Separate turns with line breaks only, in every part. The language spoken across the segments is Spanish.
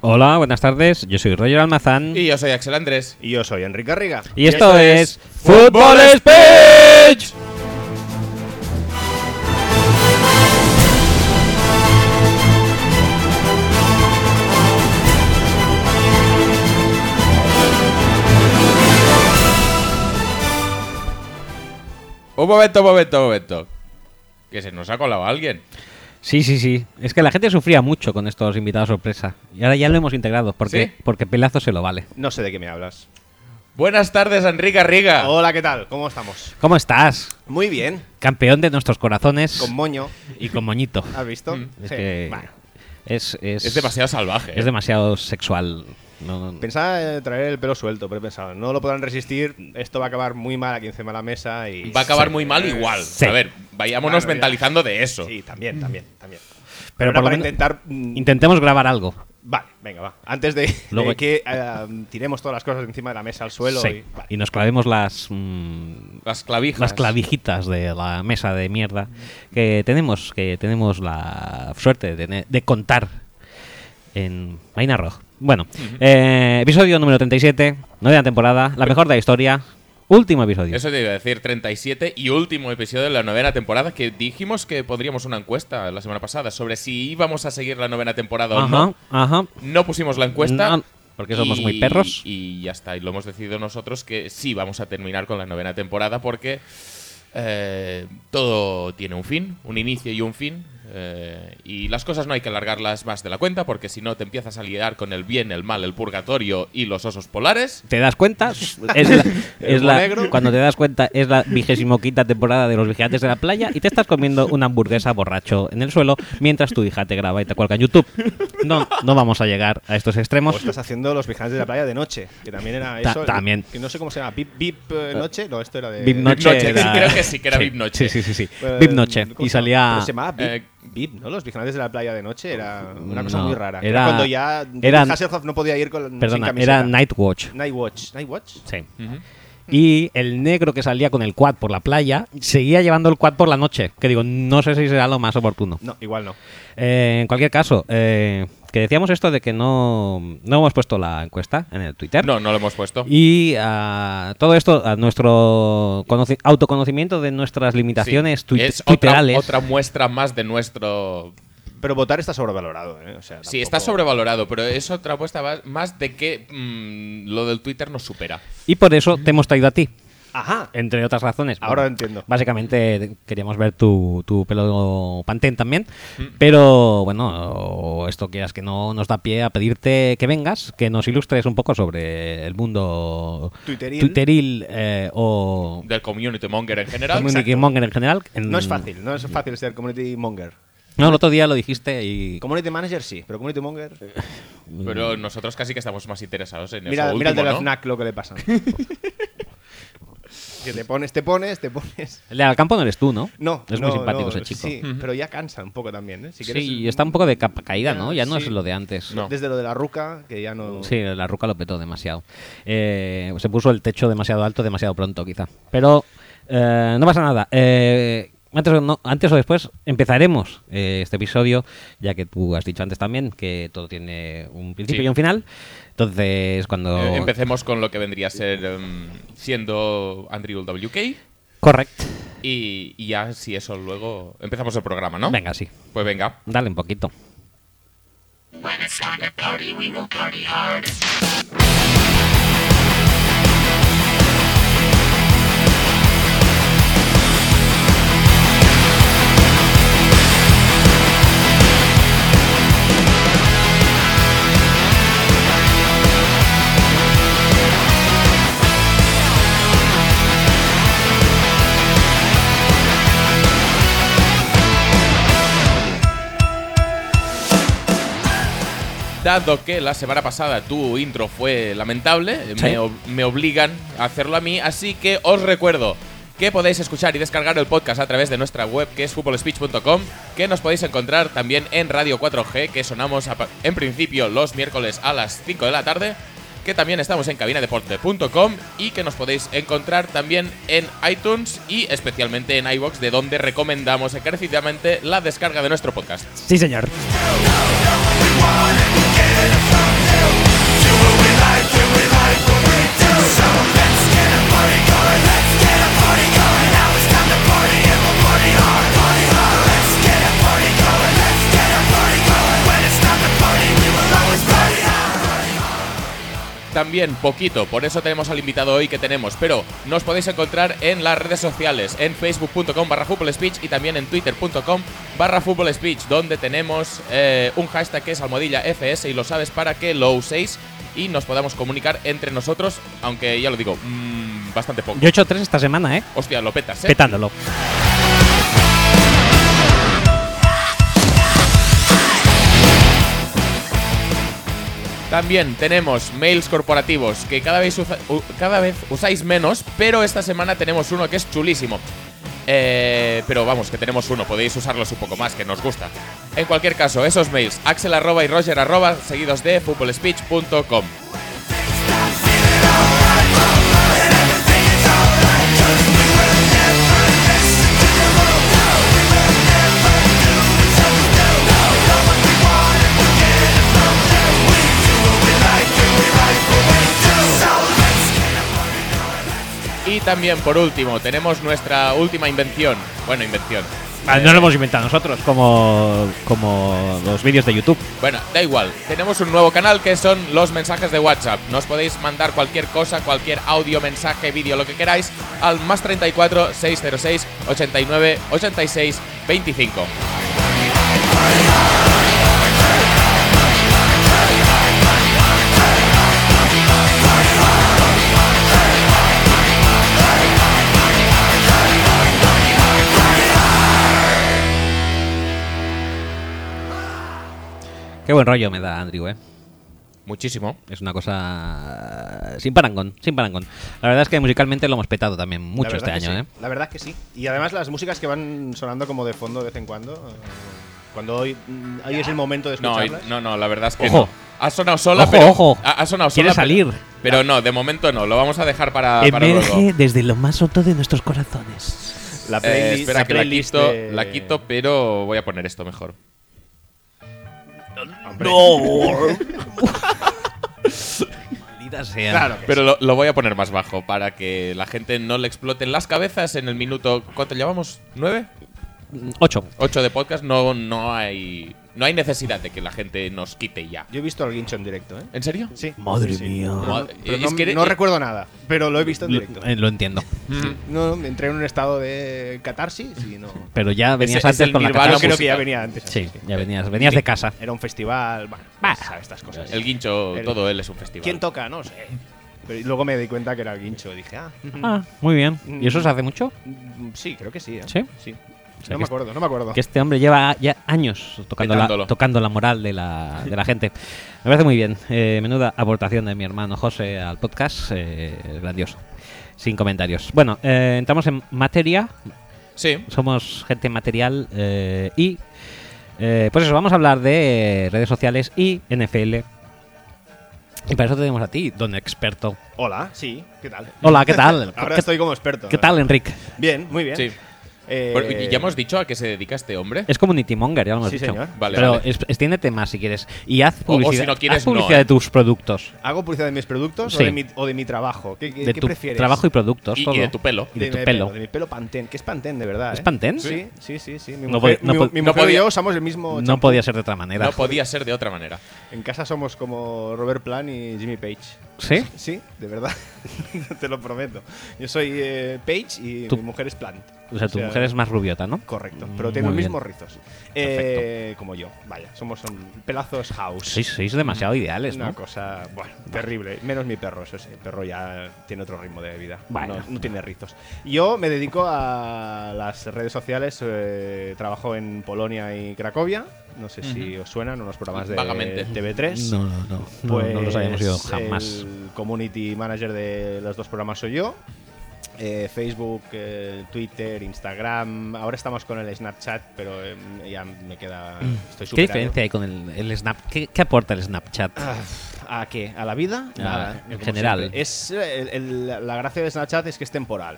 Hola, buenas tardes. Yo soy Roger Almazán.
Y yo soy Axel Andrés.
Y yo soy Enrique Arriga.
Y, esto, es Fútbol Speech.
Un momento, un momento, un momento. Que se nos ha colado alguien.
Sí, sí, sí. Es que la gente sufría mucho con estos invitados sorpresa. Y ahora ya lo hemos integrado, porque,
¿Sí?
porque Pelazo se lo vale.
No sé de qué me hablas.
Buenas tardes, Enrique Arriga.
Hola, ¿qué tal? ¿Cómo estamos?
¿Cómo estás?
Muy bien.
Campeón de nuestros corazones
Con moño.
y con moñito.
¿Has visto?
Mm,
Es
Sí.
que
Bueno,
es, es-
Es demasiado salvaje. ¿eh?
es demasiado sexual. No- no-
Pensaba eh, traer el pelo suelto, pero he pensado, no lo podrán resistir, esto va a acabar muy mal aquí encima de la mesa y...
Va a acabar
Sí.
muy mal igual.
Sí.
A ver, vayámonos
Claro, ya.
mentalizando de eso.
Sí, también, también, también.
Pero
Pero
por lo
para
menos-
intentar... mm,
Intentemos grabar algo.
Vale, venga, va. Antes de,
Luego-
de que eh, tiremos todas las cosas encima de la mesa al suelo
Sí.
y... Vale.
Y nos clavemos las, mm,
Las clavijas.
las clavijitas de la mesa de mierda que tenemos, que tenemos la suerte de, tener- de contar en Vaina Rock. Bueno, eh, episodio número 37, nueva temporada, la mejor de la historia, último episodio.
Eso te iba a decir, 37 y último episodio de la novena temporada, que dijimos que podríamos una encuesta la semana pasada sobre si íbamos a seguir la novena temporada o
Ajá,
no.
ajá.
No pusimos la encuesta.
No, porque somos muy perros.
Y ya está, y lo hemos decidido nosotros que sí vamos a terminar con la novena temporada porque eh, todo tiene un fin, un inicio y un fin. eh, y las cosas no hay que alargarlas más de la cuenta porque si no te empiezas a liar con el bien, el mal, el purgatorio y los osos polares.
¿Te das cuenta? Es la- es
humo
la-
negro.
cuando te das cuenta, es la vigésimo quinta temporada de Los Vigilantes de la Playa y te estás comiendo una hamburguesa borracho en el suelo mientras tu hija te graba y te cuelga en YouTube. No, no vamos a llegar a estos
O
extremos.
Pues estás haciendo los vigilantes de la playa de noche, que también era
Ta-
eso.
también.
Que no sé cómo se llama. ¿Vip, vip eh, noche? No, esto era de...
Bip Noche.
Noche,
era-
creo que sí, que era Bip Noche.
Sí, sí, sí. sí.
Eh,
Bip Noche.
¿cómo
Y
se llama?
salía.
Pero se llamaba Bip,
eh,
Bip, ¿no? Los vigilantes de la playa de noche era una cosa
No,
muy rara.
era-
Era, cuando ya
era-
David Hasselhoff no podía ir con sin
Perdona,
camiseta.
era Nightwatch.
Night Watch. Night Watch.
Sí.
Ujú.
Y el negro que salía con el quad por la playa seguía llevando el quad por la noche. Que digo, no sé si será lo más oportuno.
No, igual no.
Eh, en cualquier caso, eh, que decíamos esto de que no, no hemos puesto la encuesta en el Twitter.
No, no lo hemos puesto.
Y ah, todo esto, a nuestro conoci- autoconocimiento de nuestras limitaciones
Sí.
tui-
es otra,
twitterales.
otra muestra más de nuestro
Pero votar está sobrevalorado, ¿eh? O sea,
Sí,
tampoco-
está sobrevalorado, pero es otra apuesta va- más de que mm, lo del Twitter nos supera.
Y por eso te hemos traído a ti,
Ajá.
entre otras razones.
Ahora lo entiendo.
Básicamente queríamos ver tu, tu pelo pantén también,
Mm.
pero bueno, esto quieras que no nos da pie a pedirte que vengas, que nos ilustres un poco sobre el mundo
Twitteril.
twitteril, eh, o
Del community monger en general.
community monger en general. En-
No es fácil, no es fácil ser community monger.
No, el otro día lo dijiste y
Community manager sí, pero community monger.
Mm.
Pero nosotros casi que estamos más interesados en
Mira,
eso
mira el de
último,
la
¿no?
FNAC lo que le pasa. que te pones, te pones, te pones.
El de Alcampo no eres tú, ¿no?
No,
Es
no,
muy simpático
no,
ese chico.
Sí, pero ya cansa un poco también, ¿eh? Si
Sí,
quieres-
y está un poco de capa caída, ¿no? Ya no
Sí.
es lo de antes.
No.
Desde lo de la ruca, que ya no.
Sí, la ruca lo petó demasiado. Eh, se puso el techo demasiado alto, demasiado pronto, quizá. Pero eh, no pasa nada. Eh, antes, o no- antes o después empezaremos eh, este episodio, ya que tú has dicho antes también que todo tiene un principio
Sí.
y un final. Entonces, cuando.
Eh, empecemos con lo que vendría a ser em, siendo Andrew WK.
Correct.
Y, y ya, si eso luego. Empezamos el programa, ¿no?
Venga, sí.
Pues venga.
Dale un poquito.
Dado que la semana pasada tu intro fue lamentable,
Sí.
me, ob- me obligan a hacerlo a mí, así que os recuerdo que podéis escuchar y descargar el podcast a través de nuestra web que es footballspeech.com, que nos podéis encontrar también en Radio 4G, que sonamos a pa- en principio los miércoles a las 5 de la tarde, que también estamos en cabinadeporte.com y que nos podéis encontrar también en iTunes y especialmente en iBox, de donde recomendamos encarecidamente la descarga de nuestro podcast.
Sí, señor.
Get
También poquito, por eso tenemos al invitado hoy que tenemos, pero nos podéis encontrar en las redes sociales, en facebook.com barra Fútbol speech y también en twitter.com barra Fútbol speech, donde tenemos eh, un hashtag que es almohadilla FS y lo sabes para que lo uséis y nos podamos comunicar entre nosotros, aunque ya lo digo, mm, bastante poco.
Yo he hecho tres esta semana, ¿eh?
Hostia, lo petas, ¿eh?
Petándolo.
También tenemos mails corporativos que cada vez, usa- u- cada vez usáis menos, pero esta semana tenemos uno que es chulísimo. Eh, pero vamos, que tenemos uno, podéis usarlos un poco más, que nos gusta. En cualquier caso, esos mails, axel arroba y roger arroba, seguidos de footballspeech.com. Y también, por último, tenemos nuestra última invención. Bueno, invención.
Ah, No lo hemos inventado nosotros, como, como los vídeos de YouTube.
Bueno, da igual. Tenemos un nuevo canal que son los mensajes de WhatsApp. Nos podéis mandar cualquier cosa, cualquier audio, mensaje, vídeo, lo que queráis al más 34 606 89 86 25.
Qué buen rollo me da Andrew, ¿eh?
Muchísimo.
Es una cosa sin parangón, sin parangón. La verdad es que musicalmente lo hemos petado también mucho
La
este
verdad que
año, ¿eh?
sí. La verdad es que sí. Y además las músicas que van sonando como de fondo de vez en cuando. eh, Cuando hoy, mm, hoy es el momento de
No, y-
escucharlas.
no, no, la verdad es que.
Ojo.
no. Ha sonado sola,
Ojo,
pero.
ojo.
Ha, ha sonado
Quiere
sola, pero-
salir.
Pero, no, de momento no. Lo vamos a dejar para, Ah, para
Emerge
luego.
desde lo más hondo de nuestros corazones.
La
Eh,
playlist,
espera
la
que la
playlist
quito,
de-
la quito, pero voy a poner esto mejor.
Hombre,
Maldita sea.
Claro que
Pero lo, lo voy a poner más bajo para que la gente no le exploten las cabezas en el minuto. ¿Cuánto llevamos? ¿Nueve?
Mm, Ocho.
Ocho de podcast. No, no hay. No hay necesidad de que la gente nos quite ya.
sí. Yo he visto al guincho en directo, ¿eh?
¿En serio?
Sí.
Madre
Sí, sí.
mía.
Pero no-
Madre-
pero
es
no,
que-
no
eh,
recuerdo nada, pero lo he visto en
Lo,
directo.
eh, lo entiendo.
No, no, entré en un estado de catarsis y no.
Pero ya venías
es
antes
el
con la
Nirvana
catarsis.
Yo creo que
música.
ya venía antes.
Sí,
sí.
ya venías. Venías de casa.
Era un festival, bueno,
Bah.
sabe estas cosas.
El guincho,
El-
todo él es un festival.
¿Quién toca? No sé. Pero y luego me di cuenta que era el guincho. y Dije, ah,
Ah, muy bien. ¿Y eso se hace mucho?
mm, sí, creo que sí. ¿eh?
¿Sí? sea,
no
que
me
es-
acuerdo, no me acuerdo.
Que este hombre lleva ya años tocando, la,
Petándolo.
tocando la moral de la, de la gente. Me parece muy bien. Eh, menuda aportación de mi hermano José al podcast. eh, grandioso. Sin comentarios. Bueno, eh, entramos en materia.
Sí.
Somos gente material eh, y... eh, pues eso, vamos a hablar de eh, redes sociales y NFL. Y para eso tenemos a ti, don experto.
Hola, sí, ¿qué tal?
Hola, ¿qué tal?
Ahora
¿Qué-
estoy como experto.
¿Qué tal, Enric?
Bien, muy bien.
Sí.
Eh,
Bueno, ¿y ya hemos dicho a qué se dedica este hombre.
Es community monger, ya lo hemos
Sí,
dicho.
señor.
Vale,
Pero
vale.
es- extiéndete más si quieres. Y haz
O- o
publicidad,
si no quieres,
haz publicidad
no,
de
¿eh?
tus productos.
¿Hago publicidad de mis productos
Sí.
o, de mi, o de mi trabajo? ¿Qué, qué-
de
qué
tu
prefieres?
trabajo y productos.
Y,
todo.
y de tu pelo.
y de tu
mi
pelo.
De mi pelo Pantén, que es Pantén de verdad.
¿Es
¿eh?
Pantene?
Sí, sí, sí. sí. Mi
No
mujer,
pod- no
mi-
pod-
mi
no
mujer y
podía-
yo usamos el mismo.
No
champú.
podía ser de otra manera.
No podía ser de otra manera.
En casa somos como Robert Plan y Jimmy Page.
¿Sí?
Sí, de verdad. Te lo prometo. Yo soy eh, Page y
Tú-
mi mujer es Plant.
O sea, tu mujer es más rubiota, ¿no?
Correcto,
Mm,
pero tiene
muy
los
bien.
mismos rizos. Eh, como yo, vaya, somos un pelazos house. Mm,
Sí, sois demasiado ideales,
Una
¿no?
cosa, bueno, terrible. Menos mi perro, eso sí. El perro ya tiene otro ritmo de vida.
Bueno.
No, no tiene rizos. Yo me dedico a las redes sociales. eh, trabajo en Polonia y Cracovia. No sé si os suenan unos programas de
Vagamente.
TV3.
No, no, no. No,
Pues
no los habíamos ido jamás.
El community manager de los dos programas soy yo. Eh, Facebook, eh, Twitter, Instagram. Ahora estamos con el Snapchat, pero eh, ya me queda. Estoy
Mm. ¿Qué
superado.
diferencia hay con el, el Snap? ¿Qué, qué aporta el Snapchat?
Ah. ¿A qué? ¿A la vida?
Ah,
Nada,
en
como
general.
siempre. Es, eh, el- el- la gracia de Snapchat es que es temporal.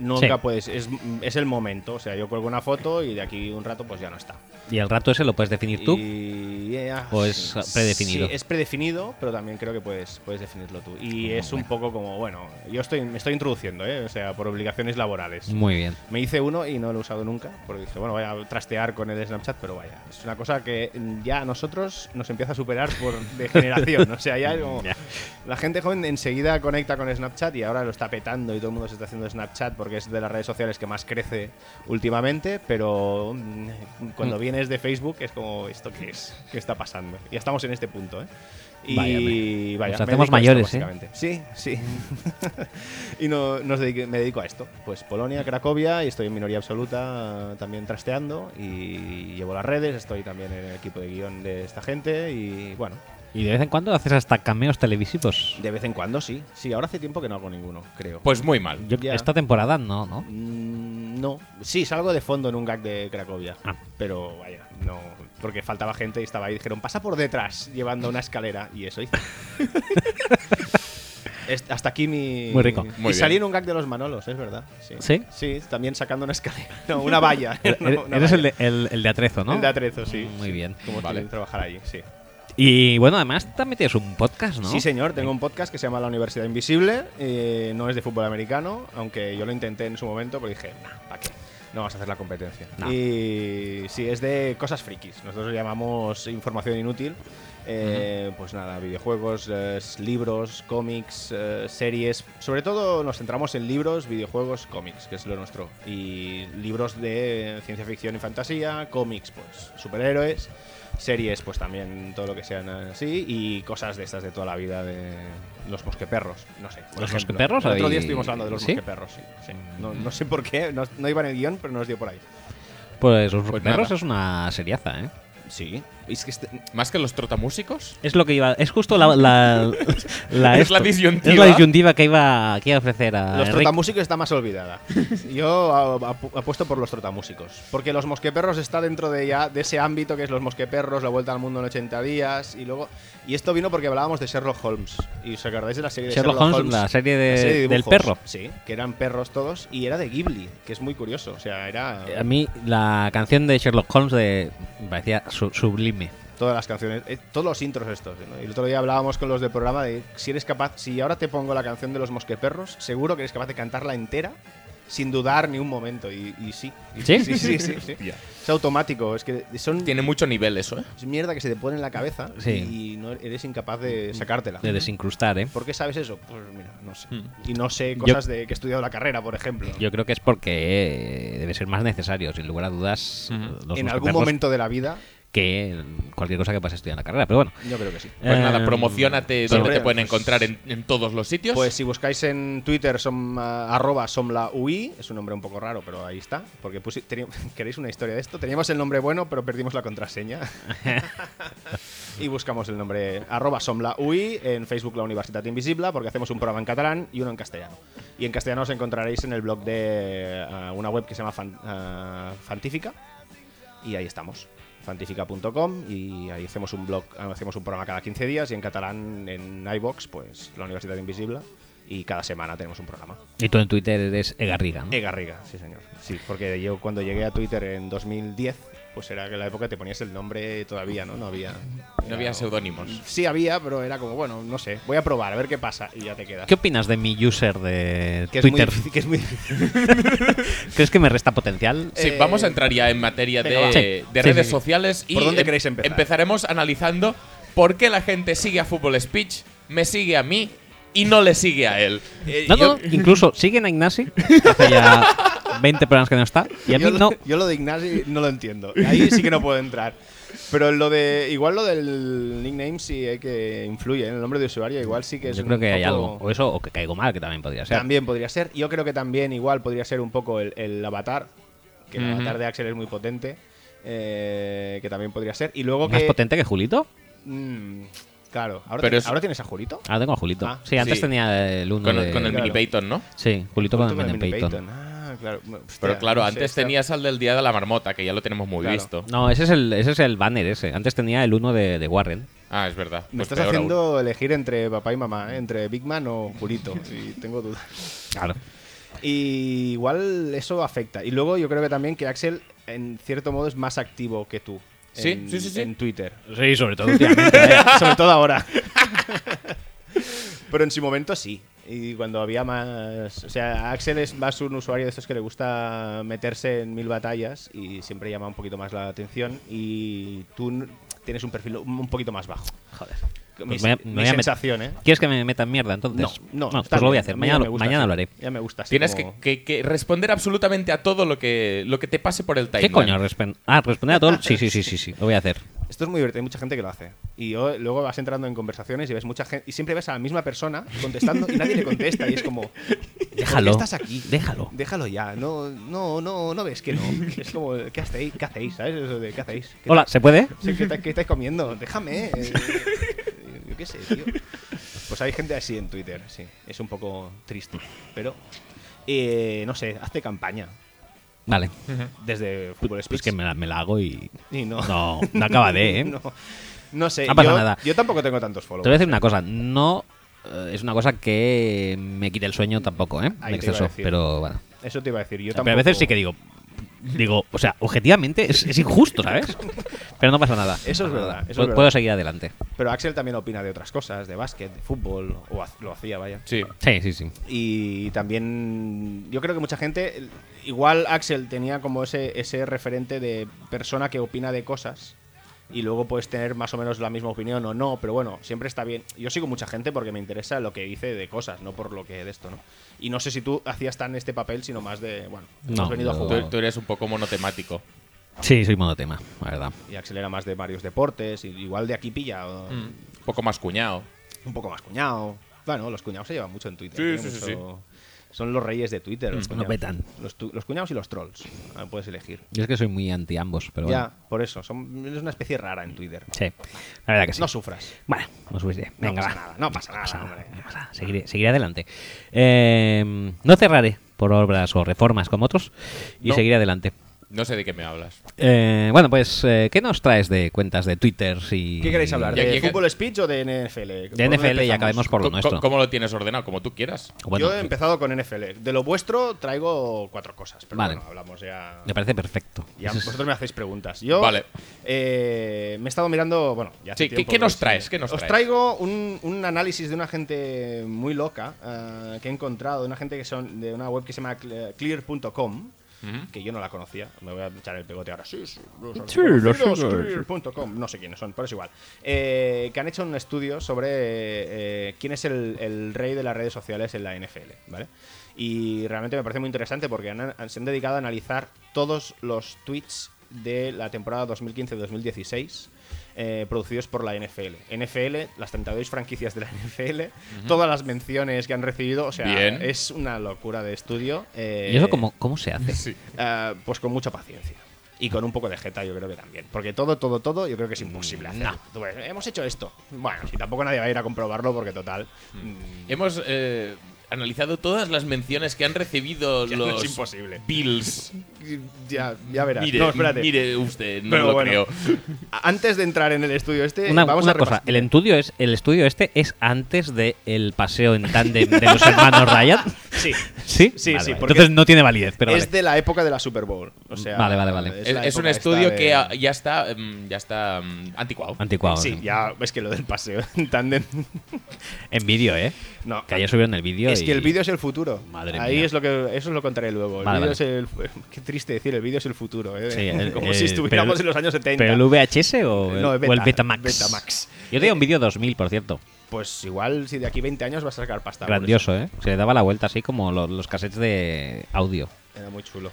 Nunca
Sí.
puedes. Es, es el momento. O sea, yo cuelgo una foto y de aquí un rato pues ya no está.
Y el rato ese lo puedes definir tú.
Y idea.
¿O es predefinido?
Sí, es predefinido, pero también creo que puedes, puedes definirlo tú. Y es un poco como, bueno, yo estoy, me estoy introduciendo, ¿eh? o sea, por obligaciones laborales.
Muy bien.
Me hice uno y no lo he usado nunca, porque dije, bueno, voy a trastear con el Snapchat, pero vaya. Es una cosa que ya a nosotros nos empieza a superar por de generación. O sea, ya es como- La gente joven enseguida conecta con Snapchat y ahora lo está petando y todo el mundo se está haciendo Snapchat porque es de las redes sociales que más crece últimamente, pero mm, cuando vienes de Facebook es como, ¿esto qué es? ¿Qué está pasando? Ya estamos en este punto, ¿eh?
Vaya,
Y vaya,
Nos
me
hacemos
dedico a
mayores,
esto,
¿eh?
básicamente. Sí, sí. y no, nos dedique- me dedico a esto. Pues Polonia, Cracovia, y estoy en minoría absoluta eh, también trasteando. Y llevo las redes, estoy también en el equipo de guión de esta gente. Y bueno,
Y de vez en cuando haces hasta cameos televisivos.
de vez en cuando sí. Sí, ahora hace tiempo que no hago ninguno, creo.
Pues muy mal.
Yo-
Ya.
Esta temporada no, ¿no?
Mm, no. Sí, salgo de fondo en un gag de Cracovia.
Ah.
Pero vaya, no. Porque faltaba gente y estaba ahí. Dijeron, pasa por detrás llevando una escalera. Y eso hice. Es- Hasta aquí mi.
Muy rico.
Y
Muy bien.
salí en un gag de los Manolos, es verdad. Sí.
¿Sí?
también sacando una escalera. No, una valla.
E-, Eres- Eres el de, el- el de atrezo, ¿no?
El de Atrezo, sí.
Muy
sí.
bien.
Como
Vale.
vale. trabajar allí, sí.
Y bueno, además también tienes un podcast, Pues ¿no?
Sí, señor, tengo un podcast que se llama La Universidad Invisible. eh, no es de fútbol americano, aunque yo lo intenté en su momento, pero dije, nah, ¿para qué? No vas a hacer la competencia.
No.
Y sí, es de cosas frikis. Nosotros lo llamamos información inútil. Eh, Pues nada, videojuegos, eh, libros, cómics, eh, series. Sobre todo nos centramos en libros, videojuegos, cómics, que es lo nuestro. Y libros de ciencia ficción y fantasía, cómics, pues superhéroes, series, pues también todo lo que sean así. Y cosas de estas de toda la vida de los mosqueperros. No sé. por
¿Los
ejemplo.
mosqueperros?
El otro
Ahí-
día estuvimos hablando de los
¿Sí? Mm.
mosqueperros, sí. sí. No, no sé por qué, no, no iba en el guión, pero nos dio por ahí.
Pues los
Pues
perros
nada.
es una seriaza, ¿eh?
Sí. Es que este-
Más que los trotamúsicos.
Es lo que iba. Es justo la. la- la-
Es la
esto.
disyuntiva.
Es la disyuntiva que iba, que iba a ofrecer a.
Los
Enric.
trotamúsicos está más olvidada. Yo a- apu- apuesto por los trotamúsicos. Porque los mosqueperros está dentro de ya de ese ámbito que es los mosqueperros, la vuelta al mundo en 80 días y luego. Y esto vino porque hablábamos de Sherlock Holmes. Y os acordáis de la serie de
Sherlock
Sherlock,
Holmes, la serie de- del
dibujos?
perro.
Sí, que eran perros todos. Y era de Ghibli, que es muy curioso. O sea, era.
A mí la canción de Sherlock Holmes de, me parecía su- sublime.
Todas las canciones, eh, todos los intros estos. ¿no? Y el otro día hablábamos con los del programa de si eres capaz, si ahora te pongo la canción de los mosqueperros, seguro que eres capaz de cantarla entera sin dudar ni un momento. Y, y sí. Y
¿Sí?
Sí, sí, sí, sí.
Hostia.
Es automático, es que son
Tiene mucho nivel eso, ¿eh?
es mierda que se te pone en la cabeza
Sí.
y no eres incapaz de sacártela.
De desincrustar, ¿eh?
¿Por qué sabes eso? Pues mira, no sé.
Hmm.
Y no sé
Yo-
cosas de que he estudiado la carrera, por ejemplo.
Yo creo que es porque eh, debe ser más necesario, sin lugar a dudas,
Ujú.
los
en algún
mosqueperros
momento de la vida,
que cualquier cosa que pase a estudiar en la carrera. Pero bueno,
yo creo que sí.
Pues
Eh,
nada,
sí.
promocionate donde te
Hombre,
pueden
pues-
encontrar en, en todos los sitios.
Pues si buscáis en Twitter, som, ah, arroba somlaui, es un nombre un poco raro, pero ahí está. Porque pusi- teni- ¿Queréis una historia de esto? Teníamos el nombre bueno, pero perdimos la contraseña. y buscamos el nombre arroba somlaui, en Facebook La Universidad Invisible, porque hacemos un programa en catalán y uno en castellano. Y en castellano os encontraréis en el blog de ah, una web que se llama Fan- ah, Fantífica, y ahí estamos fantifica.com y ahí hacemos un blog, hacemos un programa cada 15 días y en catalán en iBox pues la Universidad Invisible y cada semana tenemos un programa.
y tú en Twitter eres Egarriga, ¿no?
Egarriga, sí señor. Sí, porque yo cuando llegué a Twitter en 2010 pues era que en la época te ponías el nombre todavía, ¿no? No había
no había seudónimos.
Sí había, pero era como bueno, no sé, voy a probar a ver qué pasa y ya te quedas.
¿Qué opinas de mi user de
Que es muy
Twitter?
difícil- que es muy difícil.
¿Crees que me resta potencial?
Sí,
Eh,
vamos a entrar ya en materia
venga, va.
de,
Sí.
de
Sí,
redes
sí, sí.
sociales y
¿Por dónde
em-
queréis empezar?
empezaremos analizando por qué la gente sigue a Fútbol Speech, me sigue a mí y no le sigue a él. Eh,
No,
yo-
no, incluso siguen a Ignasi, hace ya 20 programas que no está, y a mí
yo,
no.
Lo, yo lo de Ignasi no lo entiendo. Ahí sí que no puedo entrar. Pero lo de. Igual lo del nickname sí hay que influye. En el nombre de usuario, igual sí que es.
Yo creo
un
que hay
poco-
algo. O eso, o que caigo mal, que también podría ser.
También podría ser. Yo creo que también igual podría ser un poco el, el avatar. Que el
Ujú.
avatar de Axel es muy potente. eh, que también podría ser. Y luego
¿Más
que.
potente que Julito?
Mm, claro. ¿Ahora,
Pero
tienes-
es-
ahora tienes a Julito?
Ah, tengo a Julito.
Ah,
sí, antes
sí.
tenía el uno
con,
de-
con el
Claro.
mini Payton, ¿no?
Sí, Julito con el
Julito
Mini Payton.
Payton. Ah, claro. Hostia,
Pero claro,
no sé,
antes
está-
tenías al del día de la marmota, que ya lo tenemos muy
Claro.
visto.
No, ese es, el, ese es el banner ese. Antes tenía el uno de, de Warren.
Ah, es verdad.
Me
Pues
estás
peor aún.
haciendo elegir entre papá y mamá, ¿eh? entre Big Man o Julito. y tengo dudas.
Claro.
Y igual eso afecta. Y luego yo creo que también que Axel, en cierto modo, es más activo que tú.
Sí,
en,
sí, sí, sí.
en Twitter.
Sí, sobre todo últimamente. ¿eh?
Sobre todo ahora. Pero en su momento sí. Y cuando había más. O sea, Axel es más un usuario de estos que le gusta meterse en mil batallas y siempre llama un poquito más la atención. Y tú n- tienes un perfil un un poquito más bajo.
Joder.
Mi,
Pues me-
mi
me voy a met-
sensación, ¿eh?
¿Quieres que me metan mierda entonces?
No, no.
Bueno,
está
pues lo voy a
bien.
hacer.
mí ya
mañana
me
lo-
gusta
mañana
así.
lo haré.
Ya me gusta. así
Tienes
como-
que, que- que responder absolutamente a todo lo que, lo que te pase por el timeline.
¿Qué coño? Respen- ah, responder a todo. Sí, sí, sí, sí, sí. Lo voy a hacer.
Esto es muy divertido, hay mucha gente que lo hace. Y yo- luego vas entrando en conversaciones y ves mucha gente. Y siempre ves a la misma persona contestando y nadie le contesta. Y es como.
Déjalo.
¿Por qué estás aquí?
Déjalo.
Déjalo ya. No, no, no, no ves que no. Es como, ¿qué hacéis? ¿Qué hacéis? ¿Sabes? Eso de, ¿Qué hacéis? ¿Qué
Hola, ¿se puede?
Sí, ¿Qué, ta- qué estáis comiendo? Déjame. eh, yo qué sé, tío. Pues hay gente así en Twitter, sí. Es un poco triste. Pero, eh, no sé, hazte campaña.
Vale.
Desde Fútbol Speech.
Pues que me la, me la hago y.
Y no.
No, no acaba de, ¿eh?
No, no sé.
No pasa
yo,
nada.
yo tampoco tengo tantos
Te voy a
followers.
decir una cosa, no eh, es una cosa que me quite el sueño tampoco, ¿eh?
Ahí
En
te iba a
exceso,
decir.
pero bueno.
Eso te iba a decir. Yo
Pero a veces
tampoco-
sí que digo, digo, o sea, objetivamente es, es injusto, ¿sabes? Pero no pasa nada.
Eso es
no pasa
verdad,
nada.
eso es
Puedo-
verdad.
Puedo seguir adelante.
Pero Axel también opina de otras cosas, de básquet, de fútbol, o ha- lo hacía, vaya.
Sí.
Sí, sí, sí.
Y también yo creo que mucha gente, igual Axel tenía como ese, ese referente de persona que opina de cosas y luego puedes tener más o menos la misma opinión o no, pero bueno, siempre está bien. Yo sigo mucha gente porque me interesa lo que dice de cosas, no por lo que de esto, ¿no? Y no sé si tú hacías tan este papel, sino más de, bueno,
No,
has venido a
yo-
jugar.
Tú, tú eres un poco monotemático.
Sí, soy monotema, la verdad.
Y Axel era más de varios deportes, y igual de aquí pilla o-
Mm, Un poco más cuñado.
un poco más cuñado. Bueno, los cuñados se llevan mucho en Twitter.
Sí,
tienen
sí, sí,
mucho- Son los reyes de Twitter. los
Mm, lo
cuñados.
petan.
Los, tu- los cuñados y los trolls. Ah, puedes elegir.
Yo es que soy muy anti ambos, pero
ya,
bueno.
por eso. Son, es una especie rara en Twitter.
Sí, la verdad que sí.
No sufras.
Bueno, no subiré.
No
Venga,
pasa
va.
nada, no pasa nada, hombre.
no pasa nada. Seguiré, seguiré adelante. Eh, no cerraré por obras o reformas como otros y
No.
seguiré adelante.
No sé de qué me hablas.
Eh, bueno, pues, eh, ¿qué nos traes de cuentas de Twitter? Y,
¿Qué queréis hablar?
Ya
¿De
que-
fútbol speech o de NFL? ¿Por
De
dónde
NFL y
empezamos?
acabemos por lo
Co- co-
nuestro.
¿Cómo lo tienes ordenado? Como tú quieras.
Bueno,
Yo he empezado con NFL. De lo vuestro traigo cuatro cosas. Pero
Vale.
bueno, hablamos ya.
Me parece perfecto.
Ya
Eso es-
vosotros me hacéis preguntas. Yo
Vale.
eh, me he estado mirando. Bueno, ya hace
Sí, ¿qué-
tiempo
qué
que
nos
os-
traes? ¿Qué nos
os
traes?
traigo un, un análisis de una gente muy loca eh, que he encontrado, de una gente que son de una web que se llama cl- clear.com. Que yo no la conocía, me voy a echar el pegote ahora. Sí, sí, los
los
conocidos,
conocidos.
clear.com, no sé quiénes son, pero es igual. Eh, que han hecho un estudio sobre eh, quién es el, el rey de las redes sociales en la NFL, ¿vale? Y realmente me parece muy interesante porque han- han- se han dedicado a analizar todos los tweets de la temporada 2015-2016 eh, producidos por la NFL. NFL, las 32 franquicias de la NFL, todas las menciones que han recibido, o sea,
Bien.
es una locura de estudio. eh,
¿Y eso cómo, cómo se hace?
eh, pues con mucha paciencia. Y con un poco de jeta, yo creo que también. Porque todo, todo, todo, yo creo que es imposible
Mm,
hacerlo. Tú ves, Hemos hecho esto. Bueno, si tampoco nadie va a ir a comprobarlo, porque total. mm,
Hemos eh, analizado todas las menciones que han recibido
Ya,
los
es imposible.
Bills.
Ya, ya verás.
Mire,
no, espérate.
mire usted, no
Pero
lo
bueno,
creo.
Antes de entrar en el estudio este,
Una,
vamos
una
a
cosa,
repasar-
el estudio, es, el estudio este es antes del el paseo en tándem de los hermanos Ryan.
Sí.
¿Sí?
Sí,
Vale,
sí,
vale.
porque
Entonces no tiene validez, pero
es
vale.
de la época de la Super Bowl. O sea,
Vale, vale, vale.
Es,
la
es un
época esta
estudio
de-
que a- ya está, mm, ya está mm, anticuado.
Anticuado.
Sí,
¿no?
ya es que lo del paseo en tándem.
En vídeo, ¿eh?
No,
Que ayer subieron el vídeo.
Es
y-
que el vídeo es el futuro.
Madre
Ahí
mía.
es lo que eso os lo contaré luego. El
Vale,
vídeo
vale.
es el fu- qué triste decir, el vídeo es el futuro, ¿eh?
Sí, el-
como
el-
si estuviéramos
pero-
en los años 70.
¿Pero el VHS o el,
No, el
o el
Beta-
Betamax?
Betamax.
Yo tenía un vídeo 2000, por cierto.
Pues igual si de aquí 20 años vas a sacar pasta. por
Grandioso, ¿eh? Se le daba la vuelta así como lo- los cassettes de audio.
eso. Era muy chulo.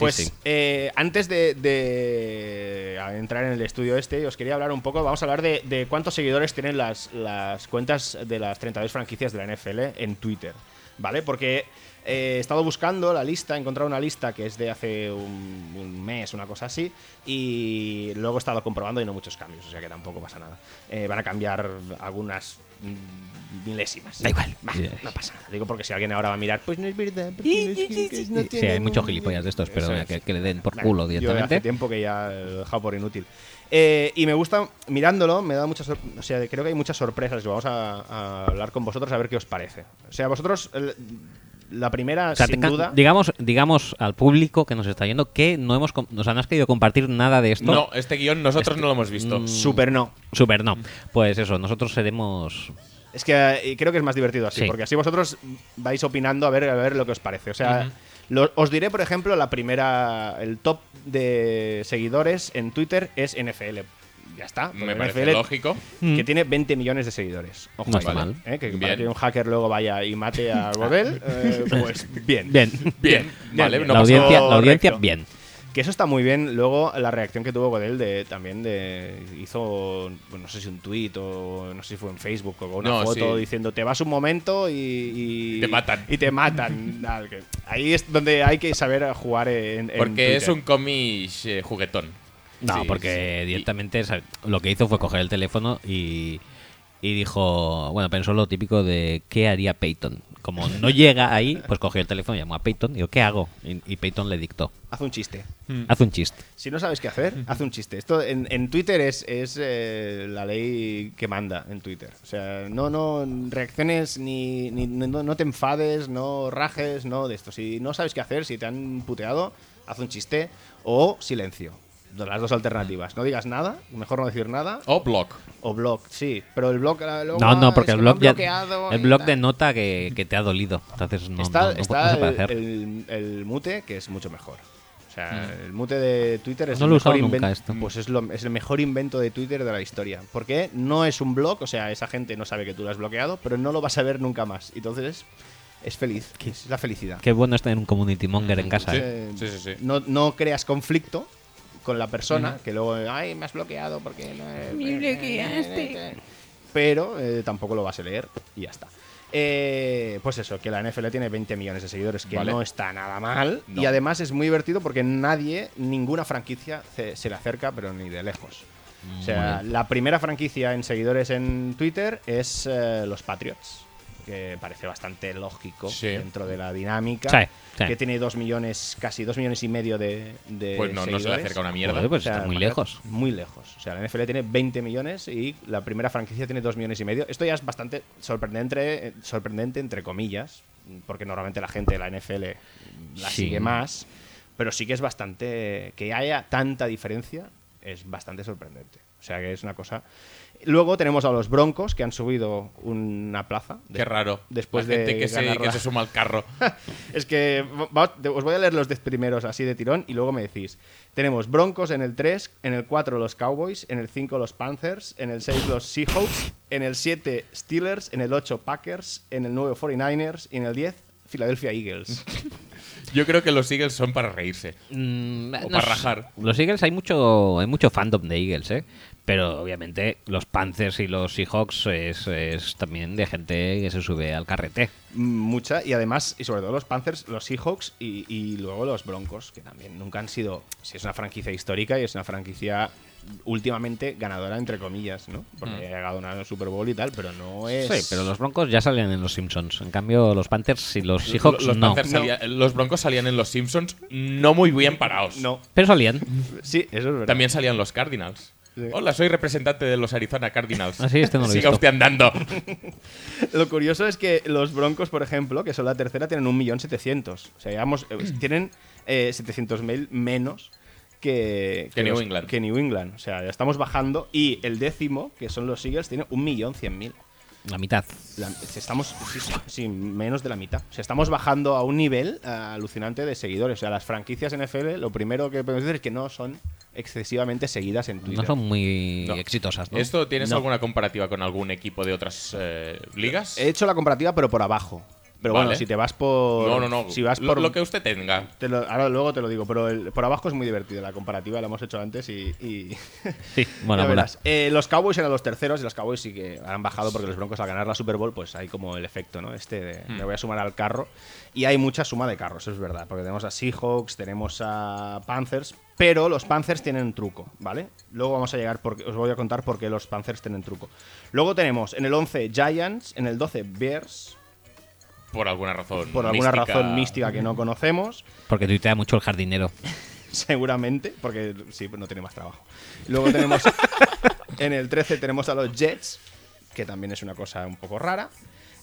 Pues
sí.
eh, antes de, de entrar en el estudio este, os quería hablar un poco, vamos a hablar de, de cuántos seguidores tienen las, las cuentas de las 32 franquicias de la NFL en Twitter, ¿vale? Porque eh, he estado buscando la lista, he encontrado una lista que es de hace un, un mes, una cosa así, y luego he estado comprobando y no muchos cambios, o sea que tampoco pasa nada. Eh, van a cambiar algunas mm, milésimas.
Da igual.
Va, no pasa nada. Digo porque si alguien ahora va a mirar, pues no es verdad. porque los Hawkeyes no
Sí, hay
tienen
muchos
un-
gilipollas de estos, pero
Eso
mira,
es.
que, que le den por
Bueno,
culo
Yo hace
directamente.
tiempo que ya lo he dejado por inútil. Eh, y me gusta, mirándolo, me da muchas. sor- O sea, creo que hay muchas sorpresas. Vamos a, a hablar con vosotros a ver qué os parece. O sea, vosotros. el- la primera,
O sea, te
sin
ca-
duda.
Digamos, digamos al público que nos está yendo que no hemos, com- o sea, no has querido compartir nada de esto. Mm,
No, este guión nosotros no lo hemos visto.
Super no.
Super no. Pues eso, nosotros seremos.
Es que eh, creo que es más divertido así,
Sí.
porque así vosotros vais opinando a ver, a ver lo que os parece. O sea, lo- os diré, por ejemplo, la primera. El top de seguidores en Twitter es NFL. Ya está. porque
Me parece
NFL,
lógico.
Que tiene 20 millones de seguidores. Ojo,
Mm. No
ahí,
está mal.
¿eh? Que para
Bien.
que un hacker luego vaya y mate a Godel, eh, pues bien.
Bien.
Bien, vale,
bien.
no
la
pasa
audiencia,
nada.
la audiencia
Correcto.
bien.
Que eso está muy bien. Luego la reacción que tuvo Godel de también de hizo pues, no sé si un tuit o no sé si fue en Facebook o una
No,
foto
sí.
diciendo te vas un momento y, y-
Y te matan".
y te matan. Tal, que Ahí es donde hay que saber jugar en, en
Porque es
Twitter.
un cómic eh, juguetón.
No,
Sí,
porque
sí.
directamente ¿sabes? lo que hizo fue coger el teléfono y, y dijo, bueno, pensó lo típico de ¿qué haría Peyton? Como no llega ahí, pues cogió el teléfono, llamó a Peyton y dijo, ¿qué hago? Y, y Peyton le dictó,
Haz un chiste.
Hmm.
haz un chiste.
Si no sabes qué hacer, haz un chiste. Esto en, en Twitter es, es eh, la ley que manda en Twitter. O sea, no, no reacciones ni, ni- no, no te enfades, no rajes, no de esto. Si no sabes qué hacer, si te han puteado, haz un chiste o silencio. De Las dos alternativas. No digas nada, mejor no decir nada.
O Block.
O blog, sí. Pero el blog. eh, luego,
No,
ah,
no,
es
porque
que
el
me han
blog, ya-
bloqueado
el
y
blog
tal.
denota que, que te ha dolido. Entonces no,
Está,
no- no- no
está
se puede hacer.
el, el- el mute, que es mucho mejor. O sea, el mute de Twitter es
Mm. No
el
lo he
mejor
usado nunca
invento-
esto.
Pues es, lo- es el mejor invento de Twitter de la historia. Porque no es un blog, o sea, esa gente no sabe que tú lo has bloqueado, pero no lo vas a ver nunca más. Entonces, es feliz. Es la felicidad.
Qué bueno es tener un community monger en casa.
Sí.
¿eh?
Entonces,
sí, sí, sí.
No, no creas conflicto con la persona, que luego, ay, me has bloqueado porque no he-
Me bloqueaste.
Pero eh, tampoco lo vas a leer y ya está. Eh, pues eso, que la NFL tiene 20 millones de seguidores, que
Vale.
no está nada mal.
No.
Y además es muy divertido porque nadie, ninguna franquicia se, se le acerca, pero ni de lejos. O sea, la primera franquicia en seguidores en Twitter es eh, los Patriots, que parece bastante lógico
Sí.
dentro de la dinámica.
Sí, sí.
Que tiene 2 millones, casi 2 millones y medio de, de
Pues no, no se le
seguidores.
acerca una mierda.
Joder, pues
O sea,
está muy
imagínate,
lejos.
Muy lejos. O sea, la NFL tiene 20 millones y la primera franquicia tiene 2 millones y medio. Esto ya es bastante sorprendente, eh, sorprendente entre comillas, porque normalmente la gente de la NFL la
Sí.
sigue más, pero sí que es bastante... Que haya tanta diferencia es bastante sorprendente. O sea, que es una cosa... Luego tenemos a los Broncos, que han subido una plaza.
Qué raro.
Después
La gente
de
que se,
ganar
que
la-
se suma al carro.
es que va- va- os voy a leer los 10 primeros así de tirón y luego me decís. Tenemos Broncos en el 3, en el 4 los Cowboys, en el 5 los Panthers, en el 6 los Seahawks, en el 7 Steelers, en el 8 Packers, en el 9 49ers y en el 10 Philadelphia Eagles.
Yo creo que los Eagles son para reírse.
Mm,
O
no
para
sé.
rajar.
Los Eagles hay mucho, hay mucho fandom de Eagles, ¿eh? Pero obviamente los Panthers y los Seahawks es, es también de gente que se sube al carrete.
Mucha, y además, y sobre todo los Panthers, los Seahawks y, y luego los Broncos, que también nunca han sido. Si es una franquicia histórica y es una franquicia últimamente ganadora, entre comillas, ¿no? Porque ha llegado una Super Bowl y tal, pero no es.
Sí, pero los Broncos ya salen en los Simpsons. En cambio, los Panthers y los Seahawks
los,
no.
Panthers salía- los Broncos salían en los Simpsons no muy bien parados.
No,
Pero salían.
sí, eso es verdad.
También salían los Cardinals.
Sí.
Hola, soy representante de los Arizona Cardinals.
Ah, sí, este no lo he
Siga
visto.
usted andando.
Lo curioso es que los Broncos, por ejemplo, que son la tercera, tienen 1.700.000. O sea, digamos, eh, tienen eh, 700.000 menos que,
Que New
los-
England.
que New England. O sea, ya estamos bajando. Y el décimo, que son los Eagles, tiene 1.100.000.
La mitad.
La- Estamos sí, sí, sí, menos de la mitad. O sea, estamos bajando a un nivel eh, alucinante de seguidores. O sea, las franquicias NFL, lo primero que podemos decir es que no son excesivamente seguidas en Twitter.
No son muy
No.
exitosas, ¿no?
¿Esto tienes
No.
alguna comparativa con algún equipo de otras eh, ligas?
He hecho la comparativa, pero por abajo. Pero bueno,
Vale.
si te vas por.
no, no, no.
Si vas
Lo-
por
lo, que usted tenga.
Te lo- ahora luego te lo digo, pero el- por abajo es muy divertido. La comparativa la hemos hecho antes y. y-
Sí,
ya
bueno, bueno.
verás. Eh, los Cowboys eran los terceros y los Cowboys sí que han bajado porque los Broncos al ganar la Super Bowl, pues hay como el efecto, ¿no? Este de me voy a sumar al carro. Y hay mucha suma de carros, eso es verdad. Porque tenemos a Seahawks, tenemos a Panthers, pero los Panthers tienen un truco, ¿vale? Luego vamos a llegar, porque, os voy a contar por qué los Panthers tienen truco. Luego tenemos en el 11 Giants, en el 12 Bears,
Por alguna razón.
por alguna razón mística que no conocemos.
Porque tuitea mucho el jardinero.
seguramente, porque sí, pues no tiene más trabajo. Luego tenemos, en el 13 tenemos a los Jets, que también es una cosa un poco rara.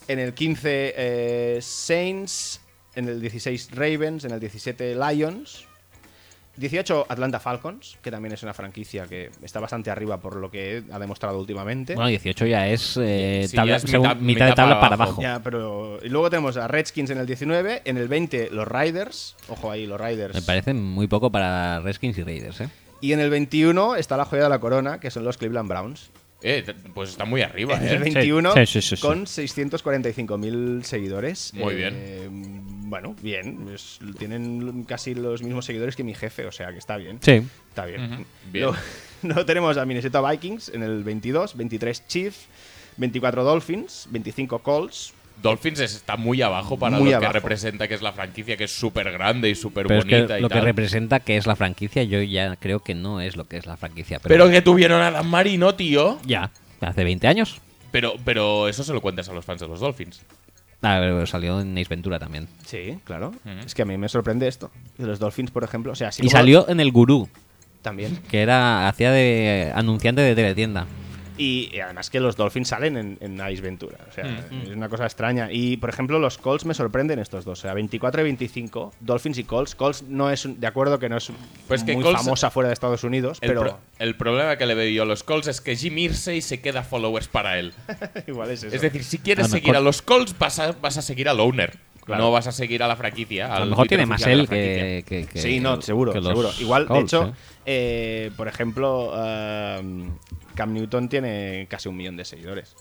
En el 15, eh, Saints, en el 16 Ravens, en el 17 Lions, 18 Atlanta Falcons, que también es una franquicia que está bastante arriba por lo que ha demostrado últimamente.
Bueno, 18 ya es, eh,
Sí,
tabla-
ya es
según-
mitad-
mitad,
mitad
de tabla
para
para
abajo.
abajo.
Ya, pero y luego tenemos a Redskins en el 19, en el 20 los Riders, ojo ahí los Riders.
Me parece muy poco para Redskins y Raiders, ¿eh?
Y en el 21 está la joya de la corona, que son los Cleveland Browns.
Eh, t- pues está muy arriba,
En
eh.
el 21
sí, sí, sí, sí.
con 645.000 seguidores.
Muy
bien. Bueno, bien. es- tienen casi los mismos seguidores que mi jefe, o sea que está bien.
Sí.
Está bien.
Ujú, bien.
Luego, luego tenemos a Minnesota Vikings en el 22, 23 Chiefs, 24 Dolphins, 25 Colts.
Dolphins es- está muy abajo para
Muy
lo
abajo.
que representa, que es la franquicia, que es súper grande y súper
Pero es que
bonita y
lo que
tal.
representa que es la franquicia, yo ya creo que no es lo que es la franquicia. Pero,
pero que tuvieron a Dan Marino, tío.
ya, hace 20 años.
Pero, pero eso se lo cuentas a los fans de los Dolphins.
Ah, pero salió en Ace Ventura también.
Sí, claro. Es que a mí me sorprende esto. De los Dolphins, por ejemplo. O sea, si
y
luego-
salió en El Gurú,
También.
que era hacía de anunciante de teletienda.
Y, y además que los Dolphins salen en, en Ace Ventura. O sea,
Mm.
es una cosa extraña. Y, por ejemplo, los Colts me sorprenden estos dos. O sea, 24 y 25, Dolphins y Colts. Colts no es, un- de acuerdo que no es
Pues que
muy
Colts-
famosa fuera de Estados Unidos,
El,
pero
pro- el problema que le veo yo a los Colts es que Jim Irsey se queda followers para él.
igual es eso.
Es decir, si quieres
A lo
seguir
mejor-
a los Colts, vas a, vas a seguir al owner.
Claro.
No vas a seguir a la franquicia.
A lo
al
mejor
Twitter
tiene más
oficial
él
de la franquicia.
que, que- que-
sí, no, seguro,
que los
seguro. Igual, de
Colts,
hecho,
¿eh?
eh, por ejemplo, ehm, Cam Newton tiene casi un millón de seguidores.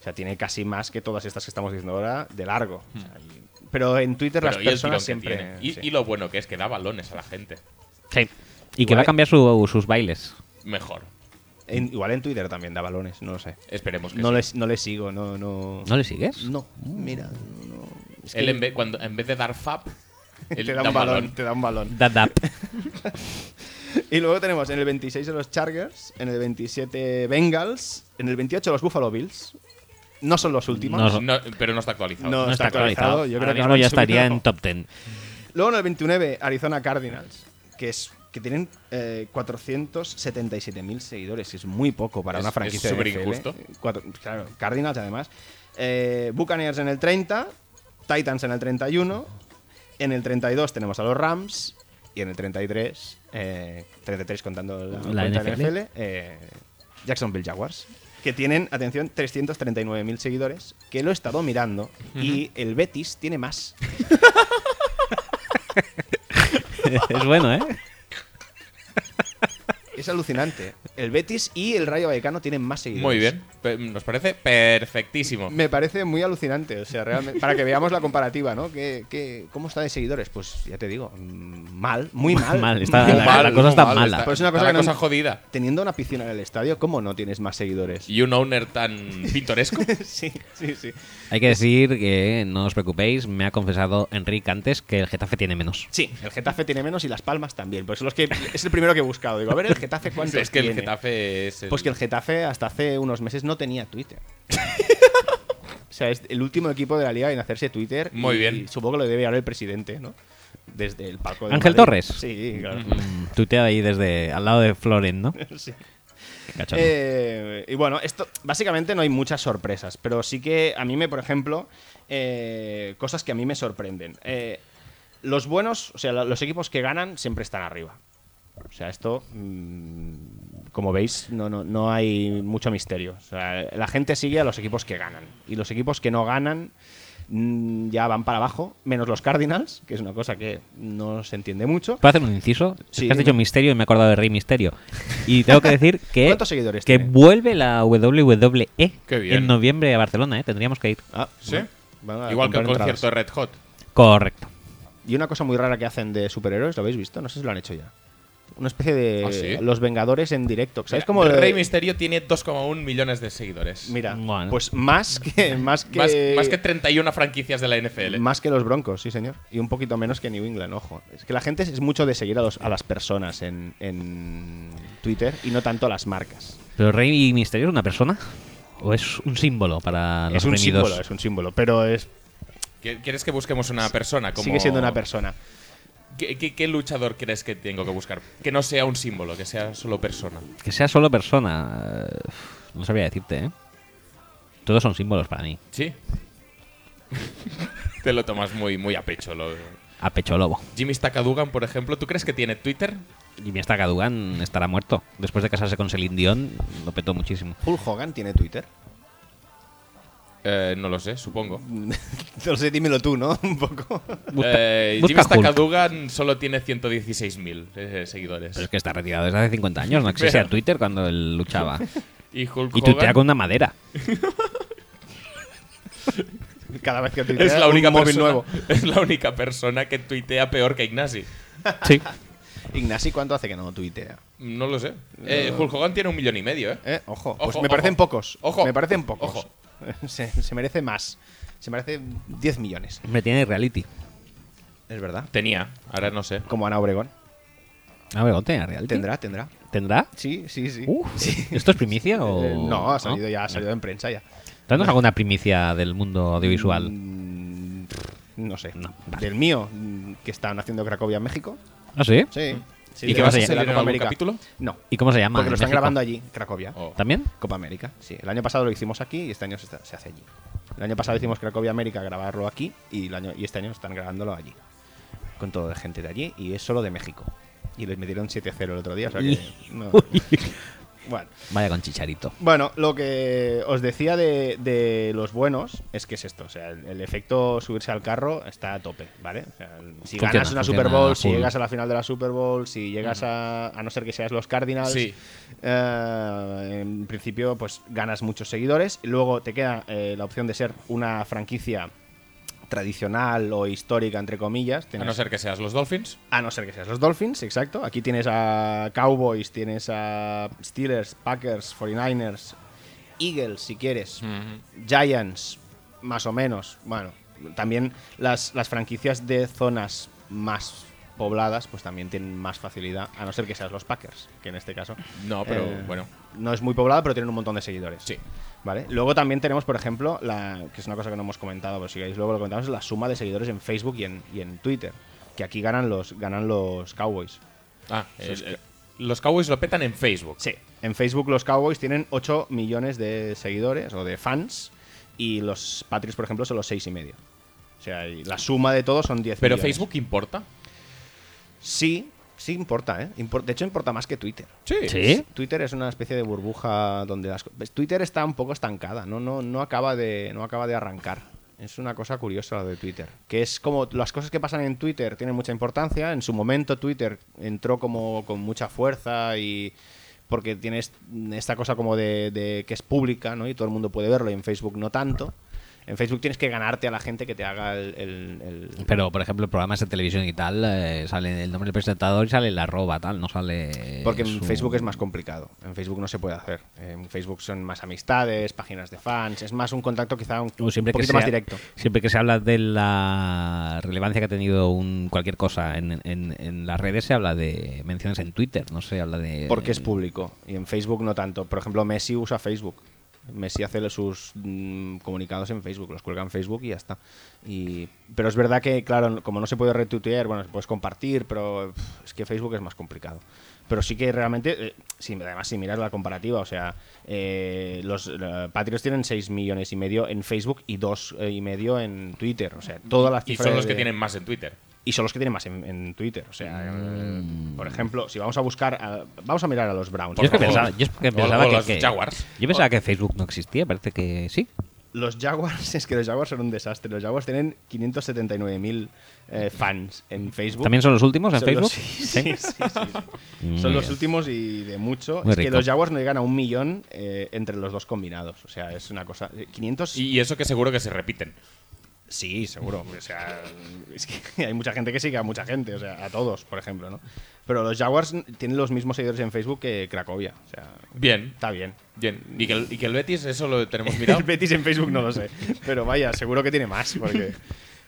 O sea, tiene casi más que todas estas que estamos diciendo ahora de largo. O sea, y- pero en Twitter
Pero
las
y el tirón
personas
que
siempre...
tiene. Y,
sí.
y lo bueno que es que da balones a la gente.
Sí. Y que
Igual-
va a cambiar su- sus bailes.
Mejor.
En- igual en Twitter también da balones, no lo sé.
Esperemos que
No
sí.
le, no le sigo, no... No,
¿No le sigues?
No, mira, no... es que
Él en vez, cuando, en vez de dar fab, él
te da un balón, te da un balón.
Dap, dap.
Y luego tenemos en el 26 a los Chargers, en el 27 Bengals, en el 28 los Buffalo Bills. No son los últimos.
No
No, pero no está actualizado.
No.
No
está
está actualizado.
actualizado, yo
Ahora
creo que
mismo
habrán
ya estaría
subido.
en top 10.
Luego en el 29, Arizona Cardinals, que es que tienen eh, 477.000 seguidores, que es muy poco para
Es-
una franquicia.
es súper
de NFL.
injusto.
Cuatro- claro, Cardinals además. Eh, Buccaneers en el 30, Titans en el 31, en el 32 tenemos a los Rams y en el 33, eh, 33 contando la,
La
cuenta de
NFL,
NFL, eh, Jacksonville Jaguars. Que tienen, atención, 339.000 seguidores, que lo he estado mirando y el Betis tiene más.
es bueno, ¿eh?
Es alucinante. El Betis y el Rayo Vallecano tienen más seguidores.
Muy bien. Pe- Nos parece perfectísimo.
Me parece muy alucinante, o sea, realmente, para que veamos la comparativa, ¿no? ¿Qué, qué, cómo está de seguidores? Pues ya te digo, mm, mal, muy mal.
Mal, está-
Muy
la- la cosa
muy
está
mal,
mala.
Pero es una cosa
Cada
que no-
cosa jodida.
Teniendo una piscina en el estadio, ¿cómo no tienes más seguidores?
Y un owner tan pintoresco.
sí, sí, sí.
Hay que decir que no os preocupéis, me ha confesado Enrique antes que el Getafe tiene menos.
Sí, el Getafe tiene menos y Las Palmas también. Pues los que, es el primero que he buscado. Digo, a ver, el Getafe cuántos
es que el
tiene?
Getafe es. el-
Pues que el Getafe hasta hace unos meses no tenía Twitter. o sea, es el último equipo de la liga en hacerse Twitter.
Muy
y
bien.
Supongo que lo debe ahora el presidente, ¿no? Desde el palco de
¿Ángel
Madrid.
Torres?
Sí, claro.
Mm, Tuitea ahí desde al lado de Floren, ¿no?
Sí.
Cachorro.
Eh, y bueno, esto básicamente no hay muchas sorpresas, pero sí que a mí me, por ejemplo, eh, cosas que a mí me sorprenden. Eh, los buenos, o sea, la- los equipos que ganan siempre están arriba. O sea, esto, mm, como veis, no, no, no hay mucho misterio. O sea, la gente sigue a los equipos que ganan. Y los equipos que no ganan mm, ya van para abajo, menos los Cardinals, que es una cosa que no se entiende mucho.
¿Puedo hacer un inciso? Es
Sí,
que has
dime.
dicho misterio y me he acordado de Rey Misterio. Y tengo que decir que,
¿Cuántos seguidores
que
tiene?
vuelve la WWE
Qué bien.
en noviembre a Barcelona, ¿eh? Tendríamos que ir.
Ah,
Sí.
bueno, van a
Igual que el
comprar entradas.
concierto de Red Hot.
Correcto.
Y una cosa muy rara que hacen de superhéroes, ¿lo habéis visto? No sé si lo han hecho ya. Una especie de
¿Ah, sí?
Los Vengadores en directo. ¿Sabes
Mira,
cómo
el
de-
Rey Misterio tiene 2,1 millones de seguidores.
Mira,
Bueno.
pues más que más que,
Más, más que 31 franquicias de la NFL.
más que los Broncos, sí señor. Y un poquito menos que New England, ojo. Es que la gente es mucho de seguir a, los- a las personas en, en Twitter y no tanto a las marcas.
¿Pero Rey Misterio es una persona? ¿O es un símbolo para los
es un
oprimidos?
símbolo, es un símbolo, pero es,
¿Qui- ¿Quieres que busquemos una persona? Como...
sigue siendo una persona.
¿Qué, qué, qué luchador crees que tengo que buscar? Que no sea un símbolo, que sea solo persona.
Que sea solo persona. eh, No sabría decirte, ¿eh? Todos son símbolos para mí.
¿Sí? Te lo tomas muy, muy a pecho. Lo...
A pecho lobo.
Jimmy Stakadugan, por ejemplo, ¿tú crees que tiene Twitter?
Jimmy Stakadugan estará muerto. Después de casarse con Celine Dion, lo petó muchísimo.
Hulk Hogan tiene Twitter.
Eh, no lo sé, supongo.
No lo sé, dímelo tú, ¿no? Un poco.
Busca-
Eh,
busca
Jimmy
Hulk.
Stakadugan solo tiene 116.000 eh, seguidores.
Pero es que está retirado desde hace 50 años. No existía
Pero-
Twitter cuando él luchaba.
Y Hulk
Y
Hogan
tuitea con una madera.
Cada vez que tuitea
es la única
un móvil
persona,
nuevo.
Es la única persona que tuitea peor que Ignasi.
Sí.
Ignasi, ¿cuánto hace que no tuitea?
No lo sé. Eh, Hulk Hogan tiene un millón y medio, ¿eh?
Eh, ojo, pues
Ojo,
me
ojo.
parecen pocos.
Ojo.
Me parecen pocos.
Ojo.
Se, se merece más. Se merece 10 millones.
Me tiene reality.
Es verdad.
Tenía, ahora no sé.
Como Ana Obregón.
A ver, ¿tenía reality?
Tendrá, tendrá.
¿Tendrá?
Sí, sí, sí.
Uf.
Sí.
¿Esto es primicia o.?
Eh, no, ha salido ya, ha salido en prensa ya.
¿Danos alguna primicia del mundo audiovisual?
Mm, No sé.
No, vale.
Del mío, mm, que están haciendo Cracovia en México.
¿Ah, sí?
Sí. sí
¿Y
qué
de-
vas a
de la
salir en
Copa
algún
América.
capítulo?
No.
¿Y cómo se llama?
Porque
en
lo están
México?
grabando allí, Cracovia.
Oh.
¿También?
Copa América, sí. El año pasado lo hicimos aquí y este año se, está- se hace allí. El año pasado hicimos Cracovia América grabarlo aquí y, el año, y este año están grabándolo allí. Con todo de gente de allí y es solo de México. Y les metieron 7-0 el otro día. o sea que no- Bueno.
Vaya con chicharito.
Bueno, lo que os decía de, de los buenos es que es esto. O sea, el, el efecto subirse al carro está a tope, ¿vale? O sea, el- si
Funciona,
ganas una
funciona
Super Bowl,
a
si
full.
llegas a la final de la Super Bowl, si llegas a... A no ser que seas los Cardinals,
Sí.
eh, en principio, pues ganas muchos seguidores. Luego te queda eh, la opción de ser una franquicia tradicional o histórica, entre comillas.
A
Tienes-
no ser que seas los Dolphins.
a no ser que seas los Dolphins, exacto. Aquí tienes a Cowboys, tienes a Steelers, Packers, 49ers, Eagles, si quieres, Giants, más o menos. Bueno, también las, las franquicias de zonas más pobladas, pues también tienen más facilidad, a no ser que seas los Packers, que en este caso.
No, pero
eh,
bueno.
No es muy poblada, pero tienen un montón de seguidores.
Sí.
¿Vale? Luego también tenemos, por ejemplo, la, que es una cosa que no hemos comentado, pero si queréis luego lo comentamos, es la suma de seguidores en Facebook y en, y en Twitter. Que aquí ganan los, ganan los Cowboys.
Ah,
Eso es
eh, eh, los Cowboys lo petan en Facebook.
Sí. En Facebook los Cowboys tienen 8 millones de seguidores o de fans y los Patriots, por ejemplo, son los 6 y medio. O sea, y la suma de todos son 10
Pero
millones.
Facebook importa.
Sí, sí importa, ¿eh? Impor- de hecho, importa más que Twitter.
Sí.
¿Sí?
Twitter es una especie de burbuja donde las co- ves, Twitter está un poco estancada, no, no, no, acaba de, no acaba de arrancar. Es una cosa curiosa la de Twitter, que es como las cosas que pasan en Twitter tienen mucha importancia. En su momento Twitter entró como con mucha fuerza y porque tienes esta cosa como de, de que es pública, ¿no? Y todo el mundo puede verlo. Y en Facebook no tanto. En Facebook tienes que ganarte a la gente que te haga el, el- el-
Pero, por ejemplo, programas de televisión y tal, eh, sale el nombre del presentador y sale la arroba, tal, no sale.
Porque en
su-
Facebook es más complicado. En Facebook no se puede hacer. En Facebook son más amistades, páginas de fans. Es más un contacto quizá un,
O Uh, siempre
un poquito
que
más
sea-
directo.
Siempre que se habla de la relevancia que ha tenido un, cualquier cosa en, en- en las redes, se habla de menciones en Twitter, no se habla de.
Porque
Eh,
es público. Y en Facebook no tanto. Por ejemplo, Messi usa Facebook. Messi hace sus mm, comunicados en Facebook, los cuelga en Facebook y ya está. Y, pero es verdad que, claro, como no se puede retuitear, bueno, puedes compartir, pero pff, es que Facebook es más complicado. Pero sí que realmente, eh, si- además si miras la comparativa, o sea, eh, los eh, Patriots tienen 6 millones y medio en Facebook y 2 y medio en Twitter. O sea, todas las
Y
cifras
son los que
de-
tienen más en Twitter.
y son los que tienen más en, en Twitter. O sea, eh, por ejemplo, si vamos a buscar, a- vamos a mirar a los Browns.
Yo es que
Por favor.
pensaba, yo es que,
O-
pensaba
o
que-
los
que-
Jaguars.
Yo pensaba que Facebook no existía, parece que sí.
Los Jaguars, es que los Jaguars son un desastre. Los Jaguars tienen 579.000 eh, fans en Facebook.
¿También son los últimos en
Son
Facebook? Mm,
los- sí, sí, sí, sí.
Muy
Son los
bien.
últimos y de mucho.
Muy
es que
rico.
los Jaguars no llegan a un millón eh, entre los dos combinados. O sea, es una cosa. 500.
Y eso que seguro que se repiten.
Sí, seguro. O sea, es que hay mucha gente que sigue a mucha gente, o sea, a todos, por ejemplo, ¿no? Pero los Jaguars tienen los mismos seguidores en Facebook que Cracovia. O sea,
Bien.
está bien.
Bien. ¿Y que, el, y que el Betis, eso lo tenemos mirado.
El Betis en Facebook no lo sé. Pero vaya, seguro que tiene más. Porque...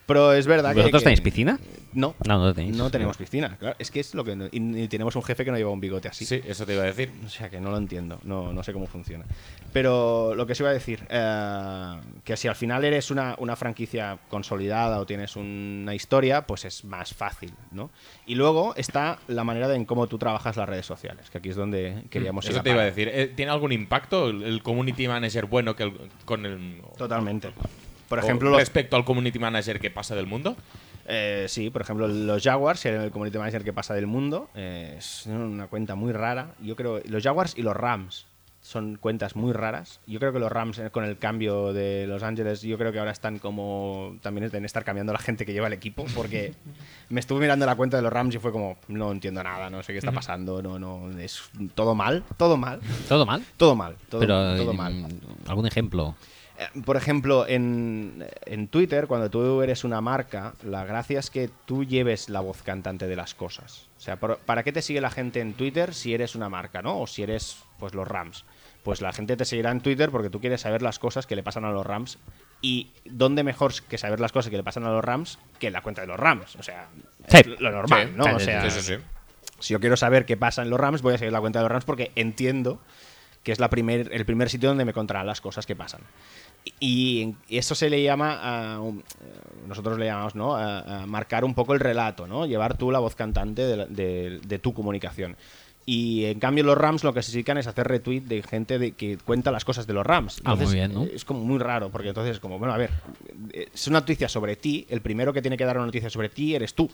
Pero es verdad que.
¿Vosotros
que-
tenéis piscina?
No.
No, no tenéis.
tenemos piscina. Claro, es que es lo que. no- y ni tenemos un jefe que no lleva un bigote así.
sí, eso te iba a decir.
O sea que no lo entiendo, no, no sé cómo funciona. Pero lo que se iba a decir, eh, que si al final eres una, una franquicia consolidada o tienes una historia, pues es más fácil, ¿no? Y luego está la manera de en cómo tú trabajas las redes sociales, que aquí es donde queríamos ir.
Eso
a
te iba a
parar.
decir. Eh, ¿Tiene algún impacto el, el community manager bueno que el- con el.
Totalmente. Por
O
ejemplo, los,
respecto al community manager que pasa del mundo.
eh, sí, por ejemplo, los Jaguars, que era el community manager que pasa del mundo, eh, es una cuenta muy rara. Yo creo los Jaguars y los Rams son cuentas muy raras. Yo creo que los Rams eh, con el cambio de Los Ángeles, yo creo que ahora están como también deben estar cambiando la gente que lleva el equipo, porque me estuve mirando la cuenta de los Rams y fue como no entiendo nada, no sé qué está pasando, no, no es todo mal, todo mal,
Todo mal.
todo mal, todo,
pero
todo
mm,
mal.
algún ejemplo.
Eh, Por ejemplo, en, en Twitter, cuando tú eres una marca, la gracia es que tú lleves la voz cantante de las cosas. O sea, por- ¿para qué te sigue la gente en Twitter si eres una marca, no? O si eres, pues, los Rams. Pues la gente te seguirá en Twitter porque tú quieres saber las cosas que le pasan a los Rams. Y dónde mejor que saber las cosas que le pasan a los Rams que en la cuenta de los Rams. O sea,
Sí.
es lo normal,
Sí,
¿no? O
sí,
sea,
Sí, sí, sí.
si yo quiero saber qué pasa en los Rams, voy a seguir la cuenta de los Rams porque entiendo que es la primer, el primer sitio donde me contarán las cosas que pasan. Y en- y eso se le llama, a un- eh, nosotros le llamamos, ¿no? A, a marcar un poco el relato, ¿no? Llevar tú la voz cantante de, la- de- de tu comunicación. Y en cambio los Rams lo que se dedican es hacer retweet de gente de, que cuenta las cosas de los Rams.
Ah, muy bien, ¿no?
eh, Es como muy raro, porque entonces es como, bueno, a ver, eh, es una noticia sobre ti, el primero que tiene que dar una noticia sobre ti eres tú,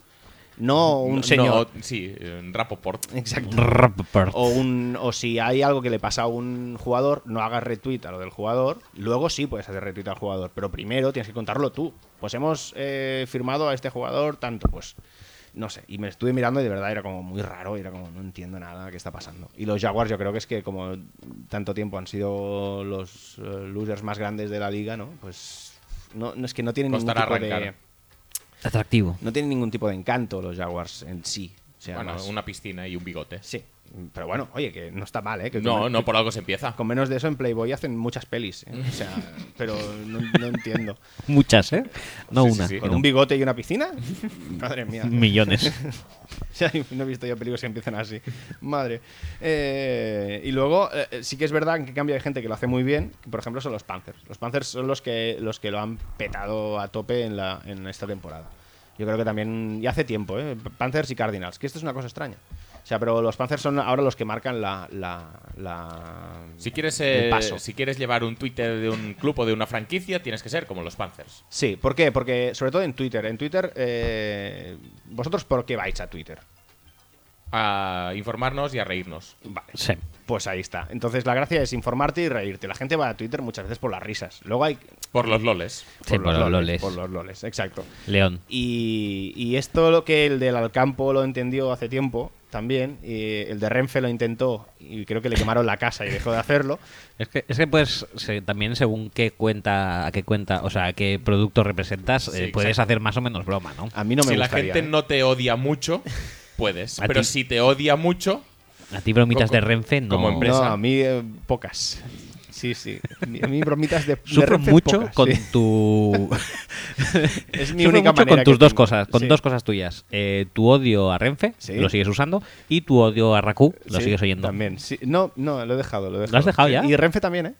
no un
No,
señor.
no, sí, eh, un Rapoport.
Exacto.
Rapport.
O, un, o si hay algo que le pasa a un jugador, no hagas retweet a lo del jugador. Luego sí puedes hacer retweet al jugador, pero primero tienes que contarlo tú. Pues hemos eh, firmado a este jugador tanto, pues no sé. Y me estuve mirando y de verdad era como muy raro, era como no entiendo nada que está pasando. Y los Jaguars yo creo que es que como tanto tiempo han sido los eh, losers más grandes de la liga, ¿no? Pues no, no es que no tienen ningún tipo
Costará
de
arrancar.
Atractivo.
no tienen ningún tipo de encanto los Jaguars en sí. O sea,
Bueno,
más-
una piscina y un bigote.
Sí, pero bueno, oye, que no está mal, ¿eh? Que
No,
con-
no, por algo se empieza.
Con menos de eso en Playboy hacen muchas pelis, ¿eh? O sea, pero no, no entiendo.
Muchas, ¿eh? No
Sí, sí,
una.
sí.
¿Con
sino
un bigote y una piscina? Madre mía.
millones.
O sea, no he visto yo películas que empiezan así. Madre. Eh, y luego, eh, sí que es verdad que cambia de gente que lo hace muy bien. que por ejemplo, son los Panthers. Los Panthers son los que, los que lo han petado a tope en, la, en esta temporada. Yo creo que también. Y hace tiempo, ¿eh? Panthers y Cardinals. Que esto es una cosa extraña. O sea, pero los Panthers son ahora los que marcan la. la, la-
Si quieres,
el
eh,
paso.
si quieres llevar un Twitter de un club o de una franquicia, tienes que ser como los Panthers.
Sí, ¿por qué? Porque, sobre todo en Twitter. En Twitter, eh, ¿vosotros por qué vais a Twitter?
A informarnos y a reírnos.
Vale.
Sí.
Pues ahí está. Entonces la gracia es informarte y reírte. La gente va a Twitter muchas veces por las risas. Luego hay...
Por los loles.
Sí, por los loles.
Por los loles, exacto.
León.
Y, y esto lo que el del Alcampo lo entendió hace tiempo también. eh, el de Renfe lo intentó y creo que le quemaron la casa y dejó de hacerlo.
Es que, es que pues se- también según qué cuenta, a qué cuenta, o sea, a qué producto representas, eh,
Sí,
puedes
exacto.
hacer más o menos broma, ¿no?
A mí no me
si
gustaría,
la gente
¿eh?
no te odia mucho, puedes.
A
pero
ti-
si te odia mucho,
A ti bromitas
Co-
de Renfe no.
como empresa.
No, a mí eh, pocas. Sí, sí. A mí bromitas de, de
Sufro
Renfe
mucho
pocas,
con
sí.
tu.
Es mi
Sufro
única
mucho
manera
con tus
que
dos
tengo.
cosas, con
Sí.
dos cosas tuyas. Eh, tu odio a Renfe,
Sí.
lo sigues usando, y tu odio a Raku, lo
Sí,
sigues oyendo.
También. Sí, no, no, lo he dejado. Lo, he dejado.
has dejado ya?
Y Renfe también, ¿eh?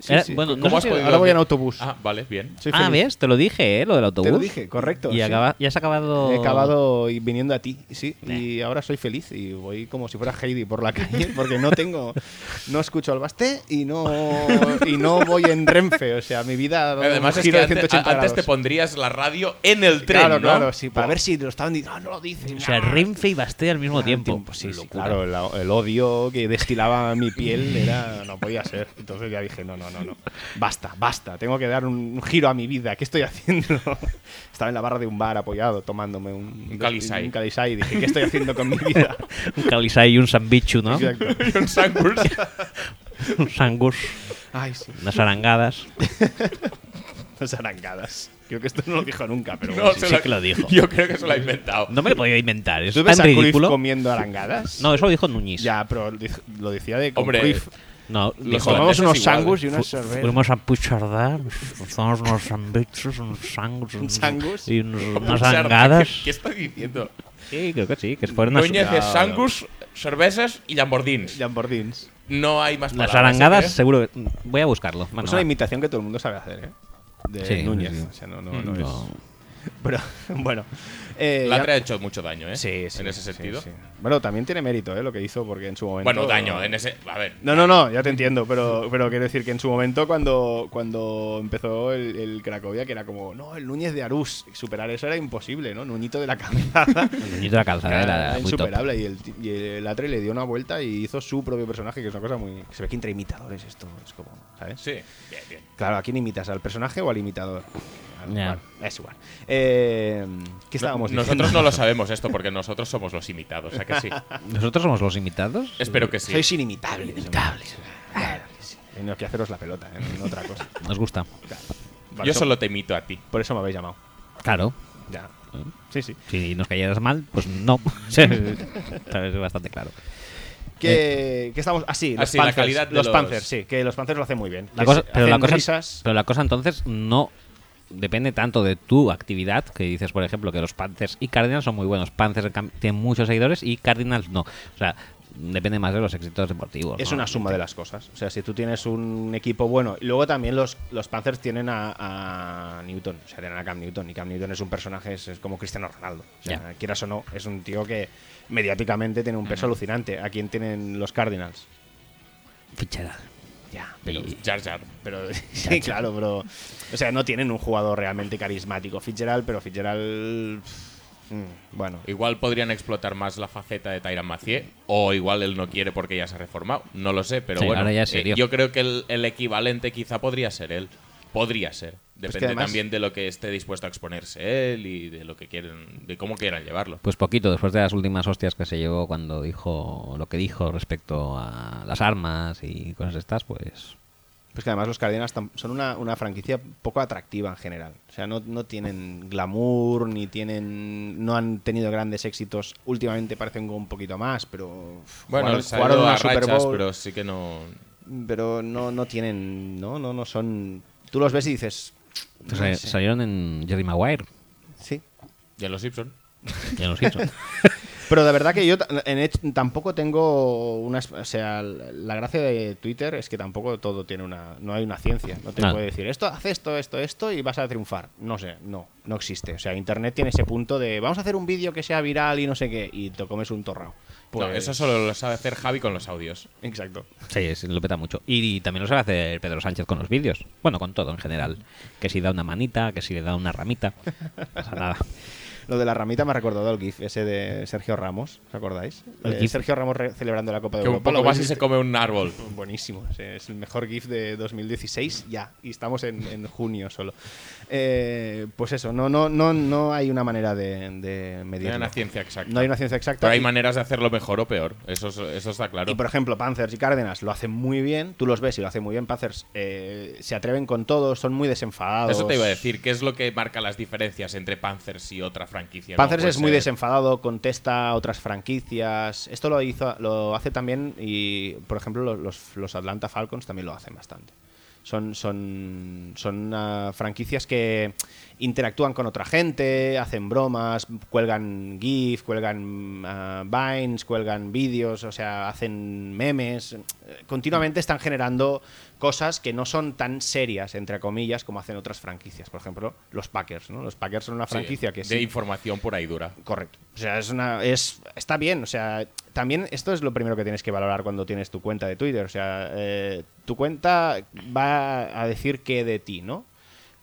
Sí,
Era-
sí.
bueno, no
¿cómo
sé
has
si-
podido
ahora voy en
hacer-
autobús.
Ah, vale, bien.
Soy
Ah,
feliz.
ves, te lo dije, ¿eh? Lo del autobús.
Te lo dije, correcto.
Y,
sí.
acaba- y has acabado.
He acabado y viniendo a ti, sí. Y ahora soy feliz y voy como si fuera Heidi por la calle porque no tengo. No escucho al basté y no, y no voy en Renfe. O sea, mi vida. ha dado
Además,
un
es que
giro de
ante- a-
180
antes, te
grados.
pondrías la radio en el tren.
Claro,
¿no?
claro, sí. Para ver si lo estaban diciendo. No, no lo dicen. ah,
O sea,
no".
Renfe y Basté al mismo tiempo.
Sí, sí,
Locura.
claro, el, el odio que destilaba mi piel era no podía ser. Entonces ya dije, no, no, no, no. Basta, basta, tengo que dar un giro a mi vida. ¿Qué estoy haciendo? Estaba en la barra de un bar apoyado tomándome un,
Un Calisay.
Un Calisay. y dije, ¿qué estoy haciendo con mi vida?
Un Calisay y un Sambichu, ¿no?
Exacto.
Y un Sangus.
Un Sangus,
Ay, sí,
unas arangadas.
las Pues arangadas. Creo que esto no lo dijo nunca, pero
No,
bueno, sí.
se
sí que lo dijo.
Yo creo que se lo ha inventado.
No me lo podía inventar, es
¿Tú
tan
ves a Cruyff
ridículo.
comiendo arangadas?
No, eso lo dijo Núñez.
Ya, pero lo dij- lo decía de con
Hombre,
Cruyff.
No,
Los
dijo,
Tomamos
holandeses
unos
igual.
sangus y unas
Fu-
cervezas.
Fuimos a Puchardar, nos tomamos unos sándwiches, unos sangus, unos-
sangus?
Mm, y unos- unas
Sarda,
zangadas.
¿Qué, qué está diciendo?
Sí, creo que sí, que fueron unas,
Núñez es
no.
Sangus, cervezas y lambordins.
Jambordins.
No hay más
las
palabras.
arangadas,
¿eh? Pues
seguro que... Voy a buscarlo. Bueno,
es una
va.
imitación que todo el mundo sabe hacer, ¿eh? De
Sí,
Núñez.
sí.
O sea, no, no, no
No.
es. Pero bueno. eh, ya-
Latre ha hecho mucho daño, ¿eh?
Sí, sí,
En ese
sí,
sentido.
sí. Bueno, también tiene mérito ¿eh? lo que hizo porque en su momento.
Bueno, daño, en ese. A ver.
No, no, no, ya te entiendo, pero, pero quiero decir que en su momento, cuando, cuando empezó el, el Cracovia, que era como, no, el Núñez de Arús, superar eso era imposible, ¿no? Nuñito de la cabezada.
El niñito de la calzada era,
Era
muy top.
insuperable. Y el, ti- y el Atre le dio una vuelta y hizo su propio personaje, que es una cosa muy. Se ve que entre imitadores esto, es como, ¿sabes?
Sí, bien, bien.
Claro, ¿a quién imitas? ¿Al personaje o al imitador? Al-
Ya.
bueno, es igual. Eh, ¿Qué estábamos diciendo?
Nosotros no lo sabemos esto porque nosotros somos los imitados, o sea que sí.
¿Nosotros somos los imitados?
Espero que sí.
Sois inimitables. Inimitables. Claro que sí. Tengo que haceros la pelota, ¿eh? no otra cosa.
Nos gusta.
Claro. Por
Yo
eso-
solo te imito a ti.
Por eso me habéis llamado.
Claro. ¿Eh?
Ya. Sí, sí.
Si nos cayeras mal, pues no. Sabes, es bastante claro. Eh.
Que, que estamos. Así, los
Ah, sí, la
Panthers.
calidad de
los,
los-
Panthers, sí. Que los Panthers lo hacen muy bien.
La
Que
cosa-
se-
pero, la
hacen
cosa,
risas.
pero la cosa entonces no depende tanto de tu actividad, que dices, por ejemplo, que los Panthers y Cardinals son muy buenos. Panthers en cam- tienen muchos seguidores y Cardinals no. O sea, depende más de los éxitos deportivos.
Es
¿no?
una suma de las cosas. O sea, si tú tienes un equipo bueno. Y luego también los, los Panthers tienen a, a Newton. O sea, tienen a Cam Newton. Y Cam Newton es un personaje, es, es como Cristiano Ronaldo. O sea,
Ya.
quieras o no, es un tío que mediáticamente tiene un peso alucinante. ¿A quién tienen los Cardinals?
fichera.
Ya,
Pero Jar Jar.
Pero sí, claro, pero. O sea, no tienen un jugador realmente carismático. Fitzgerald, pero Fitzgerald. pff, mm, Bueno.
Igual podrían explotar más la faceta de Tyran Macié, o igual él no quiere porque ya se ha reformado. No lo sé, pero
Sí,
bueno. eh,
ahora ya es serio.
yo creo que el, el equivalente quizá podría ser él. Podría ser. Depende
que además-
también de lo que esté dispuesto a exponerse él y de lo que quieren, de cómo quieran llevarlo.
Pues poquito, después de las últimas hostias que se llevó cuando dijo lo que dijo respecto a las armas y cosas de estas, pues
Pues que además los Cardinals tam- son una, una franquicia poco atractiva en general. O sea, no, no tienen glamour, ni tienen. No han tenido grandes éxitos. Últimamente parecen un poquito más, pero. uf,
Bueno,
jugaron-
les ha
jugaron
ido
una
a
Super
rachas,
Bowl,
pero sí que no.
pero no, no tienen. No, no, no son. Tú los ves y dices.
pues,
no
eh,
sé.
salieron en Jerry Maguire.
Sí.
Y en los Simpson.
Ya los hizo.
Pero de verdad que yo ta- en hecho, tampoco tengo una... es- O sea, l- la gracia de Twitter es que tampoco todo tiene una... No hay una ciencia. No te
No.
puede decir esto, haz esto, esto, esto y vas a triunfar. No sé, no, no existe. O sea, Internet tiene ese punto de vamos a hacer un vídeo que sea viral y no sé qué y te comes un torrao. Pues,
No, eso solo lo sabe hacer Javi con los audios.
Exacto.
Sí, sí, lo peta mucho. Y, también lo sabe hacer Pedro Sánchez con los vídeos. Bueno, con todo en general. Que si da una manita, que si le da una ramita. No pasa nada.
Lo de la ramita me ha recordado el GIF ese de Sergio Ramos, ¿os acordáis?
El
Eh,
GIF.
Sergio Ramos re- celebrando la Copa de
Que un
Europa.
poco
¿lo
más y
habéis
se
visto?
come un árbol.
Buenísimo, o sea, es el mejor GIF de 2016 ya, y estamos en, en junio solo. Eh, pues eso, no, no, no, no hay una manera de, de
Tiene
medirlo.
una ciencia exacta.
No hay una ciencia exacta.
Pero hay
y,
maneras de hacerlo mejor o peor. Eso, es- eso está claro.
y, por ejemplo, Panthers y Cárdenas lo hacen muy bien, tú los ves y lo hacen muy bien. Panthers eh, se atreven con todo, son muy desenfadados.
Eso te iba a decir, ¿qué es lo que marca las diferencias entre Panthers y otra franquicia?
Panthers
Como puede
es muy
ser-
desenfadado, contesta a otras franquicias. Esto lo hizo, lo hace también y, por ejemplo, lo- los, los Atlanta Falcons también lo hacen bastante. Son, son, son ah, franquicias que interactúan con otra gente, hacen bromas, cuelgan GIF, cuelgan ah, Vines, cuelgan vídeos, o sea, hacen memes. Eh, Continuamente están generando cosas que no son tan serias, entre comillas, como hacen otras franquicias. Por ejemplo, los Packers. ¿no? Los Packers son una
Sí,
franquicia que
de
sí,
información pura y dura.
Correcto. O sea, es una, es, está bien. O sea, también esto es lo primero que tienes que valorar cuando tienes tu cuenta de Twitter. O sea, eh, tu cuenta va a decir qué de ti, ¿no?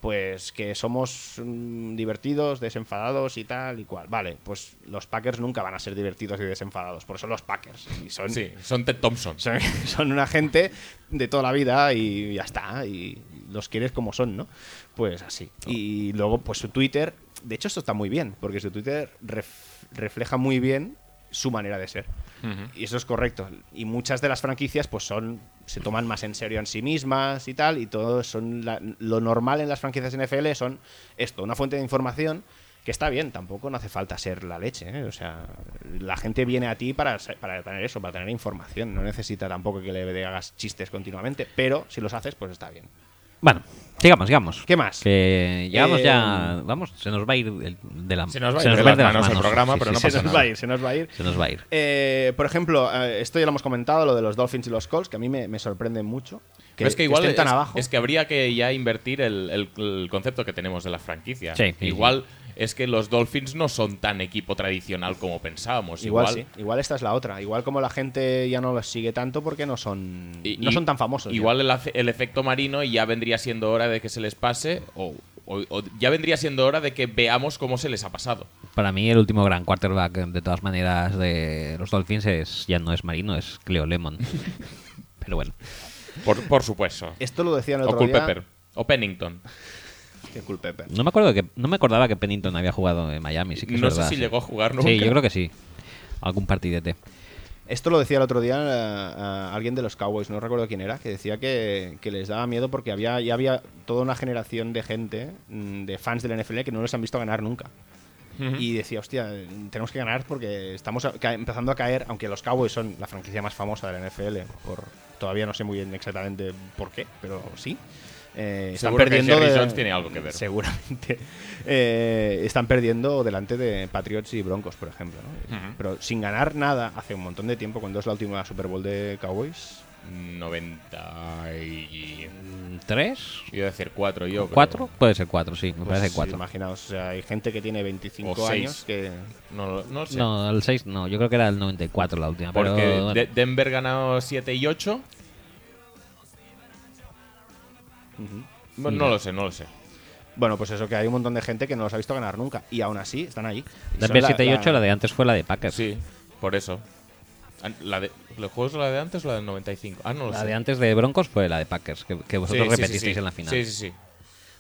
Pues que somos mm, divertidos, desenfadados y tal y cual. Vale, pues los Packers nunca van a ser divertidos y desenfadados, por eso los Packers. Y son,
Sí, son Ted Thompson.
son, son una gente de toda la vida y ya está, y los quieres como son, ¿no? Pues así.
Oh.
Y luego, pues su Twitter, de hecho esto está muy bien, porque su Twitter ref- refleja muy bien su manera de ser. Y eso es correcto. Y muchas de las franquicias pues son se toman más en serio en sí mismas y tal, y todo son la- lo normal en las franquicias NFL son esto, una fuente de información que está bien, tampoco no hace falta ser la leche. ¿eh? O sea, la gente viene a ti para, se- para tener eso, para tener información. No necesita tampoco que le hagas chistes continuamente, pero si los haces, pues está bien.
Bueno, sigamos, sigamos.
¿Qué más?
Que llegamos
Eh,
ya. Vamos, se nos va a ir el- de la
Se nos va a ir
se
de
va
las manos el programa, pero no
se
pasa
nos
nada.
va a ir, se nos va a ir.
Se nos va a ir.
Eh, por ejemplo, eh, esto ya lo hemos comentado, lo de los Dolphins y los Colts, que a mí me, me sorprende mucho.
Pero es que igual
estén tan
es,
abajo.
es que habría que ya invertir el, el- el concepto que tenemos de la franquicia.
Sí, sí,
igual es que los Dolphins no son tan equipo tradicional como pensábamos.
Igual,
Pues Igual,
sí, igual esta es la otra. Igual como la gente ya no los sigue tanto porque no son,
Y-
no
y-
son tan famosos. ya.
Igual el, afe- el efecto marino y ya vendría siendo hora de que se les pase o, o- o ya vendría siendo hora de que veamos cómo se les ha pasado.
Para mí el último gran quarterback, de todas maneras, de los Dolphins es ya no es Marino, es Cleo Lemon. Pero bueno.
Por, por supuesto.
Esto lo decían el
O
otro
Culpepper. O Pennington.
día. Hostia, Culpepper.
No me acuerdo que no me acordaba que Pennington había jugado en Miami. Sí que es
No sé
verdad,
si
sí.
llegó a jugar nunca.
Sí, yo creo que sí. Algún partidete.
Esto lo decía el otro día eh, eh, alguien de los Cowboys, no recuerdo quién era, que decía que, que les daba miedo porque había, ya había toda una generación de gente, mm, de fans del NFL, que no los han visto ganar nunca. Y decía, hostia, tenemos que ganar porque estamos a- ca- empezando a caer, aunque los Cowboys son la franquicia más famosa del NFL, por, todavía no sé muy bien exactamente por qué, pero sí. Eh, están
Seguro que
perdiendo
Jerry
de-
Jones tiene algo que ver.
Seguramente. Eh, están perdiendo delante de Patriots y Broncos, por ejemplo. ¿no?
Ujú.
Pero sin ganar nada hace un montón de tiempo, cuando es la última Super Bowl de Cowboys.
90 y...
¿Tres?
Iba a decir 4 yo. pero-
¿Cuatro? Puede ser cuatro, sí. Me
Pues,
parece cuatro.
Imaginaos, o sea, hay gente que tiene 25
O seis.
años que...
No, lo- no lo sé.
No, el 6 no, yo creo que era el 94 la última.
Porque
pero, bueno.
De- Denver ganó 7 y 8.
Mira.
No lo sé, no lo sé.
Bueno, pues eso, que hay un montón de gente que no los ha visto ganar nunca. Y aún así, están ahí. Y son
Denver
la-
7 y
la-
8, la de antes fue la de Packers.
Sí, por eso. An- La de, ¿Los juegos la de antes o la del 95? Ah, no lo
La
sé.
de antes de Broncos fue la de Packers, que, que
Sí,
vosotros
sí, sí,
repetisteis
sí.
en la final.
Sí, sí, sí.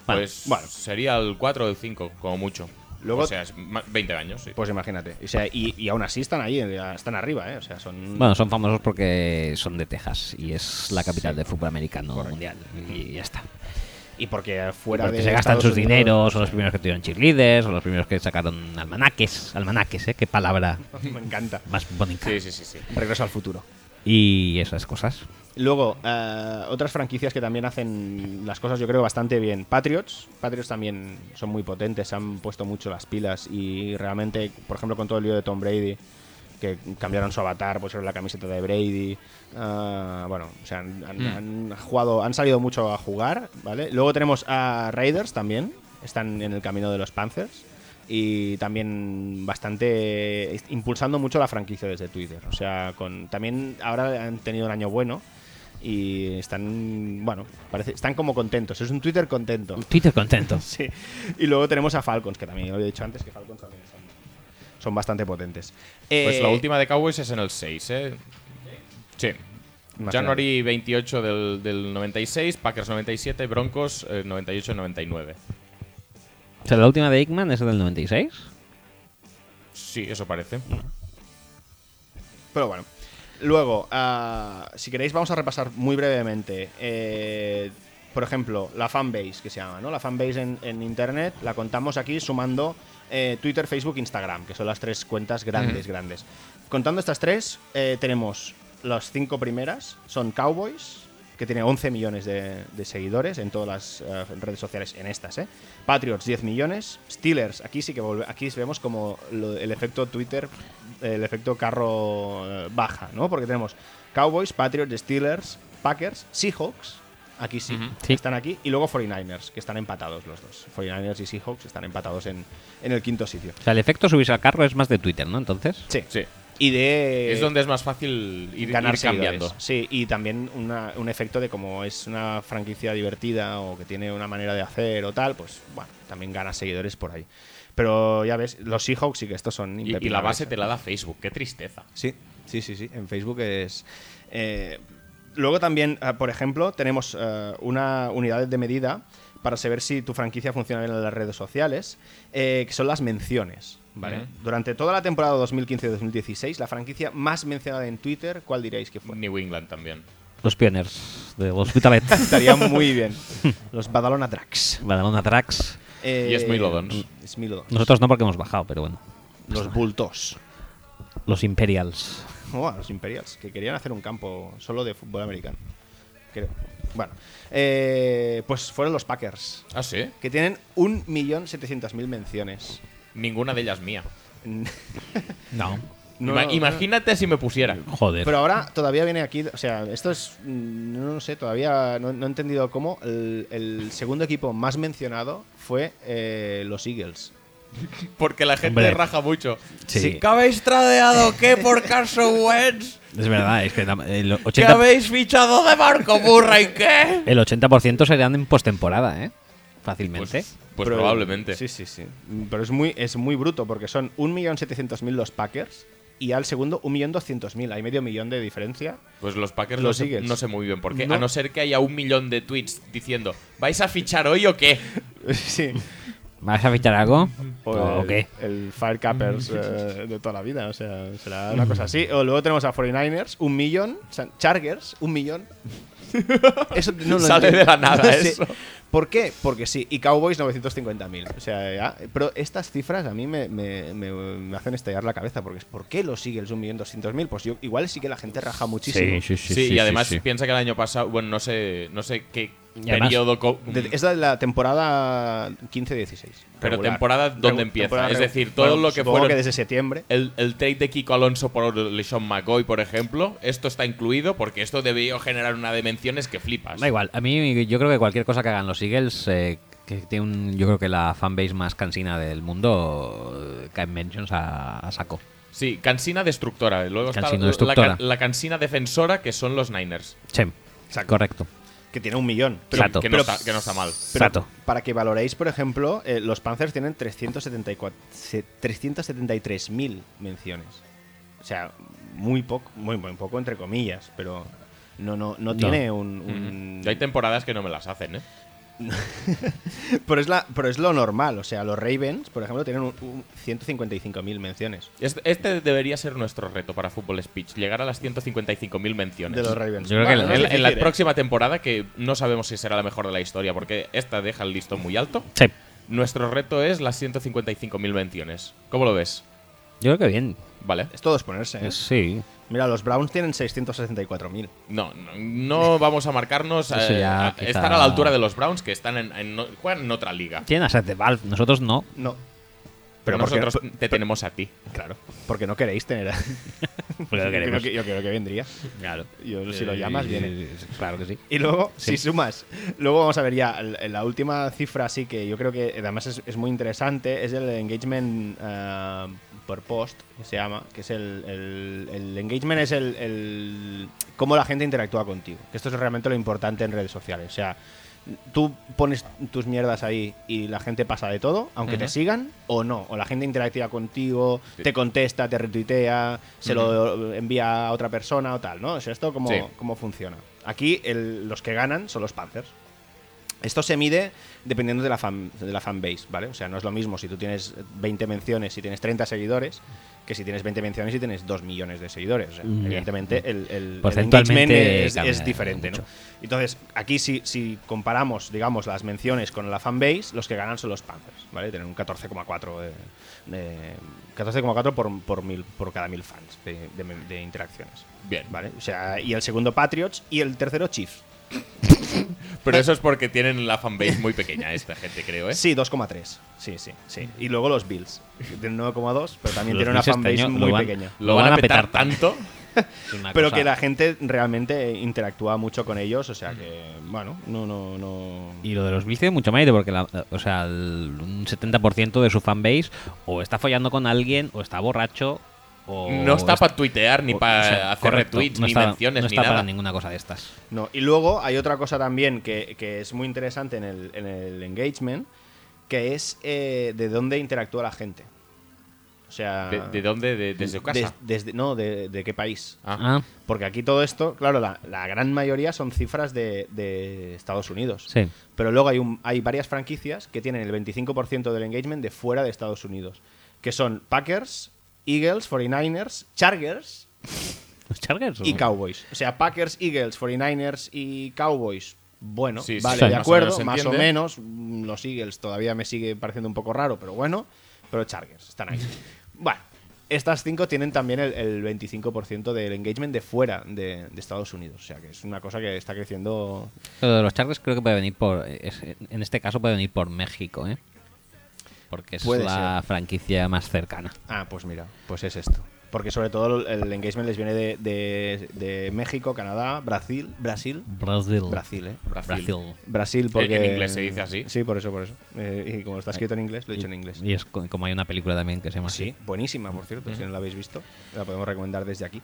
Vale.
Pues
Bueno.
sería el 4 o el 5, como mucho.
Luego-
o sea, es ma- 20 años, sí.
Pues imagínate. O sea, y, y aún así están ahí, eh, están arriba, ¿eh? O sea, son...
Bueno, son famosos porque son de Texas y es la capital del fútbol americano mundial. Y ya está.
Y porque fuera
Porque
de
se gastan
Estados
sus
Unidos-
dineros, son los primeros que tuvieron cheerleaders, son los primeros que sacaron almanaques. Almanaques, ¿eh? Qué palabra
Me encanta.
más bonita.
Sí, sí, sí, sí.
Regreso al futuro.
Y esas cosas.
Luego, eh, otras franquicias que también hacen las cosas, yo creo, bastante bien. Patriots. Patriots también son muy potentes, se han puesto mucho las pilas y realmente, por ejemplo, con todo el lío de Tom Brady, que cambiaron su avatar, pues era la camiseta de Brady. ah, bueno, o sea, han, han- han jugado, han salido mucho a jugar, ¿vale? Luego tenemos a Raiders también, están en el camino de los Panthers. Y también bastante impulsando mucho la franquicia desde Twitter. O sea, con también ahora han tenido un año bueno y están, bueno, parece, están como contentos. Es un Twitter contento.
Twitter contento.
Sí. Y luego tenemos a Falcons, que también lo he dicho antes, que Falcons también son, son bastante potentes.
Pues
Eh,
la última de Cowboys es en el 6, ¿eh? Sí.
Imagínate.
January 28 del, del 96, Packers 97, Broncos eh, 98-99.
O sea, la última de Ickman es del 96.
Sí, eso parece.
Mm,
Pero bueno. Luego, ah, si queréis, vamos a repasar muy brevemente. eh, por ejemplo, la fanbase que se llama, ¿no? La fanbase en, en internet la contamos aquí sumando eh, Twitter, Facebook, Instagram, que son las tres cuentas grandes, grandes. Contando estas tres, eh, tenemos las cinco primeras, son Cowboys, que tiene 11 millones de, de seguidores en todas las eh, redes sociales, en estas, ¿eh? Patriots, 10 millones. Steelers, aquí sí que volve- aquí vemos como lo- el efecto Twitter, el efecto carro eh, baja, ¿no? Porque tenemos Cowboys, Patriots, Steelers, Packers, Seahawks, aquí sí,
Sí.
están aquí, y luego 49ers, que están empatados los dos. 49ers y Seahawks están empatados en, en el quinto sitio.
O sea, el efecto subirse al carro es más de Twitter, ¿no? Entonces.
Sí.
Sí.
Y de...
es donde es más fácil ir,
ganar
ir cambiando.
seguidores. Sí, y también una- un efecto de como es una franquicia divertida o que tiene una manera de hacer o tal, pues bueno, también gana seguidores por ahí. Pero ya ves, los Seahawks sí que estos son
Y- Y, la
impepinables,
base
¿eh?
te la da Facebook, qué tristeza.
Sí, sí, sí, sí. En Facebook es. eh, luego también, ah, por ejemplo, tenemos eh, una unidad de medida para saber si tu franquicia funciona bien en las redes sociales, eh, que son las menciones. ¿vale?
Ujú.
Durante toda la temporada 2015-2016, la franquicia más mencionada en Twitter, ¿cuál diréis que fue?
New England también.
Los Pioneers de Hospitalet.
Estaría muy bien. Los Badalona Drax.
Badalona Tracks.
Eh,
Smilodons.
Smilodons.
Nosotros no porque hemos bajado, pero bueno.
Los Bultos.
Los Imperials.
Oh, los Imperials, que querían hacer un campo solo de fútbol americano. Creo. Bueno, eh, pues fueron los Packers,
Ah, sí.
que tienen 1.700.000 menciones.
Ninguna de ellas mía.
No.
No,
Ima-
no,
imagínate si me pusiera.
Joder.
Pero ahora todavía viene aquí, o sea, esto es, mm, no sé, todavía no, no he entendido cómo. El, el segundo equipo más mencionado fue eh, los Eagles.
Porque la gente
Hombre.
raja mucho.
Sí.
¿Qué habéis tradeado qué por Carson Wentz?
Es verdad, es que la- el
¿Qué
80%,
habéis fichado de Marco Murray qué?
el 80 serían en postemporada, ¿eh? Fácilmente.
Pues, pues
Pero-
probablemente.
Sí, sí, sí. Pero es muy, es muy bruto porque son 1.700.000 los Packers y al segundo 1.200.000. Hay medio millón de diferencia.
Pues los Packers
Los
no, sé,
Eagles.
no sé muy bien por qué.
No.
A no ser que haya un millón de tweets diciendo ¿Vais a fichar hoy o qué?
sí. Pues
¿Vas a fichar algo? ¿O,
Ah,
el,
qué?
el Firecappers
Mm.
eh, de toda la vida. O sea, será una cosa así. O luego tenemos a 49ers, un millón. San- Chargers, un millón. Eso no lo
Sale
entiendo.
de la nada
Sí.
eso.
¿Por qué? Porque sí. Y Cowboys, 950.000. O sea, ya. Pero estas cifras a mí me, me- me- me hacen estallar la cabeza. Porque es ¿por qué los Eagles, un millón doscientos mil? Pues yo, igual sí que la gente raja muchísimo.
Sí, y además piensa que el año pasado, bueno, no sé, no sé qué
Y además-
periodo, co-
De- es la de la temporada 15-16.
pero
regular.
temporada
Regu-
donde empieza.
temporada
Es
regu-
decir, todo
Bueno,
lo que
supongo
fueron
desde septiembre.
el, el trade de Kiko Alonso por LeSean McCoy, por ejemplo, esto está incluido porque esto debió generar una de menciones que flipas.
Da igual, a mí yo creo que cualquier cosa que hagan los Eagles, eh, que tiene un, yo creo que la fanbase más cansina del mundo, eh, caen mentions a, a saco.
Sí, cansina destructora. Luego está
Cansino
la-
destructora.
La, can- la cansina defensora que son los Niners.
Che,
Exacto.
correcto.
Que tiene un millón.
Pero
Exacto.
Que, no
Pero-
está, que no está mal.
Pero
Exacto.
Para que valoréis, por ejemplo, eh, los Panzers tienen 374 se- 373.000 menciones. O sea, muy poco, muy, muy poco entre comillas, pero no, no, no tiene un... un-
Yo Mm-hmm. hay temporadas que no me las hacen, ¿eh?
pero, es la, pero es lo normal, o sea, los Ravens, por ejemplo, tienen un- un 155.000 menciones
Este, este debería ser nuestro reto para Fútbol Speech, llegar a las 155.000 menciones.
de los Ravens.
Yo creo que
Bueno,
el-
no es
en, en la
difícil, ¿eh?
próxima temporada, que no sabemos si será la mejor de la historia, porque esta deja el listón muy alto,
Che,
nuestro reto es las 155.000 menciones. ¿Cómo lo ves?
yo creo que bien.
Vale.
Es todo exponerse, ¿eh?
Eh, Sí,
Mira, los Browns tienen 664.000.
No, no, no vamos a marcarnos.
Eso
eh,
ya
a-
quizá-
Estar a la altura de los Browns, que están en, en- no- juegan en otra liga.
tienen a Seth de Valve, nosotros no.
No.
Pero
porque-
nosotros te tenemos a ti. Claro.
Porque no queréis tener. a-
Porque
yo, creo
lo Pues queremos.
que, yo creo que vendría.
Claro.
Yo, si lo llamas, viene.
Claro que sí.
Y luego, si sumas, luego vamos a ver ya l- la última cifra, sí que yo creo que además es, es muy interesante, es el engagement eh, por post, que se llama, que es el, el- el engagement es el, el- cómo la gente interactúa contigo, que esto es realmente lo importante en redes sociales, o sea, tú pones tus mierdas ahí y la gente pasa de todo, aunque te sigan o no, o la gente interactúa contigo,
Sí.
te contesta, te retuitea, se lo envía a otra persona o tal, ¿no? O sea, esto como
Sí.
cómo funciona. Aquí el- los que ganan son los Panthers. Esto se mide dependiendo de la, fan, de la fanbase, ¿vale? O sea, no es lo mismo si tú tienes 20 menciones y tienes 30 seguidores que si tienes 20 menciones y tienes 2 millones de seguidores. O sea,
Mm.
Evidentemente, el, el- el
Porcentualmente
engagement es,
cambia
es diferente, ¿no?
mucho.
Entonces, aquí si, si comparamos, digamos, las menciones con la fanbase, los que ganan son los Panthers, ¿vale? Tienen un 14,4 de- de- 14,4 por, por, mil, por cada mil fans de- de- de interacciones.
Bien.
Vale, o sea, y el segundo Patriots y el tercero Chiefs.
Pero eso es porque tienen la fanbase muy pequeña, esta gente, creo, ¿eh?
Sí, 2,3. Sí, sí, sí. Y luego los Bills. que Tienen 9,2, pero también
Los
tienen una
Bills este
fanbase
año lo
muy
van-
pequeña.
Lo, van, a petar, tanto.
Es una
Pero
cosa-
que la gente realmente interactúa mucho con ellos, o sea que, bueno, no, no, no.
Y lo de los Bills tiene mucho mérito porque la- o sea, el- un 70% de su fanbase o está follando con alguien o está borracho o
no está para tuitear, ni
o-
para
o sea,
hacer
correcto,
retweets,
no
ni
está-
menciones,
no
ni
está para
nada.
ninguna cosa de estas.
No, y luego hay otra cosa también que, que es muy interesante en el, en el engagement, que es eh, de dónde interactúa la gente. O sea.
¿De, de dónde? De, ¿Desde su casa?
des- desde, no, de, de qué país.
Ah.
Ah,
Porque aquí todo esto, claro, la, la gran mayoría son cifras de, de Estados Unidos.
sí.
Pero luego hay, un- hay varias franquicias que tienen el 25% del engagement de fuera de Estados Unidos. Que son Packers, Eagles, 49ers, Chargers
¿Los Chargers?
y Cowboys. O sea, Packers, Eagles, 49ers y Cowboys. Bueno,
Sí, sí,
vale,
sí,
de
más o menos
acuerdo,
se
más o
entiende.
menos. Mm, Los Eagles todavía me sigue pareciendo un poco raro, pero bueno. Pero Chargers, están ahí. bueno, estas cinco tienen también el, el 25% del engagement de fuera de, de Estados Unidos. O sea, que es una cosa que está creciendo
Lo de los Chargers creo que puede venir por. es- en este caso puede venir por México, ¿eh? Porque es
Puede
la franquicia más cercana.
Ah, pues mira, pues es esto. porque sobre todo el, el engagement les viene de, de- de México, Canadá, Brasil, Brasil,
Brasil.
Brasil, ¿eh?
Brasil.
Brasil, porque
En inglés se dice así.
Sí, por eso, por eso. Eh, y como está escrito en inglés, lo he dicho en inglés.
Y es co- como hay una película también que se llama así.
Sí, buenísima, por cierto, si no la habéis visto, la podemos recomendar desde aquí.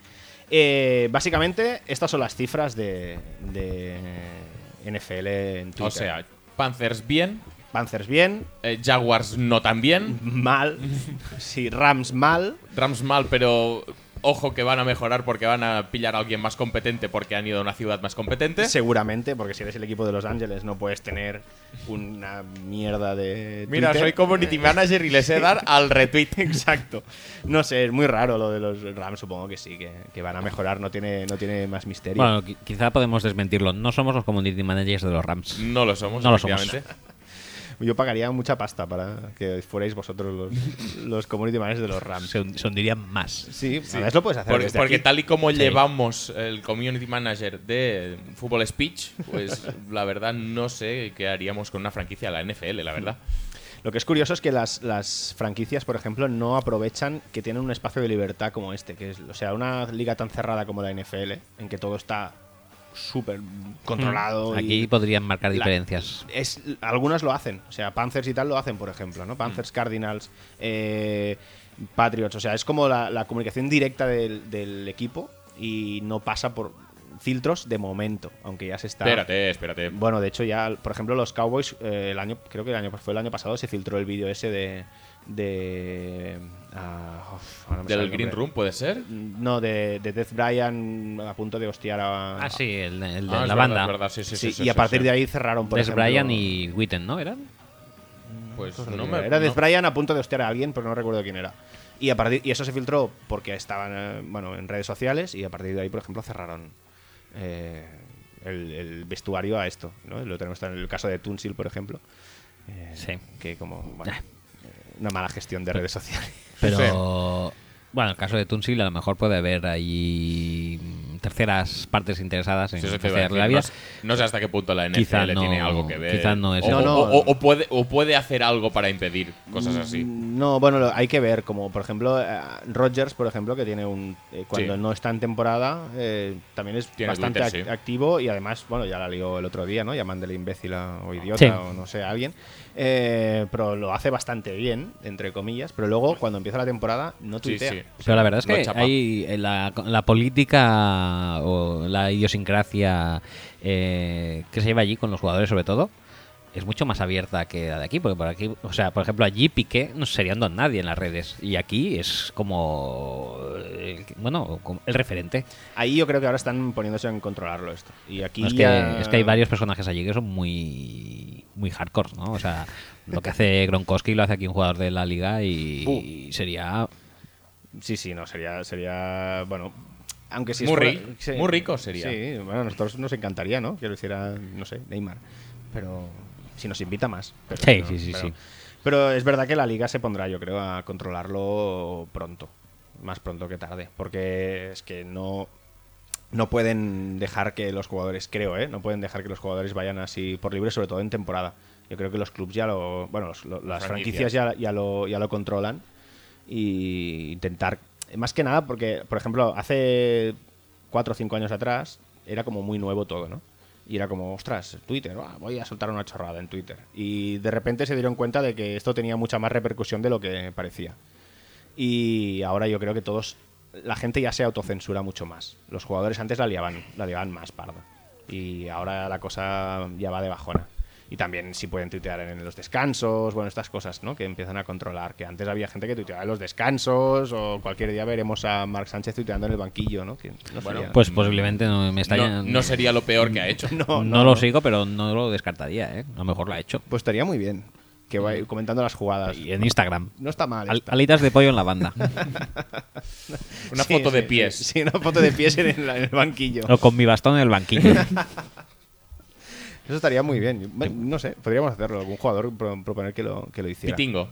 Eh, básicamente, estas son las cifras de, de NFL en Twitter.
O sea, Panthers bien,
Panthers bien,
eh, Jaguars no tan bien,
mal, sí, Rams mal,
Rams mal, pero ojo que van a mejorar porque van a pillar a alguien más competente porque han ido a una ciudad más competente.
seguramente, porque si eres el equipo de Los Ángeles no puedes tener una mierda de
Mira,
Twitter.
soy community manager y les he dar al retweet.
Exacto. No sé, es muy raro lo de los Rams, supongo que sí, que, que van a mejorar, no tiene, no tiene más misterio.
Bueno, qui- quizá podemos desmentirlo. No somos los community managers de los Rams.
No lo somos,
No lo somos.
efectivamente.
Yo pagaría mucha pasta para que fuerais vosotros los, los community managers de los Rams.
Se, hun- se hundirían más.
Sí, además lo puedes hacer.
Por-
desde
porque
aquí.
tal y como
Sí.
llevamos el community manager de Fútbol Speech, pues la verdad no sé qué haríamos con una franquicia de la NFL, la verdad.
Lo que es curioso es que las, las franquicias, por ejemplo, no aprovechan que tienen un espacio de libertad como este, que es, o sea, una liga tan cerrada como la NFL, en que todo está súper controlado.
Mm. Aquí
y
podrían marcar
la-
diferencias.
es, algunos lo hacen, o sea, Panthers y tal lo hacen, por ejemplo, ¿no?
Mm.
Panthers, Cardinals, eh, Patriots, o sea, es como la, la comunicación directa del, del equipo y no pasa por filtros de momento, aunque ya se está...
Espérate, espérate.
Bueno, de hecho ya, por ejemplo, los Cowboys, eh, el año, creo que el año fue el año pasado se filtró el vídeo ese de, de ah, uf, ahora me sale
¿Del
el
Green
nombre. Mm,
Room puede ser?
No, de, de Death Bryan a punto de hostiar a.
Ah, sí, el, el de
Ah, es
la
verdad,
banda.
es verdad, sí, sí,
Sí,
sí, sí,
y a
sí,
partir
sí.
de ahí cerraron por
Des
ejemplo,
Bryan y Witten, ¿no? ¿Eran?
Pues
Cosa
no
que
me.
era Death
no-
Bryan a punto de hostiar a alguien, pero no recuerdo quién era. Y a partir y eso se filtró porque estaban eh, bueno en redes sociales y a partir de ahí, por ejemplo, cerraron eh, el, el vestuario a esto. ¿no? Lo tenemos en el caso de Tunsil, por ejemplo. eh,
Sí. Ah.
Que como bueno, eh, una mala gestión de redes sociales.
Pero. Bueno, en el caso de Tunsil, a lo mejor puede haber ahí mm, terceras partes interesadas en
Sí, eso te iba a
fastidiarle
decir.
la vida.
No, s- no sé hasta qué punto la NFL
Quizá no-
tiene algo que ver.
quizá no es-
o,
No, no.
o- o- o puede, o puede hacer algo para impedir cosas
Mm,
así.
Mm, No, bueno, lo- hay que ver, como por ejemplo Rogers, por ejemplo, que tiene un eh, cuando
Sí.
no está en temporada eh, también es
Tiene
bastante
Twitter,
ac-
sí.
activo y además, bueno, ya la lió el otro día, ¿no? Llamándole imbécil a- o idiota
Sí.
o no sé, a alguien, Eh, pero lo hace bastante bien, entre comillas, pero luego cuando empieza la temporada no
Sí,
tuitea.
sí.
Pero la verdad es
Lo
que
chapa.
hay eh, la, la política o la idiosincrasia eh, que se lleva allí con los jugadores sobre todo es mucho más abierta que la de aquí, porque por aquí, o sea, por ejemplo, allí Piqué no se sería a nadie en las redes y aquí es como eh, el, bueno, como el referente.
Ahí yo creo que ahora están poniéndose en controlarlo esto. Y aquí
No, es,
ya-
que, es que hay varios personajes allí que son muy muy hardcore, ¿no? O sea, lo que hace Gronkowski lo hace aquí un jugador de la liga y, ah,
Bu.
Uh.
y sería
Sí, sí, no, sería, sería bueno, aunque sí es
Muy
fuera-
ri-
sí.
muy rico sería.
Sí, bueno, a nosotros nos encantaría, ¿no? Que lo hiciera, no sé, Neymar, pero si nos invita más. pero
Sí,
no,
sí, sí,
pero-
sí.
Pero es verdad que la liga se pondrá, yo creo, a controlarlo pronto, más pronto que tarde, porque es que no no pueden dejar que los jugadores, creo, ¿eh? no pueden dejar que los jugadores vayan así por libre, sobre todo en temporada. Yo creo que los clubes ya lo, bueno, los- lo- las franquicias,
Franquicias.
ya, ya lo, ya lo controlan y intentar, más que nada, porque, por ejemplo, hace cuatro o cinco años atrás era como muy nuevo todo, ¿no? Y era como, ostras, Twitter, ah, voy a soltar una chorrada en Twitter. Y de repente se dieron cuenta de que esto tenía mucha más repercusión de lo que parecía. Y ahora yo creo que todos. La gente ya se autocensura mucho más. Los jugadores antes la liaban, la liaban más parda. Y ahora la cosa ya va de bajona. Y también si pueden tuitear en los descansos, bueno, estas cosas, ¿no? Que empiezan a controlar. Que antes había gente que tuiteaba en los descansos o cualquier día veremos a Marc Sánchez tuiteando en el banquillo, ¿no? Que no
Bueno,
sería-
pues posiblemente no me está
No, no sería lo peor que ha hecho.
No, lo sigo, pero no lo descartaría, ¿eh? A lo mejor lo ha hecho. Mm.
pues estaría muy bien que vaya comentando las jugadas.
Y en Instagram.
No está mal.
Al-
está.
alitas de pollo en la banda.
Una
Sí,
foto de
sí,
pies.
Sí, sí, una foto de pies en el, en el banquillo.
o con mi bastón en el banquillo.
Eso estaría muy bien. Bueno, No sé, podríamos hacerlo. Algún jugador pro- proponer que lo, que lo hiciera.
Pitingo.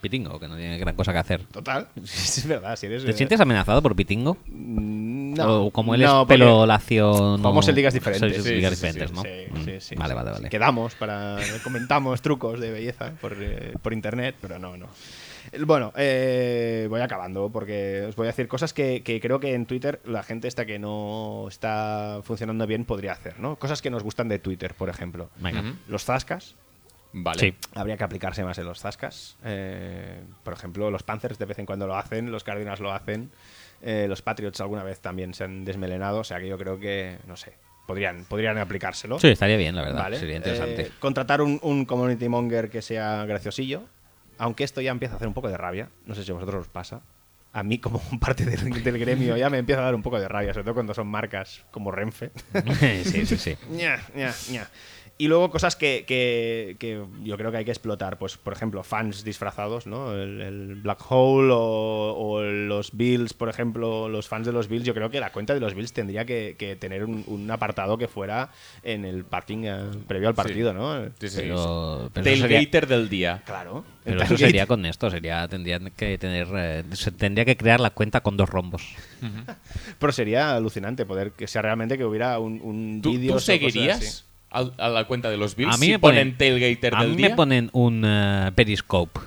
Pitingo, que no tiene gran cosa que hacer.
Total. Es verdad, si eres.
¿Te
eh,
sientes amenazado por Pitingo?
mm, No.
O como él
no,
es
porque
pelo lacio. No,
Vamos en ligas diferentes.
sois
Sí,
ligas
sí, sí,
diferentes,
sí,
¿no?
sí,
Mm,
sí, sí,
vale,
sí,
vale,
sí.
vale.
Quedamos para. Comentamos trucos de belleza por, eh, por internet, pero no, no. El- Bueno, eh, voy acabando porque os voy a decir cosas que, que creo que en Twitter la gente esta que no está funcionando bien podría hacer, ¿no? Cosas que nos gustan de Twitter, por ejemplo.
Venga.
Ujú.
Los zascas.
Vale.
Sí.
Habría que aplicarse más en los zascas. Eh, por ejemplo, los Panthers de vez en cuando lo hacen, los Cardinals lo hacen, eh, los Patriots alguna vez también se han desmelenado, o sea que yo creo que, no sé, podrían, podrían aplicárselo.
Sí, estaría bien, la verdad.
Vale.
Sería interesante.
Eh, contratar un, un community monger que sea graciosillo, aunque esto ya empieza a hacer un poco de rabia, no sé si a vosotros os pasa. A mí, como parte del, del gremio, ya me empieza a dar un poco de rabia, sobre todo cuando son marcas como Renfe.
sí, sí, sí.
Ña, ña, ña. Y luego cosas que, que- que yo creo que hay que explotar. Pues, por ejemplo, fans disfrazados, ¿no? El, el Black Hole o, o los Bills, por ejemplo, los fans de los Bills. Yo creo que la cuenta de los Bills tendría que, que tener un, un apartado que fuera en el parking eh, previo al partido, ¿no?
Sí, sí, sí.
Pero, pero eso sería,
Tailgater del día.
Claro. El
pero eso
tailgate.
sería con esto. Sería, tendrían que tener, eh, se tendría que crear la cuenta con dos rombos.
Pero sería alucinante poder que sea realmente que hubiera un, un
¿Tú,
vídeo.
tú
o cosas así.
seguirías al- a la cuenta de los Bills
A mí
si
me ponen-
Tailgater
A
del
mí
día?
me ponen un eh, periscope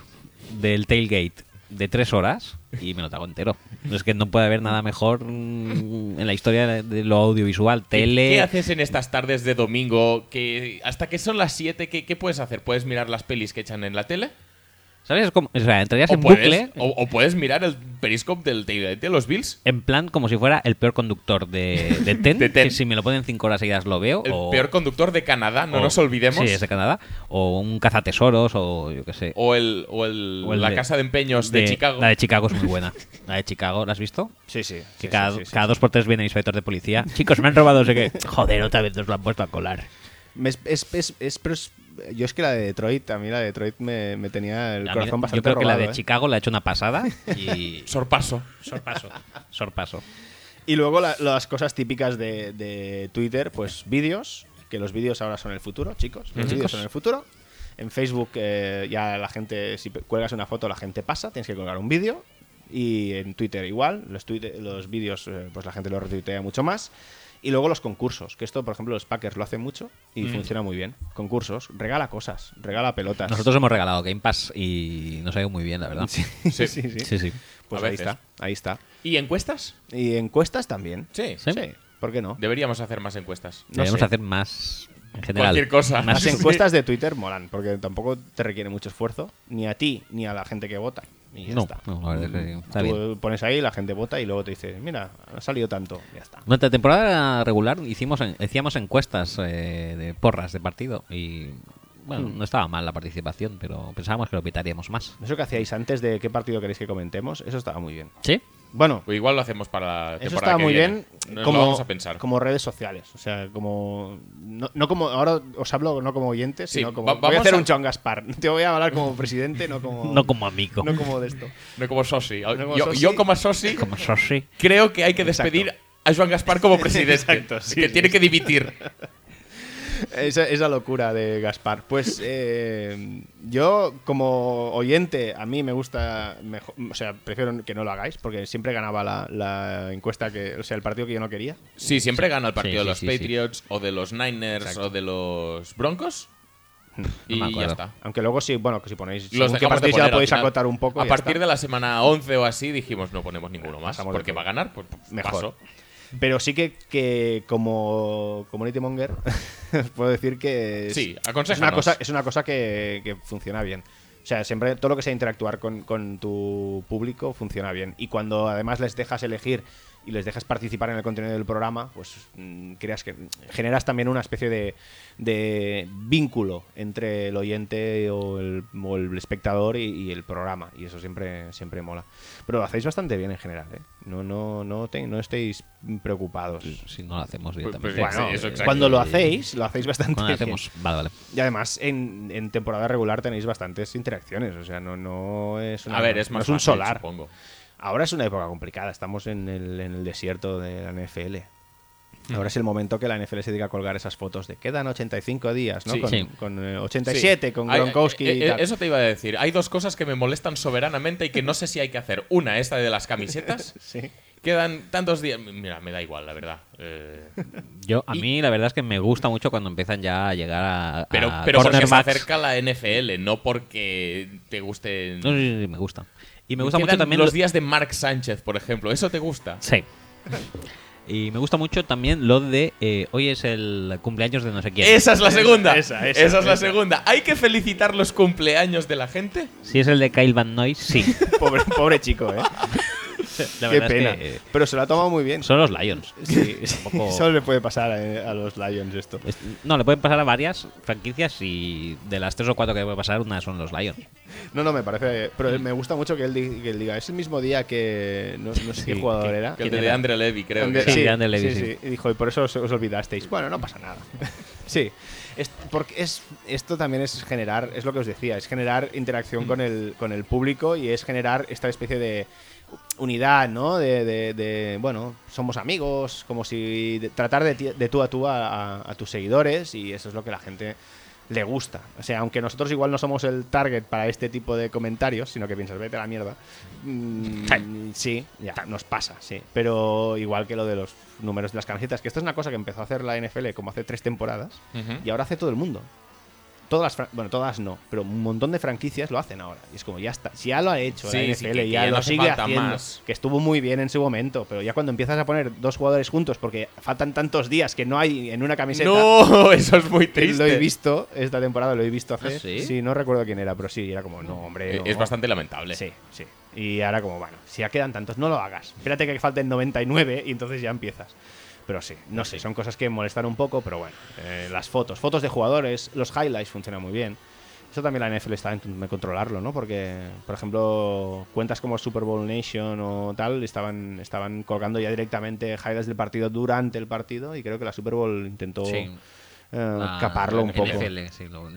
del tailgate de tres horas y me lo trago entero. Es que no puede haber nada mejor mm, en la historia de- de lo audiovisual,
¿Qué-
tele.
¿Qué haces en estas tardes de domingo? Que hasta que son las 7, ¿qué, qué puedes hacer? ¿Puedes mirar las pelis que echan en la tele?
¿Sabes? Es como- o sea, entrarías
¿O
en
puedes,
bucle
o, o puedes mirar el periscope del Tailgate de los Bills?
en plan como si fuera el peor conductor de, de TEN.
De Ten.
que si me lo ponen cinco horas seguidas lo veo.
El
o-
peor conductor de Canadá, no
o-
nos olvidemos.
Sí, es de Canadá. O un cazatesoros o yo qué sé.
O el, o el-
O el
la casa de empeños de, Chicago.
La de Chicago es muy buena. La de Chicago, ¿la has visto?
Sí, sí.
Que
sí,
cada,
sí, sí, sí.
cada dos por tres viene el inspector de policía. Chicos, me han robado, sé que. Joder, otra vez nos lo han puesto a colar.
Me Es, es- es- es- pero es- yo es que la de Detroit, a mí la de Detroit me, me tenía el
A mí-
corazón bastante
yo creo que la
robado,
de
¿eh?
Chicago le ha hecho una pasada y.
Sorpaso.
Sorpaso. Sorpaso.
Y luego la- las cosas típicas de, de Twitter, pues vídeos, que los vídeos ahora son el futuro, chicos. Los vídeos son el futuro. En Facebook eh, ya la gente, si pe- cuelgas una foto, la gente pasa, tienes que colgar un vídeo. Y en Twitter igual, los, tuite- los vídeos, eh, pues la gente los retuitea mucho más. Y luego los concursos, que esto, por ejemplo, los Packers lo hacen mucho y
Mm.
funciona muy bien. Concursos, regala cosas, regala pelotas.
Nosotros hemos regalado Game Pass y nos ha ido muy bien, la verdad. Sí,
Sí.
sí, sí.
sí.
Pues
A
ahí
veces.
está, ahí está.
¿Y encuestas?
Y encuestas también.
Sí.
¿Sí?
¿por qué no?
Deberíamos hacer más encuestas.
No
Debemos
sé.
hacer más en general.
Cualquier cosa.
Más
Las encuestas de Twitter molan, porque tampoco te requiere mucho esfuerzo, ni a ti, ni a la gente que vota. Y ya
No,
está.
no, la verdad es que está
Tú
bien.
pones ahí, la gente vota y luego te dice, mira, ha salido tanto, ya está.
Durante la temporada regular hicimos en- hacíamos encuestas eh, de porras de partido y bueno, no estaba mal la participación, pero pensábamos que lo pitaríamos más.
Mm. Eso que hacíais antes de qué partido queréis que comentemos, eso estaba muy bien.
¿Sí?
Bueno,
O Pues igual lo hacemos para la temporada
eso estaba
que
muy
viene.
bien
Nos
como,
lo vamos a pensar.
como redes sociales. O sea, como. No, no como. Ahora os hablo no como oyentes,
Sí,
sino como.
va-
voy
vamos
a hacer
a-
un John Gaspar. Te voy a hablar como presidente, no como.
No como amigo.
no como de esto.
No como Sosi.
como
yo,
Sosi.
yo como Sosi
Como Sorsi.
creo que hay que despedir a Joan Gaspar como presidente.
Exacto, sí,
que
sí,
tiene
sí.
que dimitir.
Esa, esa locura de Gaspar. Pues eh, yo, como oyente, a mí me gusta. Mejor, o sea, prefiero que no lo hagáis, porque siempre ganaba la, la encuesta, que, o sea, el partido que yo no quería.
Sí, siempre gana el partido
Sí, sí,
de los
sí, sí.
Patriots o de los Niners
Exacto.
o de los Broncos. y
me
ya
acuerdo.
está.
Aunque luego sí, bueno, que si ponéis.
Los
según qué
dejamos de
partidos
poner
ya
al
lo podéis
final.
acotar un poco.
A
ya
partir
está.
de la semana 11 o así dijimos, no ponemos ninguno más.
Pasamos de
Porque
todo.
va a ganar. Pues,
Mejor.
paso.
Pero sí que, que como Community Monger, os puedo decir que. es-
Sí,
es una
aconséjanos.
cosa Es una cosa que, que funciona bien. O sea, siempre todo lo que sea interactuar con, con tu público funciona bien. Y cuando además les dejas elegir y les dejas participar en el contenido del programa, pues mm, creas que generas también una especie de, de vínculo entre el oyente o el, o el espectador y, y el programa. Y eso siempre, siempre mola. Pero lo hacéis bastante bien en general, ¿eh? No, no, no, te- no estéis preocupados.
Si no lo hacemos
pues
directamente.
sí,
Bueno,
eso exacto.
cuando lo hacéis, lo hacéis bastante
Cuando lo
bien.
hacemos. Vale, vale.
Y además, en, en temporada regular tenéis bastantes interacciones. O sea, no, no es una-
A ver, es
no
más
un
fácil,
solar.
supongo.
Ahora es una época complicada. Estamos en el, en el desierto de la NFL. Ahora es el momento que la NFL se diga a colgar esas fotos de quedan 85 días, ¿no?
Sí.
con
Sí.
con, eh, 87, con
Hay-
Gronkowski
eh,
y
eh,
tal.
Eso te iba a decir. Hay dos cosas que me molestan soberanamente y que no sé si hay que hacer. Una, esta de las camisetas.
Sí.
Quedan tantos días. Mira, me da igual, la verdad. Eh,
Yo, a mí la verdad es que me gusta mucho cuando empiezan ya a llegar a,
pero
a
pero porque se
cornerbacks.
acerca la NFL, no porque te guste.
No, sí, sí, sí, me gusta. Y me gusta
Mm. Quedan
mucho también
los
lo-
días de Mark Sánchez, por ejemplo. ¿Eso te gusta?
Sí. Y me gusta mucho también lo de eh, hoy es el cumpleaños de no sé quién.
Esa es la segunda.
Esa, esa,
es la
esa.
segunda. ¿Hay que felicitar los cumpleaños de la gente?
Si es el de Kyle Van Noy, sí.
Pobre, pobre chico, ¿eh?
La
Qué
verdad
pena.
es que eh,
Pero se lo ha tomado muy bien.
son los Lions.
Sí,
Es un poco-
Solo le puede pasar eh, a, los Lions esto.
es- No, le pueden pasar a varias franquicias y de las tres o cuatro que le puede pasar, una son los Lions.
No, no, me parece.
Mm.
Pero me gusta mucho que él, di- que él diga. Es el mismo día que. No, no sé
Sí,
qué jugador
que-
era.
Que el
¿Quién
de
era?
Andre Levy, creo.
Ander-
que era.
sí. de Ander Levy, sí.
Y dijo, y por eso os, os olvidasteis. Bueno, no pasa nada. sí. Es, porque es, esto también es generar, es lo que os decía, es generar interacción
Mm.
con, el, con el público y es generar esta especie de unidad, ¿no? De, de- de, bueno, somos amigos, como si de- tratar de, ti- de tú a tú a, a- a tus seguidores y eso es lo que la gente le gusta. O sea, aunque nosotros igual no somos el target para este tipo de comentarios, sino que piensas, vete a la mierda. Mm, sí, ya, nos pasa, sí. Pero igual que lo de los números de las camisetas, que esto es una cosa que empezó a hacer la NFL como hace tres temporadas
Ujú.
y ahora hace todo el mundo. Todas las, fran- bueno, todas no, pero un montón de franquicias lo hacen ahora. Y es como, ya está, si ya lo ha hecho
Sí,
la NFL,
sí, que- que
ya,
ya no
lo
hace
sigue
falta
haciendo,
más.
que estuvo muy bien en su momento, pero ya cuando empiezas a poner dos jugadores juntos porque faltan tantos días que no hay en una camiseta,
No, eso es muy triste.
lo he visto esta temporada, lo he visto hacer.
¿Ah, sí?
no recuerdo quién era, pero sí, era como, no, hombre.
Eh,
no.
Es bastante lamentable.
Sí, sí. Y ahora, como, bueno, si ya quedan tantos, no lo hagas. Espérate que falten 99 y entonces ya empiezas. Pero sí, no sé, son cosas que molestan un poco, pero bueno. Eh, las fotos, fotos de jugadores, los highlights funcionan muy bien. Eso también la NFL está intentando controlarlo, ¿no? Porque, por ejemplo, cuentas como Super Bowl Nation o tal estaban, estaban colgando ya directamente highlights del partido durante el partido y creo que la Super Bowl intentó
Sí.
eh,
La-
caparlo
la
un poco.
NFL, sí, lo-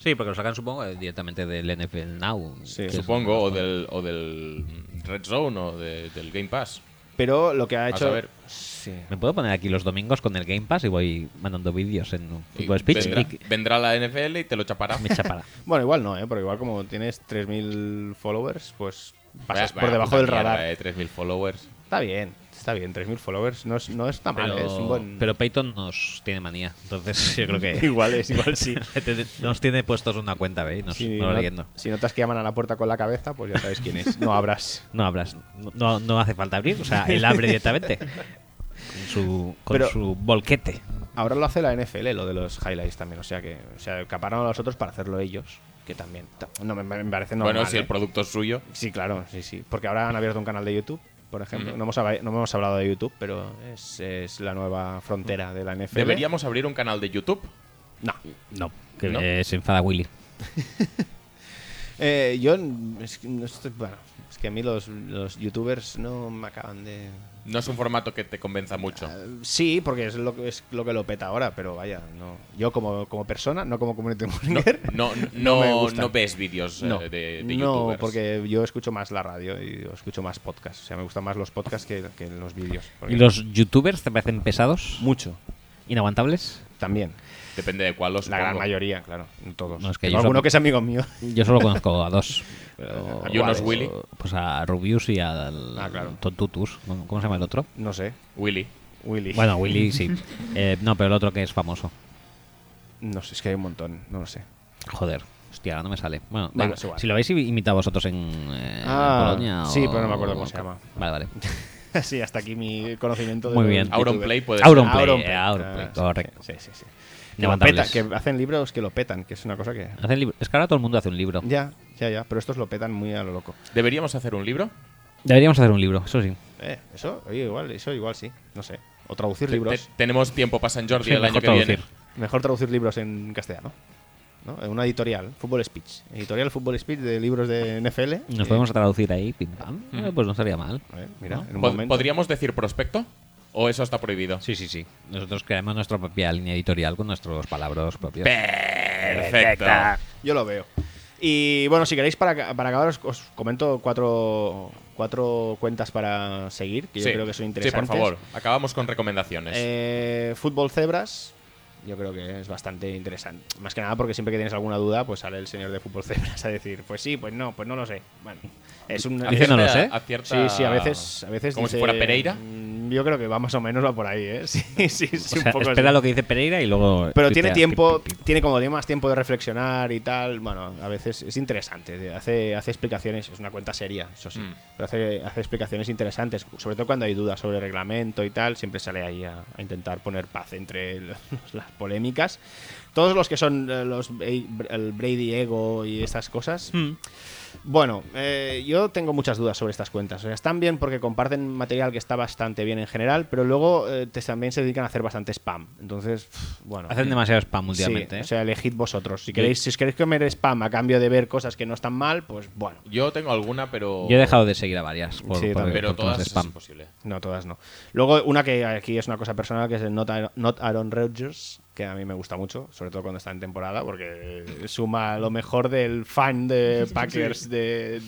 sí, porque lo sacan, supongo, eh, directamente del NFL Now.
Sí.
que es-
Supongo, o del, o del Red Zone o de- del Game Pass.
Pero lo que ha
Vas
hecho.
a ver.
Sí.
Me puedo poner aquí los domingos con el Game Pass y voy mandando vídeos en
Y
Football Speech
vendrá,
y que-
vendrá la NFL y te lo chapará.
me chapará.
Bueno, igual no, ¿eh? Porque igual como tienes 3.000 followers, pues pasas
Vaya-
por
vaya
debajo
puta
del
mierda,
radar.
eh, 3.000 followers.
Está bien, está bien. 3.000 followers no, es, no está mal, ¿eh?
Pero,
es un buen...
pero Peyton nos tiene manía. Entonces, yo creo que.
igual es, igual sí.
nos tiene puestos una cuenta, ¿ve? Y Nos,
Si,
nos va
no-
leyendo.
si notas que llaman a la puerta con la cabeza, pues ya sabes quién es. No habrás.
No hablas. No- No, no hace falta abrir. O sea, él abre directamente. Con su, con
Pero-
su volquete.
Ahora lo hace la NFL, lo de los highlights también. O sea que se acaparan a los otros para hacerlo ellos, que también... ta- No, me, me parece normal.
bueno, si el
¿eh?
producto es suyo.
Sí, claro, sí, sí. Porque ahora han abierto un canal de YouTube, por ejemplo. No, hemos, hab- no hemos hablado de YouTube, pero es, es la nueva frontera de la NFL.
Deberíamos abrir un canal de YouTube.
No.
No. Que
¿No?
eh, se enfada Willy.
Eh, yo, mm, es que, no estoy- bueno, es que a mí los, los youtubers no me acaban de...
No es un formato que te convenza mucho.
Ah,
Eh, Sí, porque es lo, que- es lo que lo peta ahora, pero vaya, no. Yo como, como persona, no como community manager.
No, no,
No me
no,
gusta.
ves vídeos eh,
No,
de, de
no,
youtubers.
porque yo escucho más la radio y yo escucho más podcasts. O sea, me gustan más los podcasts que, que los vídeos. porque-
¿Y los youtubers te parecen pesados?
Mucho,
¿Inaguantables?
también.
Depende de cuál los
La gran mayoría, claro, no todos.
No, es que
Tengo
yo
alguno
solo-
que es amigo mío.
Yo solo conozco a dos. Pero-
¿Y unos
¿Cuáles?
Willy?
Pues a Rubius y al
Ah, claro.
Tontutus. ¿Cómo cómo se llama el otro?
No sé,
Willy.
Willy.
Bueno, Willy sí. Eh, no, pero el otro que es famoso.
No sé, es que hay un montón, no lo sé.
Joder. Hostia, no me sale. Bueno, da
Bueno,
igual.
es igual.
si lo habéis i- imitado vosotros en, eh,
Ah,
Polonia.
sí,
o-
pero no me acuerdo cómo se llama.
Vale, vale.
sí, hasta aquí mi conocimiento de
Muy
los
bien.
youtubers.
Auronplay puede ser.
Auronplay,
Auronplay,
eh, Auronplay,
ah, sí,
correcto.
Sí, sí, sí. Que, lo
Inaguantables.
petan, que hacen libros que lo petan, que es una cosa que.
Hacen libro- Es que ahora todo el mundo hace un libro.
Ya, ya, ya. Pero estos lo petan muy a lo loco.
¿Deberíamos hacer un libro?
Deberíamos hacer un libro, eso sí.
Eh, eso, oye, igual, eso igual sí. No sé. O traducir
Te-
libros.
te- tenemos tiempo para San Jordi
Sí,
el año
mejor
que
traducir.
viene.
Mejor traducir libros en castellano. ¿no? En Una editorial, Fútbol Speech. Editorial Fútbol Speech de libros de NFL.
Nos
Eh,
podemos traducir ahí, pim pam. Eh, Pues no estaría mal.
a ver, mira, en un
Pod-
momento.
Mm. ¿Podríamos decir prospecto? ¿O eso está prohibido?
Sí, sí, sí. Nosotros creamos nuestra propia línea editorial con nuestros palabras propios.
Perfecto.
Yo lo veo. Y bueno, si queréis, para, para acabar, os, os comento cuatro, cuatro cuentas para seguir, que yo creo que son interesantes.
Sí, por favor, acabamos con recomendaciones.
Eh, fútbol Cebras, yo creo que es bastante interesante. Más que nada porque siempre que tienes alguna duda, pues sale el señor de Fútbol Cebras a decir, pues sí, pues no, pues no lo sé. Bueno, es un...
Dice no lo sé.
acierta-
Sí, sí, a veces... A veces
Como si
dice,
fuera Pereira.
mm, Yo creo que va más o menos va por ahí, ¿eh? Sí, sí, sí,
O
un
sea,
poco
espera
sí.
lo que dice Pereira y luego.
Pero tiene
tuitea.
tiempo,
Pi, pi, pi.
tiene como tiene más tiempo de reflexionar y tal. Bueno, a veces es interesante. de- Hace, hace explicaciones, es una cuenta seria, eso sí.
Mm.
Pero hace, hace explicaciones interesantes, sobre todo cuando hay dudas sobre el reglamento y tal. Siempre sale ahí a, a intentar poner paz entre los- las polémicas. Todos los que son eh, los Bra- el Brady Ego y estas cosas, bueno, eh, yo tengo muchas dudas sobre estas cuentas. O sea, están bien porque comparten material que está bastante bien en general, pero luego eh, te- también se dedican a hacer bastante spam. Entonces, pf, bueno.
Hacen demasiado spam últimamente.
Sí,
¿eh?
O sea, elegid vosotros. Si queréis, si os queréis comer spam a cambio de ver cosas que no están mal, pues bueno.
Yo tengo alguna, pero.
Yo he dejado de seguir a varias. Por,
Sí,
por-
también.
por
Pero
temas
todas
de
es
spam.
imposible.
No, todas no. Luego, una que aquí es una cosa personal, que es el Not Aaron, Not Aaron Rodgers, que a mí me gusta mucho, sobre todo cuando está en temporada, porque suma lo mejor del fan de Packers, de,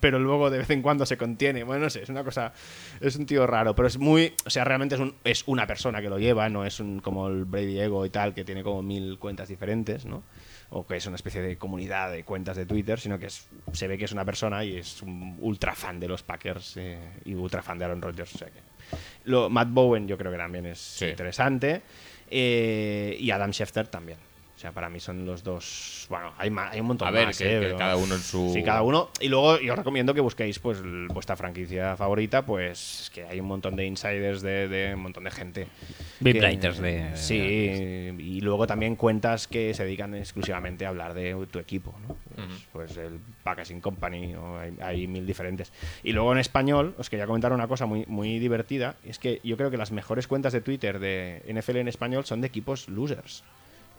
pero luego de vez en cuando se contiene. Bueno, no sé, es una cosa, es un tío raro, pero es muy, o sea, realmente es, un- es una persona que lo lleva, no es un, como el Brady Ego y tal, que tiene como mil cuentas diferentes, ¿no? o que es una especie de comunidad de cuentas de Twitter, sino que es- se ve que es una persona y es un ultra fan de los Packers eh, y ultra fan de Aaron Rodgers. o sea que- Lo, Matt Bowen yo creo que también es
Sí.
interesante eh, y Adam Schefter también. O sea, para mí son los dos. Bueno, hay, ma- hay un montón
A ver,
más,
que-
eh,
que
pero-
cada uno en su-
Sí, cada uno. Y luego yo os recomiendo que busquéis pues l- vuestra franquicia favorita, pues es que hay un montón de insiders de, de un montón de gente.
Beat
que-
writers de-
Sí, eh, y luego también cuentas que se dedican exclusivamente a hablar de tu equipo, ¿no? Pues, pues el Packaging Company, o hay, hay mil diferentes. Y luego en español, os quería comentar una cosa muy, muy divertida, es que yo creo que las mejores cuentas de Twitter de NFL en español son de equipos losers.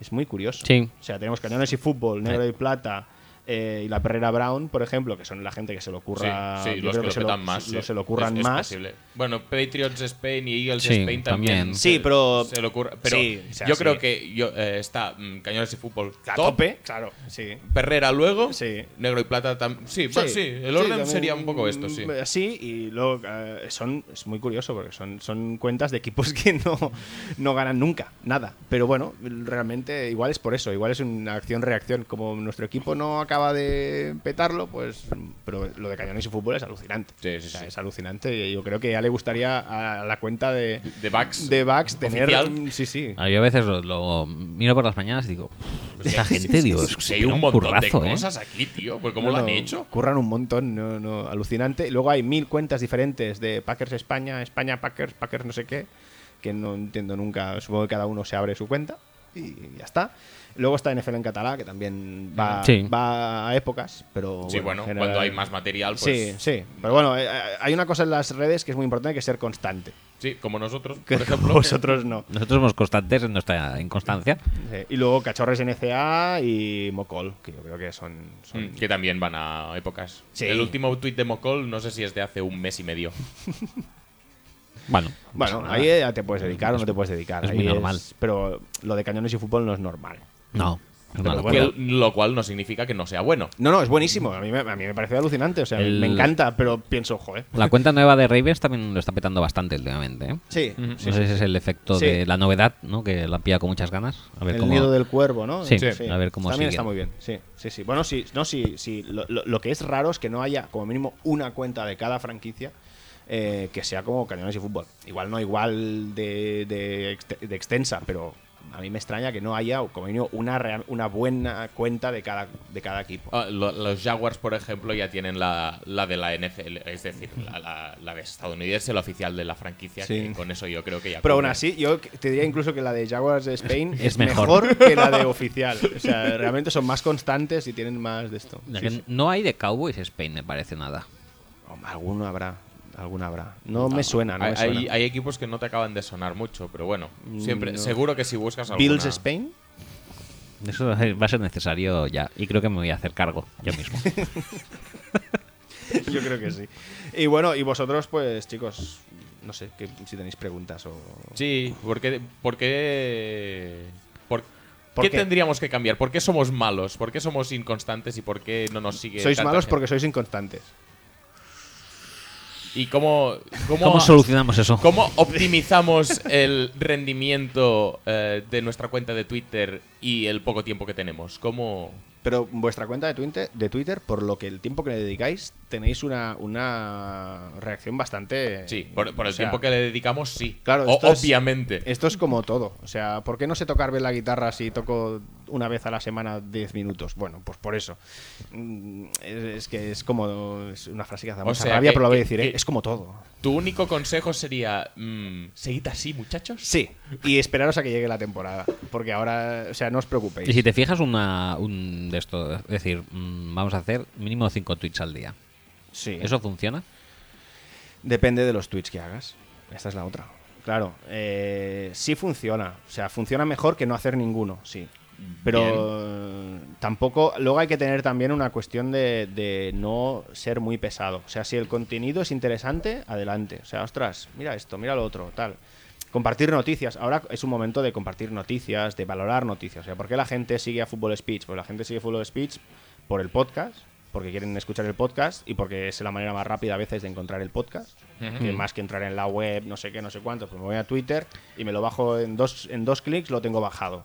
Es muy curioso.
Sí.
O sea, tenemos Cañones y Fútbol, Negro y Plata eh, y la Perrera Brown, por ejemplo, que son la gente que se le ocurra...
sí, sí,
yo
los
creo
que lo
se
petan más. sí.
lo- se le ocurran
Es- es
más.
posible. Bueno, Patriots Spain y Eagles
Sí,
Spain también.
también.
se-
Sí, pero-
Se le ocurre- Pero
sí, o sea,
yo
sí.
creo que yo, eh, está mm, Cañones y Fútbol
A
top,
tope, claro, sí.
Perrera luego.
Sí.
Negro y Plata también. Sí, bueno, sí, el orden
también,
sería un poco esto, sí.
mm, Sí, y luego eh, son, es muy curioso porque son, son cuentas de equipos que no, no ganan nunca, nada. Pero bueno, realmente igual es por eso, igual es una acción-reacción. Como nuestro equipo no acaba de petarlo, pues. Pero lo de Cañones y Fútbol es alucinante.
Sí, sí,
O sea,
sí.
Es alucinante y yo creo que ya le gustaría a la cuenta de.
De Bucks.
De Bucks tener.
Oficial.
mm, Sí, sí.
Ah, yo a veces lo, lo miro por las mañanas y digo, "Uf, esta gente, digo, es
Sí, hay un
un
montón
currazo,
de
¿eh?
cosas aquí, tío. Pues ¿Cómo
No,
lo han
no,
hecho?
Curran un montón, no, no, alucinante. Y Luego hay mil cuentas diferentes de Packers España, España Packers, Packers no sé qué, que no entiendo nunca. Supongo que cada uno se abre su cuenta y ya está. Luego está NFL en catalá, que también va,
Sí.
va a épocas, pero...
Mm, Sí, bueno,
en general-
cuando hay más material, pues.
Sí, sí. Pero bueno, eh, eh, hay una cosa en las redes que es muy importante, que es ser constante.
Sí, como nosotros, por
Que
ejemplo.
vosotros no.
Nosotros somos constantes en nuestra inconstancia.
Sí. Y luego Cachorres NCA y Mocol, que yo creo que son... son-
Mm, Que también van a épocas.
Sí.
El último tweet de Mocol, no sé si es de hace un mes y medio.
Bueno, no
Bueno,
pasa Pues nada.
ahí ya te puedes dedicar o no te puedes dedicar.
es
ahí
muy normal.
pero lo de cañones y fútbol no es normal.
No, es una
Pero
locura.
Que- lo cual no significa que no sea bueno.
No, no, es buenísimo. A mí me, a mí me parece alucinante. O sea,
El-
me encanta, pero pienso, joder.
La cuenta nueva de Ravens también lo está petando bastante últimamente, ¿eh?
Sí,
No sé si es el efecto
Sí.
de la novedad, ¿no? Que la pilla con muchas ganas. A ver
el
cómo...
nido del cuervo, ¿no?
Sí, a ver cómo
También
sigue.
está muy bien. Sí, sí, sí. Bueno, sí, no, sí, sí. Lo, lo- lo que es raro es que no haya como mínimo una cuenta de cada franquicia eh, que sea como cañones y fútbol. Igual no igual de, de ext- de extensa, pero a mí me extraña que no haya como mínimo una, rea- una buena cuenta de cada, de cada equipo.
Ah, lo- los Jaguars, por ejemplo, ya tienen la, la de la NFL, es decir, la, la- la de estadounidense, la oficial de la franquicia.
Sí.
que con eso yo creo que ya.
Pero aún
cubren.
así, yo te diría incluso que la de Jaguars de Spain es,
Es
mejor.
mejor.
que la de oficial. O sea, realmente son más constantes y tienen más de esto.
La
Sí,
que
sí.
No hay de Cowboys Spain, me parece nada.
Hombre, Alguno habrá. Alguna habrá. No,
Ah,
me suena, no me
Hay, hay-
suena. Mm,
hay equipos que no te acaban de sonar mucho, pero bueno, siempre,
No.
seguro que si buscas alguna.
Bills Spain.
Eso va a ser necesario ya. Y creo que me voy a hacer cargo yo mismo.
Yo creo que sí. Y bueno, y vosotros, pues, chicos, no sé que, si tenéis preguntas o.
Sí, porque, porque, por-
¿Por
¿Qué,
qué?
tendríamos que cambiar? ¿Por qué somos malos? ¿Por qué somos inconstantes y por qué no nos sigue?
Sois
tanta
malos
gente?
porque sois inconstantes.
¿Y cómo, cómo,
¿Cómo solucionamos eso?
cómo optimizamos el rendimiento eh, de nuestra cuenta de Twitter y el poco tiempo que tenemos? ¿Cómo,
Pero vuestra cuenta de Twitter, de Twitter, por lo que el tiempo que le dedicáis, tenéis una, una reacción bastante.
Sí, por, por el
o sea,
tiempo que le dedicamos, sí.
Claro,
O-
esto es-
obviamente.
Esto es como todo. O sea, ¿por qué no sé tocar bien la guitarra si toco una vez a la semana 10 minutos? Bueno, pues por eso. Mm, Es, es que es como. Es una frase que hace
O
mucha
sea,
rabia,
que-
pero lo voy a
que-
decir, ¿eh?
que-
Es como todo.
Tu único consejo sería: mm, seguid así, muchachos.
Sí, y esperaros a que llegue la temporada. Porque ahora, o sea, no os preocupéis.
Y si te fijas, una, un de esto, es decir, mm, vamos a hacer mínimo 5 tweets al día.
Sí.
¿Eso funciona?
Depende de los tweets que hagas. Esta es la otra. Claro, eh, sí funciona. O sea, funciona mejor que no hacer ninguno, sí. Pero eh, tampoco. Luego hay que tener también una cuestión de, de no ser muy pesado. O sea, si el contenido es interesante, adelante. O sea, ostras, mira esto, mira lo otro, tal. Compartir noticias. Ahora es un momento de compartir noticias, de valorar noticias. O sea, ¿por qué la gente sigue a Fútbol Speech? Pues la gente sigue Fútbol Speech por el podcast, porque quieren escuchar el podcast y porque es la manera más rápida a veces de encontrar el podcast. Que más que entrar en la web, no sé qué, no sé cuánto, pues me voy a Twitter y me lo bajo en dos, en dos clics, lo tengo bajado.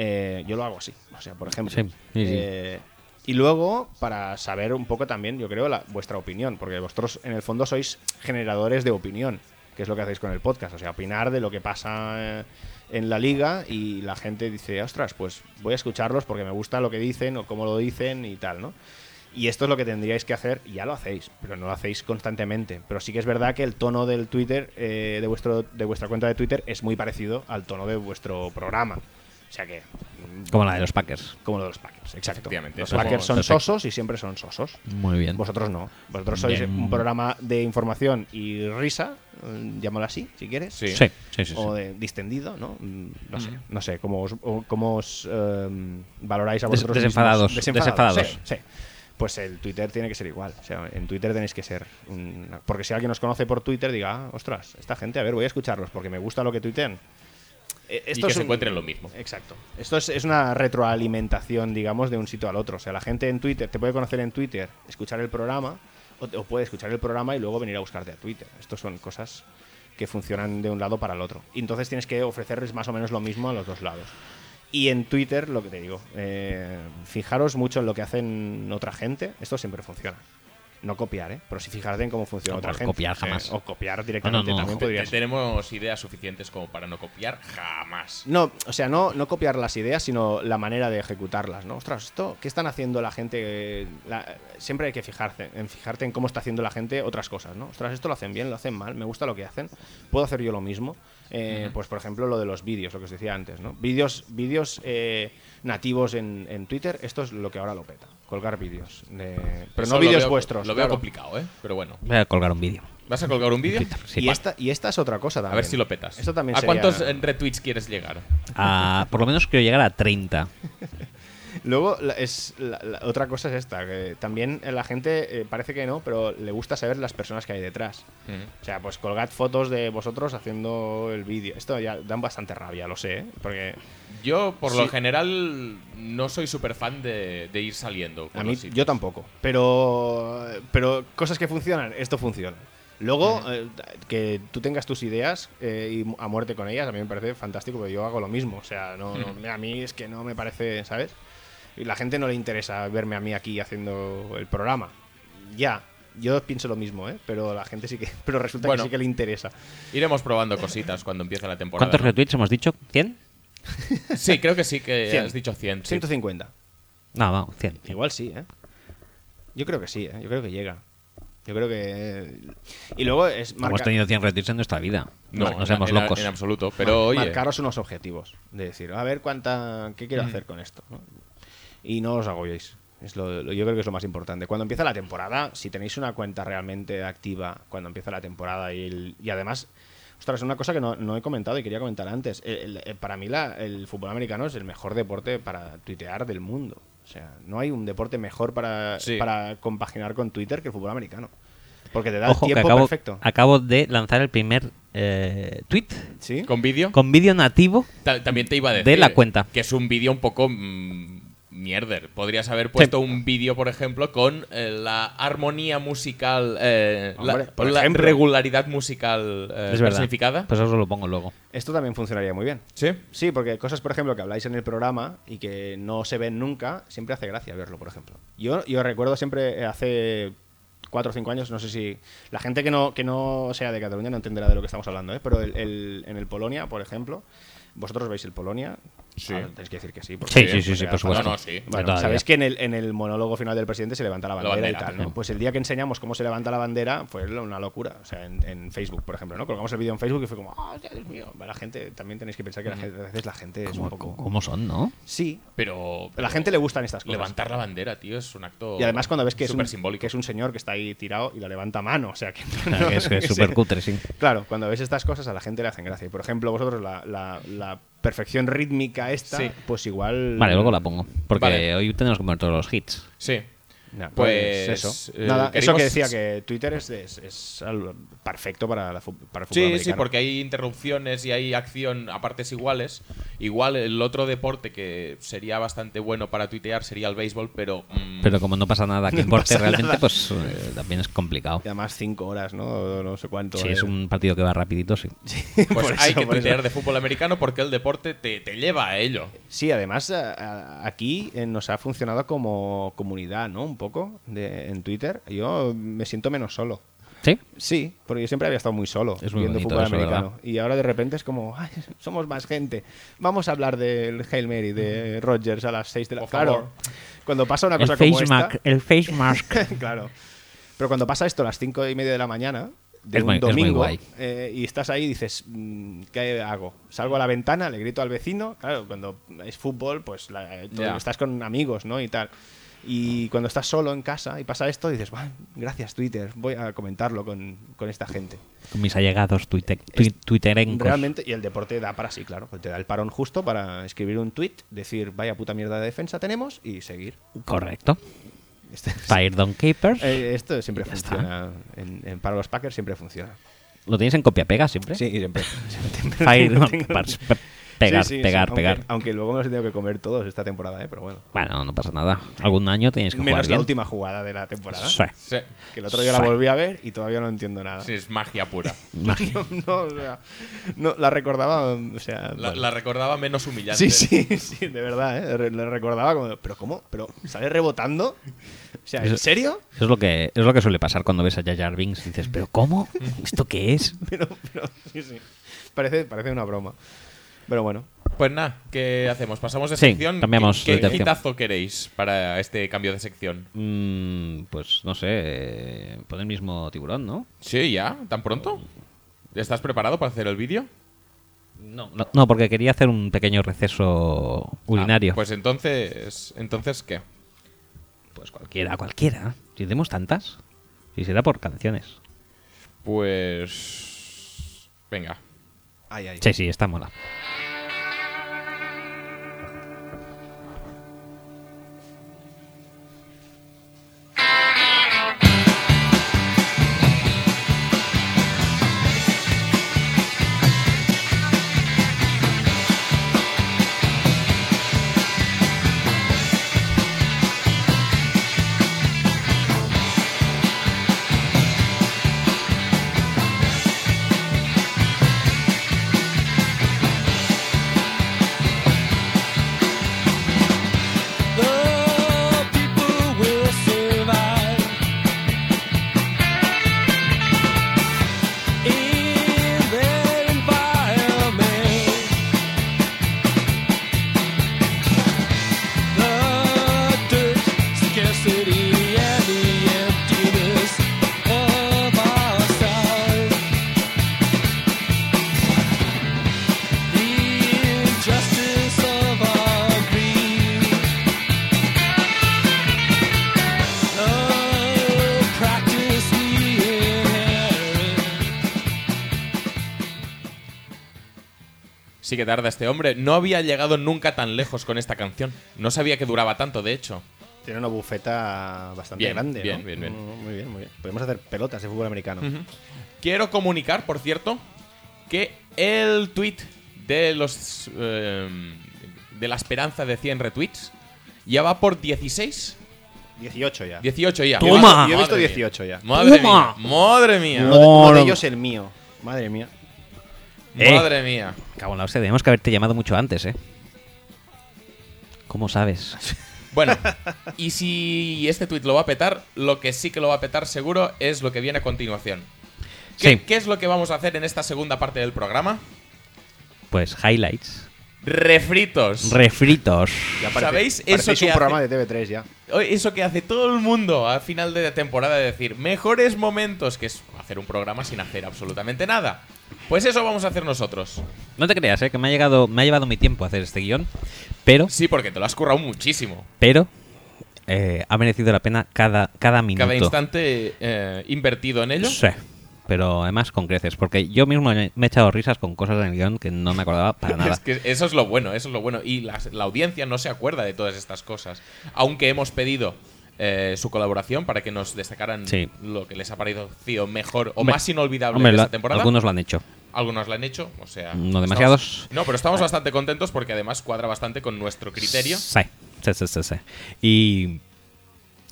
Eh, yo lo hago así, o sea, por ejemplo.
Sí, sí, sí.
Eh, y luego, para saber un poco también, yo creo, la, vuestra opinión, porque vosotros en el fondo sois generadores de opinión, que es lo que hacéis con el podcast, o sea, opinar de lo que pasa eh, en la liga y la gente dice, ostras, pues voy a escucharlos porque me gusta lo que dicen o cómo lo dicen y tal, ¿no? Y esto es lo que tendríais que hacer, y ya lo hacéis, pero no lo hacéis constantemente. Pero sí que es verdad que el tono del Twitter, eh, de, vuestro, de vuestra cuenta de Twitter, es muy parecido al tono de vuestro programa. O sea que
Como la de los Packers.
como lo de los Packers, exacto.
Efectivamente,
los
somos-
Packers son
Perfecto.
sosos y siempre son sosos.
Muy bien.
Vosotros no. Vosotros sois
Bien.
un programa de información y risa, eh, llámalo así, si quieres.
Sí.
Sí, sí, sí. sí.
O de distendido, ¿no? Mm, No sé, no sé, cómo os, o- cómo os, em, valoráis a
Des-
vosotros
desenfadados,
mismos.
desenfadados.
sí, sí. Pues el Twitter tiene que ser igual. O sea, en Twitter tenéis que ser. una- porque si alguien os conoce por Twitter, diga, "Ah, ostras, esta gente, a ver, voy a escucharlos porque me gusta lo que tuitean. Eh,
Y
esto
que
es
se
un-
encuentren lo mismo.
Exacto. Esto es, es una retroalimentación, digamos, de un sitio al otro. O sea, la gente en Twitter te puede conocer en Twitter, escuchar el programa, o, o puede escuchar el programa y luego venir a buscarte a Twitter. Estas son cosas que funcionan de un lado para el otro. Y entonces tienes que ofrecerles más o menos lo mismo a los dos lados. Y en Twitter, lo que te digo, eh, fijaros mucho en lo que hacen otra gente, esto siempre funciona. No copiar, ¿eh? Pero si fijarte en cómo funciona
No,
otra
por
gente.
copiar
Eh,
jamás.
o copiar directamente
no, eh,
también
jo-
podría ser.
Tenemos ideas suficientes como para no copiar jamás.
No, o sea, no, no copiar las ideas, sino la manera de ejecutarlas, ¿no? Ostras, esto, ¿qué están haciendo la gente? La- siempre hay que fijarse, en fijarte en cómo está haciendo la gente otras cosas, ¿no? Ostras, esto lo hacen bien, lo hacen mal, me gusta lo que hacen, puedo hacer yo lo mismo. Eh, Pues, por ejemplo, lo de los vídeos, lo que os decía antes, ¿no? Vídeos, vídeos eh, nativos en, en Twitter, esto es lo que ahora lo peta, colgar vídeos. eh, pero
Eso
no
lo
vídeos
veo-
vuestros.
Lo veo
claro.
complicado, ¿eh? Pero bueno.
Voy a colgar un vídeo.
¿Vas a colgar un vídeo?
Sí,
y,
pa-
esta, y esta es otra cosa también.
A ver si lo petas.
Esto también
¿A
sería-
cuántos eh, retweets quieres llegar?
a- por lo menos quiero llegar a 30.
Luego, la- es, la- la- otra cosa es esta, que también eh, la gente eh, parece que no, pero le gusta saber las personas que hay detrás.
Mm.
O sea, pues colgad fotos de vosotros haciendo el vídeo. Esto ya dan bastante rabia, lo sé, ¿eh? porque
Yo, por lo
Sí.
general, no soy súper fan de, de ir saliendo. por
a mí
los sitios.
yo tampoco. Pero, pero cosas que funcionan, esto funciona. Luego, eh, que tú tengas tus ideas eh, y mu- a muerte con ellas, a mí me parece fantástico, porque yo hago lo mismo. O sea, no, no- a mí es que no me parece, ¿sabes? Y la gente no le interesa verme a mí aquí haciendo el programa. Ya, yo pienso lo mismo, ¿eh? Pero la gente sí que. Pero resulta
Bueno.
que sí que le interesa.
Iremos probando cositas cuando empiece la temporada.
¿Cuántos
¿no?
retweets hemos dicho? ¿100?
Sí, creo que sí que
Cien.
has dicho 100. sí.
150.
No, no, 100.
Igual sí, ¿eh? Yo creo que sí, ¿eh? Yo creo que llega. Yo creo que. Y luego es.
Hemos
marca-
tenido 100 retweets en nuestra vida. No, no
en-
seamos
en-
locos.
En absoluto. Pero
Mar-
oye,
marcaros unos objetivos. De decir, a ver cuánta. ¿Qué
Mm.
quiero hacer con esto? ¿no? Y no os agolléis. Es lo, lo- yo creo que es lo más importante. Cuando empieza la temporada, si tenéis una cuenta realmente activa, cuando empieza la temporada y, el- y además. Ostras, una cosa que no, no he comentado y quería comentar antes. El- el- el- para mí la- el fútbol americano es el mejor deporte para tuitear del mundo. O sea, no hay un deporte mejor para,
Sí.
para compaginar con Twitter que el fútbol americano. Porque te da
Ojo,
el
que
tiempo
acabo,
perfecto.
acabo de lanzar el primer eh, eh, tweet
¿Sí?
¿Con vídeo?
con vídeo nativo.
Ta- también te iba a
De
decir.
la cuenta.
Que es un vídeo un poco mm, mierder. Podrías haber puesto un vídeo, por ejemplo, con eh, la armonía musical, eh, la-
Hombre, por
la,
ejemplo.
regularidad musical eh,
es verdad.
personificada.
Pues eso lo pongo luego.
Esto también funcionaría muy bien.
Sí.
Sí, porque cosas, por ejemplo, que habláis en el programa y que no se ven nunca, siempre hace gracia verlo, por ejemplo. Yo, yo recuerdo siempre eh, hace cuatro o cinco años, no sé si la gente que no, que no sea de Cataluña no entenderá de lo que estamos hablando, ¿eh? pero el- el- en el Polonia, por ejemplo, vosotros veis el Polonia,
Sí.
Ah, tenéis que decir que sí. porque-
Sí, sí, sí,
porque
sí,
era-
por supuesto.
No, no, sí.
De
Bueno,
toda la
sabéis
vida.
que en el, en el monólogo final del presidente se levanta la bandera,
bandera,
y tal,
sí.
¿no? Pues el día que enseñamos cómo se levanta la bandera fue lo- una locura. O sea, en, en Facebook, por ejemplo, ¿no? Colgamos el vídeo en Facebook y fue como, ¡ah, Dios mío! La gente, también tenéis que pensar que la gente, a veces la gente es un
¿Cómo,
poco.
cómo son, no?
Sí,
Pero,
a la gente le gustan estas cosas.
Levantar la bandera, tío, es un acto.
Y además cuando ves que es, un,
súper simbólico.
que es un señor que está ahí tirado y la levanta a mano, o sea que...
Claro, que es- que es
yo qué
súper
sé.
cutre, sí.
Claro, cuando ves estas cosas a la gente le hacen gracia. Y por ejemplo, vosotros la, la- la perfección rítmica esta,
Sí.
pues igual...
Vale, luego la pongo. Porque
Vale.
hoy tenemos que poner todos los hits.
Sí.
Ya,
Pues,
pues, eso.
eh,
Nada, eso
queremos-
que decía que Twitter es, es- es algo perfecto para, la fu- para el fútbol
Sí, sí,
americano.
porque hay interrupciones y hay acción a partes iguales. Igual el otro deporte que sería bastante bueno para tuitear sería el béisbol, pero. mm,
Pero como no pasa nada que
No
importe
pasa
realmente,
nada.
pues eh, también es complicado.
Y además cinco horas, ¿no? O no sé cuánto.
Si
eh.
es un partido que va rapidito, sí.
Pues
Por
hay
eso,
que
por eso.
tuitear de fútbol americano porque el deporte te, te lleva a ello.
Sí, además a- a- aquí eh, nos ha funcionado como comunidad, ¿no? Un poco de- en Twitter. Yo me siento menos solo.
¿Sí?
Sí, porque yo siempre había estado muy solo
Es muy
viendo
bonito
fútbol
eso,
americano.
¿verdad?
Y ahora de repente es como, "Ay, somos más gente. Vamos a hablar del Hail Mary de Rogers a las 6 de la
Por
Claro,
favor.
cuando pasa una
El
cosa como
face,
esta,
mask, el face mask.
claro. Pero cuando pasa esto a las cinco y media de la mañana, de
Es
un
muy- es muy
domingo,
guay.
eh, y estás ahí y dices, mm, ¿qué hago? Salgo a la ventana, le grito al vecino. Claro, cuando es fútbol, pues la- todo-
Ya.
estás con amigos, ¿no? Y tal. Y cuando estás solo en casa y pasa esto, dices, "Buah, gracias Twitter, voy a comentarlo con, con esta gente.
Con mis allegados tuite, tui- tuiterencos.
Realmente, y el deporte da para sí, claro, pues te da el parón justo para escribir un tweet, decir, vaya puta mierda de defensa tenemos y seguir.
Correcto.
Este-
Fire Don Capers.
Eh, esto siempre
Ya está.
funciona. En, en- para los Packers siempre funciona.
¿Lo tenéis en copia-pega siempre?
Sí, siempre. Siempre
Fire
tengo-
Don
tengo-
Capers.
Sí,
Pe- Pegar,
sí, sí,
pegar,
aunque-
pegar.
Aunque luego me los he tenido que comer todos esta temporada, ¿eh? pero bueno.
Bueno, no pasa nada. Algún año tenéis que
Menos
jugar
la
bien.
última jugada de la temporada.
Sí.
Sí,
Que el otro día la
Sí.
volví a ver y todavía no entiendo nada.
sí, es magia pura.
Imagínate.
No, no, o sea, no, la recordaba, o sea...
La,
bueno.
la recordaba menos humillante.
Sí, sí, sí, de verdad, ¿eh? Re- la recordaba como, pero ¿cómo? ¿Pero sale rebotando? O sea, ¿en
Eso-
serio?
Es lo que es lo que suele pasar cuando ves a Jar Jar Binks y dices, ¿pero cómo? ¿Esto qué es?
Pero, pero, sí, sí. Parece, parece una broma. Pero bueno,
Pues nada, ¿qué hacemos? ¿Pasamos de
Sí,
sección? ¿Qué-
cambiamos de
¿Qué,
sección.
quitazo queréis para este cambio de sección?
Mm, pues no sé, eh, pon el mismo tiburón, ¿no?
Sí, ya, tan pronto. ¿Estás preparado para hacer el vídeo?
No, no, no, porque quería hacer un pequeño receso urinario.
Ah, pues entonces, entonces ¿qué?
Pues cualquiera, cualquiera. Si tenemos tantas. Si será por canciones.
Pues venga.
ay, ay.
Sí, sí, está mola.
The people will survive in their environment. The dirt, scarcity, and the emptiness of our side. The injustice of our greed. Oh, practice we inherit.
Sí que tarda este hombre. No había llegado nunca tan lejos con esta canción. No sabía que duraba tanto, de hecho.
Tiene una bufeta bastante
Bien,
grande.
bien,
¿no?
bien, bien.
Mm, Muy bien, muy bien. Podemos hacer pelotas de fútbol americano.
Quiero comunicar, por cierto, que el tweet de los eh, de la esperanza de 100 retweets ya va por 16,
18 ya.
18 ya.
¡Toma!
Madre
Yo he visto
mía.
18 ya.
Madre
¡Toma!
mía. Madre mía.
No.
Uno de, uno de
no.
ellos el mío. Madre mía.
Eh.
Madre mía.
Cago en la hostia, teníamos que haberte llamado mucho antes, ¿eh? ¿Cómo sabes?
Bueno, y si este tweet lo va a petar, lo que sí que lo va a petar seguro es lo que viene a continuación. ¿Qué,
Sí.
¿Qué es lo que vamos a hacer en esta segunda parte del programa?
Pues highlights,
Refritos.
refritos.
Ya
¿Sabéis eso
parecéis
que
un
hace-
programa de TV3 ya.
O- Eso que hace todo el mundo a final de temporada de decir mejores momentos, que es hacer un programa sin hacer absolutamente nada. Pues eso vamos a hacer nosotros.
No te creas, ¿eh? Que me ha, llegado, me ha llevado mi tiempo hacer este guión, pero,
Sí, porque te lo has currado muchísimo.
pero, eh, ha merecido la pena cada, cada minuto.
Cada instante eh, invertido en ello.
Sí, pero además con creces, porque yo mismo me me he echado risas con cosas en el guión que no me acordaba para nada.
Es que eso es lo bueno, eso es lo bueno. Y las- la, audiencia no se acuerda de todas estas cosas. Aunque hemos pedido eh, su colaboración para que nos destacaran
Sí.
lo que les ha parecido mejor o
Hombre,
más inolvidable
Hombre,
de
lo-
esta temporada.
algunos lo han hecho.
Algunos la han hecho, o sea.
No
estamos-
demasiados.
no, pero estamos bastante contentos porque además cuadra bastante con nuestro criterio.
Sí, sí, sí, sí, sí. Y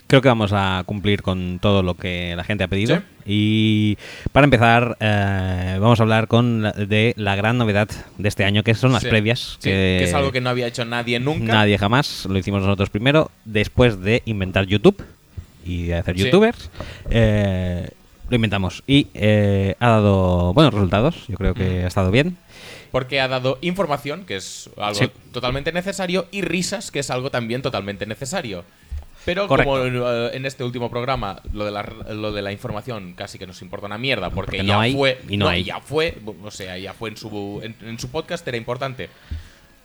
creo que vamos a cumplir con todo lo que la gente ha pedido.
Sí.
Y para empezar, eh, vamos a hablar con la- de la gran novedad de este año, que son las
Sí.
previas.
Sí, que es algo que no había hecho nadie nunca.
Nadie jamás, lo hicimos nosotros primero, después de inventar YouTube y de hacer
Sí.
youtubers, eh, lo inventamos y eh, ha dado buenos resultados, yo creo
Mm.
que ha estado bien.
Porque ha dado información, que es algo
Sí.
totalmente necesario, y risas, que es algo también totalmente necesario. Pero
Correcto.
como eh, en este último programa lo de, la, lo de la información casi que nos importa una mierda, porque,
Porque no
ya
hay
fue,
y no hay.
ya fue, o sea, ya fue en su, en, en su podcast, era importante,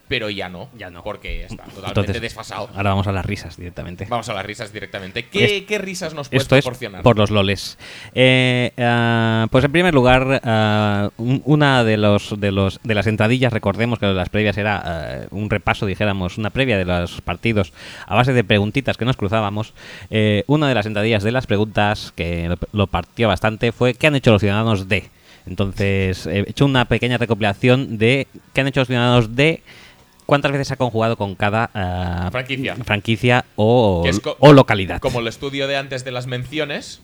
pero ya no,
Ya no.
porque está totalmente
Entonces,
desfasado.
Ahora vamos a las risas directamente.
Vamos a las risas directamente. ¿Qué, qué risas nos puedes
Esto es
proporcionar?
por los loles. Eh, ah, pues en primer lugar, ah, un- una de los de los de las entradillas, recordemos que las previas era ah, un repaso, dijéramos, una previa de los partidos a base de preguntitas que nos cruzábamos. Eh, una de las entradillas de las preguntas que lo, lo partió bastante fue ¿qué han hecho los ciudadanos de? Entonces, he hecho una pequeña recopilación de qué han hecho los ciudadanos de cuántas veces se ha conjugado con cada ah,
Franquicia.
franquicia o,
Que es co-
o localidad.
Como el estudio de antes de las menciones,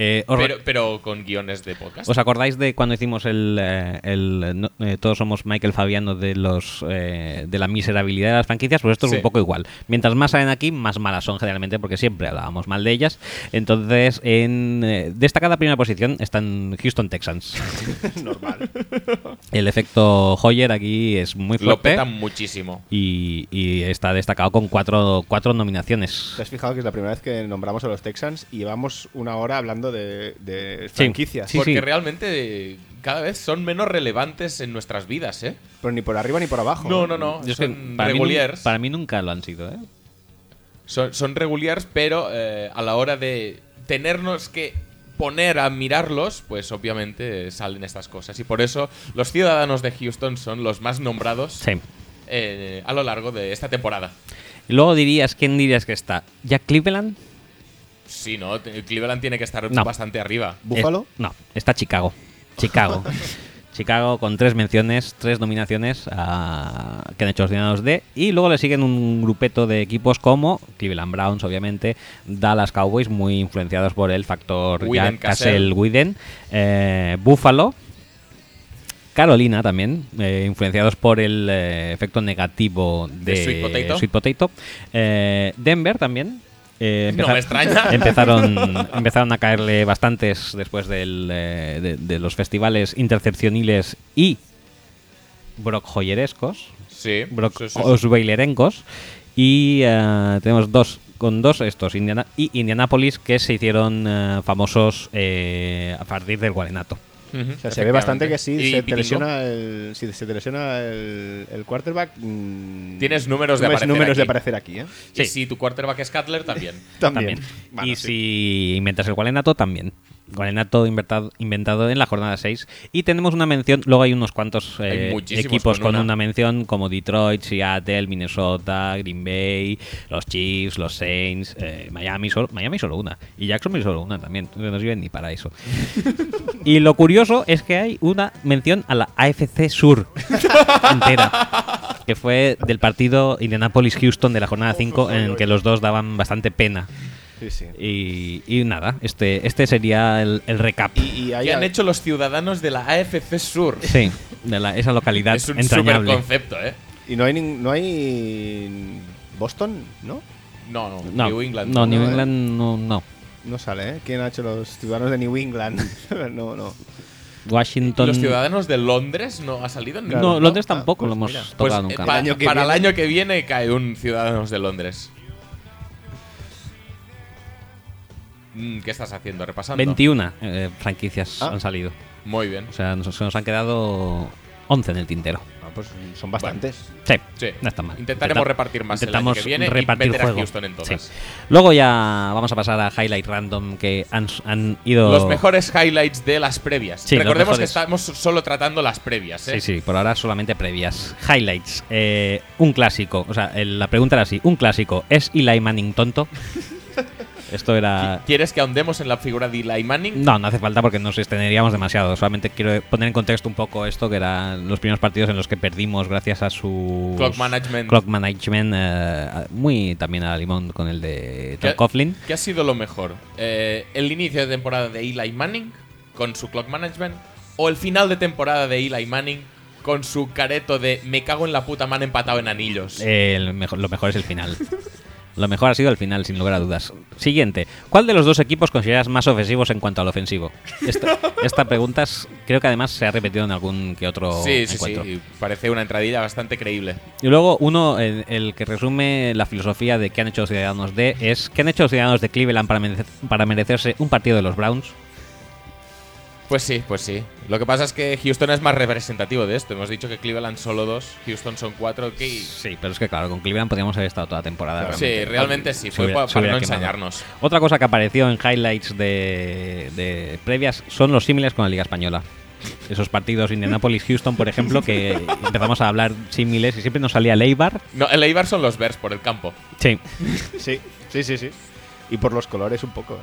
Eh, os re-
pero, pero con guiones de podcast.
¿Os acordáis de cuando hicimos el, eh, el, eh, no- eh, todos somos Michael Fabiano de los eh, de la miserabilidad de las franquicias? Pues esto es
Sí.
un poco igual. Mientras más salen aquí, más malas son generalmente, porque siempre hablábamos mal de ellas. Entonces, en eh, destacada primera posición están Houston Texans.
Normal.
El efecto Hoyer aquí es muy
lo
fuerte.
petan muchísimo.
Y, y está destacado con cuatro, cuatro nominaciones.
¿Te has fijado que es la primera vez que nombramos a los Texans y llevamos una hora hablando de, de
Sí.
franquicias?
Sí.
porque realmente eh, cada vez son menos relevantes en nuestras vidas, ¿eh?
Pero ni por arriba ni por abajo.
No, no, no.
Yo es que
son
para, mí, nun-
reguliers.
para mí nunca lo han sido. ¿eh?
Son, son reguliers, pero eh, a la hora de tenernos que poner a mirarlos, pues obviamente eh, salen estas cosas. Y por eso los ciudadanos de Houston son los más nombrados
Sí.
eh, a lo largo de esta temporada.
Y luego dirías, ¿quién dirías que está? ¿Jack Cleveland?
Sí, ¿no? Te- Cleveland tiene que estar
No.
bastante arriba.
¿Búfalo?
Eh, no, está Chicago. Chicago. Chicago con tres menciones, tres nominaciones ah, que han hecho los ciudadanos de. Y luego le siguen un grupeto de equipos como Cleveland Browns, obviamente, Dallas Cowboys, muy influenciados por el factor
Widen,
Jack Cassell
Cassell.
Widen, eh, Buffalo, Carolina también, eh, influenciados por el eh, efecto negativo de,
De Sweet Potato.
Potato. Eh, Denver también. eh,
No me extraña.
Empezaron, empezaron a caerle bastantes después del, eh, de, de los festivales intercepcioniles y Brock Hoyerescos,
Sí.
Brock
sí, sí, sí.
Osweilerencos. Y eh, tenemos dos, con dos estos, Indiana y Indianapolis, que se hicieron eh, famosos eh, a partir del Guarenato.
Ujú,
O sea, se ve bastante que sí,
efectivamente. Y
se te
Pitingo.
lesiona el, si se te lesiona el, el quarterback. mm,
Tienes números de aparecer
números de
aquí.
aparecer aquí, ¿eh?
Y
Sí.
si tu quarterback es Cutler, también.
También. Bueno,
y
sí.
si inventas el gualenato, también. con el nato inventado, inventado en la jornada 6. Y tenemos una mención, luego hay unos cuantos
Hay
eh,
muchísimos
equipos
con
con
una.
una. mención, como Detroit, Seattle, Minnesota, Green Bay, los Chiefs, los Saints, eh, Miami, solo, Miami solo una. Y Jacksonville solo una también, no nos sirven ni para eso. y lo curioso es que hay una mención a la AFC Sur entera. Que fue del partido Indianapolis-Houston de la jornada 5, en el que los dos daban bastante pena.
Sí, sí.
Y, y nada, este, este sería el, el recap.
Y, y ahí
¿Qué han
ha-
hecho los ciudadanos de la AFC Sur?
Sí, de la- esa localidad
Es un super
entrañable.
concepto, ¿eh?
Y no hay, nin- no hay Boston, ¿no?
No, no, eh.
No,
New England.
No, New
¿no?
England no, no.
No sale, ¿eh? ¿Quién ha hecho los ciudadanos de New England? no, no.
Washington.
Los ciudadanos de Londres no ha salido
no,
ninguno.
Claro,
Londres
¿no? Ah,
tampoco
pues
lo hemos
mira.
Pues,
tocado
eh,
nunca.
pa-
El año que
para el
viene.
año que viene cae un Ciudadanos de Londres. Mm, ¿Qué estás haciendo? ¿Repasando?
21 eh, franquicias
Ah.
han salido.
Muy bien.
O sea, nos, se nos han quedado 11 en el tintero.
Ah, pues son bastantes.
Sí,
Sí.
no está mal.
Intentaremos
Intenta-
repartir más el año
intentamos
que viene y
repartir
meter a
juego.
Houston en todas.
Sí. Luego ya vamos a pasar a highlight random que han, han ido.
Los mejores highlights de las previas.
Sí, los
Recordemos que
mejores.
estamos solo tratando las previas, ¿eh?
Sí, sí, por ahora solamente previas. Highlights. Eh, un clásico. O sea, el- la pregunta era así. Un clásico. ¿Es Eli Manning tonto? Esto era...
¿Quieres que ahondemos en la figura de Eli Manning?
No, no hace falta porque nos extenderíamos demasiado. Solamente quiero poner en contexto un poco esto, que eran los primeros partidos en los que perdimos gracias a su...
Clock management.
Clock management, eh, muy también a limón con el de Tom
¿Qué-
Coughlin.
¿Qué ha sido lo mejor? Eh, ¿El inicio de temporada de Eli Manning con su clock management? ¿O el final de temporada de Eli Manning con su careto de me cago en la puta, me han empatado en anillos?
Eh, el mejor- lo mejor es el final. Lo mejor ha sido el final, sin lugar a dudas. Siguiente. ¿Cuál de los dos equipos consideras más ofensivos en cuanto al ofensivo? Esta, esta pregunta es- creo que además se ha repetido en algún que otro
sí, sí,
encuentro.
sí. Parece una entradilla bastante creíble.
Y luego uno, el, el que resume la filosofía de qué han hecho los ciudadanos de, es qué han hecho los ciudadanos de Cleveland para, merecer- para merecerse un partido de los Browns.
Pues sí, pues sí. Lo que pasa es que Houston es más representativo de esto. Hemos dicho que Cleveland solo dos, Houston son cuatro. que-
Sí, pero es que claro, con Cleveland podríamos haber estado toda la temporada.
Sí, realmente
Se
sí. Fue
hubiera-
pa-
se
para
hubiera
no
quemado.
ensañarnos.
Otra cosa que apareció en highlights de, de previas son los símiles con la Liga Española. Esos partidos Indianapolis-Houston, por ejemplo, que empezamos a hablar símiles y siempre nos salía Leibar.
No, el Eibar son los Bears por el campo.
Sí.
Sí, sí, sí, sí. Y por los colores un poco, ¿eh?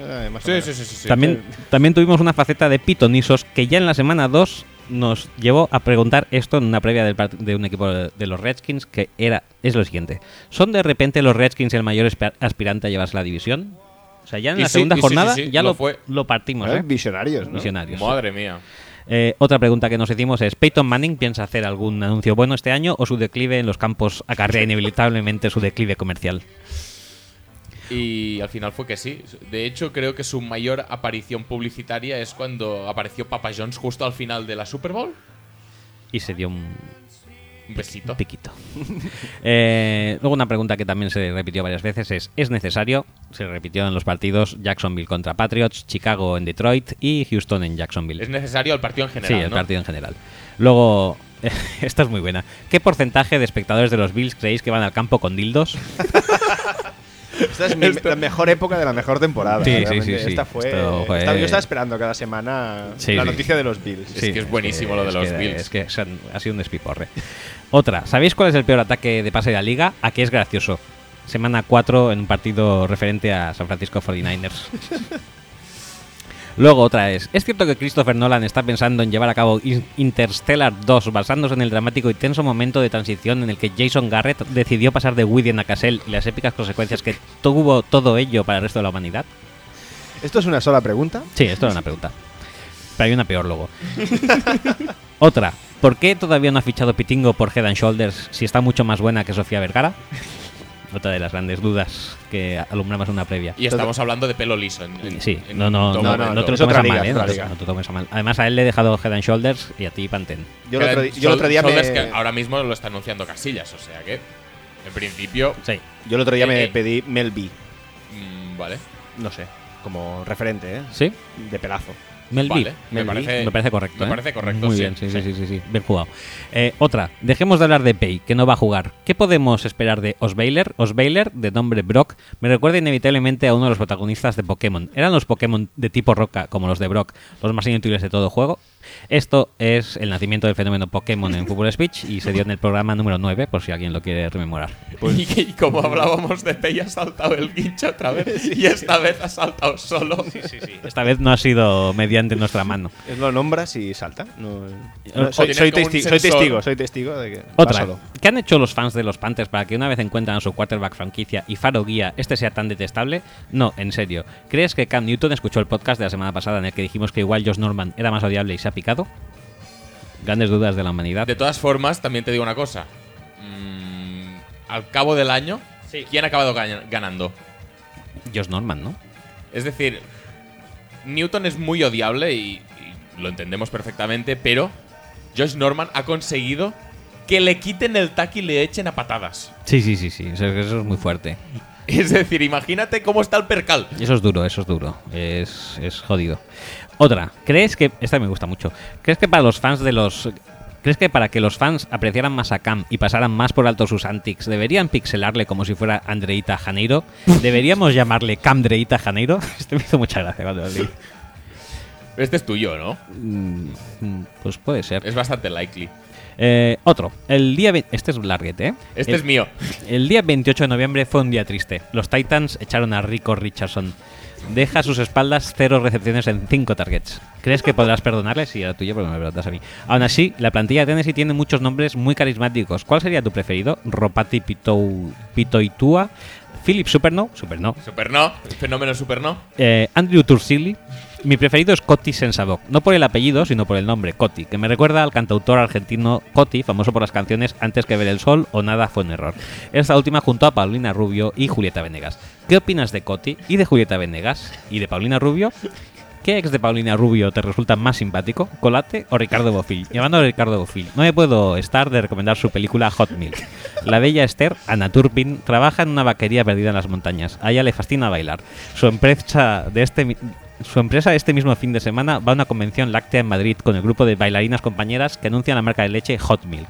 Eh, más o
Sí,
menos.
sí, sí, sí. sí.
También, también tuvimos una faceta de pitonisos que ya en la semana 2 nos llevó a preguntar esto en una previa del part- de un equipo de de los Redskins, que era es lo siguiente. ¿Son de repente los Redskins el mayor espe- aspirante a llevarse la división? O sea, ya en
Y
la
sí,
segunda
y sí, sí,
jornada
sí,
ya
lo
lo,
fue.
lo partimos,
¿Eh?
¿eh?
Visionarios, ¿no?
Visionarios.
Madre mía.
Eh, otra pregunta que nos hicimos es, ¿Peyton Manning piensa hacer algún anuncio bueno este año o su declive en los campos acarrea inevitablemente su declive comercial?
Y al final fue que sí. De hecho, creo que su mayor aparición publicitaria es cuando apareció Papa John's justo al final de la Super Bowl.
Y se dio un
Un besito.
piquito. Eh, luego una pregunta que también se repitió varias veces es, ¿es necesario? Se repitió en los partidos Jacksonville contra Patriots, Chicago en Detroit y Houston en Jacksonville.
Es necesario el partido en general.
Sí, el
¿no?
partido en general. Luego, esta es muy buena. ¿Qué porcentaje de espectadores de los Bills creéis que van al campo con dildos?
Esta es mi- la mejor época de la mejor temporada.
Sí, sí,
realmente.
sí, sí.
Esta fue,
Esto fue-
esta- yo estaba esperando cada semana
Sí,
la
sí.
noticia de los Bills.
Sí. que es buenísimo lo de
es
los
que-
Bills.
Es que se han- ha sido un despiporre. Otra, ¿sabéis cuál es el peor ataque de pase de la liga? ¿A qué es gracioso? Semana 4 en un partido referente a San Francisco 49ers. Luego otra es, ¿es cierto que Christopher Nolan está pensando en llevar a cabo In- Interstellar 2 basándose en el dramático y tenso momento de transición en el que Jason Garrett decidió pasar de Woody a Cassell y las épicas consecuencias que tuvo todo ello para el resto de la humanidad?
¿Esto es una sola pregunta?
Sí, esto era una pregunta. Pero hay una peor luego. Otra. ¿Por qué todavía no ha fichado Pitingo por Head and Shoulders si está mucho más buena que Sofía Vergara? Otra de las grandes dudas que alumbramos en una previa.
Y estamos hablando de pelo liso. en- en-
Sí,
en
no, no,
todo
no,
momento.
no te lo
Es otra
tomes a
liga,
mal,
es
¿eh?
otra
No te-
liga.
no te lo tomes a mal. Además, a él le he dejado Head and Shoulders y a ti Pantene.
Yo el otro, di- yo el
Sol-
otro día me,
Solders que ahora mismo lo está anunciando Casillas, o sea que. En principio.
Sí.
yo el otro día me
Eh, eh.
pedí Mel B,
mm, vale.
no sé, como referente, ¿eh?
¿Sí?
De pelazo.
Mel B.
Vale,
Mel
me
B.
parece-
me parece correcto.
me
¿eh?
parece correcto,
Muy
sí,
bien, sí, sí,
sí.
sí, sí, sí. Bien jugado. Eh, otra, dejemos de hablar de Pay, que no va a jugar. ¿Qué podemos esperar de Osweiler? Osweiler, de nombre Brock, me recuerda inevitablemente a uno de los protagonistas de Pokémon. ¿Eran los Pokémon de tipo roca, como los de Brock, los más inútiles de todo juego? Esto es el nacimiento del fenómeno Pokémon en Football Speech y se dio en el programa número 9, por si alguien lo quiere rememorar.
Y,
Pues
que- y como hablábamos de Pei, ha saltado el guincho otra vez. y esta vez ha saltado solo.
Esta vez no ha sido mediante nuestra mano.
Lo nombras y salta. No,
O
soy,
tienes
soy
como un
testi- soy
sensor.
testigo, soy testigo de que. va
Otra.
solo.
¿Qué han hecho los fans de los Panthers para que una vez encuentran a su quarterback franquicia y faro guía, este sea tan detestable? No, en serio. ¿Crees que Cam Newton escuchó el podcast de la semana pasada en el que dijimos que igual Josh Norman era más odiable y se ha picado? Grandes dudas de la humanidad.
De todas formas, también te digo una cosa. Mm, al cabo del año, ¿quién ha acabado gana- ganando?
Josh Norman, ¿no?
Es decir, Newton es muy odiable y, y lo entendemos perfectamente, pero Josh Norman ha conseguido que le quiten el tackle y le echen a patadas.
Sí, sí, sí, sí. Eso, eso es muy fuerte.
Es decir, imagínate cómo está el percal.
Eso es duro, eso es duro. Es, es jodido. Otra, ¿crees que. Esta me gusta mucho. ¿Crees que para los fans de los. ¿Crees que para que los fans apreciaran más a Cam y pasaran más por alto sus antics, deberían pixelarle como si fuera Andreita Janeiro? ¿Deberíamos llamarle Camdreita Janeiro? Este me hizo mucha gracia cuando lo leí.
Este es tuyo, ¿no?
Mm, mm, Pues puede ser.
Es bastante likely.
Eh, otro, el día. ve- Este es Larguete, ¿eh?
Este
El-
es mío.
el día 28 de noviembre fue un día triste. Los Titans echaron a Rico Richardson. Deja a sus espaldas cero recepciones en cinco targets. ¿Crees que podrás perdonarle? Sí, era tuyo, pero me preguntas a mí. Aún así, la plantilla de Tennessee tiene muchos nombres muy carismáticos. ¿Cuál sería tu preferido? Ropati Pitou- Pitoitua, Philip Superno, Superno,
Super no. Fenómeno super no.
eh, Andrew Tursilli. Mi preferido es Coti Sensadoc, no por el apellido, sino por el nombre, Coti, que me recuerda al cantautor argentino Coti, famoso por las canciones Antes que ver el sol o Nada fue un error. Esta última junto a Paulina Rubio y Julieta Venegas. ¿Qué opinas de Coti y de Julieta Venegas y de Paulina Rubio? ¿Qué ex de Paulina Rubio te resulta más simpático, Colate o Ricardo Bofill? Llamando a Ricardo Bofill, no me puedo estar de recomendar su película Hot Milk. La bella Esther, Ana Turpin, trabaja en una vaquería perdida en las montañas. A ella le fascina bailar. Su empresa de este, mi- su empresa este mismo fin de semana va a una convención láctea en Madrid con el grupo de bailarinas compañeras que anuncian la marca de leche Hot Milk.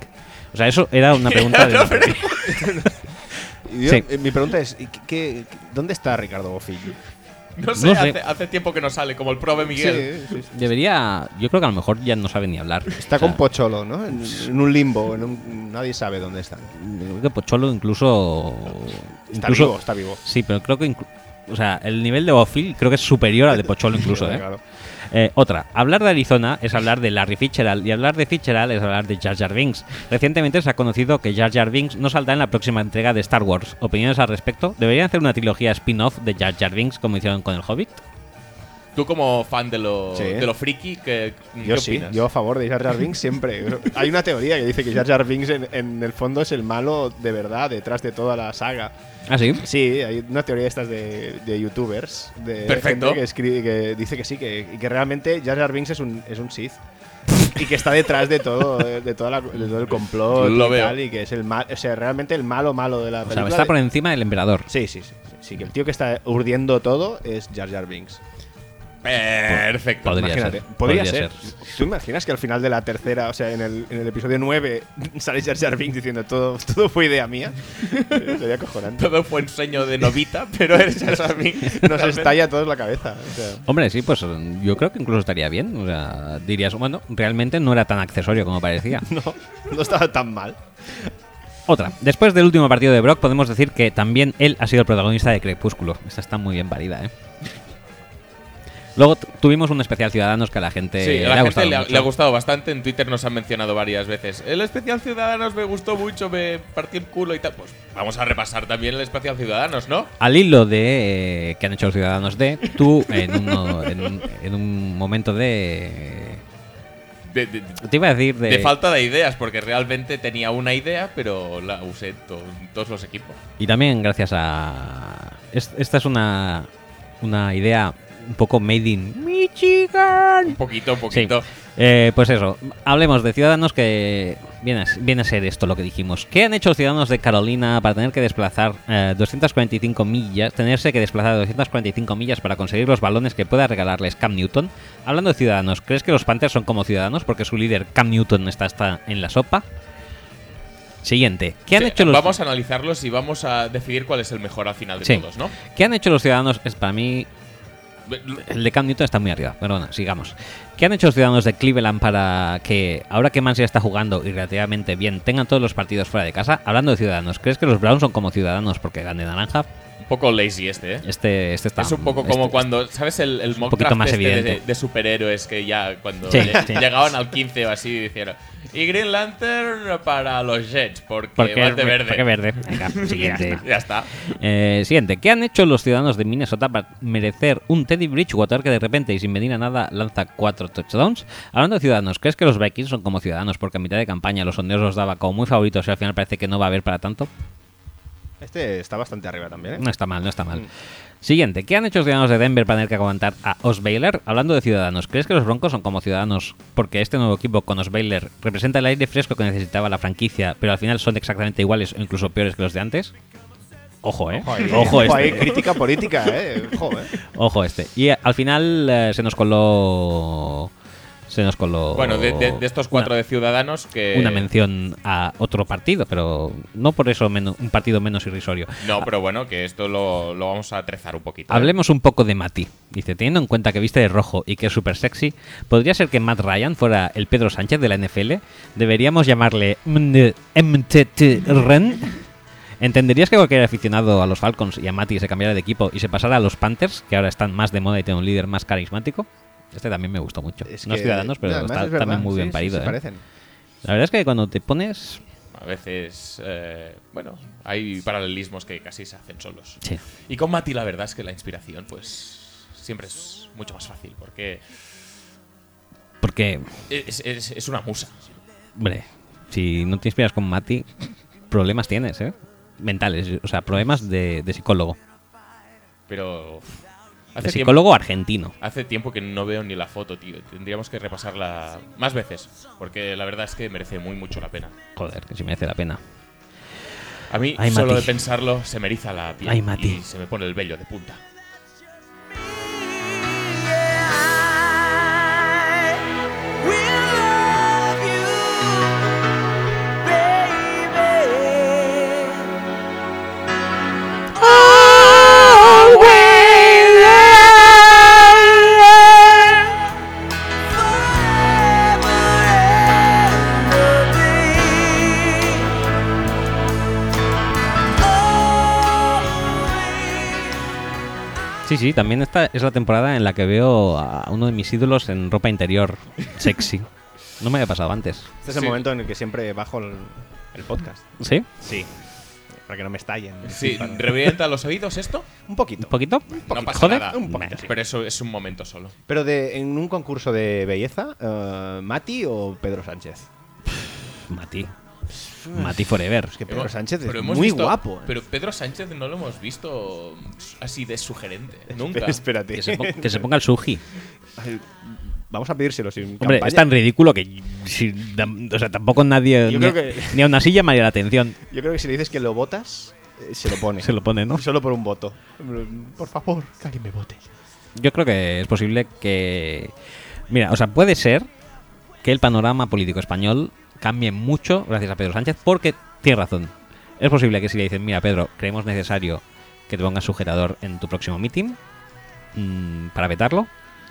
O sea, eso era una pregunta de...
Y yo-
Sí.
eh, Mi pregunta es: ¿y qué- qué- ¿dónde está Ricardo Bofill?
No sé,
No sé.
Hace, hace tiempo que no sale, como el prove Miguel.
Sí, sí, sí.
Debería... Yo creo que a lo mejor ya no sabe ni hablar.
Está
O sea,
con Pocholo, ¿no? En, en un limbo, en un- nadie sabe dónde están.
Creo que Pocholo incluso...
Está
incluso-
vivo, está vivo.
Sí, pero creo que. inclu- O sea, el nivel de Bofil creo que es superior al de Pocholo incluso, ¿eh?
Claro.
Eh, Otra. Hablar de Arizona es hablar de Larry Fitzgerald. Y hablar de Fitzgerald es hablar de Jar Jar Binks. Recientemente se ha conocido que Jar Jar Binks no saldrá en la próxima entrega de Star Wars. ¿Opiniones al respecto? ¿Deberían hacer una trilogía spin-off de Jar Jar Binks como hicieron con el Hobbit?
Tú, como fan de lo,
Sí.
de lo friki, ¿qué,
Yo
qué
sí,
opinas?
yo a favor de Jar Jar Binks siempre. Hay una teoría que dice que Jar Jar Binks en, en el fondo es el malo de verdad detrás de toda la saga.
Ah, sí.
Sí, hay una teoría de estas de, de youtubers. De
Perfecto.
gente que, escribe, que dice que sí, que, y que realmente Jar Jar Binks es un, es un Sith. y que está detrás de todo, de, toda la- de todo el complot
Lo
y
veo.
tal, y que es el mal, o sea, realmente el malo malo de la
O sea,
película.
está por encima del emperador.
Sí, sí, sí, sí, sí, que el tío que está urdiendo todo es Jar Jar Binks.
Perfecto.
Pues, Podría
Imagínate.
ser.
Podría, ser. ¿Tú imaginas que al final de la tercera, o sea, en el, en el episodio 9, sale Jar Jar Binks diciendo todo, todo fue idea mía? Eh, Sería acojonante.
Todo fue un sueño de novita, pero eres Jar Binks.
Nos estalla a todos la cabeza. o sea.
Hombre, sí, pues yo creo que incluso estaría bien. O sea, dirías, bueno, realmente no era tan accesorio como parecía.
No, no estaba tan mal.
Otra. Después del último partido de Brock, podemos decir que también él ha sido el protagonista de Crepúsculo. Esta está muy bien válida, ¿eh? Luego t- tuvimos un especial Ciudadanos que a la gente,
Sí,
le,
a la
ha
gente
gustado
le ha,
mucho.
le ha gustado bastante. En Twitter nos han mencionado varias veces. El especial Ciudadanos me gustó mucho, me partí el culo y tal. Pues vamos a repasar también el especial Ciudadanos, ¿no?
Al hilo de eh, que han hecho los Ciudadanos de, tú en, uno- en un, en un momento de...
De, de- de
Te iba a decir de...
falta de ideas, porque realmente tenía una idea, pero la usé to- en todos los equipos.
Y también gracias a... es- esta es una, una idea un poco made in
Un
Michigan.
poquito, un
Sí.
poquito.
Eh, pues eso, hablemos de Ciudadanos, que viene a, viene a ser esto lo que dijimos. ¿Qué han hecho los ciudadanos de Carolina para tener que desplazar eh, 245 millas, tenerse que desplazar 245 millas para conseguir los balones que pueda regalarles Cam Newton? Hablando de Ciudadanos, ¿crees que los Panthers son como Ciudadanos porque su líder Cam Newton está hasta en la sopa? Siguiente, ¿qué han
Sí,
hecho los
Vamos a analizarlos y vamos a decidir cuál es el mejor al final de
Sí.
todos, ¿no?
¿Qué han hecho los ciudadanos? Es para mí. El de Cam Newton está muy arriba, perdona, sigamos. ¿Qué han hecho los ciudadanos de Cleveland para que, ahora que Mansi está jugando y relativamente bien, tengan todos los partidos fuera de casa? Hablando de ciudadanos, ¿crees que los Browns son como ciudadanos porque ganan de naranja?
Un poco lazy este, ¿eh?
Este, este está.
es un poco como
este-
cuando, ¿sabes? El, el mock
poquito
draft
más
este de- de,
evidente.
de superhéroes que ya cuando
Sí,
lle-
sí.
llegaban al 15 o así dijeron. Y Green Lantern para los Jets, porque,
Porque
van de
es-
verde.
porque verde. Venga, siguiente.
ya está.
Eh, siguiente, ¿qué han hecho los ciudadanos de Minnesota para merecer un Teddy Bridgewater que de repente y sin venir a nada lanza cuatro touchdowns? Hablando de ciudadanos, ¿crees que los Vikings son como ciudadanos? Porque a mitad de campaña los sondeos los daba como muy favoritos y al final parece que no va a haber para tanto.
Este está bastante arriba también, ¿eh?
No está mal, no está mal. Siguiente, ¿qué han hecho los ciudadanos de Denver para tener que aguantar a Osweiler? Hablando de ciudadanos, ¿crees que los Broncos son como ciudadanos? Porque este nuevo equipo con Osweiler representa el aire fresco que necesitaba la franquicia, pero al final son exactamente iguales o incluso peores que los de antes. Ojo, eh.
Ojo ahí,
Ojo, este.
ahí, crítica política, ¿eh? Ojo, ¿eh?
Ojo este. Y eh, al final eh, se nos coló. Se nos coló.
Bueno, de, de- de estos cuatro de Ciudadanos que...
Una, una mención a otro partido, pero no por eso meno- un partido menos irrisorio.
No, pero bueno, que esto lo, lo vamos a trezar un poquito. ¿eh?
Hablemos un poco de Mati. Dice, teniendo en cuenta que viste de rojo y que es súper sexy, ¿podría ser que Matt Ryan fuera el Pedro Sánchez de la NFL? ¿Deberíamos llamarle MTT Ren? ¿Entenderías que cualquier aficionado a los Falcons y a Mati se cambiara de equipo y se pasara a los Panthers, que ahora están más de moda y tienen un líder más carismático? Este también me gustó mucho.
Es
no es
que-
Ciudadanos, pero
no, además
está
es verdad,
también muy
sí,
bien
sí,
parido.
se
¿eh?
parecen.
La verdad es que cuando te pones...
A veces, eh, bueno, hay paralelismos que casi se hacen solos.
Sí.
Y con Mati la verdad es que la inspiración, pues, siempre es mucho más fácil, porque
Porque,
es, es- es una musa.
hombre, si no te inspiras con Mati, problemas tienes, ¿eh? Mentales, o sea, problemas de- de psicólogo.
Pero... uf,
El
Hace tiempo,
psicólogo argentino.
hace tiempo que no veo ni la foto, tío. Tendríamos que repasarla más veces, porque la verdad es que merece muy mucho la pena.
Joder, que si merece la pena.
A mí,
Ay,
solo
Mati.
de pensarlo, se me eriza la piel
Ay, Mati.
y se me pone el vello de punta.
Sí, sí, también esta es la temporada en la que veo a uno de mis ídolos en ropa interior sexy. No me había pasado antes.
Este es el
Sí.
momento en el que siempre bajo el, el podcast.
¿Sí?
Sí. Para que no me estallen.
Sí,
Para-
revienta los oídos esto,
Un poquito.
¿Un poquito?
no pasa
¿Joder?
nada.
Un poquito, sí.
Pero eso es un momento solo.
Pero de, en un concurso de belleza, eh, ¿Mati o Pedro Sánchez?
Mati. Mati Forever.
Que Pedro Sánchez
Pero
es
hemos
muy
visto-
guapo. ¿eh?
Pero Pedro Sánchez no lo hemos visto así de sugerente. Nunca.
Espera, Espérate.
Que se, po- que se ponga el suji.
Vamos a pedírselo sin
Hombre,
campaña.
es tan ridículo que si- tam- o sea, tampoco nadie.
Yo
Ni,
creo que-
ni a una silla llamaría la atención.
Yo creo que si le dices que lo votas, eh, se lo pone.
Se lo pone, ¿no?
Solo por un voto. Por favor, que alguien me vote.
Yo creo que es posible que. Mira, o sea, puede ser que el panorama político español cambie mucho gracias a Pedro Sánchez, porque tiene razón. Es posible que si le dicen, mira, Pedro, creemos necesario que te pongas sujetador en tu próximo meeting mm, para vetarlo.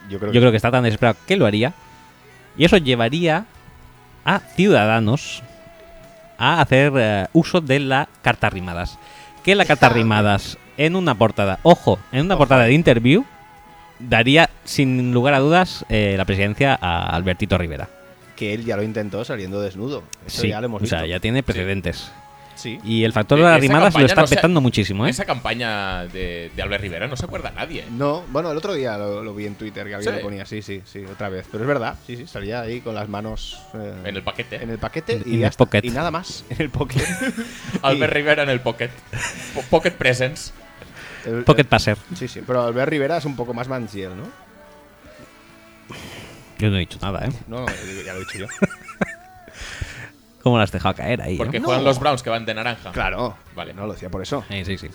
Yo creo
Yo creo que está tan desesperado que lo haría. Y eso llevaría a ciudadanos a hacer eh, uso de la carta rimadas. Que la carta rimadas en una portada, ojo, en una portada de interview, daría sin lugar a dudas eh, la presidencia a Albertito Rivera.
que él ya lo intentó saliendo desnudo. Eso
sí,
ya lo hemos
o
visto.
sea, ya tiene precedentes.
Sí.
Y el factor
E-
de las
esa
rimadas lo
campaña
está
no se ha-
petando muchísimo, ¿eh?
Esa campaña de, de Albert Rivera no se acuerda nadie. ¿eh?
No, bueno, el otro día lo, lo vi en Twitter que alguien
Sí.
lo ponía, sí, sí, sí, otra vez. Pero es verdad, sí, sí, salía ahí con las manos eh,
En el paquete.
en el paquete
En-
y,
en
ya
el
está.
pocket.
y nada más. En el pocket.
Albert
Y-
Rivera en el Pocket. Po- pocket Presence.
el-
Pocket
el-
Passer.
Sí, sí, pero Albert Rivera es un poco más Manchiel, ¿no?
Yo no he dicho nada, ¿eh?
No, no, ya lo he dicho yo.
¿Cómo las has dejado caer ahí?
Porque
eh?
juegan los Browns que van de naranja.
Claro.
Vale.
No, lo decía por eso.
Eh, sí, sí.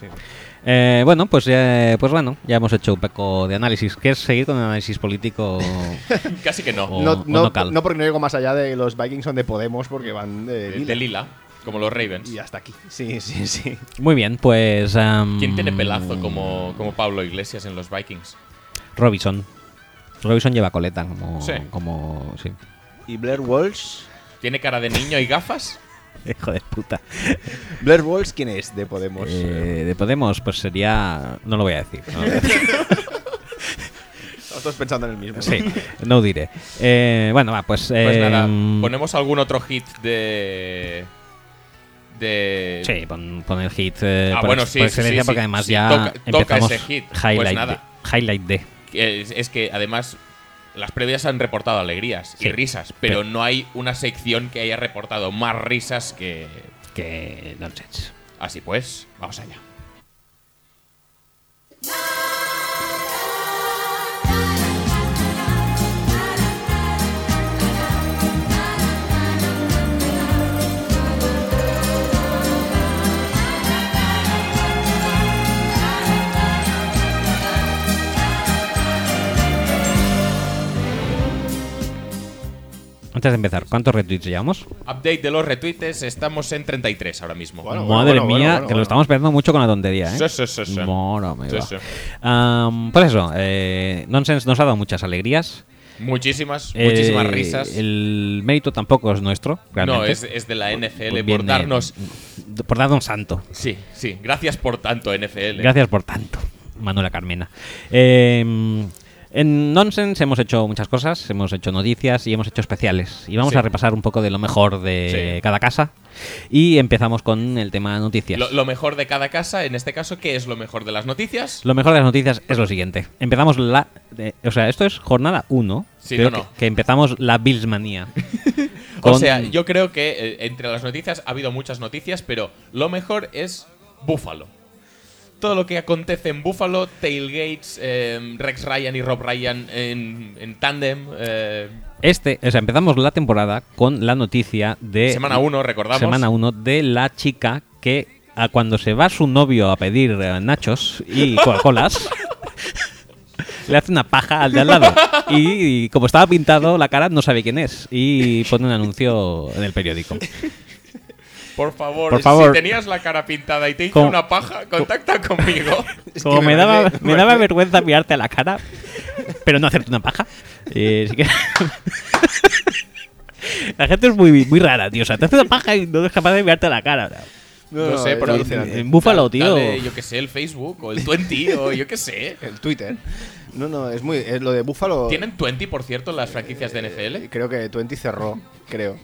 Eh, bueno, pues, eh, pues bueno, ya hemos hecho un poco de análisis. ¿Quieres seguir con el análisis político?
Casi que no.
O-
no,
o
no,
no cal.
no porque no llego más allá de los Vikings son de Podemos porque van de,
De,
lila.
de lila, como los Ravens.
Y hasta aquí. Sí, sí, sí.
Muy bien, pues... am,
¿Quién tiene pelazo como, como Pablo Iglesias en los Vikings?
Robinson. Robinson lleva coleta, como...
Sí.
como sí.
¿Y Blair Walsh?
¿Tiene cara de niño y gafas?
Hijo de puta.
¿Blair Walsh quién es de
Pues,
Podemos?
Eh, de Podemos, pues sería... No lo voy a decir. no lo voy a decir.
Estamos todos pensando en el mismo.
Sí, no diré. Eh, bueno, va, pues.
Pues
eh,
nada,
mm,
ponemos algún otro hit de. De.
Sí, pon, pon el hit. eh,
Ah,
por
bueno,
ex-
sí,
por
sí,
excelencia,
sí,
porque
sí.
además
Sí,
ya
toca- toca
empezamos
ese hit, pues
Highlight,
nada.
D, highlight D.
Es, es que además las previas han reportado alegrías
Sí.
y risas, pero no hay una sección que haya reportado más risas que.
Que. Nonsense.
Así pues, vamos allá.
Antes de empezar, ¿cuántos retweets llevamos?
Update de los retweets, estamos en 33 ahora mismo.
Bueno,
Madre
bueno,
mía,
bueno,
que
bueno,
lo
bueno.
estamos perdiendo mucho con la tontería, ¿eh?
Sí, sí, sí, sí.
Mora, me
Sí,
va.
sí.
Am, pues eso, eh, Nonsense nos ha dado muchas alegrías.
Muchísimas,
Eh,
muchísimas risas.
El mérito tampoco es nuestro, realmente. Pues
no, es, es de la NFL por
Viene-
darnos.
Por darnos un santo.
Sí, sí. Gracias por tanto, NFL.
Gracias por tanto, Manuela Carmena. Eh, en Nonsense hemos hecho muchas cosas, hemos hecho noticias y hemos hecho especiales. Y vamos
Sí.
a repasar un poco de lo mejor de
Sí.
cada casa. Y empezamos con el tema noticias.
Lo, lo mejor de cada casa, en este caso, ¿qué es lo mejor de las noticias?
Lo mejor de las noticias es lo siguiente. Empezamos la... de- o sea, esto es jornada 1.
Sí,
Creo
no, no.
Que, que empezamos la Billsmanía.
O
Con-
sea, yo creo que eh, entre las noticias ha habido muchas noticias, pero lo mejor es Búfalo. Todo lo que acontece en Búfalo, Tailgates, eh, Rex Ryan y Rob Ryan en, en tándem. eh,
Este, o sea, empezamos la temporada con la noticia de...
semana 1, recordamos.
Semana 1 de la chica que a cuando se va su novio a pedir eh, nachos y Coca-Colas, le hace una paja al de al lado. Y, como estaba pintado la cara, no sabe quién es. Y pone un anuncio en el periódico.
Por favor,
Por favor.
si tenías la cara pintada y te hice
Como-
una paja, contacta conmigo.
Es que
Como me daba,
parece-
me daba vergüenza mirarte a la cara, pero no hacerte una paja. eh, sí que- La gente es muy, muy rara, tío. O sea, te hace una paja y no eres capaz de mirarte a la cara.
No,
no sé,
es
pero-
alucinante.
En Búfalo, tío.
Dale, yo qué sé, el Facebook o el 20 o yo qué sé.
El Twitter. No, no, es muy. es lo de Búfalo.
¿Tienen 20, por cierto, las franquicias de NFL?
Creo que 20 cerró. Creo.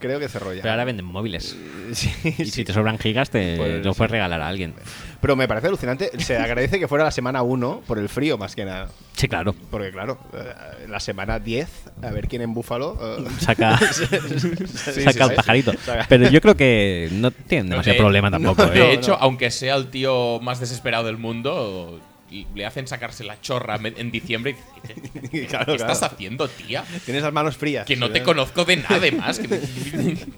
Creo que cerró ya. Eh,
Pero ahora venden móviles.
Sí,
Y
sí.
si te sobran gigas, te
Pues-
los puedes regalar a alguien.
Pero me parece alucinante. Se agradece que fuera la semana 1 por el frío, más que nada.
Sí, claro.
Porque, claro, eh, la semana 10, a ver quién en Búfalo. eh,
Saca,
sí,
saca
sí,
el
sí.
pajarito.
Saca.
Pero yo creo que no tienen demasiado
Eh,
problema tampoco.
De
¿eh?
hecho, aunque sea el tío más desesperado del mundo, y le hacen sacarse la chorra me- en diciembre. y dice, ¿Qué
Claro,
estás
claro.
haciendo, tía?
Tienes las manos frías. Eh.
Que no te
¿verdad?
conozco de nada más. que me-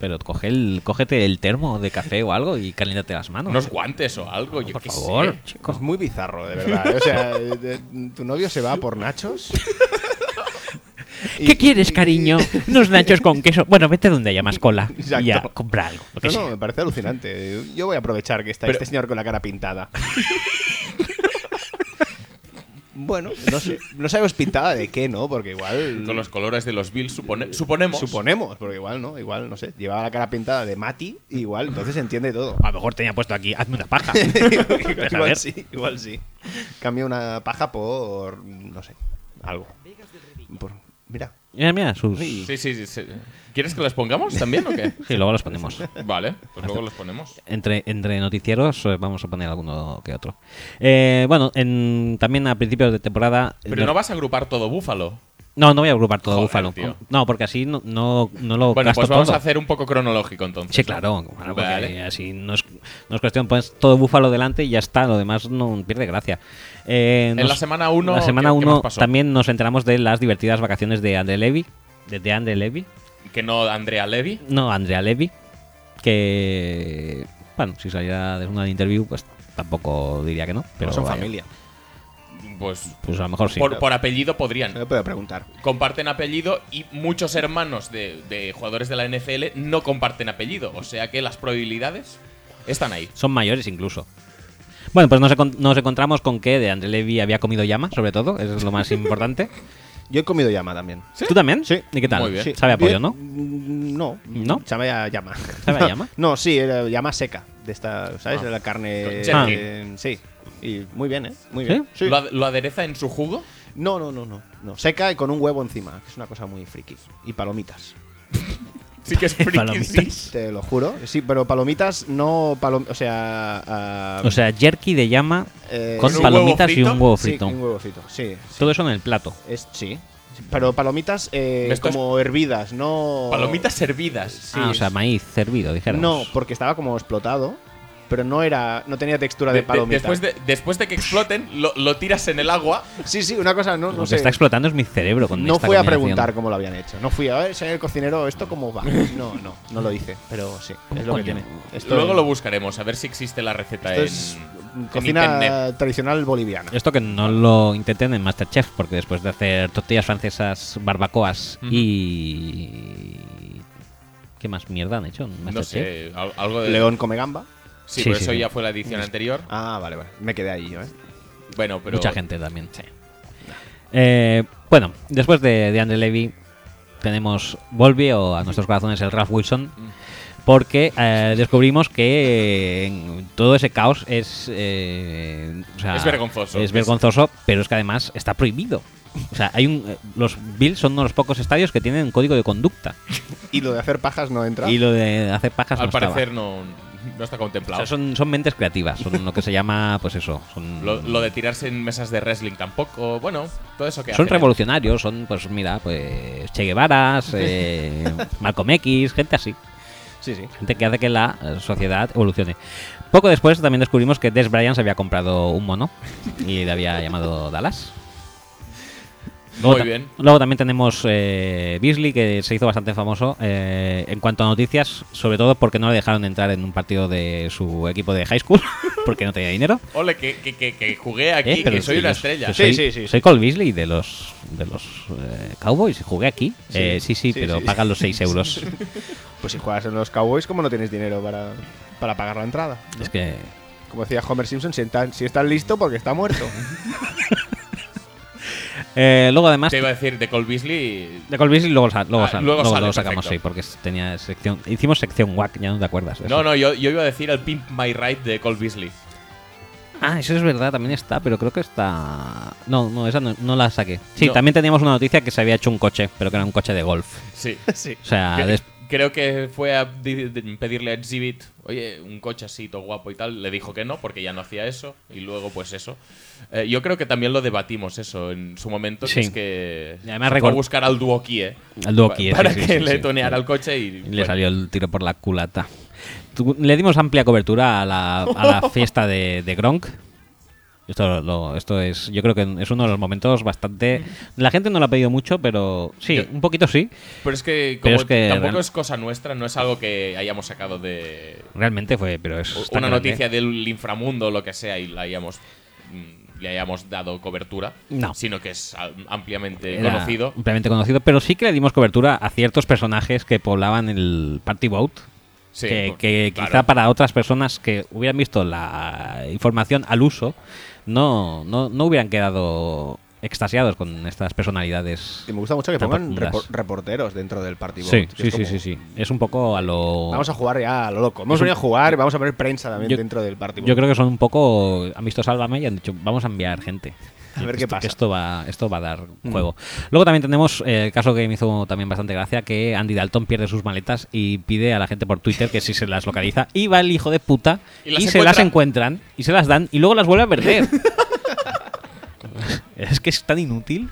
Pero coge el, cógete el termo de café o algo y caliéntate las manos.
unos guantes o algo, yo
por
qué
favor,
sé.
chicos.
Es muy bizarro, de verdad. ¿eh? O sea, eh, de- tu novio se va por nachos.
¿Qué quieres, cariño? Unos nachos con queso. Bueno, vete donde haya más cola.
Exacto.
Y ya, compra algo. lo que
No, no,
sea.
me parece alucinante. Yo voy a aprovechar que está
Pero-
este señor con la cara pintada. bueno, no sé. No sabemos pintada de qué, ¿no? Porque igual.
Con los colores de los Bills, supone- suponemos.
Eh, Suponemos, porque igual, ¿no? Igual, no sé. Llevaba la cara pintada de Mati, y igual, entonces entiende todo.
A lo mejor tenía puesto aquí, hazme una paja. Vete a ver.
igual sí, igual sí. Cambia una paja por. No sé. Algo. Por- mira.
Mira, mira, sus. Sí,
sí, sí, sí, sí. ¿Quieres que los pongamos también o qué?
luego los ponemos.
Vale, pues luego los ponemos.
Entre, entre noticieros eh, vamos a poner alguno que otro. Eh, bueno, en- también a principios de temporada.
Pero no vas a agrupar todo Búfalo.
No, no voy a agrupar todo
Joder,
Búfalo.
tío.
No, porque así no, no, no lo
Bueno,
gasto
pues vamos
todo.
a hacer un poco cronológico entonces.
Sí,
¿no?
claro, claro, porque
Vale.
así no es, no es cuestión, pones todo búfalo delante y ya está, lo demás no pierde gracia. Eh,
En la semana uno,
la semana
¿qué- qué más
uno
pasó?
también nos enteramos de las divertidas vacaciones de Andre Levy, de, de Andre Levy,
Que no Andrea Levy.
no Andrea Levy, que, bueno, si saliera de una interview, pues tampoco diría que no, pero
Pero son
vaya,
familia.
Pues
Pues a lo mejor sí.
por, por apellido podrían.
No le puedo preguntar.
comparten apellido y muchos hermanos de, de jugadores de la NFL no comparten apellido. O sea que las probabilidades están ahí.
Son mayores incluso. Bueno, pues nos, encon- nos encontramos con que de Andre Levy había comido llama, sobre todo, eso es lo más importante.
Yo he comido llama también.
¿Tú también?
Sí.
¿Y qué tal?
Muy bien. Sí.
Sabe a pollo,
Bien.
¿no?
Mm, No.
¿No?
Sabe a llama.
¿Sabe a llama? Ah.
no, sí, era llama seca. De esta, ¿sabes? De la carne.
Con jerky.
eh, sí. Y muy bien, ¿eh? Muy
¿Sí?
bien. Sí.
¿Lo, ad- lo adereza en su jugo?
No, no, no, no, no. Seca y con un huevo encima, que es una cosa muy friki. Y palomitas.
Sí que es friki, sí.
Palomitas.
Te lo juro. Sí, pero palomitas no. palom- o sea. ah,
O sea, jerky de llama
eh,
con
¿con un
palomitas
huevo
y un huevo
frito?
sí, eh,
frito. Ah,
un huevo frito. Sí. sí.
Todo eso en el plato.
Es, sí. Sí, Pero palomitas eh,
Esto es-
como hervidas, no.
Palomitas hervidas.
Sí.
ah, o sea, maíz servido, dijéramos.
No, porque estaba como explotado, pero no era, no tenía textura de,
De- de-
palomita.
después, de, después de que exploten, lo, lo tiras en el agua.
Sí, sí, una cosa, no,
Lo
no
que
sé.
está explotando es mi cerebro con
No
esta
fui a
combinación.
preguntar cómo lo habían hecho. No fui a ver, señor cocinero, ¿esto cómo va? No, no, no lo hice. Pero sí, es lo que
Coño.
tiene. Esto-
Luego lo buscaremos, a ver si existe la receta
esto
en,
es
en internet.
cocina tradicional boliviana.
Esto que no lo intenten en Masterchef, porque después de hacer tortillas francesas, barbacoas
Ujú.
y... ¿Qué más mierda han hecho en
No
Masterchef?
sé, al- algo de.
León come gamba.
Sí,
Sí,
pero
sí,
eso
sí.
ya fue la edición anterior.
Ah, vale, vale. Me quedé ahí yo, ¿eh?
Bueno, pero.
Mucha gente también. Eh, bueno, después de, de Andre Levy tenemos volvió a nuestros corazones el Ralph Wilson porque eh, descubrimos que eh, en todo ese caos es eh, o sea,
Es vergonzoso.
es vergonzoso pero es que además está prohibido o sea hay un eh, los Bills son uno de los pocos estadios que tienen un código de conducta
Y lo de hacer pajas no entra.
y lo de hacer pajas
Al
no estaba.
parecer no, no está
O
contemplado.
sea, son, son mentes creativas son lo que se llama pues eso son
Lo, lo de tirarse en mesas de wrestling tampoco. Bueno, todo eso que ¿eh?
Son
hacen.
revolucionarios, son, pues mira, pues Che Guevaras, eh, Malcolm X, gente así,
Sí, sí.
gente que hace que la eh, sociedad evolucione. Poco después también descubrimos que Des Bryant se había comprado un mono y le había llamado Dallas.
Muy
ta-
bien.
Luego también tenemos eh, Beasley, que se hizo bastante famoso eh, en cuanto a noticias, sobre todo porque no le dejaron entrar en un partido de su equipo de high school, porque no tenía dinero.
Ole, que, que, que, que jugué aquí,
Eh, pero
que soy
yo-
una
yo
estrella.
soy,
Sí, sí, sí,
Soy Cole Beasley de los, de los eh, Cowboys. Jugué aquí. Eh,
Sí,
Sí, sí,
sí,
pero
sí.
pagan los 6 euros.
Pues si juegas en los Cowboys, ¿cómo no tienes dinero para, para pagar la entrada?
Es que.
Como decía Homer Simpson, si, está- si estás listo, porque está muerto.
Eh, luego, además,
Te iba a decir de Cole Beasley.
de Cole Beasley luego, sa- luego,
Ah,
sa-
luego
luego
sale,
lo sacamos,
perfecto.
sí, porque s- tenía sección. Hicimos sección WAC, ya no te acuerdas. de
No,
eso.
no, yo, yo iba a decir el Pimp My Ride de Cole Beasley.
Ah, eso es verdad, también está, pero creo que está. No, no, esa no, no la saqué. Sí,
No.
también teníamos una noticia que se había hecho un coche, pero que era un coche de golf.
Sí.
sí.
O sea,
Que-
des-
Creo que fue a di- di- pedirle a Exhibit, oye, un coche así, todo guapo y tal. Le dijo que no, porque ya no hacía eso. Y luego, pues eso. Eh, yo creo que también lo debatimos eso en su momento.
Sí.
Que es que.
Y además
fue
record-
a buscar al Duo Kie.
Al Duo Kie, sí,
Para
sí,
que
sí,
le
sí.
toneara el coche y.
Y Le
bueno,
salió el tiro por la culata. Tu- Le dimos amplia cobertura a la, a la fiesta de, de Gronk. Esto, lo- lo- esto es, yo creo que es uno de los momentos bastante. La gente no lo ha pedido mucho, pero sí,
Yo-
un poquito sí.
Pero es que, como
Pero es que
tampoco
real-
es cosa nuestra, no es algo que hayamos sacado de
Realmente fue, pero es. tan
una
grande.
noticia del inframundo o lo que sea y la hayamos, mm, le hayamos dado cobertura,
No.
sino que es ah, ampliamente
Era
conocido.
ampliamente conocido, pero sí que le dimos cobertura a ciertos personajes que poblaban el Party Boat.
Sí,
que
por-
que
claro.
quizá para otras personas que hubieran visto la información al uso, no, no, no hubieran quedado extasiados con estas personalidades.
Y me gusta mucho que
tan
pongan
profundas.
repor- reporteros dentro del partido.
Sí, sí, sí, sí, sí. Es un poco a lo...
Vamos a jugar ya a lo loco. Hemos
Es un-
venido a jugar y vamos a poner prensa también
Yo-
dentro del partido.
Yo creo que son un poco... Han visto Sálvame y han dicho, vamos a enviar gente.
A ver qué
Que esto- que
pasa. Mm.
esto va, esto va a dar juego. Luego también tenemos eh, el caso que me hizo también bastante gracia, que Andy Dalton pierde sus maletas y pide a la gente por Twitter que si se las localiza. Y va el hijo de puta
Y
y,
las
se las encuentran y se las dan y luego las vuelve a perder. es que es tan inútil.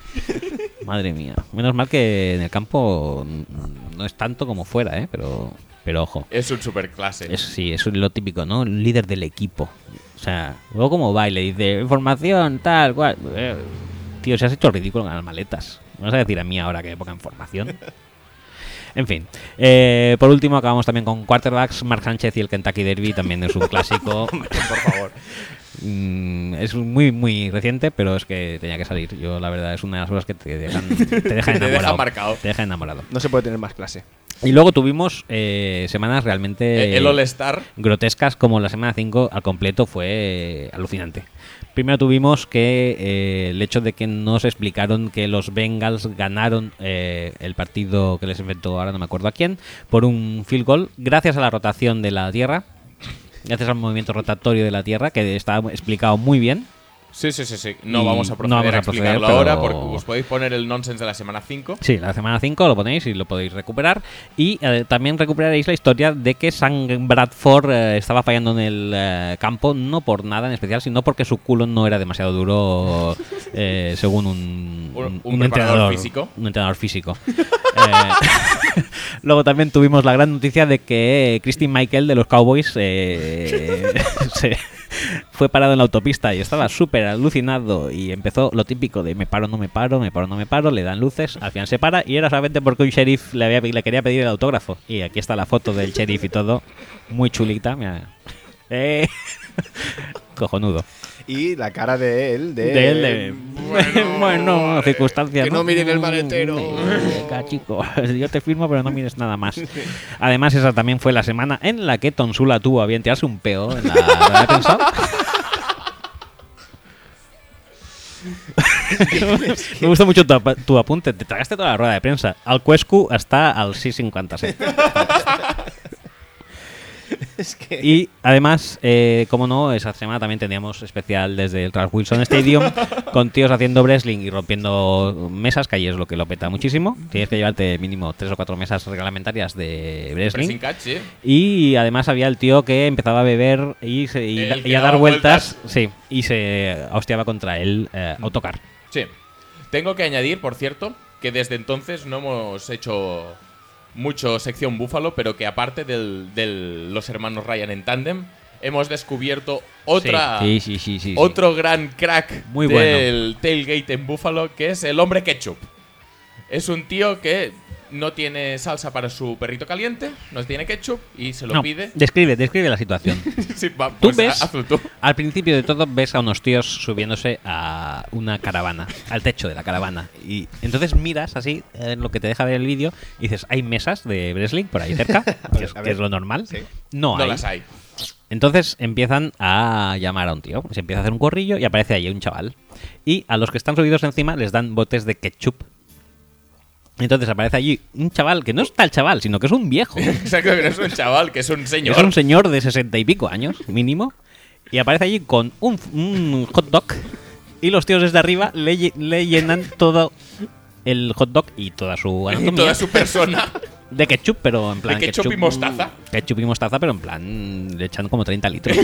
Madre mía. Menos mal que en el campo mm, no es tanto como fuera, ¿eh? Pero, pero ojo.
Es un superclase.
Es, sí, es lo típico, ¿no? Un líder del equipo. O sea, luego como va y le dice, información, tal, cual. Eh, Tío, se has hecho ridículo con las maletas. ¿Me vas a decir a mí ahora que me pongan formación? En fin, eh, por último acabamos también con quarterbacks, Mark Sánchez y el Kentucky Derby, también es un clásico.
Por favor.
Mm, es muy, muy reciente, pero es que tenía que salir. Yo, la verdad, es una de las cosas que te dejan, te deja
Te deja
enamorado.
marcado.
Te deja enamorado.
No se puede tener más clase.
Y luego tuvimos eh, semanas realmente
Eh, el All-Star.
grotescas, como la semana 5 al completo fue eh, alucinante. Primero tuvimos que eh, el hecho de que nos explicaron que los Bengals ganaron eh, el partido que les inventó, ahora no me acuerdo a quién, por un field goal, gracias a la rotación de la Tierra, gracias al movimiento rotatorio de la Tierra, que está explicado muy bien.
Sí, sí, sí, sí. No
Y
vamos
Mm, no
a proceder
vamos
a,
a proceder,
explicarlo
pero-
ahora porque os podéis poner el nonsense de la semana 5.
Sí, la semana 5 lo ponéis y lo podéis recuperar. Y eh, también recuperaréis la historia de que Sam Bradford eh, estaba fallando en el eh, campo, no por nada en especial, sino porque su culo no era demasiado duro, eh, según un,
Un- un preparador físico.
Un entrenador físico. Eh, luego también tuvimos la gran noticia de que eh, Christine Michael de los Cowboys eh, se- fue parado en la autopista y estaba súper alucinado y empezó lo típico de me paro, no me paro, me paro, no me paro, le dan luces, al final se para y era solamente porque un sheriff le, había, le quería pedir el autógrafo. Y aquí está la foto del sheriff y todo, muy chulita. mira. Eh, cojonudo.
Y la cara de él, de, Mm.
De él, de- Bueno,
Bueno, vale.
circunstancias.
Que no miren el maletero.
Venga, chico, yo te firmo, pero no mires nada más. Además, esa también fue la semana en la que Tonsula tuvo a bien tirarse un peo en la rueda de prensa. Me gusta mucho tu, apa- tu apunte. Te tragaste toda la rueda de prensa. Al Cuescu hasta al sí 56
Es que
Y además, eh, como no, esa semana también teníamos especial desde el Trans Wilson Stadium con tíos haciendo wrestling y rompiendo mesas, que ahí es lo que lo peta muchísimo. Tienes que llevarte mínimo tres o cuatro mesas reglamentarias de
Pressing
wrestling.
catch, ¿eh? sí.
Y además había el tío que empezaba a beber y, se- y
El
da- y
que
a
daba
dar vueltas, sí, y se hostiaba contra el eh, autocar.
Sí. Tengo que añadir, por cierto, que desde entonces no hemos hecho mucho sección Búfalo, pero que aparte de los hermanos Ryan en tándem, hemos descubierto otra,
Sí, sí, sí, sí, sí.
otro gran crack
Muy
del tailgate en Búfalo, que es el hombre ketchup. Es un tío que no tiene salsa para su perrito caliente, no tiene ketchup y se lo
No,
pide.
describe, describe la situación.
Sí, va,
Tú
pues,
ves,
ha- hazlo tú.
al principio de todo, ves a unos tíos subiéndose a una caravana, al techo de la caravana. Y entonces miras así, eh, lo que te deja ver el vídeo, y dices, ¿hay mesas de wrestling por ahí cerca? que, es,
a
que
ver.
es lo normal.
Sí.
No,
No,
hay.
las hay.
Entonces empiezan a llamar a un tío. Se empieza a hacer un corrillo y aparece ahí un chaval. Y a los que están subidos encima les dan botes de ketchup. Entonces aparece allí un chaval, que no es tal chaval, sino que es un viejo.
Exacto, que no es un chaval, que es un señor.
Es un señor de sesenta y pico años, mínimo. Y aparece allí con un, un hot dog. Y los tíos desde arriba le, lle- le llenan todo el hot dog y toda su
Y
anatomía
toda su persona.
de ketchup, pero en plan.
ketchup y mostaza.
Ketchup y mostaza, pero en plan. Le echan como 30 litros.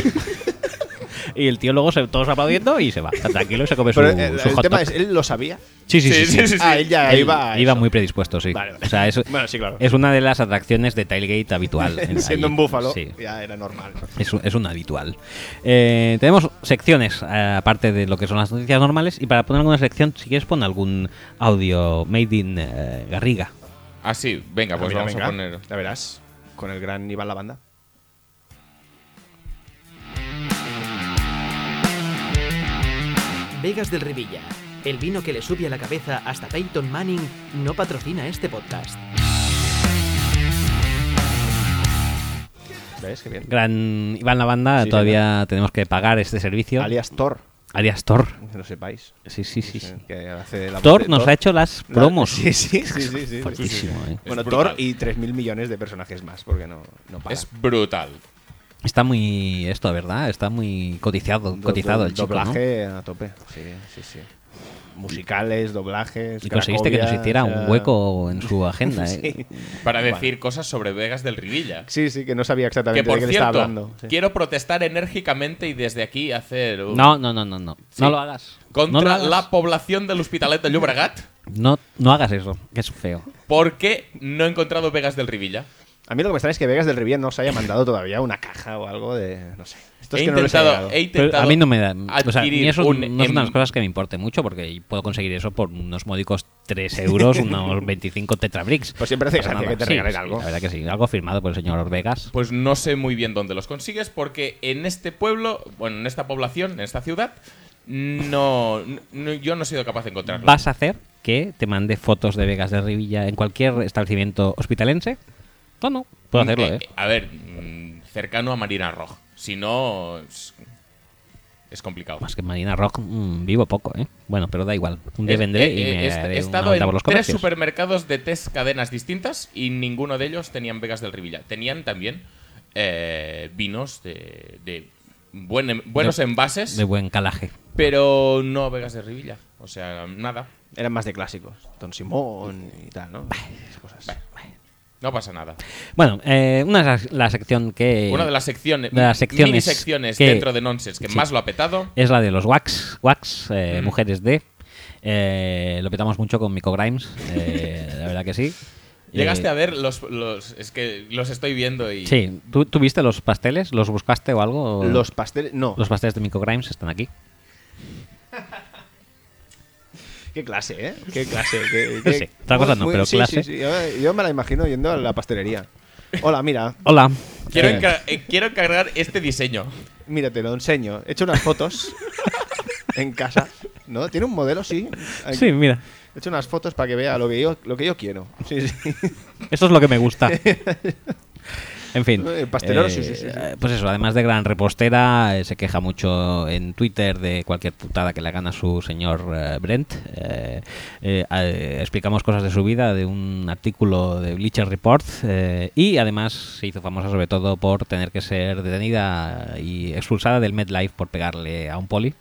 y el tío luego se, todos aplaudiendo y se va. Está tranquilo y se come su,
Pero el, el
su hot
tema
dog.
es, él lo sabía.
Sí, sí, sí. sí.
Ah, él ya
Él
iba. a eso.
muy predispuesto, sí.
Vale, vale.
O sea, es,
Bueno, sí, claro.
es una de las atracciones de Tailgate habitual. en-
Siendo
allí.
un búfalo,
Sí.
ya era normal.
Es, un- es un habitual. Eh, tenemos secciones, eh, aparte de lo que son las noticias normales, y para poner alguna sección, si quieres, pon algún audio made in eh, Garriga.
Ah, sí, venga, pues
Mira,
vamos
venga,
a poner.
Ya verás. Con el gran Iván Lavanda.
Vegas del Rivilla. El vino que le sube a la cabeza hasta Peyton Manning no patrocina este podcast.
¿Ves? Qué bien.
Gran Iván la banda,
Sí,
todavía tenemos que pagar este servicio.
Alias Thor,
Alias Thor.
que lo sepáis. eh,
Sí, sí, sí. sí.
Que hace la voz
Thor
de
nos ha hecho las
La-
promos.
Sí, sí, sí. sí, sí.
Fuertísimo, eh.
Bueno,
Es brutal.
Thor y 3.000 millones de personajes más, porque no, no para.
Es brutal.
Está muy esto, ¿verdad? Está muy cotizado,
Do-
cotizado
do-
el chico, ¿no?
Doblaje a tope. Sí, sí, sí. Musicales, doblajes.
Y conseguiste que nos
Cracovia,
hiciera
o sea,
un hueco en su agenda, ¿eh?
Ah, Sí.
Para
Bueno.
decir cosas sobre Vegas del Rivilla.
Sí, sí, que no sabía exactamente
Que por
de qué le estaba
cierto,
hablando. Sí.
quiero protestar enérgicamente y desde aquí hacer. un-
No, no, no, no, no.
Sí.
No lo hagas. No lo
Contra
hagas.
la población del Hospitalet de Llobregat
No, no hagas eso, que es feo.
¿Por qué no he encontrado Vegas del Rivilla?
A mí lo que me extraña es que Vegas del Rivier no os haya mandado todavía una caja o algo de. No sé. Esto es
he,
que no les ha
intentado,
llegado.
he
Pero
intentado
a mí no me da. O sea,
adquirir
ni eso
un
no es una de las
em-
cosas que me importe mucho porque puedo conseguir eso por unos módicos 3 euros, unos 25 tetrabricks.
Pues siempre hace
Pero
gracia que
nada,
te
sí,
regalen
sí,
algo.
La verdad que sí, algo firmado por el señor Orvegas.
Pues no sé muy bien dónde los consigues porque en este pueblo, bueno, en esta población, en esta ciudad, no, no- yo no he sido capaz de encontrarlo.
Vas a hacer que te mande fotos de Vegas de Rivilla en cualquier establecimiento hospitalense. No, no, puedo hacerlo,
Eh,
¿eh?
eh, A ver, mm, cercano a Marina Roja. Si no, es, es complicado.
Más que Marina Rock, mm, vivo poco, ¿eh? Bueno, pero da igual. Un día
Es-
vendré
eh,
y
eh,
me
est-
haré
he
una
estado
vuelta
en
por los
tres
comercios.
supermercados de tres cadenas distintas y ninguno de ellos tenían Vegas del Rivilla. Tenían también eh, vinos de, de buen em- buenos
De-
envases,
De buen calaje.
pero no Vegas del Rivilla. O sea, nada.
Eran más de clásicos. Don Simón y tal, ¿no? Esas cosas.
No pasa nada.
Bueno, eh, una de las la sección que.
Una de las secciones,
de las secciones
mini secciones
que-
dentro de Nonsense que
Sí.
más lo ha petado.
es la de los Wax, Wax, eh,
Mm.
mujeres de. Eh, lo petamos mucho con Mico Grimes, eh, la verdad que sí.
Llegaste
Eh,
a ver los, los. Es que los estoy viendo y.
Sí, ¿Tú, tú viste los pasteles? ¿Los buscaste o algo?
Los pasteles. No.
Los pasteles de Mico Grimes están aquí.
Qué clase, ¿eh? Qué clase. Qué,
No
qué-
sé, otra cosa no, pero
sí,
clase.
sí, sí. Yo, yo me la imagino yendo a la pastelería. Hola, mira.
Hola.
Quiero,
Eh,
encar- eh, quiero encargar este diseño.
Mira, te lo enseño. He hecho unas fotos en casa. ¿No? Tiene un modelo, sí.
Sí, mira.
He hecho unas fotos para que vea lo que yo, lo que yo quiero. Sí, sí.
Eso es lo que me gusta. En fin.
Eh, pastelero, sí, sí, sí, sí.
eh, Pues eso, además de gran repostera, eh, se queja mucho en Twitter de cualquier putada que le gana su señor eh, Brent. Eh, eh, eh, explicamos cosas de su vida, de un artículo de Bleacher Report. eh, y además se hizo famosa sobre todo por tener que ser detenida y expulsada del MedLife por pegarle a un poli.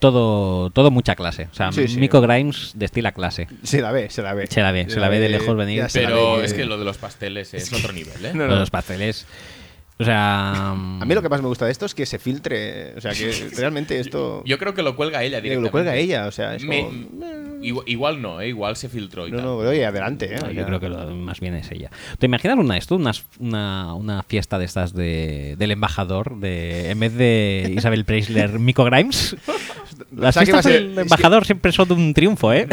Todo, todo mucha clase. O sea,
Sí, sí.
Mico Grimes destila clase.
Se la ve, se la ve.
Se la ve, se la ve de lejos venir.
ya se la
Pero
ve
es que lo de los pasteles es otro nivel, ¿eh?
No,
Lo de Los pasteles. O sea.
A mí lo que más me gusta de esto es que se filtre. O sea, que realmente esto.
Yo creo que lo cuelga ella
Mira, que
directamente.
lo cuelga ella, o sea, es
Me-
como-
igu- igual no, ¿eh? Igual se filtró y
No,
tal.
no, pero oye, adelante, ¿eh?
No,
O
yo
sea,
creo que lo- más bien es ella. ¿Te imaginas una esto? Una, una, una fiesta de estas de, del embajador, de en vez de Isabel Preisler, Mico Grimes. Las
Pensaba que iba a
fiestas
ser-
del embajador siempre son un triunfo, ¿eh?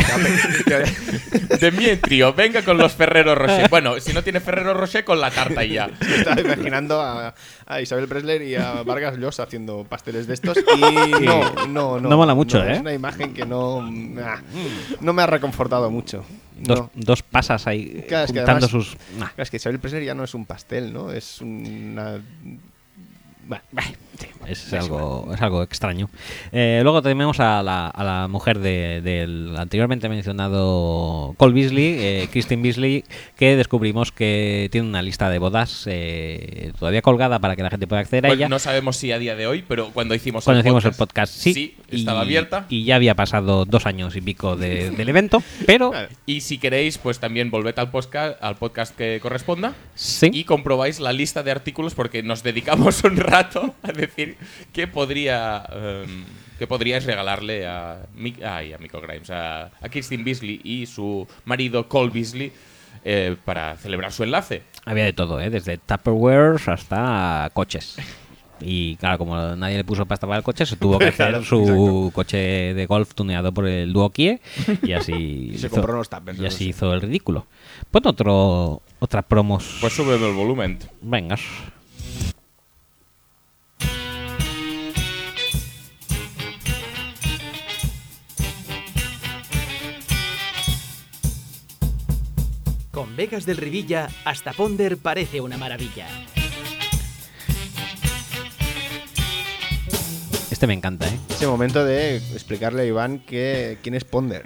Demetrio, venga con los Ferrero Rocher. Bueno, si no tiene Ferrero Rocher, con la tarta y ya.
Me estaba imaginando a, a Isabel Presler y a Vargas Llosa haciendo pasteles de estos. Y no, no, no.
No mola mucho, ¿eh?
Es una imagen que no. ah, no me ha reconfortado mucho.
Dos,
No.
dos pasas ahí
Claro, es que
juntando
además-
sus. Nah.
Claro, Es que Isabel Presler ya no es un pastel, ¿no? Es una. Bah, bah, sí, bah,
Es
da
algo, es algo extraño. Eh, luego tenemos a la, a la mujer de- del anteriormente mencionado Cole Beasley, eh, Christine Beasley, que descubrimos que tiene una lista de bodas eh, todavía colgada para que la gente pueda acceder a
Bueno,
ella.
no sabemos si a día de hoy, pero cuando hicimos
cuando
el
hicimos
podcast,
el podcast, sí,
estaba
y,
abierta. Y,
Y ya había pasado dos años y pico de- eh, del evento, pero
Claro.
si queréis, pues también volved al podcast, al podcast que corresponda
sí.
y comprobáis la lista de artículos porque nos dedicamos un rato a decir qué podría em, qué podríais regalarle a, Mi- ay, a Michael Grimes, a, a Kirsten Beasley y su marido Cole Beasley eh, para celebrar su enlace.
Había de todo, ¿eh? desde Tupperware hasta coches. Y claro, como nadie le puso pasta para el coche, se tuvo que hacer
Claro,
su
exacto.
coche de golf tuneado por el Duo Kie y así,
Se compró unos tuppers,
y
eso
así
sí.
hizo el ridículo. Pon otro, otra promos.
Pues sube el volumen.
Vengas.
Con Vegas del Rivilla, hasta Ponder parece una maravilla.
Este me encanta, ¿eh?
Ese momento de explicarle a Iván que, quién es Ponder.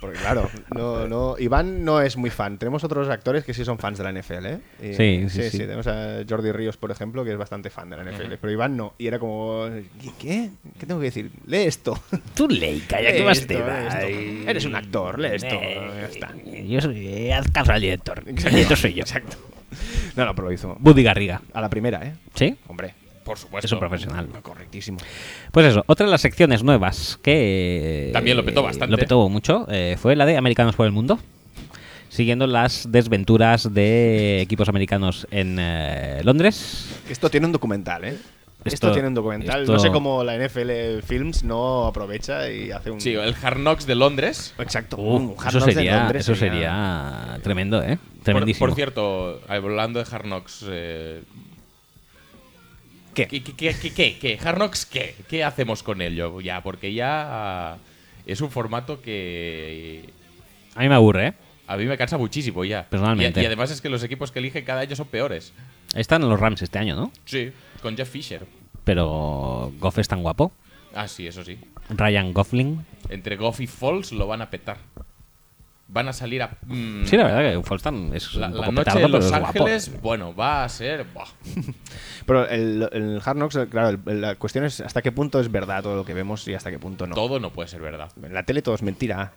Porque claro, no, no, Iván no es muy fan. Tenemos otros actores que sí son fans de la NFL, ¿eh? Y-
Sí, sí, sí.
Tenemos a Jordi Ríos, por ejemplo, que es bastante fan de la NFL. Pero Iván no. Y era como, "¿Qué- ¿qué? ¿Qué tengo que decir? Lee esto.
Tú ley, calla,
Lee
que más
esto,
te
lee
va.
esto.
Ay.
Eres un actor, lee esto.
Eh,
Ya está.
Yo soy, eh, haz caso al director. El director soy yo.
Exacto. No, no, pero lo hizo.
Buddy Garriga.
A la primera, ¿eh?
¿Sí?
Hombre.
Por supuesto.
Es un profesional.
Correctísimo.
Pues eso, otra de las secciones nuevas que... eh,
También lo petó bastante.
Lo petó mucho, eh, fue la de Americanos por el Mundo, siguiendo las desventuras de equipos americanos en eh, Londres.
Esto tiene un documental, ¿eh? Esto,
Esto-
tiene un documental.
esto-
No sé cómo la NFL Films no aprovecha y hace un.
Sí, el Hard Knocks de Londres.
Exacto.
Uh,
un Hard
eso
Knocks de
sería,
Londres
eso sería tremendo, ¿eh?
Por,
Tremendísimo.
por cierto, hablando de Hard Knocks. eh,
¿Qué?
¿Qué, qué, qué, qué, qué, qué? ¿Hard Knocks qué? ¿Qué hacemos con ello? Ya, porque ya ah, es un formato que
A mí me aburre, ¿eh?
a mí me cansa muchísimo ya.
Personalmente.
Y, y además es que los equipos que eligen cada año son peores.
Están los Rams este año, ¿no?
Sí, con Jeff Fisher.
Pero Goff es tan guapo.
Ah, sí, eso sí.
Ryan Goffling.
Entre Goff y Falls lo van a petar. Van a salir a. mm,
Sí, la verdad que Folstam es
la,
un
la
poco
noche
petardo,
de
pero
Los
es guapo.
Ángeles, bueno, va a ser. buah.
Pero el, el Hard Knocks, el- claro, el- la cuestión es hasta qué punto es verdad todo lo que vemos y hasta qué punto no.
Todo no puede ser verdad.
En la tele todo es mentira.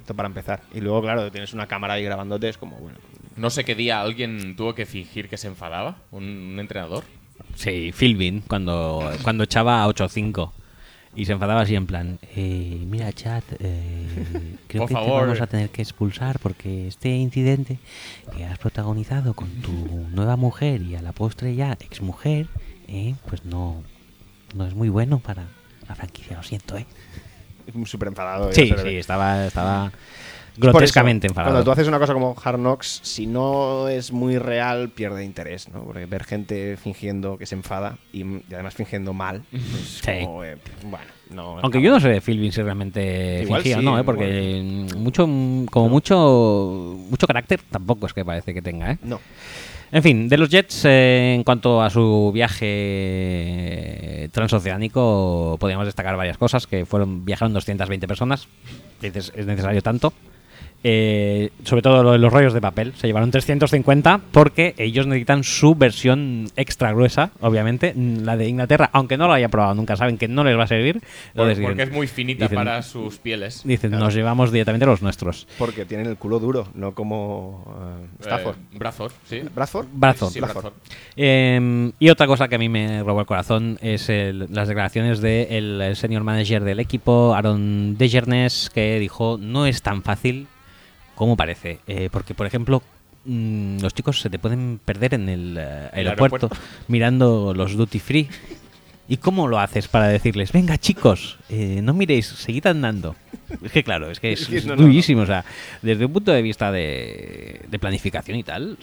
Esto para empezar. Y luego, claro, tienes una cámara ahí grabándote, es como, bueno.
No sé qué día alguien tuvo que fingir que se enfadaba, un, un entrenador.
Sí, Philbin, cuando, cuando echaba a 8-5 y se enfadaba así en plan, eh, mira chat, eh, creo
Por
que te
favor.
vamos a tener que expulsar porque este incidente que has protagonizado con tu nueva mujer y a la postre ya ex mujer, pues no, no es muy bueno para la franquicia, lo siento. ¿eh?
súper enfadado.
Sí,
Pero-
sí, estaba,
Por
estaba
eso,
grotescamente enfadado.
Cuando tú haces una cosa como Hard Knocks, si no es muy real, pierde interés, ¿no? Porque ver gente fingiendo que se enfada y, y además fingiendo mal, pues es
Sí.
como, eh, bueno, no.
Aunque yo no sé de Philbin si realmente
Igual
fingía o
sí,
no, ¿eh? porque mm, mucho, mm, como mucho, mucho carácter tampoco es que parece que tenga. ¿eh?
No.
En fin, de los Jets, eh, en cuanto a su viaje transoceánico, podríamos destacar varias cosas, que fueron viajaron 220 personas, dices, es necesario tanto. Eh, sobre todo lo de los rollos de papel, se llevaron 350 porque ellos necesitan su versión extra gruesa, obviamente, mm, la de Inglaterra, aunque no lo hayan probado nunca, saben que no les va a servir. lo
por-
deciden.
porque es muy finita
dicen-
para sus pieles.
Dicen, nos llevamos directamente los nuestros.
Porque tienen el culo duro, no como eh, Stafford.
Eh, Bradford, sí.
¿Bradford?
Bradford.
Sí,
Bradford.
Eh, y otra cosa que a mí me robó el corazón es el- las declaraciones del senior manager del equipo, Aaron Dejernes, que dijo, no es tan fácil como parece. Eh, porque, por ejemplo, mm, los chicos se te pueden perder en el, eh, aeropuerto,
aeropuerto.
mirando los duty free. ¿Y cómo lo haces para decirles, venga chicos, eh, no miréis, seguid andando? Es que claro, es que es,
Es que
es
no, no, no.
durísimo. O sea, desde un punto de vista de, de planificación y tal,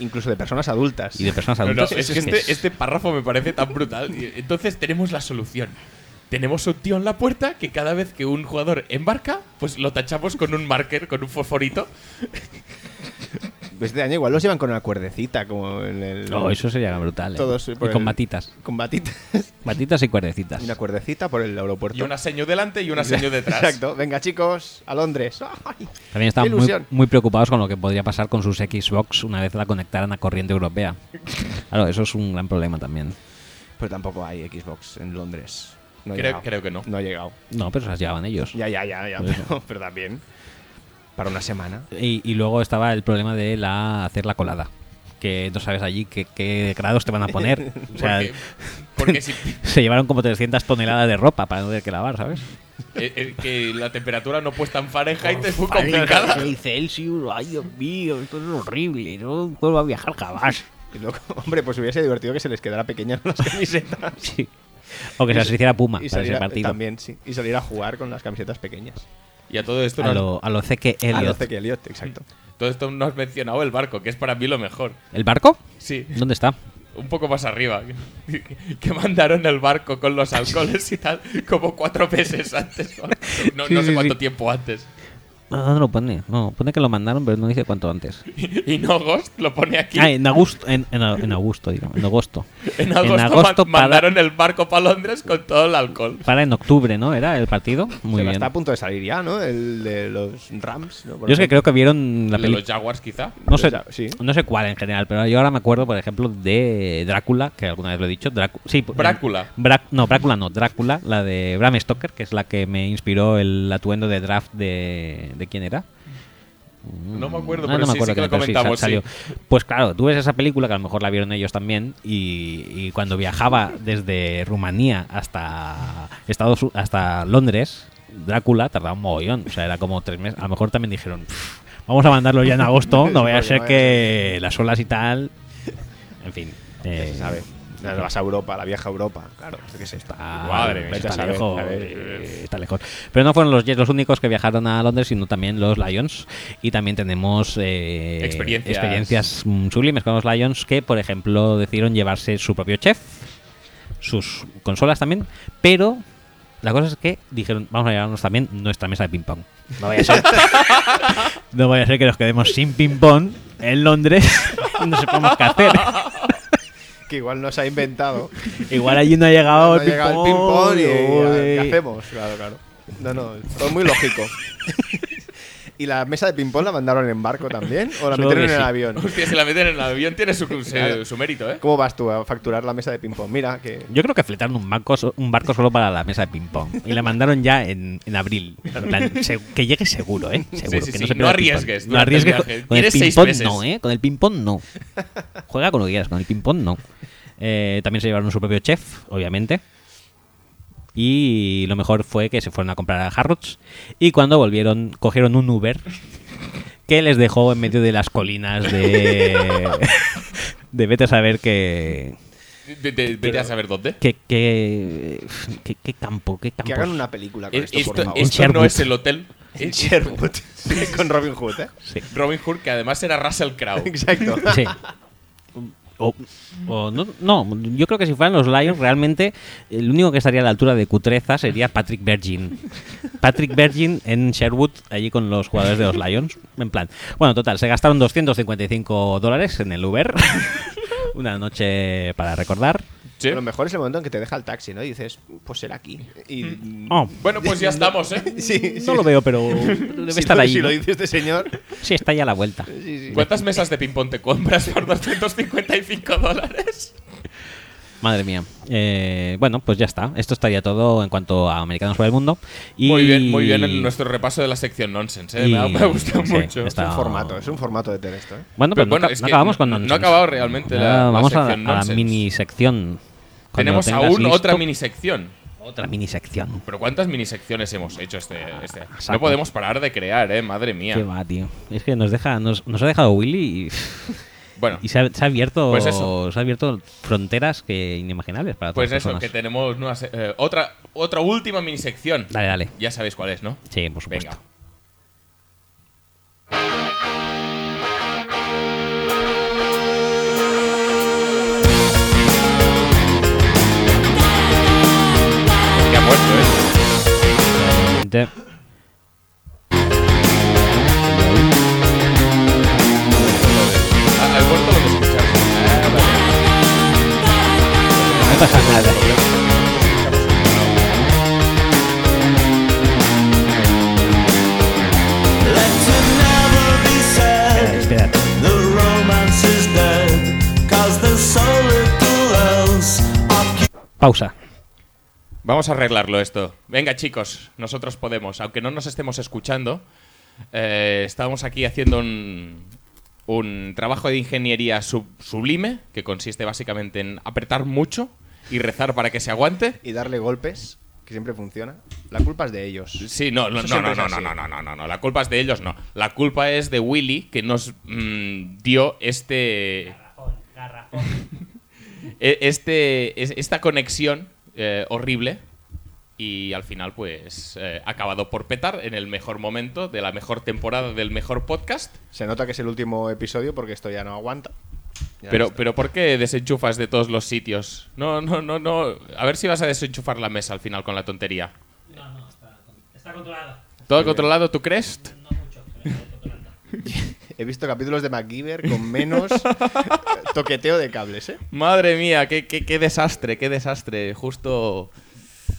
Incluso de personas adultas.
y de personas
No, no,
adultas.
es que este, este párrafo me parece tan brutal. Y Entonces tenemos la solución. Tenemos un tío en la puerta que cada vez que un jugador embarca, pues lo tachamos con un marker, con un fosforito.
Este año igual los llevan con una cuerdecita, como en el.
No, eso sería brutal. ¿eh?
Todos
y
por
con
el-
batitas.
Con batitas.
este
Batitas y cuerdecitas.
Una cuerdecita por el aeropuerto.
Y una seño delante y una seño detrás.
Exacto. Venga, chicos, a Londres. ¡Ay!
También estaban
¡Qué
muy,
ilusión!
muy preocupados con lo que podría pasar con sus Xbox una vez la conectaran a corriente europea. Claro, eso es un gran problema también.
Pero tampoco hay Xbox en Londres. No ha
Creo-
llegado.
creo que no.
No ha llegado.
No, pero se las llevaban ellos.
Ya, ya, ya, ya. Pero, pero también. Para una semana.
Y, y luego estaba el problema de la hacer la colada. Que no sabes allí qué, qué grados te van a poner. O sea,
Porque, porque si,
se llevaron como 300 toneladas de ropa para no tener que lavar, ¿sabes?
eh, eh, que la temperatura no puesta en Fahrenheit es muy complicada.
El Celsius, ay Dios mío, esto es horrible. No vuelvo a viajar jamás.
Y luego, hombre, pues hubiese divertido que se les quedara pequeñas las camisetas.
Sí. O que se las hiciera Puma
y
para
salir
ese
a,
partido.
También, sí. Y salir a jugar con las camisetas pequeñas.
Y a todo esto
A
nos-
lo, a lo Zeke
A
Elliot.
los que Elliot, exacto.
Todo esto no has mencionado el barco, que es para mí lo mejor.
¿El barco?
Sí,
¿Dónde está?
un poco más arriba. Que mandaron el barco con los alcoholes y tal, como cuatro meses antes. ¿no? No, no sé cuánto tiempo antes.
No, ¿Dónde lo pone? No, pone que lo mandaron, pero no dice cuánto antes.
Y, y no Ghost lo pone aquí.
Ah, en agosto, en, en, en agosto, digo, en agosto.
en agosto, ma-
para,
mandaron el barco para Londres con todo el alcohol.
para en octubre, ¿no? ¿Era el partido? Muy
Se la
bien.
está a punto de salir ya, ¿no? El de los Rams. ¿no? Por
Yo es que
ejemplo.
creo que vieron la
De
película.
los Jaguars, quizá.
No sé,
Ya, sí.
no sé cuál en general, pero yo ahora me acuerdo, por ejemplo, de Drácula, que alguna vez lo he dicho. Drácu- sí, por-
Brácula.
Brá- no, Drácula no, Drácula, la de Bram Stoker, que es la que me inspiró el atuendo de draft de. ¿De quién era?
No me acuerdo,
Ah, no
pero
me
sí,
acuerdo
sí que lo
pero sal-
comentamos. sí.
salió. Pues claro, tú ves esa película que a lo mejor la vieron ellos también y, y cuando viajaba desde Rumanía hasta Estados U- hasta Londres, Drácula tardaba un mogollón, o sea, era como tres meses. A lo mejor también dijeron, "Pff, vamos a mandarlo ya en agosto, no vaya a
Porque
ser
no vaya a
que las olas y tal. En fin. eh,
¿Sabes? Vas a Europa, la vieja Europa. Claro, yo qué sé.
Ah,
Madre mía,
vete
vete a
está,
saber,
lejos,
a ver.
eh, está lejos. Pero no fueron los Jets los únicos que viajaron a Londres, sino también los Lions. Y también tenemos eh,
Experiencias.
experiencias, mm, sublimes con los Lions que, por ejemplo, decidieron llevarse su propio chef, sus consolas también, pero la cosa es que dijeron, vamos a llevarnos también nuestra mesa de ping-pong. No vaya a ser. no vaya a ser que nos quedemos sin ping-pong en Londres y no sepamos qué hacer.
Que igual nos ha inventado.
Igual allí no ha llegado
Ha
el
llegado el
ping-pong.
ping-pong y
joder.
¿qué hacemos? Claro, claro. No, no, todo muy lógico. ¿Y la mesa de ping-pong la mandaron en barco también? ¿O la metieron
Supongo que
en el
sí.
avión?
Hostia, si la meten en el avión tiene su, su-
Claro.
su mérito, ¿eh?
¿Cómo vas tú a facturar la mesa de ping-pong? Mira, que.
Yo creo que fletaron un barco, so- un barco solo para la mesa de ping-pong. Y la mandaron ya en, en abril. En plan, se- que llegue seguro, ¿eh? Seguro.
sí,
que
sí,
se pierda
no
el ping-pong.
arriesgues
No
durante el
arriesgues.
viaje.
Con, con el
Tienes seis
ping-pong
meses.
no, ¿eh? Con el ping-pong no. Juega con lo que quieras, con el ping-pong no. Eh, también se llevaron su propio chef, obviamente. Y lo mejor fue que se fueron a comprar a Harrods. Y cuando volvieron, cogieron un Uber que les dejó en medio de las colinas de. de vete a saber que.
Ve- ve- Vete a saber dónde.
¿Qué, qué, qué, qué campo? ¿Qué campo?
Que hagan una película con
Eh,
esto, por
Esto,
favor.
es-
esto no
Sherwood.
es el hotel. Eh,
Sherwood. con Robin Hood, ¿eh?
Sí.
Robin Hood, que además era Russell Crowe.
Exacto.
sí. O, o no, no, yo creo que si fueran los Lions, realmente el único que estaría a la altura de Cutreza sería Patrick Bergin. Patrick Bergin en Sherwood, allí con los jugadores de los Lions. En plan, bueno, total, se gastaron 255 dólares en el Uber. Una noche para recordar.
Sí.
A lo mejor es el momento en que te deja el taxi, ¿no? Y dices, pues será aquí. Y. mm,
Oh,
Bueno, pues ya estamos, ¿eh?
Sí,
no lo veo, pero debe
Si
estar
lo-
ahí.
Si lo
¿no?
dice este señor.
Sí, está ya a la vuelta.
Sí, sí.
¿Cuántas mesas de ping-pong te compras por 255 dólares?
Madre mía. Eh, bueno, pues ya está. Esto estaría todo en cuanto a Americanos por el Mundo. Y-
Muy bien, muy bien en nuestro repaso de la sección nonsense. ¿eh?
y-
Me, ha, me ha gustado
sí,
mucho.
está-
Es un formato, es un formato de tele esto, ¿eh?
Bueno,
Pero
pero,
bueno,
no,
es
no
que
acabamos con
no ha
Nonsense.
acabado realmente la-
Ahora
la
vamos a,
sección
a la
Nonsense.
mini sección.
Tenemos aún otra minisección.
otra mini sección.
Pero ¿cuántas minisecciones hemos hecho este, este? No
saco.
podemos parar de crear, ¿eh? Madre
Qué
mía.
va, tío. Es que nos deja, nos, nos ha dejado Willy y,
Bueno,
y se, ha, se ha abierto,
Pues eso.
se ha abierto fronteras que inimaginables para todas
pues
las
eso, que
personas.
tenemos una se- eh, otra, otra última minisección.
Dale, dale.
Ya sabéis cuál es, ¿no?
Sí, por supuesto.
Venga. Que ha muerto, ¿eh?
Gente.
Ha, ha muerto lo que escuchamos. Ah, vale.
No pasa nada.
Let it never be
Espera,
said
espera.
the romance is dead. Cause there's so little else
Pausa.
Vamos a arreglarlo esto. Venga, chicos, nosotros podemos. Aunque no nos estemos escuchando, eh, estábamos aquí haciendo un, un trabajo de ingeniería sub- sublime, que consiste básicamente en apretar mucho y rezar para que se aguante.
Y darle golpes, que siempre funciona. La culpa es de ellos.
Sí, no, no,
Eso
no,
siempre es
no, no,
así.
no, no, no, no, no, no. La culpa es de ellos, no. La culpa es de Willy, que nos mm, dio este. E- este es- esta conexión eh, horrible. Y al final, pues, eh, ha acabado por petar en el mejor momento de la mejor temporada del mejor podcast.
Se nota que es el último episodio porque esto ya no aguanta. Ya
pero,
está.
pero, ¿por qué desenchufas de todos los sitios? No, no, no, no. A ver si vas a desenchufar la mesa al final con la tontería. ¿Todo controlado, tú crees?
He visto capítulos de MacGyver con menos toqueteo de cables, ¿eh?
Madre mía, qué, qué- qué desastre, qué desastre. Justo,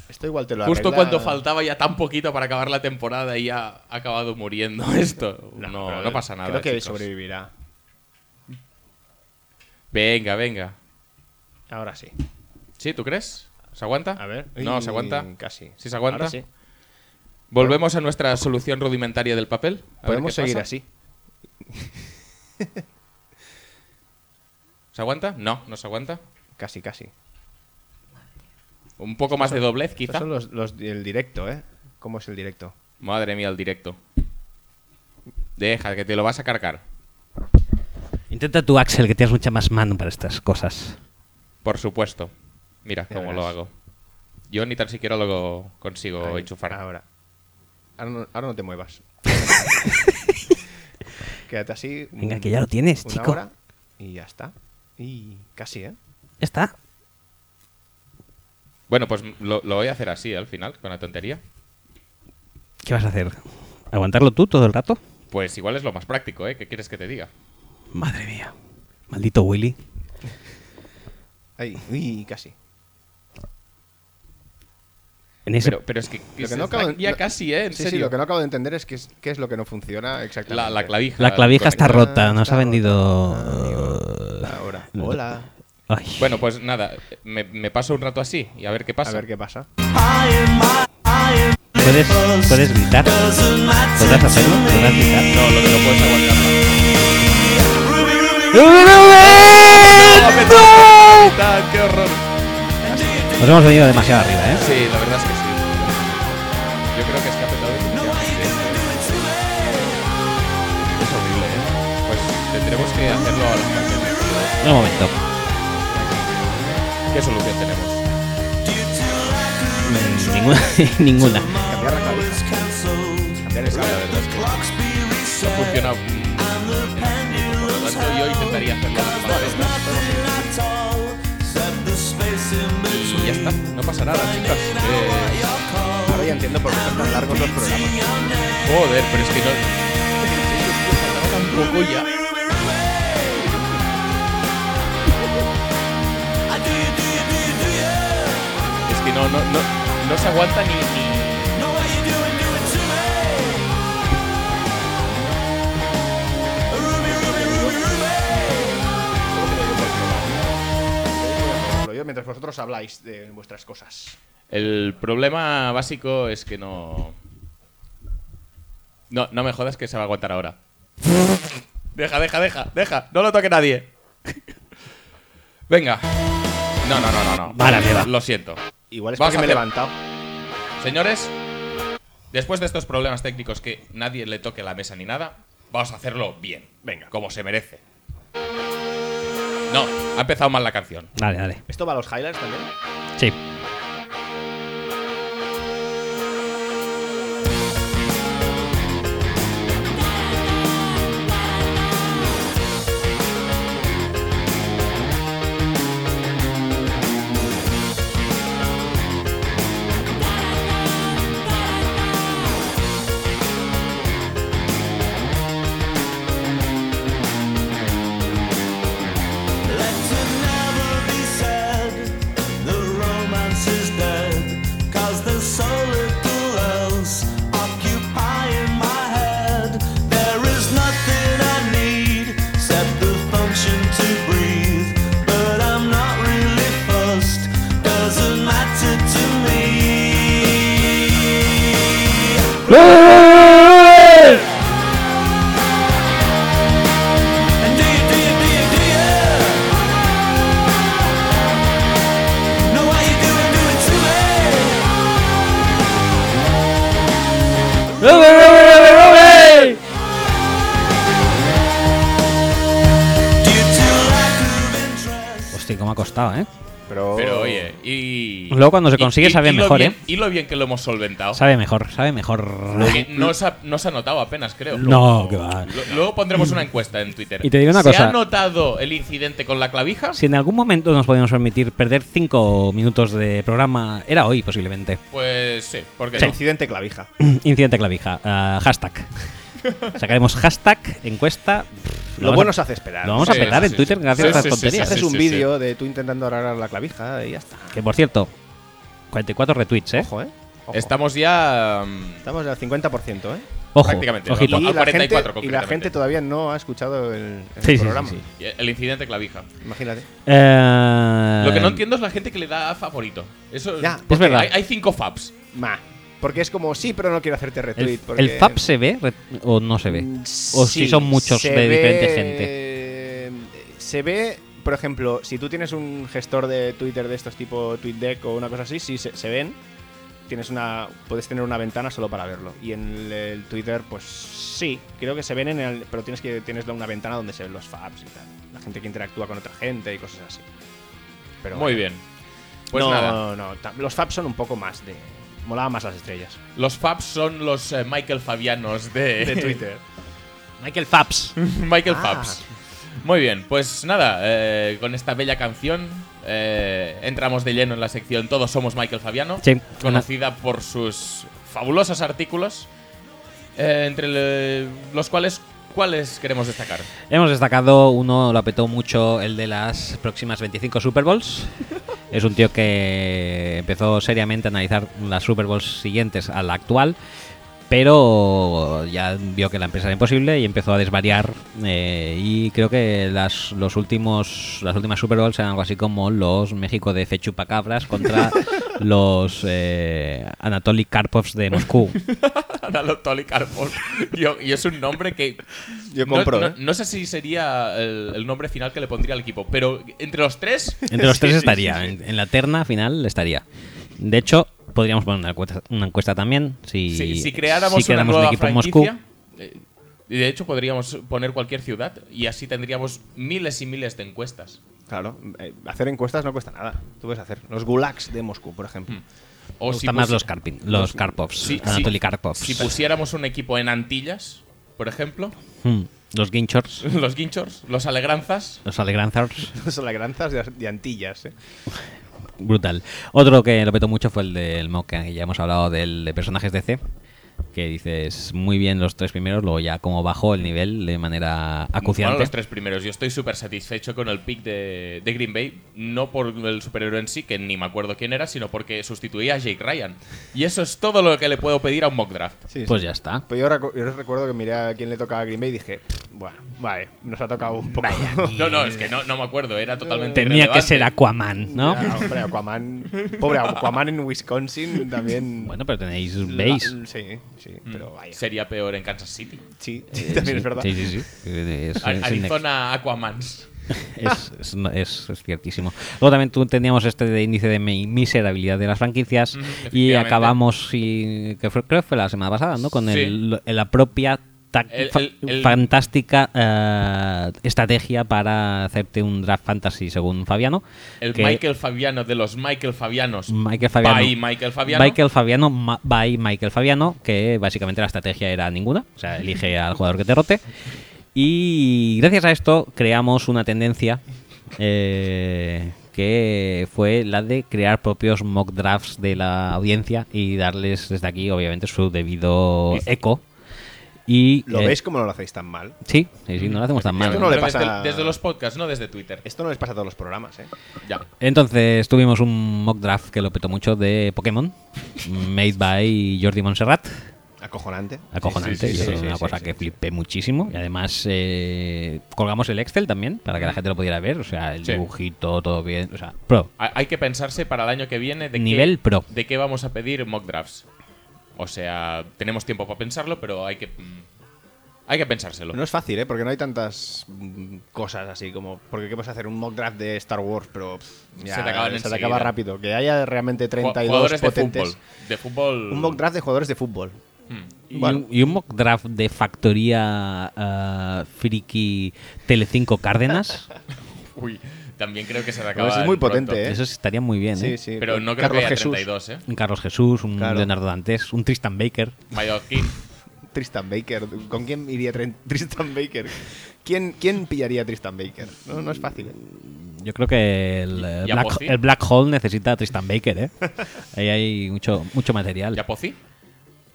Esto igual te lo
justo
arregla-
cuando faltaba ya tan poquito para acabar la temporada y ya ha acabado muriendo esto. No, no,
pero
pasa nada.
Creo que
chicos.
sobrevivirá.
Venga, venga.
Ahora sí.
¿Sí, tú crees? ¿Se aguanta?
A ver.
No,
Y-
se aguanta.
Casi.
¿Sí se aguanta?
Ahora sí.
Volvemos a nuestra solución rudimentaria del papel. a ver
Podemos
qué
seguir
pasa.
así.
¿Se aguanta? No, no se aguanta.
Casi, casi.
Un poco más de doblez,
Estos
quizá.
son los, los del directo, ¿eh? ¿Cómo es el directo?
Madre mía, el directo. Deja, que te lo vas a cargar.
Intenta tú, Axel, que tienes mucha más mano para estas cosas.
Por supuesto. Mira
Ya
cómo
verás.
lo hago. Yo ni tan siquiera lo consigo
Ahí,
enchufar.
Ahora. Ahora no, ahora no te muevas. Quédate así. un-
Venga, que ya lo tienes,
una
chico.
hora y ya está. Y casi, ¿eh?
Ya está.
Bueno, pues lo, lo voy a hacer así al final, con la tontería.
¿Qué vas a hacer? ¿Aguantarlo tú todo el rato?
Pues igual es lo más práctico, ¿eh? ¿Qué quieres que te diga?
Madre mía. Maldito Willy.
Ahí, uy, casi.
En ese...
Pero, pero es que,
Lo que
se
no
está
acabo de-
ya
lo-
casi, ¿eh? En
sí, sí,
serio.
lo que no acabo de entender es qué es, qué es lo que no funciona exactamente.
la, la clavija.
la clavija está
conectada.
rota, nos
está
ha vendido... eh,
Ahora. Hola.
Ay.
Bueno, pues nada, me, me paso un rato así y a ver qué pasa.
A ver qué pasa.
¿Puedes, puedes gritar. ¿Podrás hacerlo? ¿Podrás gritar?
No, lo que no puedes aguantar. no. Ah, ¡Qué horror!
Nos hemos venido demasiado arriba, ¿eh?
Sí, la verdad es que sí. Yo creo que es que ha petado demasiado. Es horrible, ¿eh? Pues tendremos que hacerlo a los canciones.
Un momento.
¿Qué solución tenemos?
Mm, Ninguna. ninguna.
Cambiar la clavija. Cambiar el
La
cable.
verdad es que no funciona. mm, Por lo tanto, yo intentaría hacerlo la última vez. Y ya está, no pasa nada, chicas. Eh,
Ahora ya entiendo por qué son tan largos los programas.
joder, pero es que no. Tampoco ya. Es que no, no, no, no se aguanta ni. ni-
Lo yo mientras vosotros habláis de vuestras cosas.
El problema básico es que no. No, no me jodas que se va a aguantar ahora. Deja, deja, deja, deja. No lo toque nadie. Venga. No, no, no, no, no.
Vale, arriba.
Lo siento.
Igual es
Vas
porque
a
me he
hacer-
levantado.
Señores, después de estos problemas técnicos que nadie le toque la mesa ni nada, vamos a hacerlo bien.
Venga.
Como se merece. No, ha empezado mal la canción.
Dale, dale.
¿Esto va a los highlights también?
Sí.
Doesn't matter to me. And do you, do you, do you, do you? Know why you do it, do it to me. Do you do like love interest?
Hostia, cómo ha costado, ¿eh?
Pero,
Pero oye, y.
Luego cuando se consigue sabe
lo
mejor,
bien-
¿eh?
Y lo bien que lo hemos solventado.
Sabe mejor, sabe mejor.
Que no, se ha, no se ha notado apenas, creo.
No, que va.
Lo- luego pondremos una encuesta en Twitter.
Y te diré una
¿Se
cosa.
ha notado el incidente con la clavija?
Si en algún momento nos podíamos permitir perder cinco minutos de programa, era hoy posiblemente.
Pues sí, porque
El incidente clavija.
Incidente clavija. Ah, hashtag. Sacaremos hashtag, encuesta. Pff,
Lo
vamos
bueno
a-
se hace esperar.
Lo vamos a
Sí,
petar
sí,
en
sí,
Twitter
sí.
gracias a
Sí,
estas
sí, sí,
tonterías.
Haces
sí,
un
sí,
vídeo de tú intentando arreglar la clavija y ya está.
Que por cierto, 44 retweets, ¿eh?
Ojo, ¿eh? Ojo.
estamos ya. mm,
Estamos al 50%, ¿eh?
Ojo,
prácticamente,
ojito.
Al
Y la,
44
gente, y la
concretamente.
gente todavía no ha escuchado el, el
Sí, sí,
programa.
sí, sí.
El incidente clavija.
Imagínate.
Eh,
Lo que no entiendo es la gente que le da a favorito. Eso
Ya,
porque
es verdad.
Hay, hay cinco faps.
Ma. Porque es como, sí, pero no quiero hacerte retweet.
¿El,
porque-
el zap se ve re- o no se ve?
Mm,
¿O
sí,
si son muchos
se
de diferente
ve-
gente?
Se ve, por ejemplo, si tú tienes un gestor de Twitter de estos tipo TweetDeck o una cosa así, sí se, se ven. Tienes una, puedes tener una ventana solo para verlo. Y en el, el Twitter, pues sí, creo que se ven, en el, pero tienes que tienes una ventana donde se ven los faps y tal. La gente que interactúa con otra gente y cosas así. Pero
Muy
bueno.
bien. Pues
no,
nada.
No, no, ta- los faps son un poco más de. Molaba más las estrellas.
Los Fabs son los eh, Michael Fabianos de,
De Twitter.
Michael Faps.
Michael
Ah.
Fabs. Muy bien, pues nada, eh, con esta bella canción eh, entramos de lleno en la sección Todos somos Michael Fabiano,
Sí.
conocida por sus fabulosos artículos, eh, entre le- los cuales cuáles queremos destacar.
Hemos destacado uno, lo apetó mucho, el de las próximas 25 Super Bowls. Es un tío que empezó seriamente a analizar las Super Bowls siguientes a la actual, pero ya vio que la empresa era imposible y empezó a desvariar. eh, y creo que las, los últimos, las últimas Super Bowls eran algo así como los México de Fechupacabras contra los eh, Anatoly Karpovs de Moscú.
Anatoli Karpov. Yo- y es un nombre que...
Yo
no-
compro,
no,
¿eh?
no sé si sería el, el nombre final que le pondría al equipo, pero entre los tres...
Entre los tres estaría. ¿eh? En, en la terna final estaría. De hecho, podríamos poner una encuesta, una encuesta también. Si,
si, si creáramos
si
una
creáramos
nueva
un equipo en Moscú.
franquicia, eh, y de hecho podríamos poner cualquier ciudad y así tendríamos miles y miles de encuestas.
Claro, eh, hacer encuestas no cuesta nada. Tú puedes hacer los gulags de Moscú, por ejemplo.
O
Me
si
gustan más
pusi-
los, Karpin, los Karpovs.
Sí, sí.
Anatoly Karpovs.
Si pusiéramos un equipo en Antillas, por ejemplo,
Hmm. Los Guinchors.
los Guinchors, los Alegranzas,
Los Alegranzars.
Son las granzas de, de Antillas, ¿eh?
Brutal. Otro que lo petó mucho fue el del Mock, que ya hemos hablado del de personajes DC. Que dices muy bien los tres primeros, luego ya como bajó el nivel de manera acuciante.
bueno, los tres primeros. Yo estoy súper satisfecho con el pick de, de Green Bay, no por el superhéroe en sí, que ni me acuerdo quién era, sino porque sustituía a Jake Ryan. Y eso es todo lo que le puedo pedir a un mock draft.
Sí,
Pues ya está.
Pero yo, recu- yo recuerdo que miré a quién le tocaba a Green Bay y dije, bueno, vale, nos ha tocado un poco.
No, no, es que no, no me acuerdo, era totalmente.
Tenía que
irrelevante.
ser Aquaman, ¿no?
Ya, hombre, Aquaman. Pobre Aquaman en Wisconsin también.
Bueno, pero tenéis
la-
Base.
Sí, sí, pero vaya. Sí,
Mm. Sería peor en Kansas City.
sí, también es verdad.
Sí, sí, sí. Eh, Es, es-
A-
es
Arizona Aquamans.
inex- es- es- no- es- es ciertísimo. Luego también tú- teníamos este de índice de mi- miserabilidad de las franquicias
Ujú,
y
efectivamente.
acabamos, y, que fue- creo que fue la semana pasada, ¿no? Con el- la propia ta-
El-
fa-
el- el-
fantástica eh, estrategia para hacerte un draft fantasy según Fabiano.
El
que-
Michael Fabiano de los Michael Fabianos.
Michael Fabiano.
By Michael Fabiano.
Michael Fabiano, ma- by Michael Fabiano, que básicamente la estrategia era ninguna. O sea, elige al jugador que te rote. Y gracias a esto creamos una tendencia eh, que fue la de crear propios mock drafts de la audiencia y darles desde aquí, obviamente, su debido eco. Y,
¿Lo
eh,
veis como no lo hacéis tan mal?
Sí, sí, sí, no lo hacemos tan mal.
Esto no le
Pero
pasa-
desde, desde los podcasts, no desde Twitter.
Esto no les pasa a todos los programas, ¿eh?
Ya.
Entonces tuvimos un mock draft que lo petó mucho de Pokémon, made by Jordi Montserrat.
Acojonante.
acojonante.
Sí, sí, sí,
Eso
sí,
es
sí,
una
sí,
cosa
sí,
que
sí.
flipé muchísimo. Y además eh, colgamos el Excel también para que la gente lo pudiera ver. O sea, el
Sí.
dibujito, todo bien. O sea, pro.
Ha- Hay que pensarse para el año que viene de
Nivel
qué,
pro.
de qué vamos a pedir mock drafts. O sea, tenemos tiempo para pensarlo, pero hay que mm, hay que pensárselo.
No es fácil, ¿eh? Porque no hay tantas mm, cosas así como... Porque qué puedes hacer un mock draft de Star Wars, pero pff,
Se te acaban
se te
enseguida.
acaba rápido. Que haya realmente
Ju-
32
Jugadores
potentes.
de fútbol. De fútbol. Hmm.
Un mock draft de jugadores de fútbol.
Y,
Bueno.
un- y un mock draft de factoría ah, friki Telecinco Cárdenas.
Uy, también creo que se te acaba.
es muy
pronto.
potente, ¿eh?
Eso estaría muy bien.
Sí,
¿eh?
sí.
Pero no creo
Carlos
que haya
Jesús.
32, ¿eh?
Un Carlos Jesús, un
Claro.
Leonardo Dantes, un Tristan Baker.
Mallorquín.
Tristan Baker. ¿Con quién iría Tren- Tristan Baker? ¿Quién, ¿Quién pillaría a Tristan Baker? No, no es fácil. ¿eh?
Yo creo que el, eh,
y a
Black,
Pozzi.
el Black Hole necesita a Tristan Baker. ¿eh? Ahí hay mucho, mucho material.
¿Ya Pozzi?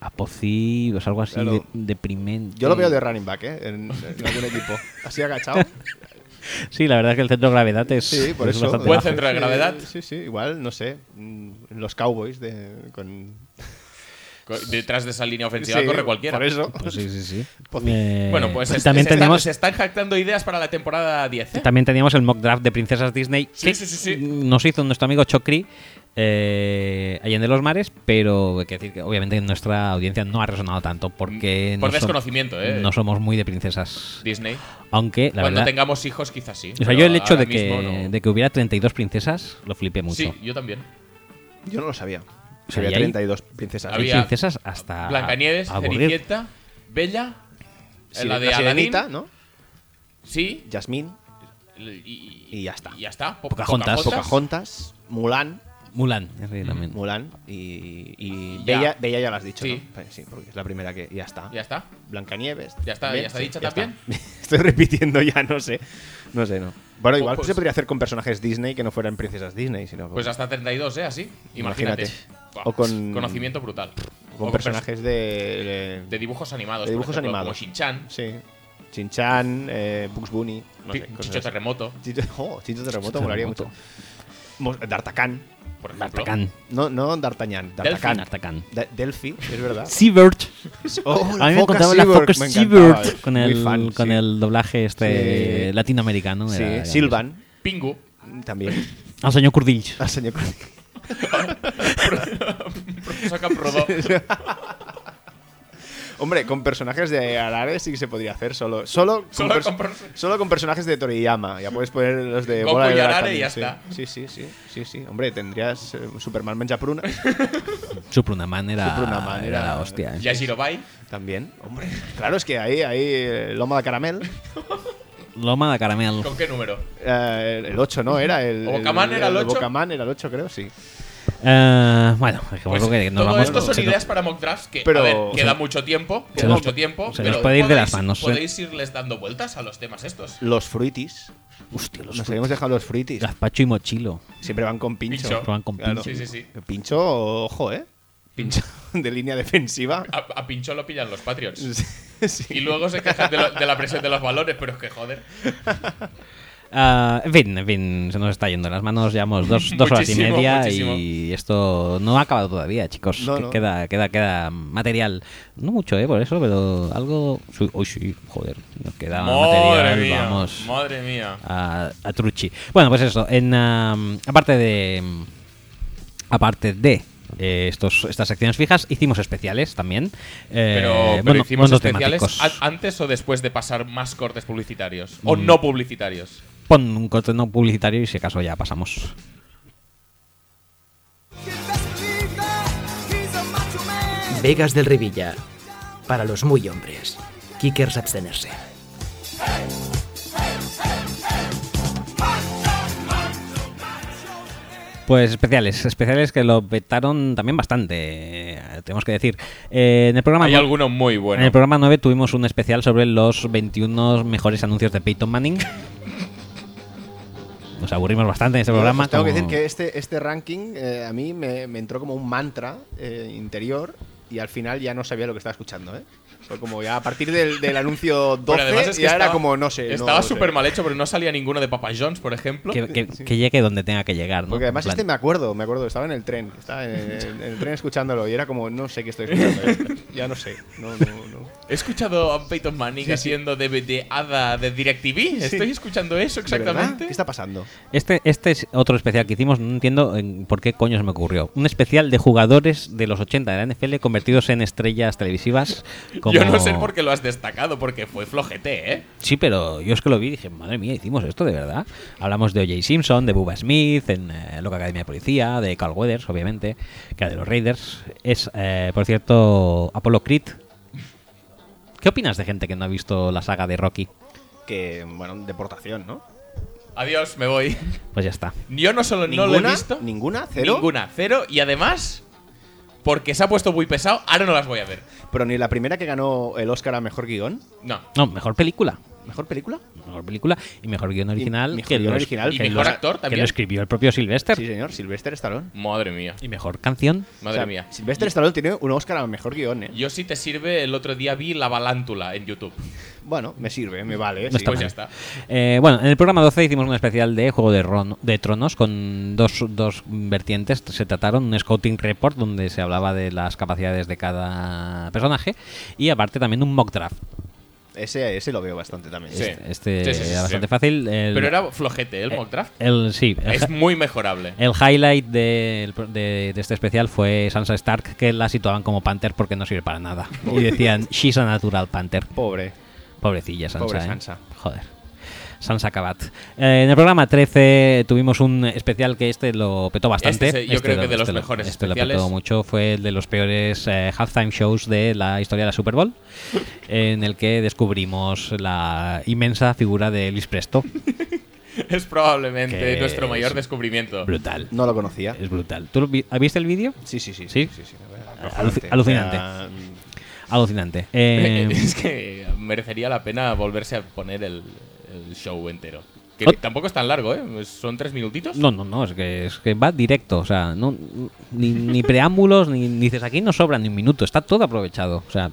Apocí, o sea, algo así
Claro.
de- deprimente.
Yo lo veo de running back, ¿eh? En, en algún equipo. Así agachado.
Sí, la verdad es que el centro de gravedad es,
Sí, por
es
eso.
bastante
Buen
bajo.
centro de gravedad.
Sí, sí, igual, no sé. mm, Los Cowboys de, con...
Co- Detrás de esa línea ofensiva
Sí,
corre cualquiera.
Por eso.
Pues sí, sí, sí.
Pues
Eh,
Bueno, pues
y
es-
también
se, están-
teníamos
se están jactando ideas para la temporada 10. ¿eh?
También teníamos el mock draft de Princesas Disney
Sí,
que
sí, sí, sí.
nos hizo nuestro amigo Chocri eh, Allende los Mares, pero hay que decir que obviamente en nuestra audiencia no ha resonado tanto porque
Por
no som-
desconocimiento, ¿eh?
no somos muy de princesas.
Disney.
Aunque la
Cuando
verdad,
tengamos hijos, quizás sí.
o sea,
pero
yo el hecho de
ahora
que,
mismo no.
de que hubiera 32 princesas lo flipé mucho.
Sí, yo también.
Yo no lo sabía.
sea,
Sabía
y ahí-
32 princesas.
Hay
Había
princesas hasta
Blancanieves,
aburrir.
Cenicienta, Bella,
Sí,
la de Aladín.
Sirenita, ¿no?
Sí.
Jasmine,
Y, y-
Y ya está.
Y ya está. Po-
Pocahontas.
Pocahontas, Mulan.
Mulan, sí, también.
Mulan y, y
Ya.
Bella, Bella ya lo has dicho,
Sí.
¿no? Pues Sí, porque es la primera que ya está.
Ya está.
Blancanieves.
Ya está, ya está dicha también.
está. Estoy repitiendo ya, no sé. No sé, no. Bueno, igual
Pues-
se podría hacer con personajes Disney que no fueran princesas Disney, sino
Pues hasta 32, ¿eh? Así. Imagínate.
Imagínate.
Buah,
O con-
Conocimiento brutal. O
con
con
personajes de,
pers- De dibujos animados.
de
por
dibujos
ejemplo,
animados.
Como Shin-Chan,
Sí. Chinchan, eh, Bugs Bunny, no
Pi-
sé, cosas
Chicho
así.
Terremoto,
Chicho, oh, Chicho Terremoto molaría mucho. Mo- D'Artagnan.
por ejemplo.
D'Artagnan.
No, no D'Artagnan, D'Artagnan.
D'Artagnan.
De- Delphi, es verdad.
Seabird.
Oh,
A mí me
Foca
contaba la
Seabird,
Fox
me encantaba,
Seabird
es
con
muy
el,
fan,
con
sí.
el doblaje este
Sí.
latinoamericano.
Sí,
era- era
Silvan
Pingu.
también.
grandioso. Al señor Curdilch.
Al señor
Profesor Caprodó.
Hombre, con personajes de Arares sí que se podría hacer solo. Solo,
Solo
pers-
con perso-
solo con personajes de Toriyama. Ya puedes poner los de
Goku
Bola de
y
Drag
Arare
también,
y ya
sí.
está.
Sí, sí, sí, sí, sí. Hombre, tendrías eh, Superman Mencha Pruna
Suprunaman era,
Suprunaman
era,
era-
la hostia. ¿eh?
Yajirobai.
también. Hombre, claro, es que ahí hay Loma de Caramel.
Loma de caramel.
¿Con qué número?
Eh, el 8, ¿no? Era el.
¿O Bocaman era el ocho?
Bocaman era el 8, creo, sí.
Eh, bueno, dejémoslo
Pues
que nos
todo
vamos.
esto son
se nos-
ideas para mock drafts que,
Pero-
a ver,
se
queda
nos-
mucho tiempo,
se
queda
nos-
mucho tiempo,
se nos
pero
puede ir de las
podéis-
manos, ¿eh?
Podéis irles dando vueltas a los temas estos.
Los fruitis.
Hostia, los
Nos habíamos dejado los fruitis.
Gazpacho y mochilo.
Siempre van con pincho.
Pincho.
Van con
Claro.
pincho.
Sí, sí, sí.
Pincho, ojo, ¿eh? Pincho de línea defensiva.
A, a Pincho lo pillan los Patriots.
Sí.
Y luego se quejan de, lo- de la presión de los balones, pero es que joder.
Ah, en fin, en fin, se nos está yendo las manos. Llevamos dos, dos horas y
Muchísimo,
media
muchísimo.
y esto no ha acabado todavía, chicos.
No,
Que-
no.
Queda, queda, queda material. No mucho, eh, por eso, pero algo. su- Uy, sí, joder, nos queda material.
Madre mía.
Vamos.
Madre mía.
a, a Trucci. Bueno, pues eso, en am, aparte de aparte de eh, estos estas secciones fijas, hicimos especiales también. eh,
Pero, pero
mono-
hicimos especiales
monotemáticos.
a- antes o después de pasar más cortes publicitarios. O
Mm.
no publicitarios.
Pon un corte no publicitario y si acaso ya pasamos.
Vegas del Rivilla. Para los muy hombres. Kickers abstenerse.
Pues especiales, especiales que lo vetaron también bastante, eh, tenemos que decir. Eh, en el programa
Hay
no-
algunos muy
En el
buenos.
programa 9 tuvimos un especial sobre los 21 mejores anuncios de Peyton Manning. Nos aburrimos bastante en este programa.
Pues tengo que
como-
decir que este, este ranking eh, a mí me, me entró como un mantra eh, interior y al final ya no sabía lo que estaba escuchando. ¿eh? Fue como ya a partir del, del anuncio 12
Pero además es que
ya era
estaba-
como no sé. no
Estaba
sé.
súper mal hecho, pero no salía ninguno de Papa John's, por ejemplo.
que, que- que llegue donde tenga que llegar, ¿no?
Porque además
En plan,
este me acuerdo, me acuerdo, estaba en el tren, estaba en, en- en el tren escuchándolo y era como no sé qué estoy escuchando. ya no sé. No, no, no.
He escuchado a Peyton Manning haciendo de, de Ada de DirecTV. Estoy escuchando eso
¿Verdad?
exactamente.
¿Qué está pasando?
este, este es otro especial que hicimos, no entiendo en por qué coño se me ocurrió. Un especial de jugadores de los 80 de la NFL convertidos en estrellas televisivas. Como...
Yo no sé por qué lo has destacado, porque fue flojete, ¿eh?
Sí, pero yo es que lo vi y dije, madre mía, hicimos esto de verdad. Hablamos de O.J. Simpson, de Bubba Smith, en eh, Loca Academia de Policía, de Carl Weathers, obviamente, que era de los Raiders. Es, eh, por cierto, Apollo Creed. ¿Qué opinas de gente que no ha visto la saga de Rocky?
Que, bueno, deportación, ¿no?
Adiós, me voy.
Pues ya está.
Yo no solo no lo he
¿Ninguna?
visto.
¿Ninguna? ¿Cero?
Ninguna, cero. Y además, porque se ha puesto muy pesado, ahora no las voy a ver.
Pero ni la primera que ganó el Oscar a mejor guión.
No.
No, mejor película.
¿Mejor película?
Mejor película y mejor guión original.
mejor
que
guión
lo es-
original.
que
Y
lo
mejor
es-
actor
Que lo
también.
escribió el propio Sylvester.
Sí, señor. Sylvester Stallone.
Madre mía.
Y mejor canción.
Madre
O sea,
mía.
Sylvester Stallone tiene un Oscar a mejor guión, ¿eh?
Yo si te sirve, el otro día vi La Balántula en YouTube.
Bueno, me sirve, me vale.
No
sí.
está
pues
mal.
ya está.
Eh, bueno, en el programa 12 hicimos un especial de Juego de, Ron- de Tronos con dos, dos vertientes. Se trataron un Scouting Report donde se hablaba de las capacidades de cada personaje y aparte también un mock draft.
Ese, ese lo veo bastante también.
Sí.
Este
Eh, Sí, sí, sí,
era
sí.
bastante fácil. El-
Pero era flojete el mock draft.
Eh, el, sí, el-
Es muy mejorable.
El highlight del pro- de, de este especial fue Sansa Stark, que la situaban como Panther porque no sirve para nada. Y decían, she's a natural Panther.
Pobre.
Pobrecilla Sansa.
Pobre
¿eh?
Sansa.
Joder. Sansa Cabat. Eh, en el programa 13 tuvimos un especial que este lo petó bastante.
Este se- yo creo que de los
lo-
mejores
este
especiales.
lo petó mucho. Fue el de los peores eh, halftime shows de la historia de la Super Bowl, en el que descubrimos la inmensa figura de Elvis Presto.
Es probablemente
Que
nuestro mayor
es-
descubrimiento.
Brutal.
No lo conocía.
Es brutal. ¿Tú lo vi- ah, viste el vídeo?
Sí, sí, sí.
¿Sí?
sí, sí,
Aluci- alucinante.
Ah,
Alucinante. Eh,
es que merecería la pena volverse a poner el, el show entero. Que
Ot-
tampoco es tan largo, ¿eh? Son tres minutitos.
No, no, no, es que, es que va directo, o sea, no, ni, ni preámbulos, ni ni dices aquí no sobra ni un minuto, está todo aprovechado, o sea,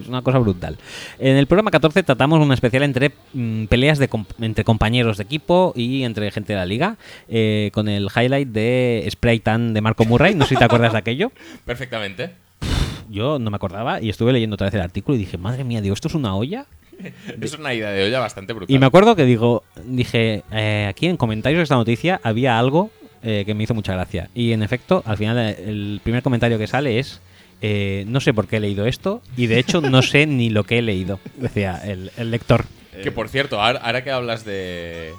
es una cosa brutal. En el programa 14 tratamos un especial entre mm, peleas de comp- entre compañeros de equipo y entre gente de la liga, eh, con el highlight de Spray Tan de Marco Murray, no sé si te acuerdas de aquello,
Perfectamente.
yo no me acordaba y estuve leyendo otra vez el artículo y dije, madre mía, digo, ¿esto es una olla?
Es una idea de olla bastante brutal.
Y me acuerdo que digo, dije, eh, aquí en comentarios de esta noticia había algo eh, que me hizo mucha gracia. Y en efecto, al final eh, el primer comentario que sale es, eh, no sé por qué he leído esto y de hecho no sé ni lo que he leído, decía el, el lector.
Que
Eh.
por cierto, ahora, ahora que hablas de,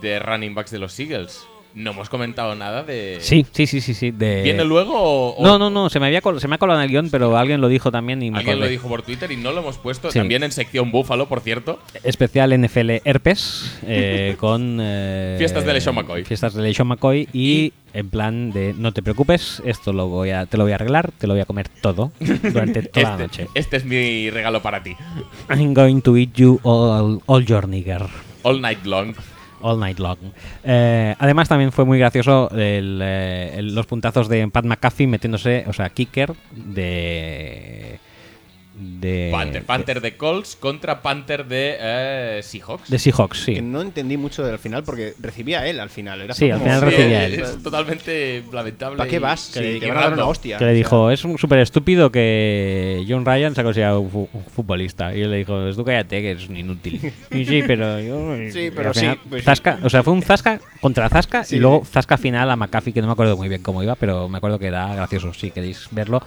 de running backs de los Eagles, no hemos comentado nada de.
Sí, sí, sí, sí, sí. De...
Eh, ¿Viene luego o.? o
No, no, no, se me, había col- se me ha colado en el guión, pero alguien lo dijo también y me
Alguien lo
acordé.
dijo por Twitter y no lo hemos puesto.
Sí.
También en sección Búfalo, por cierto.
Especial NFL Herpes eh, con... eh,
Fiestas de LeSean McCoy.
Fiestas de LeSean McCoy y en plan de no te preocupes, esto lo voy a, te lo voy a arreglar, te lo voy a comer todo durante toda la
Este,
noche.
este es mi regalo para ti.
I'm going to eat you all, all your nigger.
All night long.
All night long. Eh, además, también fue muy gracioso el, eh, el- los puntazos de Pat McAfee metiéndose, o sea, kicker de. de.
Panther.
eh.
Panther de Colts contra Panther de eh, Seahawks.
de Seahawks, sí.
Que no entendí mucho del final porque recibía él al final. Era
Sí, al
como-
final
Sí,
recibía
es,
él.
es totalmente lamentable.
¿Para qué
y-
vas?
que-
Si
y
te van a dar una
random.
hostia.
Que le dijo, es un súper estúpido que John Ryan se ha considerado un, fu- un futbolista. Y él le dijo, es tú cállate, que eres un inútil. Y sí, pero yo...
Sí,
y
pero
al final,
sí, pues sí.
zasca- o sea, fue un Zasca contra Zasca
Sí.
y luego Zasca final a McAfee, que no me acuerdo muy bien cómo iba, pero me acuerdo que era gracioso, si queréis verlo.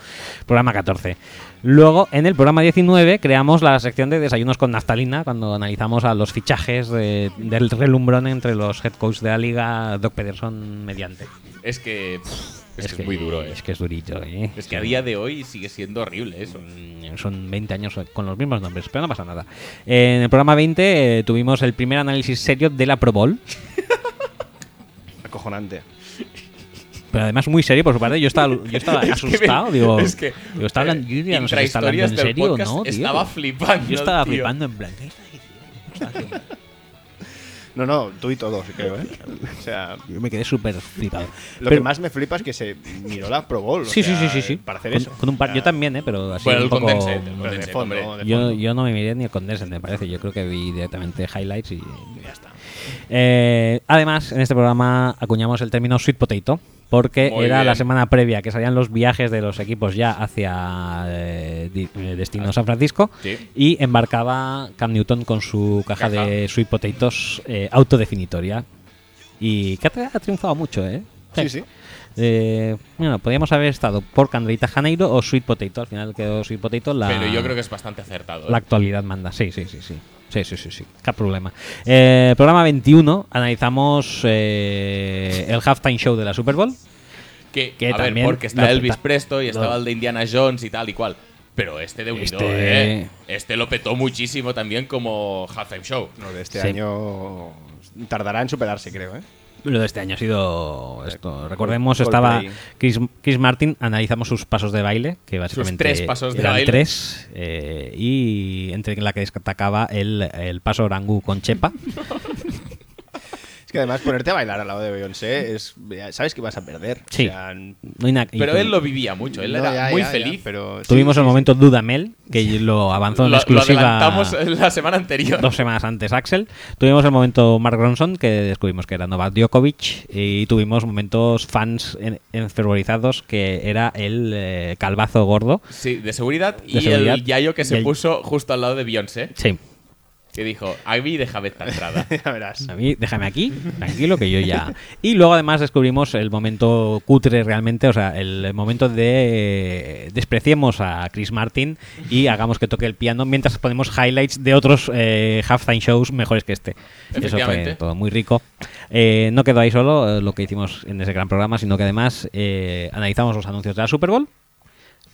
Programa 14. Luego, en el programa 19, creamos la sección de desayunos con naftalina, cuando analizamos a los fichajes de- del relumbrón entre los head coach de la liga, Doc Pederson mediante.
Es que. pff, es, que es muy duro, eh.
Es que es durito, ¿eh?
Es que a día de hoy sigue siendo horrible eso.
Mm, son 20 años con los mismos nombres, pero no pasa nada. Eh, en el programa 20 eh, tuvimos el primer análisis serio de la Pro Bowl,
Acojonante.
pero además muy serio por su parte. Yo estaba, yo estaba asustado, digo,
Es que, eh,
digo,
eh,
está hablando, yo ya no sé si está hablando
Intrahistorias
en
del
serio o
podcast
no, tío.
Estaba flipando.
yo estaba
tío.
flipando en blanco. ¿qué está diciendo?
No, no, tú y todos, creo, ¿eh? O sea,
Yo me quedé súper flipado.
lo
Pero-
que más me flipa es que se miró la Pro Bowl. o
sí, sí,
sea,
sí, sí, sí.
Para hacer
Con-
eso.
Con un par,
O
yo
sea,
también, ¿eh? pero así
Bueno,
un
el
poco-
condense, el condense,
pero de fondo,
hombre.
de
Yo,
fondo.
yo no me miré ni el Condensed, me parece. Yo creo que vi directamente highlights y ya está. además, en este programa acuñamos el término sweet potato porque
Muy
era
bien.
la semana previa que salían los viajes de los equipos ya hacia eh, di- eh, destino San Francisco
Sí.
y embarcaba Cam Newton con su caja,
Caja.
de sweet potatoes eh, autodefinitoria y que ha tri- ha triunfado mucho, ¿eh?
Sí, sí.
Eh, bueno, podríamos haber estado por Candelita Janeiro o Sweet Potato. Al final quedó Sweet Potato la,
Pero yo creo que es bastante acertado. ¿eh?
la actualidad manda, sí, sí, sí, sí. Sí, sí, sí, sí. Qué problema. Eh, programa 21, analizamos eh, el halftime show de la Super Bowl.
que,
que
a ver,
también
porque está
lo-
Elvis
ta-
Presto y
lo-
estaba el de Indiana Jones y tal y cual. Pero este de unido,
Este-
¿eh? Este lo petó muchísimo también como Halftime Show.
No, de este
Sí.
año tardará en superarse, creo, ¿eh?
Lo de este año ha sido esto. Recordemos,
Coldplay.
estaba Chris, Chris Martin, analizamos sus pasos de baile, que básicamente
tres pasos de
eran
baile.
tres, eh, y entre la que destacaba el, el paso orangú con chepa.
Es que además ponerte a bailar al lado de Beyoncé es. ya Sabes que vas a perder. O
Sí.
sea, n-
No hay na- y
Pero
tu-
él lo vivía mucho, él
no,
era
ya,
muy
ya, ya,
feliz.
pero sí,
Tuvimos
sí,
el
sí.
momento Dudamel, que lo avanzó en
lo, lo
exclusiva
adelantamos la semana anterior.
dos semanas antes Axel. Tuvimos el momento Mark Ronson, que descubrimos que era Novak Djokovic, y tuvimos momentos fans en- enfervorizados, que era el eh, calvazo gordo.
Sí, de seguridad. y
seguridad.
el yayo que se
Y el-
puso justo al lado de Beyoncé,
Sí.
que dijo, a mí déjame esta entrada.
Ya verás.
A mí, déjame aquí, tranquilo, que yo ya. Y luego además descubrimos el momento cutre realmente, o sea, el momento de eh, despreciemos a Chris Martin y hagamos que toque el piano mientras ponemos highlights de otros eh, halftime shows mejores que este. Y Eso
Efectivamente.
fue todo muy rico. Eh, no quedó ahí solo eh, lo que hicimos en ese gran programa, sino que además eh, analizamos los anuncios de la Super Bowl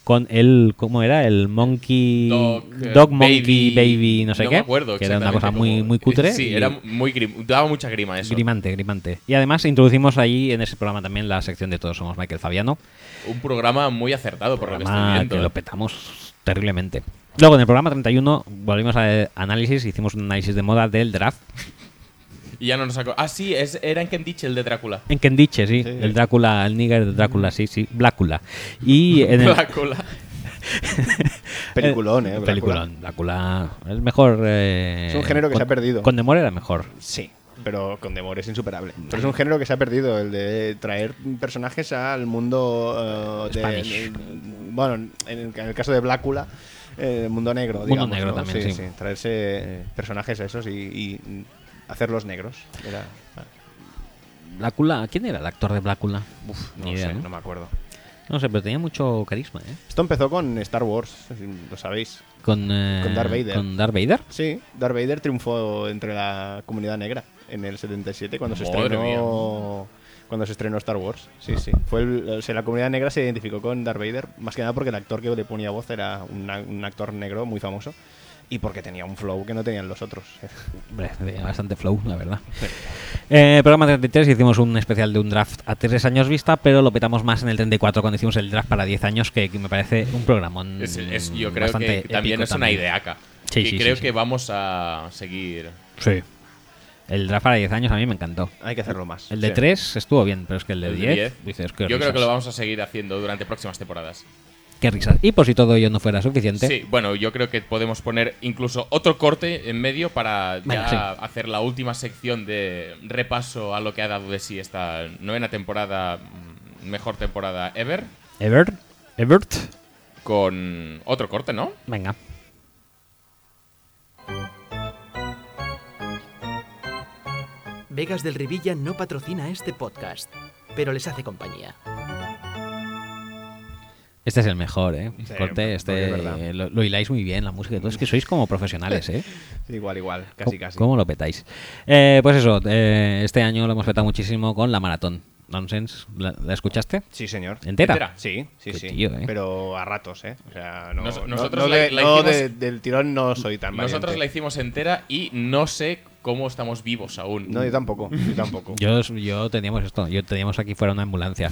con el, ¿cómo era? El Monkey...
Dog, eh,
Monkey Baby, no sé qué.
me acuerdo
que era una cosa
exactamente
muy,
cómo-
muy cutre.
Sí,
y-
era muy grim- daba mucha grima eso.
Grimante, grimante. Y además introducimos ahí en ese programa también la sección de Todos Somos Michael Fabiano.
Un programa muy acertado, por lo que estoy
programa
viendo. eh.
que lo petamos terriblemente. Luego en el programa 31 volvimos a eh, análisis, hicimos un análisis de moda del draft.
Y ya no nos sacó. Ah, sí, es, era en Kendich el de Drácula.
En Kendiche, sí. El Drácula, el nigger de Drácula, sí, sí. Blácula. Y en el...
Drácula.
Peliculón, ¿eh? Drácula.
Peliculón, Drácula. Ah, El mejor... eh,
Es un género que
con-
se ha perdido.
Con Demore era mejor.
Sí. Pero con Demore es insuperable. Pero es un género que se ha perdido, el de traer personajes al mundo. eh, de-
Spanish.
bueno, en el, en el caso de Blácula, eh, mundo negro.
Mundo
digamos,
negro
¿no?
también, sí.
Traerse eh, personajes a esos y, y hacerlos negros. Era-
Blácula, ¿quién era el actor de Blácula? Uf,
no sé, no me acuerdo.
No sé, pero tenía mucho carisma, ¿eh?
Esto empezó con Star Wars, si lo sabéis.
Con, eh,
Con Darth Vader.
Con Darth Vader.
Sí, Darth Vader triunfó entre la comunidad negra en el 77 cuando se
Madre
estrenó cuando se estrenó Star Wars. Sí,
Ah.
sí. Fue el- o sea, la comunidad negra se identificó con Darth Vader más que nada porque el actor que le ponía voz era un, a- un actor negro muy famoso y porque tenía un flow que no tenían los otros.
Hombre, tenía bastante flow, la verdad. Eh, programa 33 hicimos un especial de un draft a tres años vista, pero lo petamos más en el 34 cuando hicimos el draft para 10 años, que, que me parece un programa
Es- es- yo creo que también es una ideaca.
Sí,
y
sí,
creo
sí,
que
sí.
vamos a seguir.
Sí. El draft para 10 años a mí me encantó.
Hay que hacerlo más.
El de
Sí.
3 estuvo bien, pero es que el de
el de
10,
10.
dices, qué
Yo creo que
risas,
lo vamos a seguir haciendo durante próximas temporadas.
Qué risas. Y por si todo ello no fuera suficiente,
Sí, bueno, yo creo que podemos poner incluso otro corte en medio para ya
Venga, sí.
hacer la última sección de repaso a lo que ha dado de sí esta novena temporada, mm, mejor temporada ever,
Ebert, Ebert,
con otro corte, ¿no?
venga.
Vegas del Rivilla no patrocina este podcast, pero les hace compañía.
Este es el mejor, ¿eh? Corte,
porque
este,
es verdad.
eh, lo, lo hiláis muy bien, la música y todo. Es que sois como profesionales, ¿eh?
Igual, igual, casi, casi.
¿Cómo lo petáis? Eh, pues eso, eh, este año lo hemos petado muchísimo con la maratón. Nonsense, ¿la, la escuchaste?
Sí, señor.
¿Entera?
Entera.
Sí, sí,
Qué
sí.
tío, ¿eh?
Pero a ratos, ¿eh? O sea, no,
Nos-
no-
nosotros
no
la-
de-
la
no
hicimos-
de- del tirón no soy tan
Nosotros
valiente.
la hicimos entera y no sé cómo estamos vivos aún.
No, yo tampoco, yo tampoco.
Yo, yo teníamos esto, yo teníamos aquí fuera una ambulancia.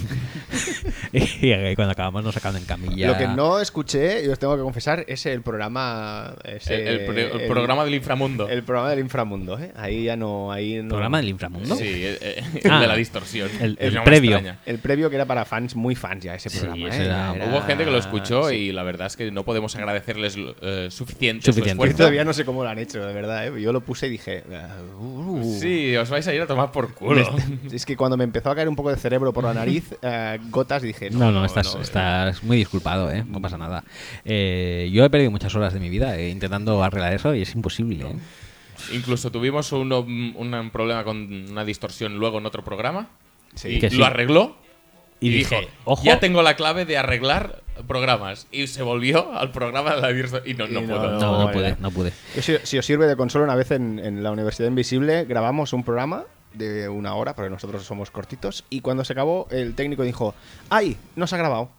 y, eh, cuando acabamos nos sacaron en camilla.
Lo que no escuché, y os tengo que confesar, es el programa.
El,
ese-
el pro- el programa del inframundo.
el programa del inframundo, ¿eh? Ahí ya no. Ahí no-
¿Programa del inframundo?
Sí, eh, eh, el
Ah.
de la distorsión.
El-
Es
el
una
previo.
extraña.
El previo que era para fans, muy fans ya ese
Sí,
programa.
ese
¿eh?
era-
Ya
Hubo gente que lo escuchó
sí.
y la verdad es que no podemos agradecerles lo- eh, suficiente, su
Suficiente.
esfuerzo.
Yo todavía no sé cómo lo han hecho, de verdad. ¿eh? Yo lo puse y dije. ah, uh,
Sí, os vais a ir a tomar por
me-
culo.
Es que cuando me empezó a caer un poco de cerebro por la nariz, eh, gotas, dije.
No, no, estás,
no,
estás muy disculpado, ¿eh? No pasa nada. Eh, yo he perdido muchas horas de mi vida eh, intentando arreglar eso y es imposible, ¿eh?
Incluso tuvimos uno- un problema con una distorsión luego en otro programa.
Sí.
y
Que
lo
sí.
arregló.
Y
Y,
dije,
dijo,
"Ojo".
ya tengo la clave de arreglar programas. Y se volvió al programa de la distorsión. Y no, no
Y no,
puedo.
no,
No, no,
vale.
pude, no pude.
Yo, Si, si os sirve de consuelo, una vez en, en la Universidad Invisible grabamos un programa de una hora, porque nosotros somos cortitos, y cuando se acabó el técnico dijo, ¡ay! No se ha grabado.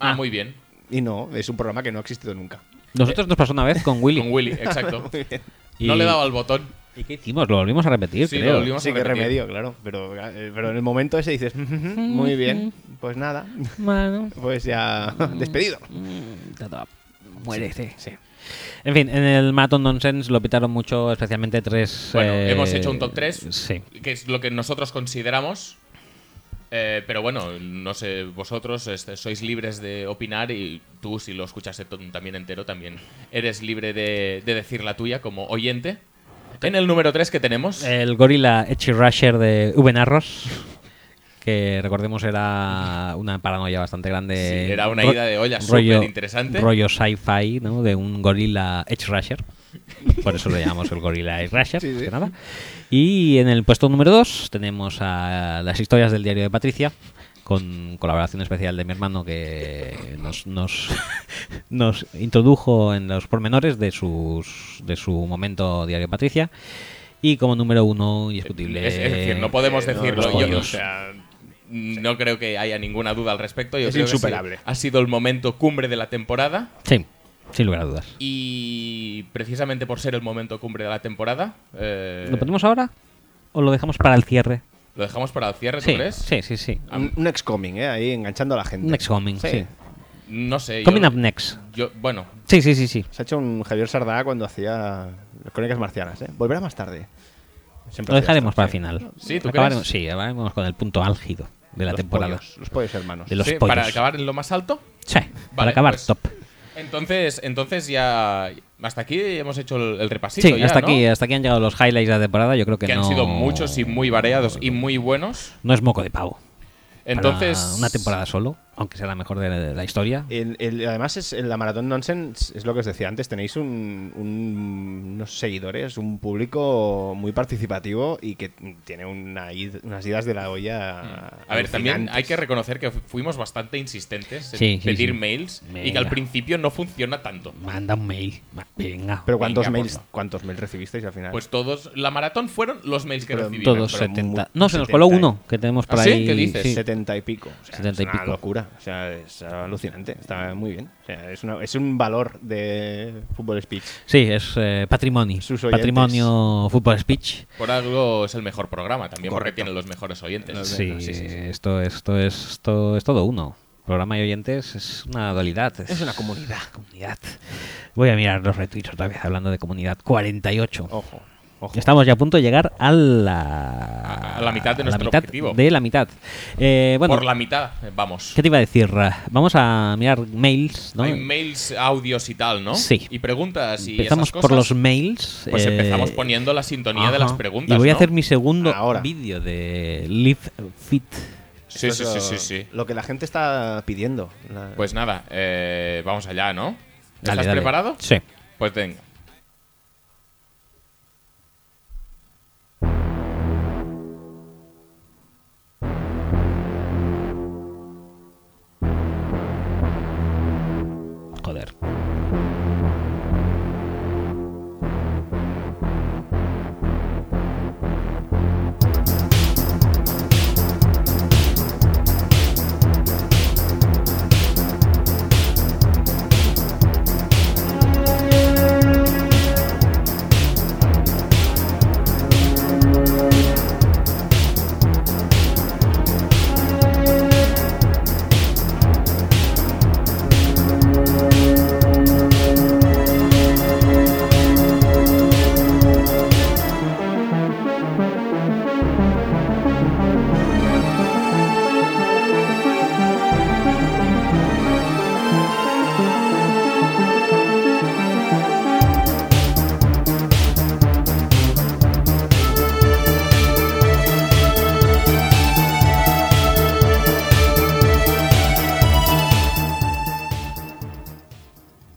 Ah, muy bien.
Y no, es un programa que no ha existido nunca.
Nosotros nos pasó una vez con Willy.
Con Willy, exacto.
Muy bien.
y-
No le he dado al botón.
¿Y qué hicimos? Lo volvimos a repetir,
Sí, lo
creo.
volvimos
Sí,
a
que
repetir.
remedio, claro. Pero, eh, pero en el momento ese dices, muy bien, pues nada,
Mano,
pues ya despedido.
mm, tata, muérete.
Sí.
En fin, en el Maton Nonsense lo pitaron mucho, especialmente tres.
Bueno,
eh,
hemos hecho un top 3,
Sí.
que es lo que nosotros consideramos. Eh, pero bueno, no sé, vosotros este, sois libres de opinar y tú, si lo escuchas to- también entero, también eres libre de, de decir la tuya como oyente. En el número 3 que tenemos,
El gorila Echi Rusher de Ubenarros, que recordemos era una paranoia bastante grande.
Sí, era una
Ro-
ida de olla
rollo-
superinteresante.
Rollo sci-fi, ¿no? De un gorila Edge Rusher. Por eso lo llamamos el gorila Edge Rusher,
Sí,
más
sí.
que nada. Y en el puesto número 2 tenemos a las historias del diario de Patricia. Con colaboración especial de mi hermano que nos, nos, nos introdujo en los pormenores de, sus, de su momento diario de Patricia. Y como número uno, indiscutible.
es, es decir, no podemos
Eh, no,
decirlo.
los
Yo-
pollos.
o sea, no creo que haya ninguna duda al respecto. Yo
Es
creo que ha sido-
insuperable.
ha sido el momento cumbre de la temporada.
Sí, sin lugar a dudas.
Y precisamente por ser el momento cumbre de la temporada, eh,
¿Lo ponemos ahora o lo dejamos para el cierre?
lo dejamos para el cierre, ¿tú
Sí,
crees?
sí, sí, sí.
Ah.
Un, un ex-coming, ¿eh? Ahí enganchando a la gente.
Next coming, sí.
No sé.
Coming
yo,
up next.
yo- bueno,
Sí, sí, sí, sí.
Se ha hecho un Javier Sardá cuando hacía las crónicas marcianas, ¿eh? Volverá más tarde. Siempre
Lo
hacía
dejaremos
esto,
para el
sí.
final.
Sí, ¿tú
acabaremos,
crees?
Sí, acabaremos con el punto álgido de la
Los
temporada.
pollos, los pollos hermanos.
De los
sí,
pollos.
para acabar en lo más alto.
Sí, para
Vale,
acabar
pues,
top.
Entonces, entonces ya. Hasta aquí hemos hecho el, el repasito.
Sí,
ya,
hasta
¿no?
aquí, hasta aquí han llegado los highlights de la temporada. Yo creo que,
Que han
no-
sido muchos y muy variados y muy buenos.
No es moco de pavo. Para
Entonces.
una temporada solo, aunque sea la mejor de de la historia.
El- el- además, es, en la Maratón Nonsense es lo que os decía antes. Tenéis un, un- unos seguidores, un público muy participativo y que tiene una id- unas idas de la olla.
A ver, también
alucinantes.
hay que reconocer que fu- fuimos bastante insistentes en
Sí, sí,
pedir
sí.
mails y que
Venga.
al principio no funciona tanto.
Manda un mail. Va, Venga.
Pero ¿cuántos,
Venga,
mails,
por
¿cuántos mails recibisteis al final?
Pues todos, la maratón fueron los mails que
Pero
recibimos.
Todos
pero
70.
mu-
No, se nos coló
70 y-
uno que tenemos por
¿Ah, sí?
ahí.
¿Qué dices?
sí.
70 y pico. O sea,
70 y
es una
pico.
locura. O sea, es alucinante. Está muy bien. O sea, es, una- es un valor de Fútbol Speech.
Sí, es eh, patrimonio.
Sus oyentes.
Patrimonio Fútbol Speech.
Por algo es el mejor programa también, porque
Correcto.
tienen los mejores oyentes.
Sí, Esto, esto, es, esto es todo uno. Programa y oyentes es una dualidad. Es, una comunidad. comunidad. Voy a mirar los retweets otra vez hablando de comunidad. 48.
Ojo, ojo.
Estamos ya a punto de llegar a la,
A- a la mitad de
a
nuestro
mitad
objetivo.
De la mitad. Eh, bueno,
Por la mitad, eh, vamos.
¿qué te iba a decir? Vamos a mirar mails, ¿no?
Hay mails, audios y tal, ¿no?
Sí.
Y preguntas y
Empezamos
esas
por
cosas.
los mails.
Pues
eh,
empezamos poniendo la sintonía de
ajá.
las preguntas,
Y voy a
¿no?
hacer mi segundo
Ahora.
vídeo de Live Fit.
Sí, sí,
Esto
sí,
es
sí,
lo-
sí.
Lo que la gente está pidiendo. La-
Pues nada, eh, vamos allá, ¿no? ¿Estás
Dale, dale.
preparado?
Sí.
Pues venga.
Joder.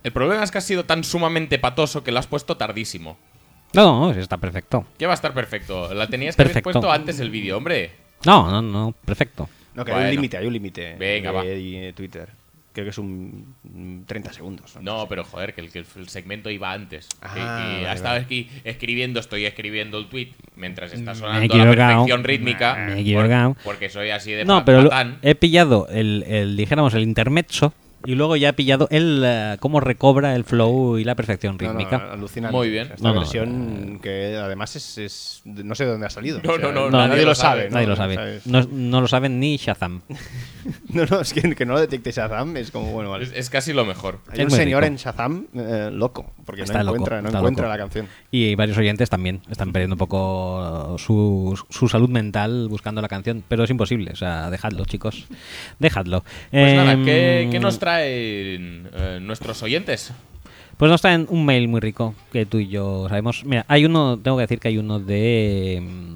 El problema es que has sido tan sumamente patoso que lo has puesto tardísimo.
No, no, no, sí, está perfecto.
Que va a estar perfecto. La tenías que haber
Perfecto.
puesto antes del vídeo, hombre.
No, no, no, perfecto.
No, que hay
Bueno.
un límite, hay un límite. Eh,
Venga,
de-
va.
de Twitter. Creo que es un un 30 segundos.
pues
No, pero joder, que el, que el segmento iba antes.
Ah,
Y- y
vale,
ha estado
vale.
aquí escribiendo, estoy escribiendo el tweet mientras está
Mm, he
sonando la
equivocado.
perfección rítmica.
Me he
por-
equivocado.
porque soy así de
No,
pa-
pero lo-
patán.
he pillado el, el, dijéramos, el intermezzo Y luego ya ha pillado el eh, cómo recobra el flow y la perfección
No, no,
rítmica.
alucinante.
Muy bien.
Esta
No, no,
versión que además es, es- No sé de dónde ha salido.
No, no, no,
Nadie, lo sabe. ¿no?
Nadie lo
No
sabe.
sabes.
No, no lo saben ni Shazam.
No, no, es que, que no lo detecte Shazam es como, bueno, vale.
Es, es casi lo mejor.
Hay
Es
un
muy
señor
rico.
en Shazam eh, loco, porque
Está
no
loco,
encuentra, no
está
encuentra
loco.
la canción.
Y varios oyentes también están perdiendo un poco su, su salud mental buscando la canción, pero es imposible. O sea, dejadlo, chicos. Dejadlo.
Pues nada,
Em,
¿qué, qué nos traen eh, nuestros oyentes?
Pues nos traen un mail muy rico que tú y yo sabemos. Mira, hay uno, tengo que decir que hay uno de mm,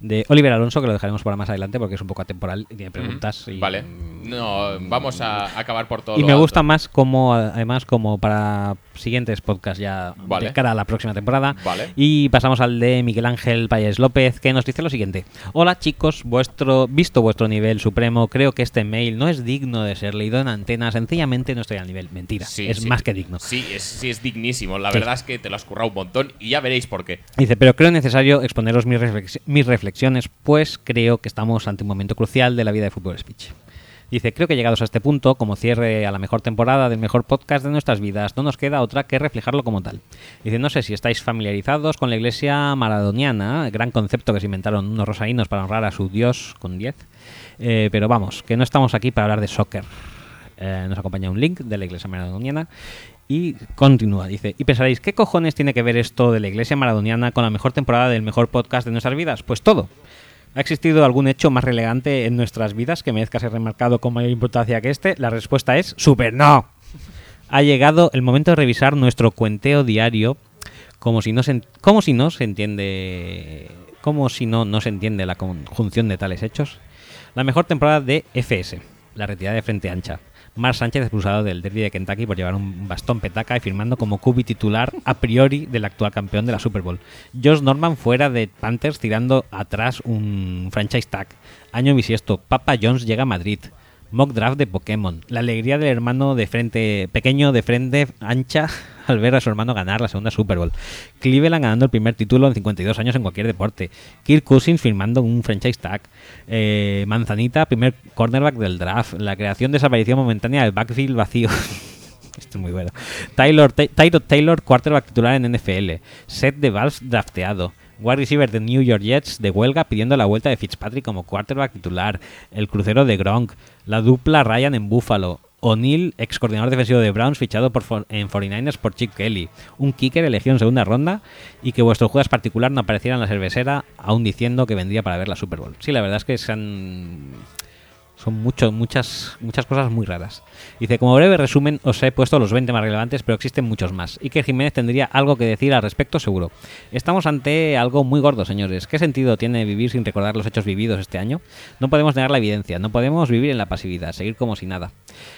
de Oliver Alonso que lo dejaremos para más adelante porque es un poco atemporal y tiene preguntas. y,
Vale.
mm,
No, vamos a acabar por todo.
y
lo
me
alto.
gusta más como además como para siguientes podcasts ya
Vale.
de cara a la próxima temporada.
Vale.
Y pasamos al de Miguel Ángel Payés López que nos dice lo siguiente: Hola chicos, vuestro visto vuestro nivel supremo, creo que este mail no es digno de ser leído en antena. Sencillamente no estoy al nivel. Mentira,
Sí,
es
sí.
más que digno.
Sí es, sí, es dignísimo. La
Sí.
verdad es que te lo has currado un montón y ya veréis por qué.
Dice, pero creo necesario exponeros mis, reflex- mis reflexiones, pues creo que estamos ante un momento crucial de la vida de Fútbol Speech. Dice, creo que llegados a este punto, como cierre a la mejor temporada del mejor podcast de nuestras vidas, no nos queda otra que reflejarlo como tal. Dice, no sé si estáis familiarizados con la iglesia maradoniana, gran concepto que se inventaron unos rosarinos para honrar a su dios con 10, eh, pero vamos, que no estamos aquí para hablar de soccer. Eh, nos acompaña un link de la Iglesia Maradoniana y continúa, dice, y pensaréis, ¿qué cojones tiene que ver esto de la Iglesia Maradoniana con la mejor temporada del mejor podcast de nuestras vidas? Pues todo. ¿Ha existido algún hecho más relevante en nuestras vidas que merezca ser remarcado con mayor importancia que este? La respuesta es, super no. Ha llegado el momento de revisar nuestro cuenteo diario como si no se, en- como si no se entiende como si no, no se entiende la conjunción de tales hechos. La mejor temporada de FS, la retirada de frente ancha. Mar Sánchez expulsado del derby de Kentucky por llevar un bastón petaca y firmando como cubi titular a priori del actual campeón de la Super Bowl. Josh Norman fuera de Panthers tirando atrás un franchise tag. Año bisiesto, Papa Jones llega a Madrid. Mock draft de Pokémon. La alegría del hermano de frente pequeño de frente ancha al ver a su hermano ganar la segunda Super Bowl. Cleveland ganando el primer título en 52 años en cualquier deporte. Kirk Cousins firmando un franchise tag. Eh, Manzanita, primer cornerback del draft. La creación desaparición momentánea del backfield vacío. Esto es muy bueno. Taylor, Ta- Tyrod Taylor, quarterback titular en NFL. Set de Valves drafteado. Wide receiver de New York Jets de huelga pidiendo la vuelta de Fitzpatrick como quarterback titular. El crucero de Gronk. La dupla Ryan en Buffalo. O'Neill, ex coordinador defensivo de Browns, fichado por for- en 49ers por Chip Kelly. Un kicker elegido en segunda ronda y que vuestro juegas particular no apareciera en la cervecera, aún diciendo que vendría para ver la Super Bowl. Sí, la verdad es que se han son mucho, muchas, muchas cosas muy raras. Dice, como breve resumen, os he puesto los 20 más relevantes, pero existen muchos más. Y que Jiménez tendría algo que decir al respecto, seguro. Estamos ante algo muy gordo, señores. ¿Qué sentido tiene vivir sin recordar los hechos vividos este año? No podemos negar la evidencia, no podemos vivir en la pasividad, seguir como si nada.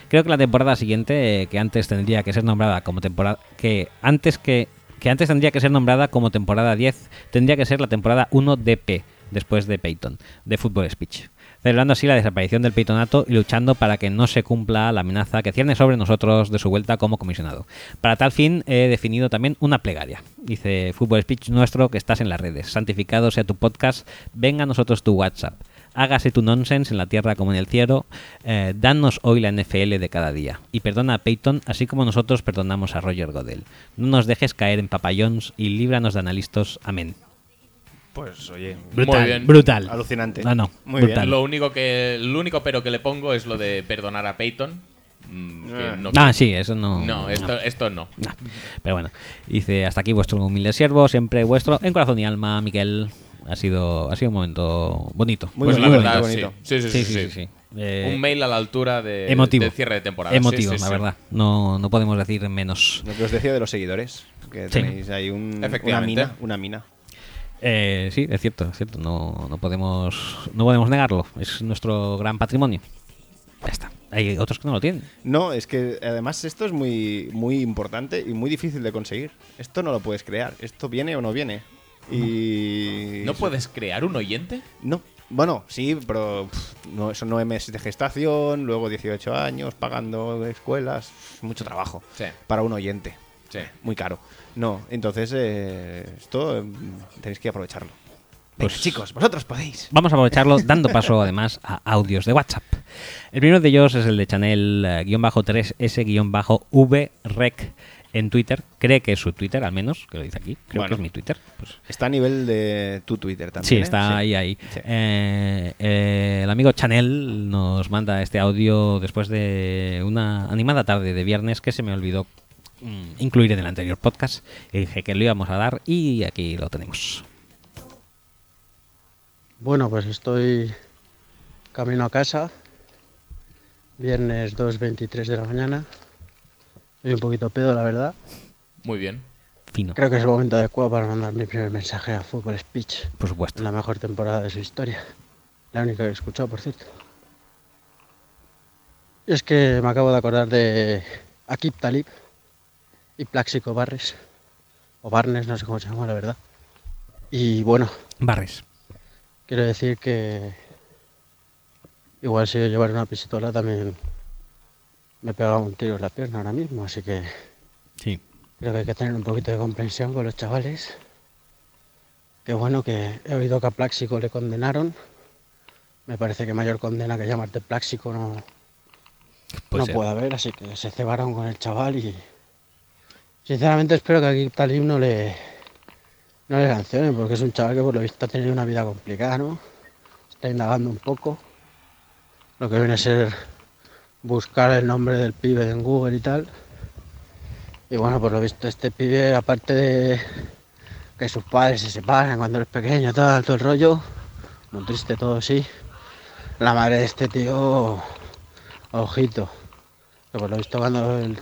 Creo que la temporada siguiente, eh, que antes tendría que ser nombrada como temporada, que antes que que antes tendría que ser nombrada como temporada 10, tendría que ser la temporada 1 de P, después de Peyton, de Football Speech. Celebrando así la desaparición del peitonato y luchando para que no se cumpla la amenaza que cierne sobre nosotros de su vuelta como comisionado. Para tal fin he definido también una plegaria. Dice Football Speech nuestro que estás en las redes. Santificado sea tu podcast, venga a nosotros tu WhatsApp. Hágase tu nonsense en la tierra como en el cielo. Eh, danos hoy la NFL de cada día. Y perdona a Peyton, así como nosotros perdonamos a Roger Godel. No nos dejes caer en papayons y líbranos de analistas. Amén.
Pues oye,
Brutal.
Muy bien.
Brutal.
Alucinante.
No, no.
Muy
brutal.
Tal. bien.
Lo único que el único pero que le pongo es lo de perdonar a Peyton. Mm, que
Ah.
no,
Ah, sí, eso no.
no, esto, esto no.
no. Pero bueno, dice hasta aquí vuestro humilde siervo, siempre vuestro en corazón y alma, Miquel. Ha sido, ha sido un momento bonito.
Muy
pues
bonito,
la verdad,
muy
sí.
bonito.
Sí, sí, sí. sí.
Eh,
Un mail a la altura de,
emotivo.
del cierre de temporada. Sí,
Emotivo,
sí,
la
sí.
verdad. No, no podemos decir menos.
Lo que os decía de los seguidores, que
Sí.
tenéis ahí un- una
Efectivamente.
mina, una mina.
Eh, sí, es cierto, es cierto. No, no podemos no podemos negarlo. Es nuestro gran patrimonio. Ya está. Hay otros que no lo tienen.
No, es que además esto es muy, muy importante y muy difícil de conseguir. Esto no lo puedes crear. Esto viene o no viene. Y.
¿No puedes crear un oyente?
No. Bueno, sí, pero pff, no, son nueve meses de gestación, luego 18 años, pagando escuelas, mucho trabajo
Sí.
para un oyente,
Sí.
muy caro. No, entonces eh, esto eh, tenéis que aprovecharlo. Venga,
Pues-
chicos, vosotros podéis.
Vamos a aprovecharlo dando paso además a audios de WhatsApp. El primero de ellos es el de eh, Chanel-3S-VREC en Twitter. Cree que es su Twitter, al menos, que lo dice aquí. Creo que
Bueno.
es mi Twitter. Pues
Está a nivel de tu Twitter también.
Sí,
¿eh?
está ahí, ahí.
Sí.
Eh, eh, el amigo Chanel nos manda este audio después de una animada tarde de viernes que se me olvidó mm, incluir en el anterior podcast. Y dije que lo íbamos a dar y aquí lo tenemos.
Bueno, pues estoy camino a casa, viernes 2.23 de la mañana. Estoy un poquito pedo, la verdad.
Muy bien.
Fino,
Creo que es el momento adecuado para mandar mi primer mensaje a Fútbol Speech.
por supuesto.
La mejor temporada de su historia. La única que he escuchado, por cierto. Y es que me acabo de acordar de Akib Talib y Plaxico Barres. O Barnes, no sé cómo se llama, la verdad. Y bueno,
Barres.
Quiero decir que igual si yo llevara una pistola también me pegaba un tiro en la pierna ahora mismo, así que
Sí.
creo que hay que tener un poquito de comprensión con los chavales. Que bueno que he oído que a Pláxico le condenaron. Me parece que mayor condena que llamarte Pláxico no,
Puede
no
ser.
puede haber, así que se cebaron con el chaval y sinceramente espero que aquí Talib no le no le sancionen porque es un chaval que por lo visto ha tenido una vida complicada, ¿no? Está indagando un poco lo que viene a ser buscar el nombre del pibe en Google y tal. Y bueno, por lo visto este pibe aparte de que sus padres se separan cuando eres pequeño, tal, todo el rollo, muy triste todo, sí. La madre de este tío Ojito. Que por lo visto cuando el-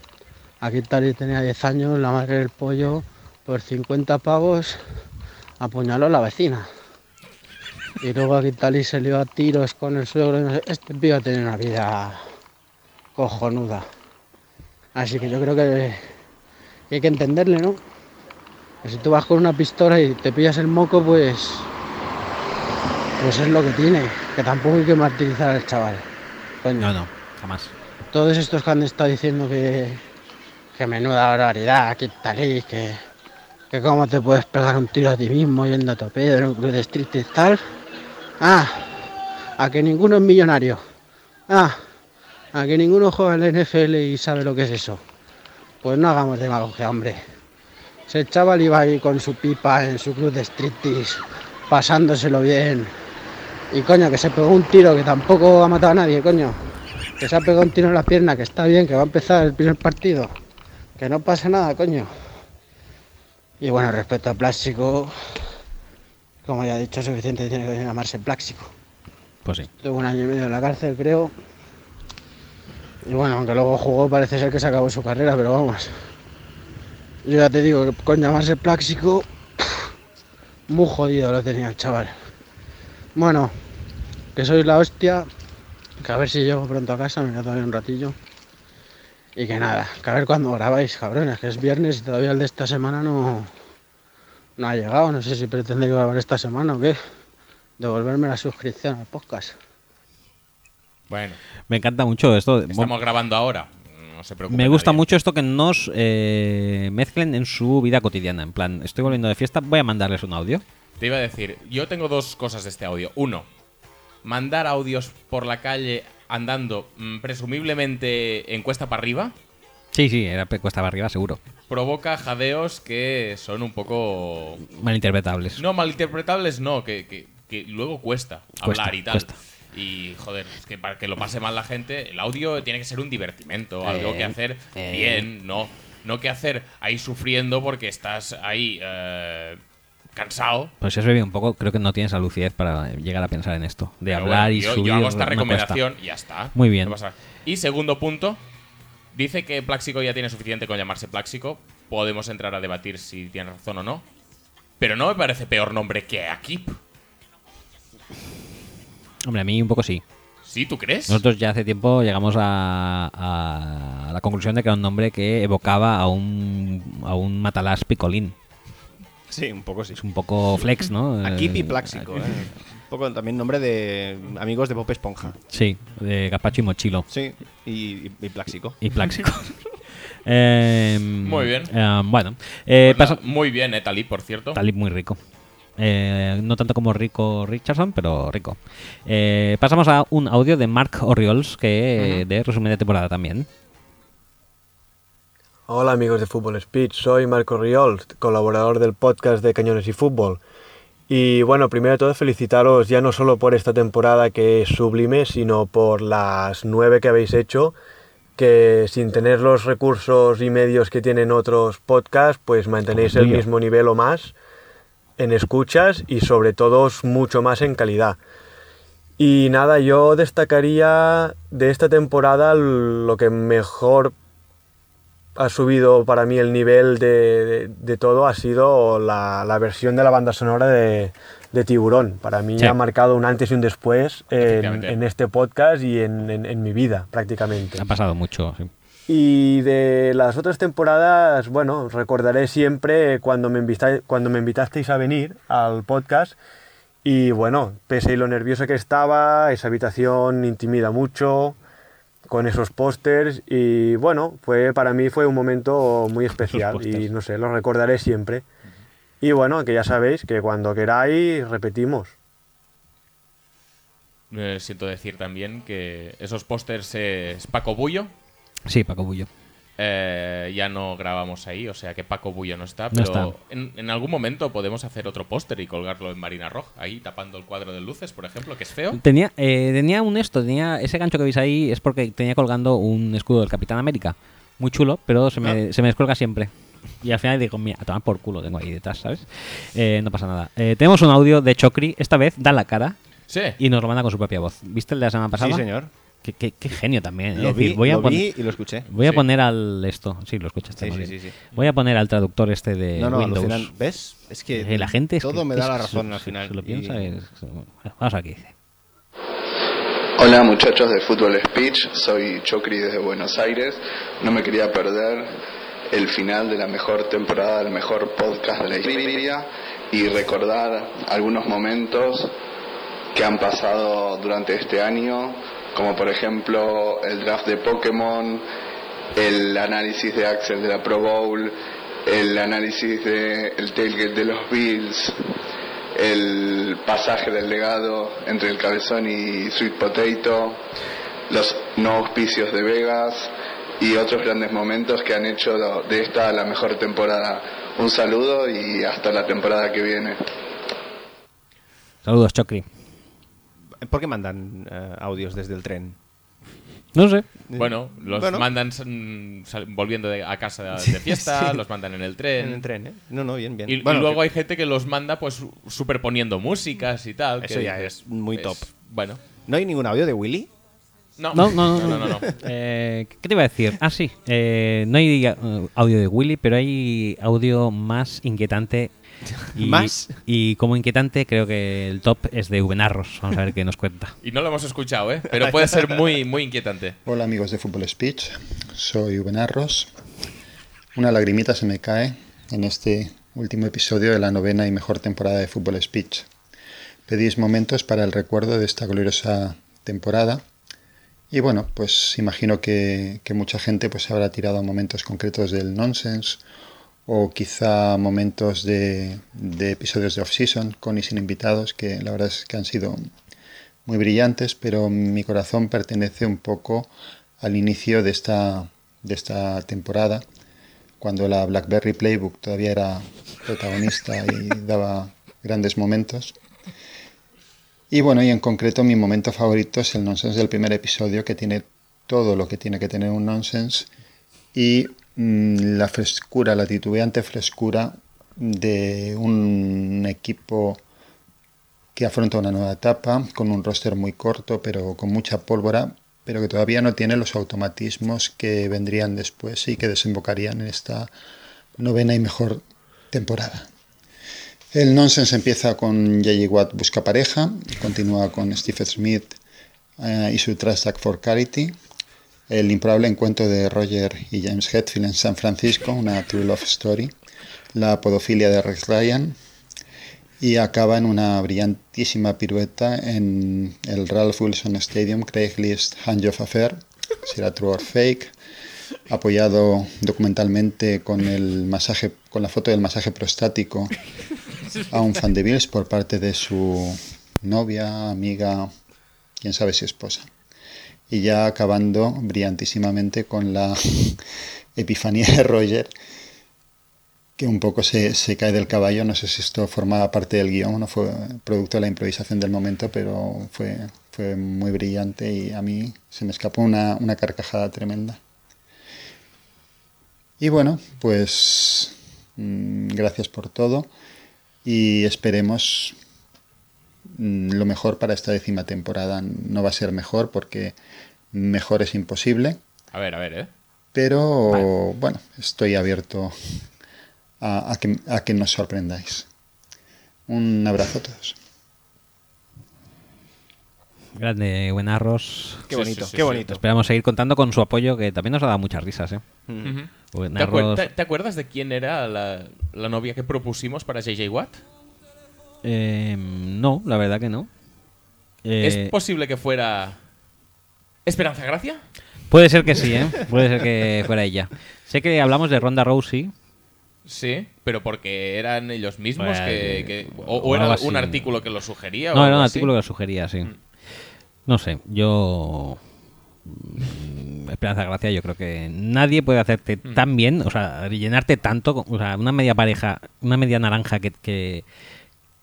aquí Tali tenía 10 años, la madre del pollo, por 50 pavos, apuñaló a la vecina. Y luego aquí Tali se lió a tiros con el suegro. y no sé- Este pibe tiene una vida cojonuda. Así que yo creo que, que hay que entenderle, ¿no? Que si tú vas con una pistola y te pillas el moco, pues... Pues es lo que tiene. Que tampoco hay que martirizar al chaval. Coño
No, no, jamás.
todos estos que han estado diciendo que, que menuda barbaridad, que tal y que, que cómo te puedes pegar un tiro a ti mismo yendo a tu pedo en un club de striptease tal. Ah, a que ninguno es millonario. Ah, a que ninguno juega en la NFL y sabe lo que es eso. Pues no hagamos demagogia, hombre. Si el chaval iba ahí con su pipa en su club de striptease, pasándoselo bien. Y coño, que se pegó un tiro que tampoco ha matado a nadie, coño que se ha pegado un tiro en la pierna, que está bien, que va a empezar el primer partido, que no pasa nada, coño. Y bueno, respecto a Plástico, como ya he dicho, suficiente tiene que llamarse Plástico.
Pues sí.
Estuvo un año y medio en la cárcel, creo. Y bueno, aunque luego jugó, parece ser que se acabó su carrera, pero vamos. Yo ya te digo que con llamarse Pláxico, muy jodido lo tenía el chaval. Bueno, que sois la hostia, que a ver si llego pronto a casa, me voy a tomar un ratillo. Y que nada, que a ver cuándo grabáis, cabrones, que es viernes y todavía el de esta semana no, no ha llegado. No sé si pretendéis grabar esta semana o qué. Devolverme la suscripción al podcast.
Bueno,
Me encanta mucho esto. de-
estamos grabando ahora. No se preocupe.
Me gusta
nadie.
mucho esto que nos eh, mezclen en su vida cotidiana. En plan, estoy volviendo de fiesta, voy a mandarles un audio.
Te iba a decir, yo tengo dos cosas de este audio. Uno, mandar audios por la calle andando, mm, presumiblemente en cuesta para arriba,
Sí, sí, era pe- cuesta para arriba, seguro.
provoca jadeos que son un poco
Malinterpretables.
No, malinterpretables no, que, que- que luego cuesta,
Cuesta,
hablar y tal.
cuesta.
Y joder, es que para que lo pase mal la gente, el audio tiene que ser un divertimento, algo que hacer bien, no. No que hacer ahí sufriendo porque estás ahí eh, cansado.
Pues si has bebido un poco, creo que no tienes la lucidez para llegar a pensar en esto. De
Pero
hablar
bueno,
y
yo, yo
subir.
hago esta
me
recomendación y ya está.
Muy bien.
No pasa nada. Y segundo punto, dice que Pláxico ya tiene suficiente con llamarse Pláxico. Podemos entrar a debatir si tiene razón o no. Pero no me parece peor nombre que Akip.
cuesta. Hombre, a mí un poco sí.
¿Sí, tú crees?
Nosotros ya hace tiempo llegamos a, a la conclusión de que era un nombre que evocaba a un, a un matalás picolín.
Sí, un poco sí.
Es un poco flex, ¿no?
Aquí
Eh,
Pipláxico, ¿eh? Un poco también nombre de amigos de Bob Esponja.
Sí, de gazpacho y mochilo.
Sí, y, y, y Pláxico.
Y pláxico. Eh,
Muy bien.
eh, bueno, eh,
Pues nada,
pasa-
Muy Pues bien, eh, Talib, por cierto.
Talib muy rico. Eh, no tanto como Rico Richardson, pero rico. Eh, pasamos a un audio de Mark Orioles, que eh, de resumen de temporada también.
Hola amigos de Fútbol Speed, soy Marco Riol, colaborador del podcast de Cañones y Fútbol. Y bueno, primero de todo felicitaros ya no solo por esta temporada que es sublime, sino por las nueve que habéis hecho, que sin tener los recursos y medios que tienen otros podcasts, pues mantenéis
Como el
el
mío.
mismo nivel o más en escuchas y sobre todo mucho más en calidad. Y nada, yo destacaría de esta temporada lo que mejor ha subido para mí el nivel de, de- de todo ha sido la, la versión de la banda sonora de, de Tiburón. Para mí
Sí.
ha marcado un antes y un después en,
Efectivamente.
en este podcast y en, en- en mi vida prácticamente.
Ha pasado mucho. sí.
Y de las otras temporadas, bueno, recordaré siempre cuando me, invita- cuando me invitasteis a venir al podcast. Y bueno, pese a lo nervioso que estaba, esa habitación intimida mucho con esos pósters y bueno, fue para mí fue un momento muy especial y
pósters.
no sé, lo recordaré siempre. Y bueno, que ya sabéis que cuando queráis repetimos.
Eh, siento decir también que esos pósters es Paco Bullo.
Sí, Paco Bullo.
Eh, ya no grabamos ahí, o sea que Paco Bullo no está,
No
pero
está.
En, en algún momento podemos hacer otro póster y colgarlo en Marina Roja, ahí tapando el cuadro de luces, por ejemplo, que es feo.
Tenía, eh, tenía un esto, tenía ese gancho que veis ahí es porque tenía colgando un escudo del Capitán América. Muy chulo, pero se
Ah.
me, se me descolga siempre. Y al final digo, mira, a tomar por culo, tengo ahí detrás, ¿sabes? Eh, no pasa nada. Eh, tenemos un audio de Chocri, esta vez da la cara
Sí.
y nos lo manda con su propia voz. ¿Viste el de la semana pasada?
Sí, señor.
Qué, qué- qué genio también. ¿eh?
Lo
Es decir,
vi,
voy a
lo
pon-
vi y lo escuché.
Voy a
Sí.
poner al esto. Sí, lo escuchaste.
Sí,
muy
sí,
bien.
sí, sí.
Voy a poner al traductor este de
No, no,
Windows.
alucinan. ¿Ves? Es que
Eh, la gente es
todo
que-
me
es
da la
que
razón
se-
al
se-
final.
se lo
y-
piensa, es- vamos aquí. dice.
Hola muchachos de Fútbol Speech, soy Chocri desde Buenos Aires. No me quería perder el final de la mejor temporada, el mejor podcast de la historia y recordar algunos momentos que han pasado durante este año, como por ejemplo el draft de Pokémon, el análisis de Axel de la Pro Bowl, el análisis del el tailgate de los Bills, el pasaje del legado entre el cabezón y Sweet Potato, los no auspicios de Vegas y otros grandes momentos que han hecho de esta la mejor temporada. Un saludo y hasta la temporada que viene.
Saludos, Chocri.
¿Por qué mandan eh, audios desde el tren?
No sé.
Bueno, los
Bueno.
mandan mm, sal- volviendo de- a casa de fiesta,
sí.
los mandan en el tren.
En el tren, ¿eh? No, no, bien, bien.
Y, y
Bueno,
luego
que-
hay gente que los manda pues su- superponiendo músicas y tal. que
Eso ya
dices,
es muy top.
Bueno.
¿No hay ningún audio de Willy?
No,
No, no, no.
no, no, no.
Eh, ¿Qué te iba a decir? Ah, sí. eh, no hay eh, audio de Willy, pero hay audio más inquietante. Y,
¿Más?
Y como inquietante, creo que el top es de Ubenarros. Vamos a ver qué nos cuenta.
Y no lo hemos escuchado, ¿eh? Pero puede ser muy, muy inquietante.
Hola amigos de Fútbol Speech, soy Uben Arros. Una lagrimita se me cae en este último episodio de la novena y mejor temporada de Fútbol Speech. Pedís momentos para el recuerdo de esta gloriosa temporada y bueno, pues imagino que, que mucha gente pues habrá tirado a momentos concretos del nonsense o quizá momentos de, de episodios de off-season con y sin invitados que la verdad es que han sido muy brillantes, pero mi corazón pertenece un poco al inicio de esta, de esta temporada, cuando la BlackBerry Playbook todavía era protagonista y daba grandes momentos. Y bueno, y en concreto mi momento favorito es el nonsense del primer episodio, que tiene todo lo que tiene que tener un nonsense y mm, la frescura, la titubeante frescura de un equipo que afronta una nueva etapa con un roster muy corto pero con mucha pólvora, pero que todavía no tiene los automatismos que vendrían después y que desembocarían en esta novena y mejor temporada. El nonsense empieza con J.J. Watt busca pareja, continúa con Steve Smith eh, y su Trash Act for Charity, el improbable encuentro de Roger y James Hetfield en San Francisco, una True Love Story, la podofilia de Rex Ryan, y acaba en una brillantísima pirueta en el Ralph Wilson Stadium Craigslist Handoff Affair, será true or fake, apoyado documentalmente con el masaje, con la foto del masaje prostático a un fan de Bills por parte de su novia, amiga, quién sabe si esposa. Y ya acabando brillantísimamente con la epifanía de Roger, que un poco se, se cae del caballo. No sé si esto formaba parte del guión, no fue producto de la improvisación del momento, pero fue, fue muy brillante y a mí se me escapó una, una carcajada tremenda. Y bueno, pues mm, gracias por todo y esperemos mm, lo mejor para esta décima temporada. No va a ser mejor porque mejor es imposible,
A ver, a ver, ¿eh?
pero bueno, estoy abierto a, a que, a que nos sorprendáis. Un abrazo a todos.
Grande, buen arroz.
Qué
Sí,
bonito,
sí, sí,
qué
sí.
bonito.
Esperamos seguir contando con su apoyo, que también nos ha dado muchas risas, ¿eh?
Ujú. ¿Te, acuer-
Buenarros,
te- te acuerdas de quién era la, la novia que propusimos para JJ Watt?
eh, no, la verdad que no. Eh,
¿Es posible que fuera Esperanza Gracia?
puede ser que sí, ¿eh? Puede ser que fuera ella. Sé que hablamos de Ronda Rousey.
Sí, pero porque eran ellos mismos
Bueno,
que... que- o, o
bueno,
era
algo así.
un artículo que lo sugería. o
No, era
algo
un
así. Mm.
artículo que lo sugería, sí. No sé, yo... mm, Esperanza Gracia, yo creo que nadie puede hacerte
Mm.
tan bien, o sea, rellenarte tanto, con- o sea, una media pareja, una media naranja que, que,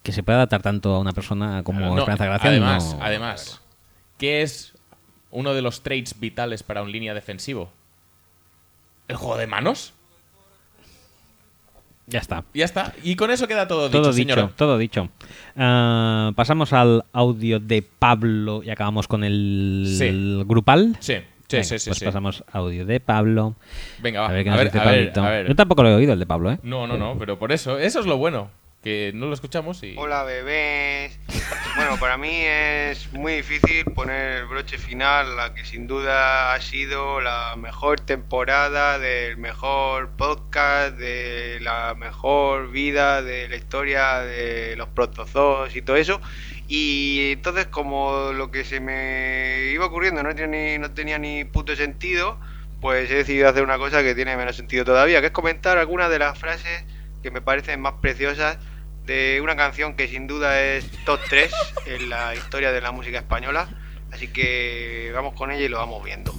que se pueda adaptar tanto a una persona como
No,
Esperanza Gracia.
Además,
no-
además, ¿qué es uno de los traits vitales para un línea defensivo? ¿El juego de manos?
Ya está.
Ya está. Y con eso queda todo,
Todo
dicho,
dicho,
señora.
todo dicho. Ah, pasamos al audio de Pablo y acabamos con el
Sí.
grupal.
Sí, sí,
Venga,
sí, sí,
Pues
sí.
pasamos audio de Pablo.
Venga, va.
A ver qué
A
nos
ver,
dice
a ver,
Pablito.
a ver.
Yo tampoco lo he oído el de Pablo, ¿eh?
No, no, no, pero por eso. Eso es lo bueno. Que no lo escuchamos y.
Oh,
Hola bebés. Bueno, para mí es muy difícil poner el broche final a la que sin duda ha sido la mejor temporada del mejor podcast, de la mejor vida, de la historia de los protozoos y todo eso. Y entonces como lo que se me iba ocurriendo no tenía ni, no tenía ni puto sentido, pues he decidido hacer una cosa que tiene menos sentido todavía, que es comentar algunas de las frases que me parecen más preciosas de una canción que sin duda es top 3 en la historia de la música española. Así que vamos con ella y lo vamos viendo.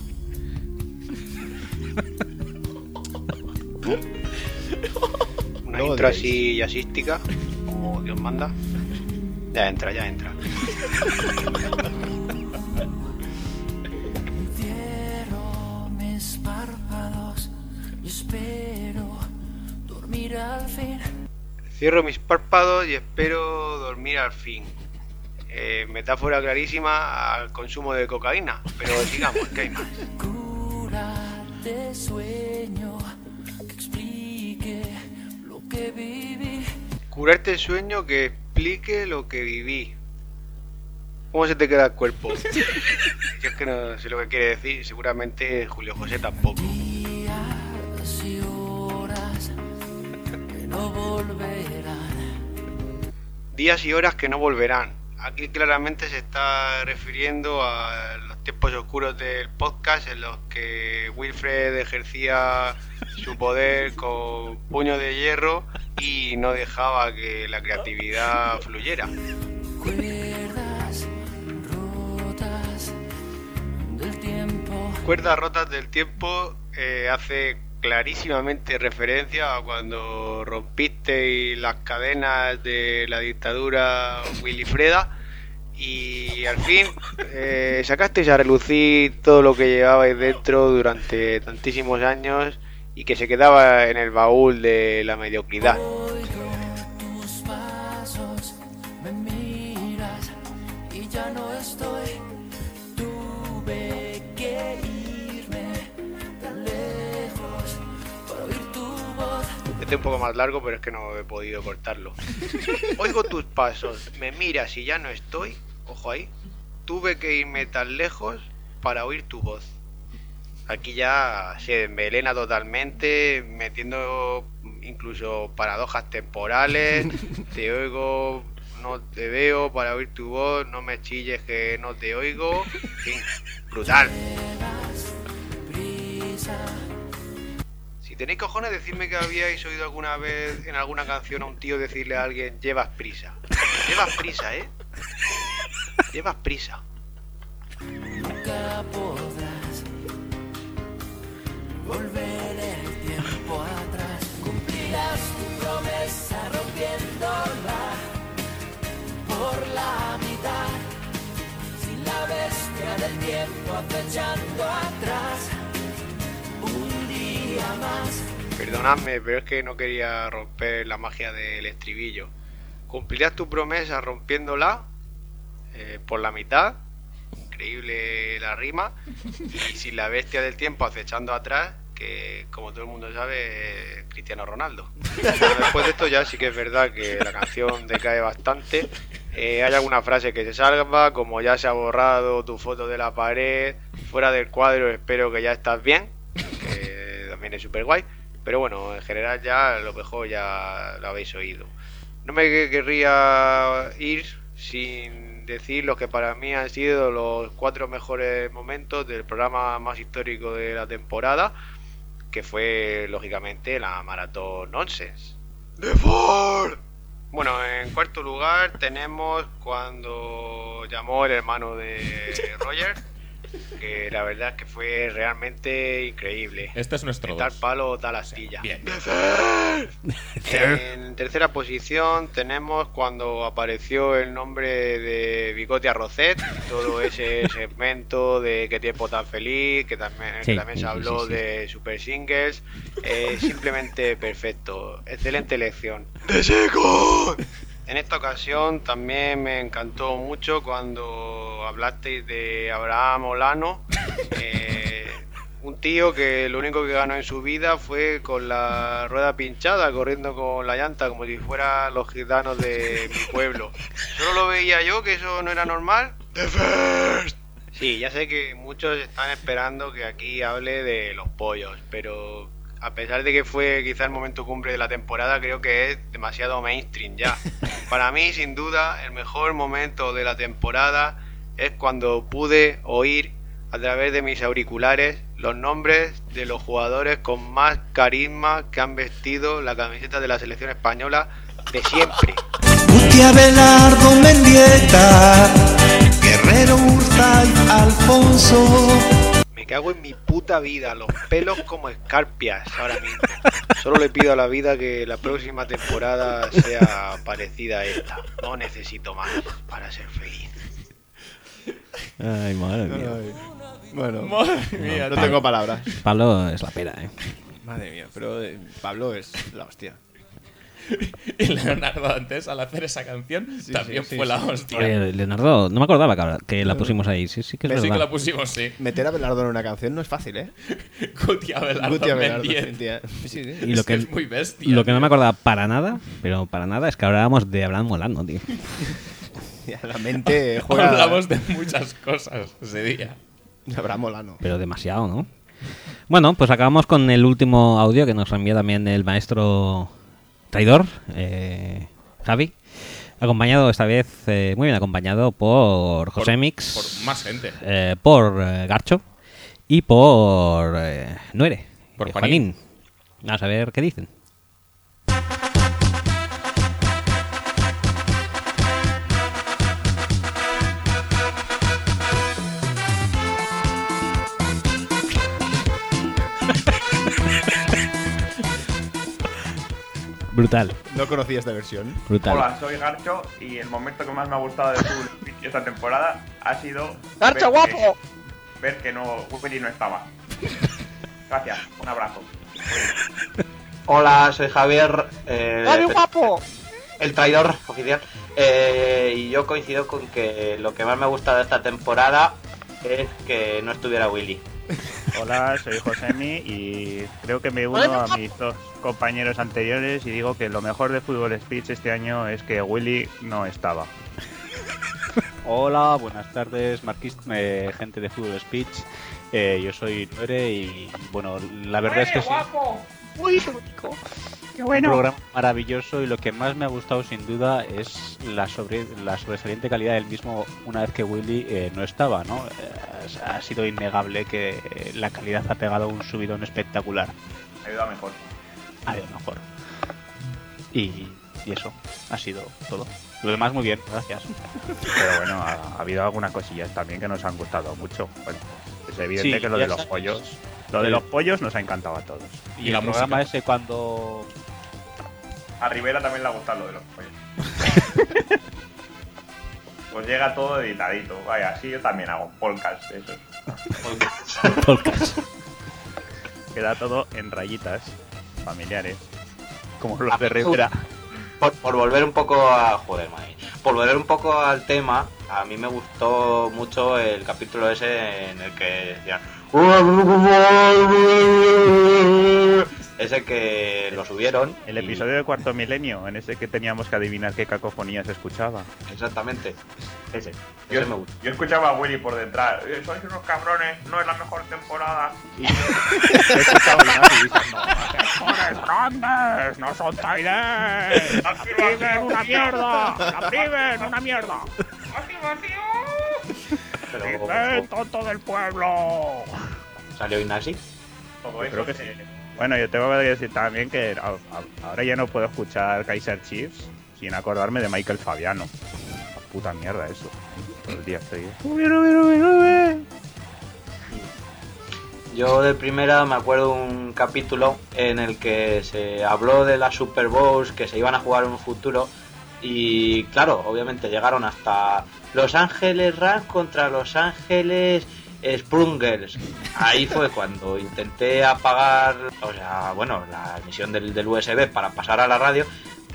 Una
No
intro
odiéis.
así jazzística, como Dios manda. Ya entra, ya entra.
Cierro mis párpados y espero dormir al fin.
Cierro mis párpados y espero dormir al fin. Eh, metáfora clarísima al consumo de cocaína, pero sigamos, que hay más.
Curar de sueño que explique lo que viví.
Curarte el sueño que explique lo que viví. ¿Cómo se te queda el cuerpo? Yo es que no sé lo que quiere decir, seguramente Julio José tampoco.
Días y horas que no volverán.
Días y horas que no volverán. Aquí claramente se está refiriendo a los tiempos oscuros del podcast en los que Wilfred ejercía su poder con puño de hierro y no dejaba que la creatividad fluyera.
Cuerdas rotas del tiempo.
Cuerdas rotas del tiempo eh, hace clarísimamente referencia a cuando rompisteis las cadenas de la dictadura Wilifreda y al fin eh, sacasteis a relucir todo lo que llevabais dentro durante tantísimos años y que se quedaba en el baúl de la mediocridad.
Oigo tus pasos, me miras y ya no estoy. Tuve que irme tan lejos para oír tu voz.
Este es un poco más largo, pero es que no he podido cortarlo. Oigo tus pasos, me miras y ya no estoy. Ojo ahí. Tuve que irme tan lejos para oír tu voz. Aquí ya se envelena totalmente, metiendo incluso paradojas temporales. Te oigo, no te veo para oír tu voz, no me chilles que no te oigo. En fin, brutal.
Prisa,
Si Si tenéis cojones, decidme que habíais oído alguna vez en alguna canción a un tío decirle a alguien, llevas prisa. Llevas prisa, ¿eh? Llevas prisa.
nunca podrás volver el tiempo atrás. Cumplirás tu promesa rompiéndola por la mitad. Sin la bestia del tiempo acechando atrás. Un día más.
Perdonadme, pero es que no quería romper la magia del estribillo. Cumplirás tu promesa rompiéndola eh, por la mitad. Increíble la rima. Y sin la bestia del tiempo acechando atrás, que como todo el mundo sabe, es Cristiano Ronaldo. Pero después de esto ya sí que es verdad que la canción decae bastante. Eh, hay alguna frase que se salva, como ya se ha borrado tu foto de la pared, fuera del cuadro, espero que ya estás bien que también es súper guay. Pero bueno, en general ya lo mejor ya lo habéis oído. No me que- querría ir sin decir los que para mí han sido los cuatro mejores momentos del programa más histórico de la temporada, que fue lógicamente la Maratón Nonsense. ¡De Ford! Bueno, en cuarto lugar tenemos cuando llamó el hermano de Roger, que la verdad es que fue realmente increíble.
Este es nuestro
Tal
dos.
palo da la astilla.
Bien.
En tercera posición tenemos cuando apareció el nombre de Bigote Arrocet, y todo ese segmento de Qué tiempo tan feliz, que también,
Sí,
que también se
sí, sí,
habló
sí.
de Super Singles. Eh, simplemente perfecto, excelente elección. En esta ocasión también me encantó mucho cuando hablasteis de Abraham Olano, eh, un tío que lo único que ganó en su vida fue con la rueda pinchada, corriendo con la llanta como si fuera los gitanos de mi pueblo. Solo lo veía yo, que eso no era normal. Sí, ya sé que muchos están esperando que aquí hable de los pollos, pero a pesar de que fue quizá el momento cumbre de la temporada, creo que es demasiado mainstream ya. Para mí, sin duda, el mejor momento de la temporada es cuando pude oír a través de mis auriculares los nombres de los jugadores con más carisma que han vestido la camiseta de la selección española de siempre.
Guti Abelardo Mendieta, Guerrero Urzay Alfonso.
Me cago en mi puta vida, los pelos como escarpias ahora mismo. Solo le pido a la vida que la próxima temporada sea parecida a esta. No necesito más para ser feliz.
Ay, madre mía.
Bueno,
Madre mía,
no
tío.
tengo palabras.
Pablo es la pera, ¿eh?
Madre mía, pero eh, Pablo es la hostia.
Y Leonardo antes, al hacer esa canción,
Sí,
también
sí, sí,
fue la
sí.
hostia.
Oye, Leonardo, no me acordaba que, ahora- que Eh, la pusimos ahí. Sí, sí que es
Sí Mm. que
verdad.
la pusimos, sí.
Meter a Belardo en una canción no es fácil, ¿eh?
Guti Abelardo
Guti Abelardo,
Mendieta.
mentira. Sí, sí.
Y lo Es que es muy bestia,
Lo que no me acordaba para nada, pero para nada, es que hablábamos de Abraham Molano, tío.
Ya, La mente juega.
Hablamos de muchas cosas ese día.
Habrá molano.
Pero demasiado, ¿no? Bueno, pues acabamos con el último audio que nos envía también el maestro traidor, eh, Javi. Acompañado esta vez, eh, muy bien acompañado por José Mix.
por más gente.
eh, por eh, Garcho. Y por eh, Nuere.
Por
eh,
Juanín.
Vamos a ver qué dicen. Brutal,
No conocía esta versión.
brutal.
Hola, soy Garcho y el momento que más me ha gustado de Full Speech esta temporada ha sido.
¡Garcho
ver que-
guapo!
ver que no, Willy no estaba. Gracias, un abrazo.
Hola, soy Javier.
Ah,
eh,
¡Javi,
guapo! El traidor oficial. Eh, y yo coincido con que lo que más me ha gustado de esta temporada es que no estuviera Willy.
Hola, soy Josemi y creo que me uno a mis dos compañeros anteriores y digo que lo mejor de Fútbol Speech este año es que Willy no estaba.
Hola, buenas tardes, Marquis, eh, gente de Fútbol Speech. Eh, yo soy Nuere y, bueno, la verdad es que es
guapo!
¡Uy, rico! ¡Qué
un programa maravilloso y lo que más me ha gustado, sin duda, es la, sobre, la sobresaliente calidad del mismo una vez que Willy eh, no estaba, ¿no? Eh, ha sido innegable que eh, la calidad ha pegado un subidón espectacular.
ha ido a mejor.
Ha ido a mejor. Y, y eso ha sido todo. Lo demás muy bien, gracias.
Pero bueno, ha, ha habido algunas cosillas también que nos han gustado mucho. Bueno, es evidente
Sí,
que lo
ya
de los
está.
pollos. Lo de
El-
los pollos nos ha encantado a todos.
Y, el programa ese cuando
A Rivera también le ha gustado lo de los pollos. pues llega todo editadito. Vaya, sí, yo también hago podcast, eso.
Podcast.
Queda todo en rayitas familiares. Como
Ah,
los de Rivera.
Por, por volver un poco a. Joder, madre. Por volver un poco al tema, a mí me gustó mucho el capítulo ese en el que decían. Ese que lo subieron.
El episodio de Cuarto Milenio, en ese que teníamos que adivinar qué cacofonía se escuchaba.
Exactamente. Ese.
Yo,
me gusta.
yo escuchaba a Willy por detrás. "Eh, Sois unos cabrones, no es la mejor temporada. Y
Yo escuchaba a Ignacio diciendo,
¡Grandes! ¡No son Taides! ¡La Priven una mierda! ¡La Priven una mierda!
Pero
tonto del pueblo!
salió Ignasi.
Todo eso.
creo que sí. Bueno, yo tengo que decir también que a- a- ahora ya no puedo escuchar Kaiser Chiefs sin acordarme de Michael Fabiano. La puta mierda eso. Todo el día estoy.
Yo de primera me acuerdo un capítulo en el que se habló de las Super Bowls que se iban a jugar en un futuro y claro, obviamente llegaron hasta Los Ángeles Rams contra Los Ángeles Sprungers. Ahí fue cuando intenté apagar, o sea, bueno, la emisión del, del USB para pasar a la radio,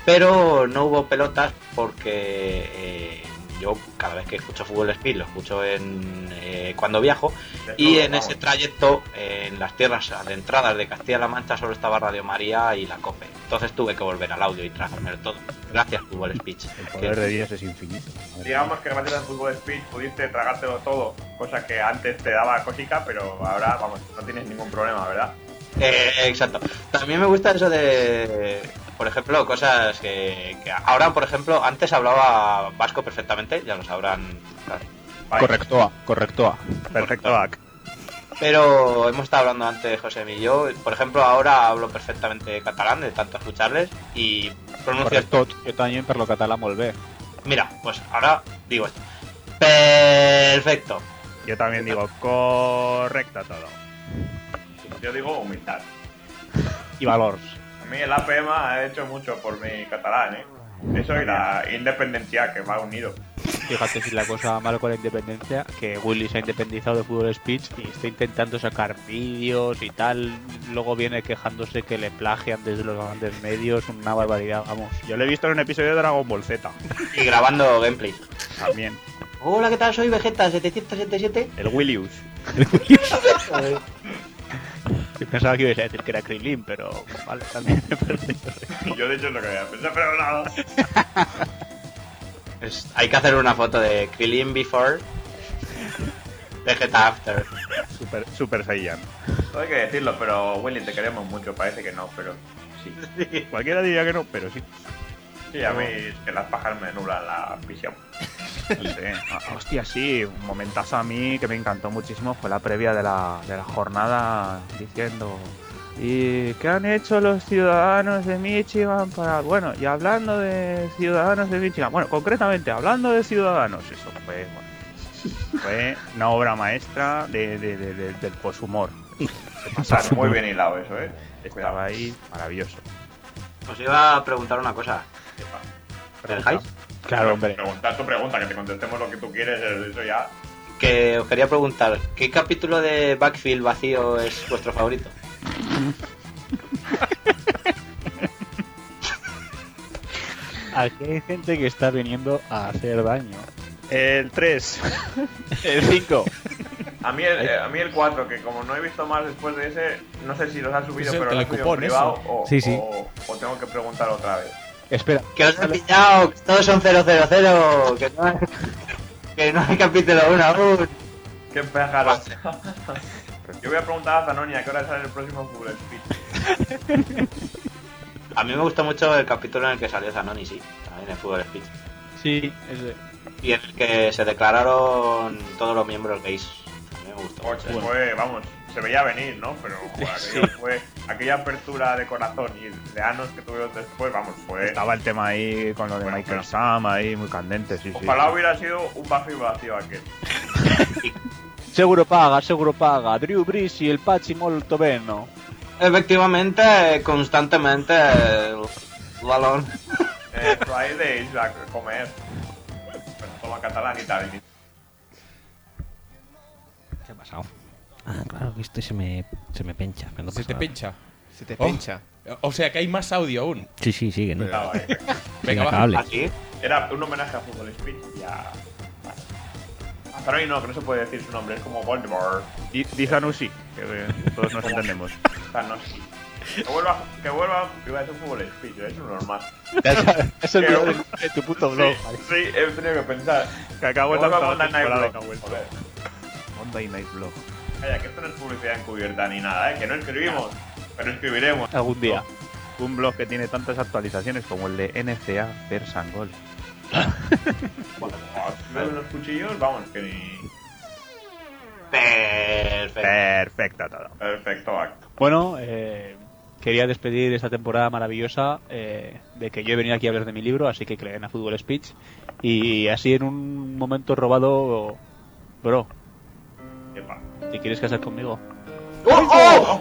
pero no hubo pelotas porque eh, yo cada vez que escucho Fútbol Speed lo escucho en, eh, cuando viajo y en ese trayecto, eh, en las tierras adentradas de Castilla-La Mancha, solo estaba Radio María y la COPE. Entonces tuve que volver al audio y tragarme todo. Gracias, Fútbol Speech.
El poder de Dios es infinito.
Digamos que gracias al fútbol speed pudiste tragártelo todo, cosa que antes te daba cosica, pero ahora, vamos, no tienes ningún problema, ¿verdad?
Eh, exacto. También me gusta eso de, por ejemplo, cosas que, que ahora, por ejemplo, antes hablaba vasco perfectamente, ya lo sabrán. claro.
Correcto, correcto.
Perfecto, Ak.
Pero hemos estado hablando antes José y yo. Por ejemplo, ahora hablo perfectamente catalán de tanto escucharles y pronuncio
Correcto, yo también per lo catalán volver.
Mira, pues ahora digo esto. Perfecto.
Yo también digo correcto todo.
Yo digo humildad.
Y valores.
A mí el APM ha hecho mucho por mi catalán, ¿eh? Eso y la independencia que me ha unido.
Fíjate si la cosa mala con la independencia, que Willy se ha independizado de Fútbol Speech y está intentando sacar vídeos y tal. Luego viene quejándose que le plagian desde los grandes medios, una barbaridad, vamos.
Yo lo he visto en un episodio de Dragon Ball Z.
Y grabando gameplay.
También.
Hola, ¿qué tal? Soy Vegeta777.
El Willius. Yo pensaba que ibas a decir que era Krilin, pero vale, también me parece
Y yo, de hecho, es lo que había pensado, pero nada.
Pues hay que hacer una foto de Krillin before, Vegeta after.
Super, super Saiyan.
No hay que decirlo, pero Willy, te queremos mucho, parece que no, pero sí.
Cualquiera diría que no, pero sí.
Sí, a mí es que las pajas me nublan la visión.
No sé. Ah, Hostia, sí, un momentazo a mí que me encantó muchísimo fue la previa de la, de la jornada diciendo... ¿Y qué han hecho los ciudadanos de Michigan para...? Bueno, y hablando de ciudadanos de Michigan, bueno, concretamente, hablando de ciudadanos, eso fue... bueno, fue una obra maestra de, de- de- de- del poshumor. Se
Está muy bien hilado eso, ¿eh?
Estaba ahí maravilloso.
Os iba a preguntar una cosa. ¿Me dejáis?
Claro, hombre.
Preguntar tu pregunta, que te contestemos lo que tú quieres, eso ya.
Que os quería preguntar, ¿qué capítulo de Backfield vacío es vuestro favorito?
Aquí hay gente que está viniendo a hacer daño.
El 3.
El 5.
A mí, el, eh, a mí el 4, que como no he visto más después de ese, no sé si los han subido,
Es el
pero los han subido
telecupón,
en privado
eso.
o,
Sí, sí.
O, o tengo que preguntar otra vez.
Espera.
Que os he pillado, que todos son 000, que no hay, que no hay capítulo 1 aún.
¡Qué pájaro! Yo voy a preguntar a Zanoni a qué hora sale el próximo Google Speech.
A mí me gustó mucho el capítulo en el que salió Zanoni, sí, también en Fútbol Speech.
Sí, ese.
Y en el que se declararon todos los miembros gays. A mí me gustó.
Fue, vamos, se veía venir, ¿no? Pero joder, aquello fue, aquella apertura de corazón y de anos que tuvieron después, vamos, fue.
Pues Estaba el tema ahí con lo de Michael Sam, ahí muy candente, sí,
Ojalá
sí.
hubiera sido un bajo y vacío aquel.
Seguro paga, seguro paga. Drew Brees y el Pachi molto bene.
Efectivamente, constantemente el balón.
Eh, Fridays a comer. Pero toma catalán y tal.
¿Qué ha pasado? Ah, claro, que esto se me, se me pencha. pero no
Se
pasa
te
nada.
pincha.
Se te
pincha. Oh. O sea que hay más audio aún.
Oh. Sí, sí, sigue. ¿no?
Venga, vale.
Venga,
Venga, va.
cable.
Aquí.
Era un homenaje a Fútbol Speed. Ya. Hasta hoy no, que no se puede decir su nombre, es como Voldemort.
Di- Dice Anushi, que eh, todos nos entendemos.
Thanos. Que vuelva, que vuelva, que vaya a hacer Fútbol Speed, es lo normal.
Es el
Que-
video de, de tu puto blog.
Sí, sí, he tenido que pensar.
Que acabó
Que vuelva
la
Monday Night
temporada
Blog,
que ha vuelto.
joder.
Monday Night Blog.
Calla, que esto no es publicidad encubierta ni nada, ¿eh? que no escribimos, pero escribiremos.
Algún día. Un blog que tiene tantas actualizaciones como el de NCA Persangol.
Dame unos cuchillos, vamos, que ni.
Perfecto.
Perfecto todo.
Perfecto acto.
Bueno, eh, quería despedir esta temporada maravillosa eh, de que yo he venido aquí a hablar de mi libro, así que que le den a Fútbol Speech. Y así en un momento robado, bro, ¿te quieres casar conmigo?
¡Oh, oh!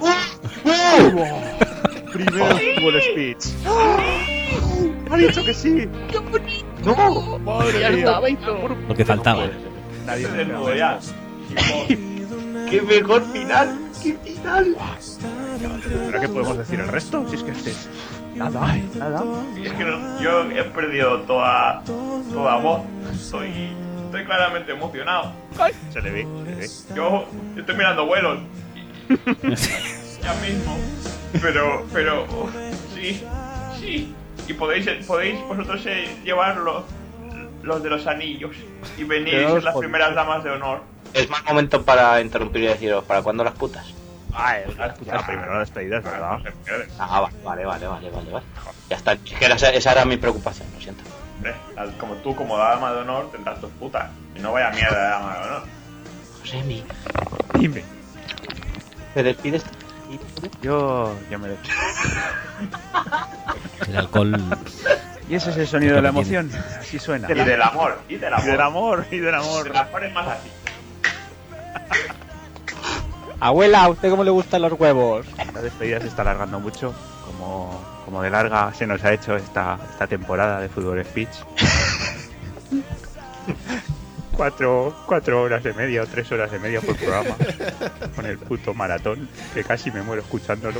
Primero Fútbol Speech.
¡Ah!
¡Ah!
¡Ha dicho que sí!
¡Qué bonito!
¡No!
Ya
¡Madre mía!
estaba,
Lo que faltaba.
Nadie se desnudo ya.
¡Qué mejor final! ¡Qué final!
¿Pero qué podemos decir el resto? Si es que este es... Nada, ay, nada.
Y es que no- yo he perdido toda, toda voz. Estoy, estoy claramente emocionado.
Se le ve, se le ve.
Yo, yo estoy mirando vuelos. ya mismo. Pero, pero, uf, sí, sí. Y podéis, podéis vosotros eh, llevar los, los de los anillos y venir y ser
Quedaos
las
con-
primeras damas de honor.
Es mal momento para interrumpir y deciros, ¿para cuándo las putas?
Ay, la primera la despedida es verdad.
Ah, va- vale, vale, vale, vale, vale. Ya está, es que era- esa era mi preocupación, lo siento.
Hombre, tal Como tú, como dama de honor, tendrás tus putas. Y no vaya mierda de dama de honor.
Josemi,
Dime.
¿te despides?
Yo... yo me despido.
El alcohol.
Y ese es el sonido de la emoción. Así suena.
Y del amor, y del amor.
Y del amor, y del amor.
El amor es más así.
Abuela, ¿a usted cómo le gustan los huevos?
La despedida se está alargando mucho, como, como de larga se nos ha hecho esta, esta temporada de Fútbol Speech. cuatro, cuatro horas de media o tres horas de media por programa, con el puto maratón, que casi me muero escuchándolo.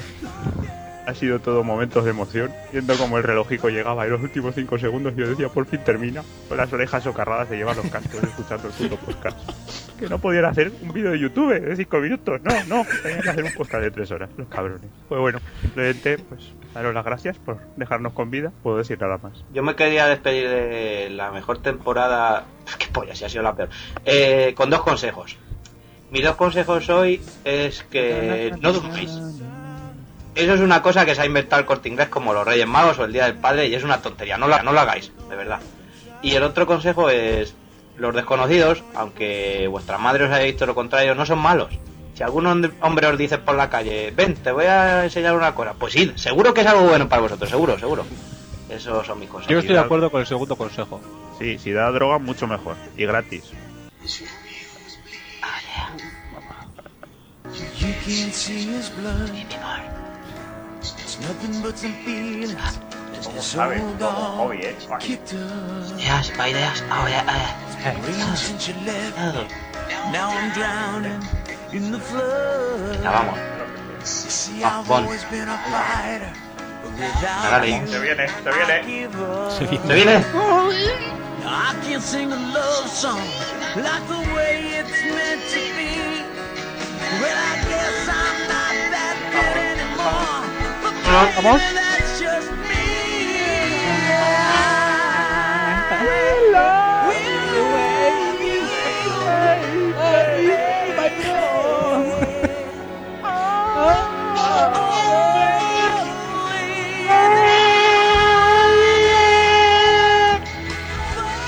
Ha sido todo momentos de emoción, viendo como el relojico llegaba en los últimos cinco segundos yo decía, por fin termina, con las orejas socarradas de llevar los cascos escuchando el puto podcast. Que no pudiera hacer un vídeo de YouTube de cinco minutos, no, no, tenía que hacer un podcast de tres horas, los cabrones. Pues bueno, simplemente, pues, daros las gracias por dejarnos con vida, puedo decir nada más.
Yo me quería despedir de la mejor temporada. ¡Qué polla! Si ha sido la peor. Eh, con dos consejos. Mis dos consejos hoy es que no durmáis. Eso es una cosa que se ha inventado el corte inglés como los Reyes Magos o el Día del Padre y es una tontería. No lo, no lo hagáis, de verdad. Y el otro consejo es: los desconocidos, aunque vuestra madre os haya dicho lo contrario, no son malos. Si algún hom- hombre os dice por la calle, ven, te voy a enseñar una cosa, pues sí, seguro que es algo bueno para vosotros, seguro, seguro. Esos son mis consejos.
acuerdo con el segundo consejo. Sí, si da droga, mucho mejor. Y gratis.
You can't see his blood. It's nothing but some feelings. It's
Como
this
sabes,
old
como
dog
hobby, eh.
kicked up.
Ideas, pa' ideas. Ah, oye, eh.
Rain since you left. Now I'm drowning in the flood.
Ya vamos.
You see,
Ah,
I've
pon.
always been a fighter, but without
Ahora leí.
you,
Se
viene, se
I give up.
Se viene. Se viene.
I can't sing a love song like the way it's meant to be. Well, I guess I'm not that good anymore. But
¿Vamos?
baby, that's just me.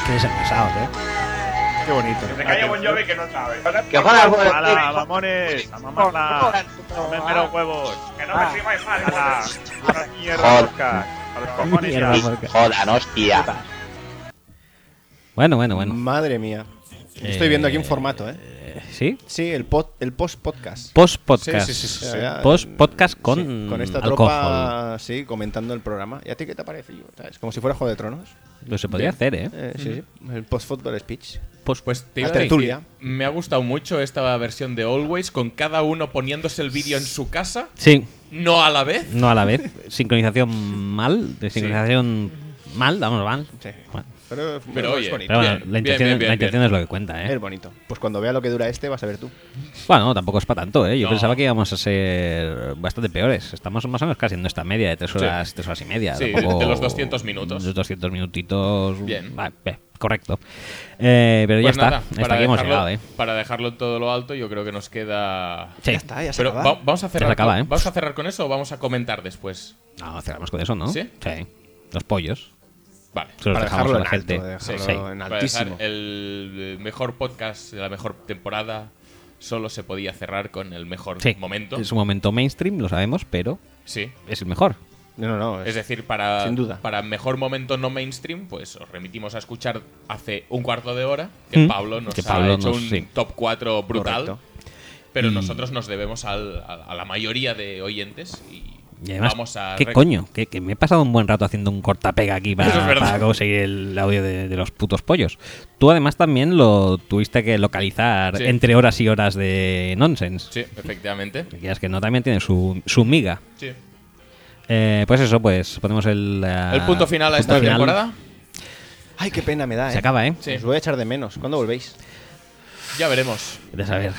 Qué desencasados, ¿eh?
Qué bonito.
Que se calle Bon Jovi que no sabe.
Que ojalá Bon Jovi-
¡Hala, mamones! ¡A mamarla! ¡Comerme los huevos! ¡Que no me sigáis mal! ¡Hala! ¡A la mierda! Oscar! ¡A los cojones ya!
Mierda, Oscar. Jodan, hostia. Bueno, bueno, bueno.
Madre mía. Yo
Eh,
Estoy viendo aquí un formato, ¿eh?
¿Sí?
Sí, el, pod- el post-podcast.
Post-podcast.
Sí, sí, sí, sí,
Eh,
sí, ya,
post-podcast
sí,
con
con esta tropa, sí, comentando el programa. ¿Y a ti qué te parece? Yo, ¿sabes? Como si fuera Juego de Tronos.
Lo se podría
Bien.
hacer, ¿eh?
Sí, sí. El post-football speech.
Pues,
pues te
La
iba a decir,
tertulia.
me ha gustado mucho esta versión de Always, con cada uno poniéndose el vídeo en su casa.
Sí.
No a la vez.
No a la vez. Sincronización mal. De sincronización mal, vamos mal. Bueno.
Pero,
Pero oye,
Pero bueno, la intención, la intención es lo que cuenta, ¿eh?
Es bonito. Pues cuando vea lo que dura este, vas a ver tú.
Bueno, tampoco es para tanto, ¿eh? Yo
No.
pensaba que íbamos a ser bastante peores. Estamos más o menos casi en nuestra media de tres
Sí.
horas, tres horas y media.
Sí,
Tampoco-
de los 200 minutos.
Los 200 minutitos.
Bien.
va, ve, correcto. Eh, pero
Pues
ya
nada,
está. Hasta
para
aquí hemos
dejarlo-
llegado, ¿eh?
Para dejarlo en todo lo alto, yo creo que nos queda.
Sí. Ya está, ya se
Pero
acaba.
va- vamos, a
Ya se
cerrar
acaba,
con,
¿eh?
¿Vamos a cerrar con eso o vamos a comentar después?
No, cerramos con eso, ¿no?
¿Sí?
Los pollos.
Vale.
Se los dejamos a la gente. Sí.
Para dejar el eh, mejor podcast de la mejor temporada solo se podía cerrar con el mejor
Sí.
momento.
Es un momento mainstream, lo sabemos, pero
Sí.
es el mejor.
No, no,
Es, decir, para,
Sin duda.
para mejor momento no mainstream, pues os remitimos a escuchar hace un cuarto de hora que
Mm.
Pablo nos
Que
ha
Pablo
hecho
nos-
un
sí.
top 4 brutal.
Correcto.
Pero
Y-
nosotros nos debemos al- a, a la mayoría de oyentes y,
Y además,
vamos a.
¿qué
rec-
coño? Que, que me he pasado un buen rato haciendo un cortapega aquí
Eso es
para,
verdad.
para conseguir el audio de, de los putos pollos. Tú además también lo tuviste que localizar
Sí.
entre horas y horas de nonsense.
Sí, efectivamente.
Que quieras que no, también tiene su, su miga.
Sí.
Eh, pues eso, pues ponemos el... eh,
¿El punto final a
punto
esta
final.
temporada?
Ay, qué pena me da, ¿eh?
Se acaba, ¿eh?
Os voy a echar de menos. ¿Cuándo volvéis?
Ya veremos.
De saber.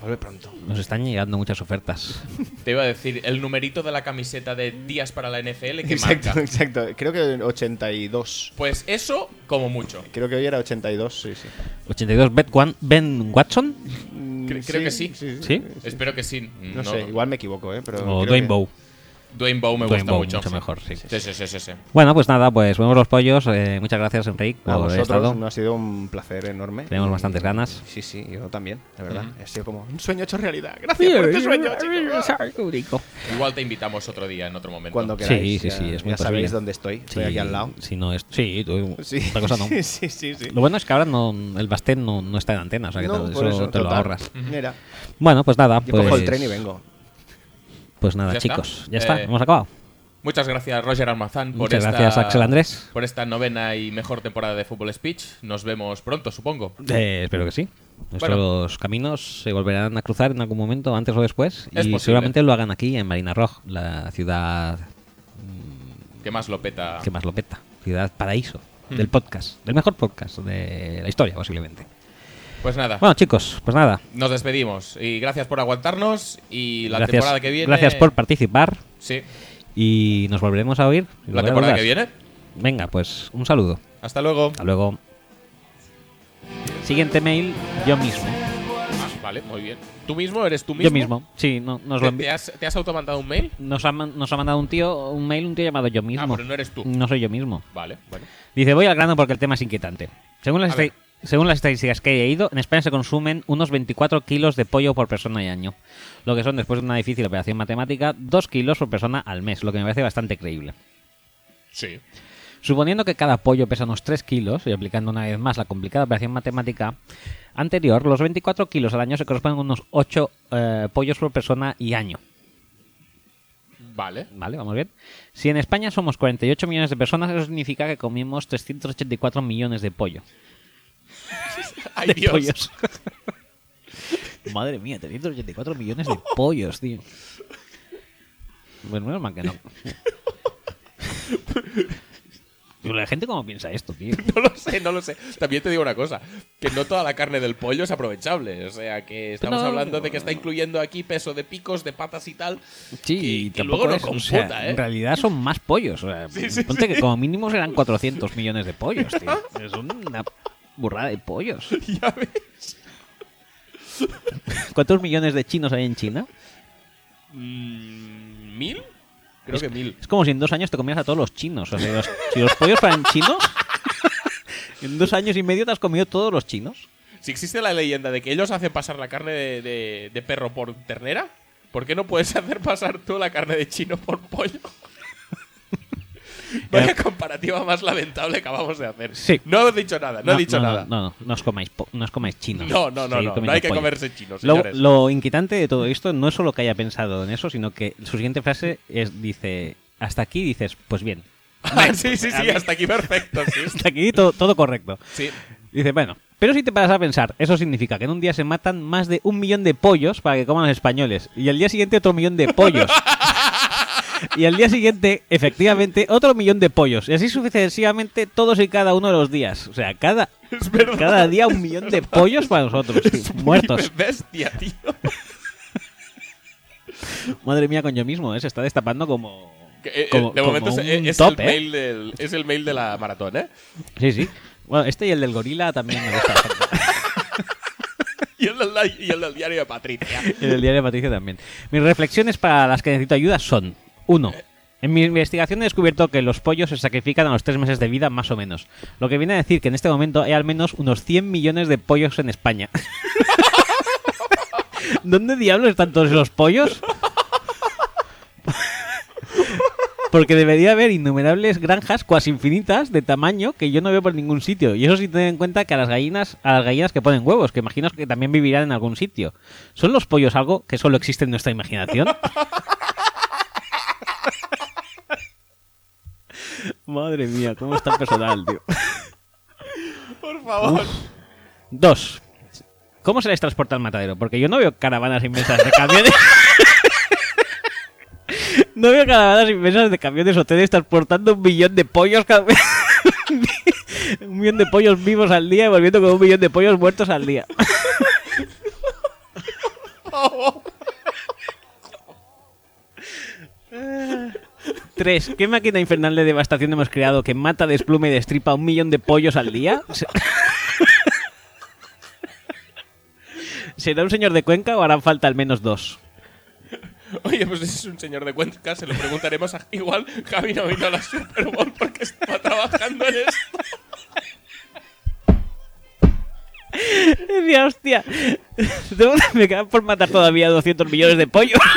Vuelve pronto.
Nos están llegando muchas ofertas.
Te iba a decir el numerito de la camiseta de días para la NFL que
Exacto,
marca.
exacto. Creo que 82.
Pues eso, como mucho.
Creo que hoy era 82, sí, sí.
82 Ben, Wan- Ben Watson
Cre-
sí,
creo que sí.
Mm, sí, sí,
¿Sí?
Espero que sí.
No, sé, igual me equivoco, ¿eh? Pero
o
creo
Dwayne
que-
Bowe.
Dwayne Bow me
Dwayne
gusta
Bowe,
mucho.
mucho mejor, sí.
Sí, sí, sí, sí, sí.
Bueno, pues nada, pues vemos los pollos. Eh, muchas gracias, Enrique, por
A
haber estado.
vosotros no ha sido un placer enorme.
Tenemos
Y-
bastantes ganas.
Sí, sí, yo también, la verdad.
Ujú.
Ha sido como un sueño hecho realidad. Gracias por este sueño, chicos.
Igual te invitamos otro día, en otro momento.
Cuando
Sí,
queráis.
sí,
ya-
sí, es muy
Ya sabéis
posible.
dónde estoy. Estoy
Sí,
aquí al lado.
Si no es, sí, tú-
Sí.
otra cosa no.
Sí, sí, sí, sí.
Lo bueno es que ahora no, el Bastén no, no está en antena, o sea que
No,
te-
por
eso,
eso,
te lo
total.
ahorras.
Mira.
Bueno, pues nada,
Yo
pues,
cojo el tren y vengo.
pues nada,
Ya está.
chicos, ya está,
Eh,
hemos acabado.
Muchas gracias, Roger Almazán, por
Muchas
esta,
gracias, Axel Andrés.
Por esta novena y mejor temporada de Fútbol Speech. Nos vemos pronto, supongo.
Eh, espero que sí. Nuestros caminos se volverán a cruzar en algún momento, antes o después, y
Es posible.
seguramente lo hagan aquí en Marina Roj, la ciudad
Que más lo peta.
que más lo peta, ciudad paraíso
Mm.
del podcast, del mejor podcast de la historia posiblemente.
Pues nada,
Bueno, chicos, pues nada.
nos despedimos. Y gracias por aguantarnos. Y la
gracias,
temporada que viene.
Gracias por participar.
Sí,
Y nos volveremos a oír.
la temporada que viene.
Venga, pues un saludo.
Hasta luego.
Hasta luego. Siguiente mail, yo mismo.
Ah, vale, muy bien. ¿Tú mismo? ¿Eres tú mismo?
Yo mismo. Sí, no, nos lo
¿Te,
envi-
te has, te has automandado un mail?
nos, ha, man- nos ha mandado un tío, un mail, un tío llamado yo mismo.
Ah, pero no eres tú.
No soy yo mismo.
Vale, bueno.
Dice, voy al grano porque el tema es inquietante. Según las,
A ver.
esta- según las estadísticas que he leído, en España se consumen unos 24 kilos de pollo por persona y año, lo que son, después de una difícil operación matemática, 2 kilos por persona al mes, lo que me parece bastante creíble.
Sí.
Suponiendo que cada pollo pesa unos 3 kilos, y aplicando una vez más la complicada operación matemática anterior, los 24 kilos al año se corresponden a unos 8 eh, pollos por persona y año.
Vale.
Vale, vamos bien. Si en España somos 48 millones de personas, eso significa que comimos 384 millones de pollo.
Ay,
de
Dios.
pollos. Madre mía, 384 millones de pollos, tío. Pues menos mal que no. Pero la gente cómo piensa esto, tío.
No lo sé, no lo sé. También te digo una cosa, que no toda la carne del pollo es aprovechable. O sea, que estamos
No.
hablando de que está incluyendo aquí peso de picos, de patas y tal.
Sí,
que
tampoco
luego no
es- o
computa,
sea,
¿eh?
En realidad son más pollos. o sea,
Sí, sí,
ponte
sí.
que como mínimo serán 400 millones de pollos, tío. Es una burrada de pollos.
Ya ves.
¿Cuántos millones de chinos hay en China?
Mm, ¿Mil? Creo que mil.
Es como si en dos años te comieras a todos los chinos. O sea, los- si los pollos fueran chinos, en dos años y medio te has comido todos los chinos.
Si existe la leyenda de que ellos hacen pasar la carne de, de- de perro por ternera, ¿por qué no puedes hacer pasar tú la carne de chino por pollo? Vaya comparativa más lamentable que acabamos de hacer.
Eh, Sí.
No he dicho nada, no, he dicho nada.
No, no, no os comáis, po- no os comáis chinos.
No, no, no,
Seguid
no,
comiendo
no hay que
pollo.
comerse chinos,
Lo,
señores.
lo inquietante de todo esto no es solo que haya pensado en eso, sino que su siguiente frase es, dice, hasta aquí dices, pues bien.
Ah, sí, sí,
A
sí,
mí-
hasta aquí perfecto. sí.
hasta aquí to- todo correcto.
Sí.
Dice, bueno, pero si te paras a pensar, eso significa que en un día se matan más de un millón de pollos para que coman los españoles. Y al día siguiente otro millón de pollos. y al día siguiente, efectivamente, otro millón de pollos. Y así sucesivamente todos y cada uno de los días. O sea, cada, cada día un millón de pollos para nosotros. muertos.
Muy bestia, tío.
Madre mía, con yo mismo, ¿eh? se está destapando como...
Que, eh, eh,
como-
de
como
momento es,
un
es- es
top,
el
¿eh?
mail del- es el mail de la maratón, ¿eh?
Sí, sí. Bueno, este y el del gorila también me gusta bastante.
Y el del, y el del diario de Patricia.
Y del diario de Patricia también. Mis reflexiones para las que necesito ayuda son: 1. En mi investigación he descubierto que los pollos se sacrifican a los 3 meses de vida, más o menos. Lo que viene a decir que en este momento hay al menos unos 100 millones de pollos en España. ¿Dónde diablos están todos los pollos? Porque debería haber innumerables granjas cuasi infinitas de tamaño que yo no veo por ningún sitio. Y eso sin tener en cuenta que a las gallinas, a las gallinas que ponen huevos, que imagino que también vivirán en algún sitio. ¿Son los pollos algo que solo existe en nuestra imaginación? Madre mía, cómo está el personal, tío.
Por favor.
Uf. Dos. ¿Cómo se les transporta al matadero? Porque yo no veo caravanas inmensas de camiones. no veo caravanas inmensas de camiones o trenes transportando un millón de pollos cada vez. un millón de pollos vivos al día y volviendo con un millón de pollos muertos al día. Tres. ¿Qué máquina infernal de devastación hemos creado que mata, despluma y destripa un millón de pollos al día? Se- ¿Será un señor de Cuenca o harán falta al menos dos?
Oye, pues ese es un señor de Cuenca, se lo preguntaremos a... Igual Javi no vino a la Super Bowl porque estaba trabajando en esto.
Decía, hostia, tengo- me quedan por matar todavía 200 millones de pollos.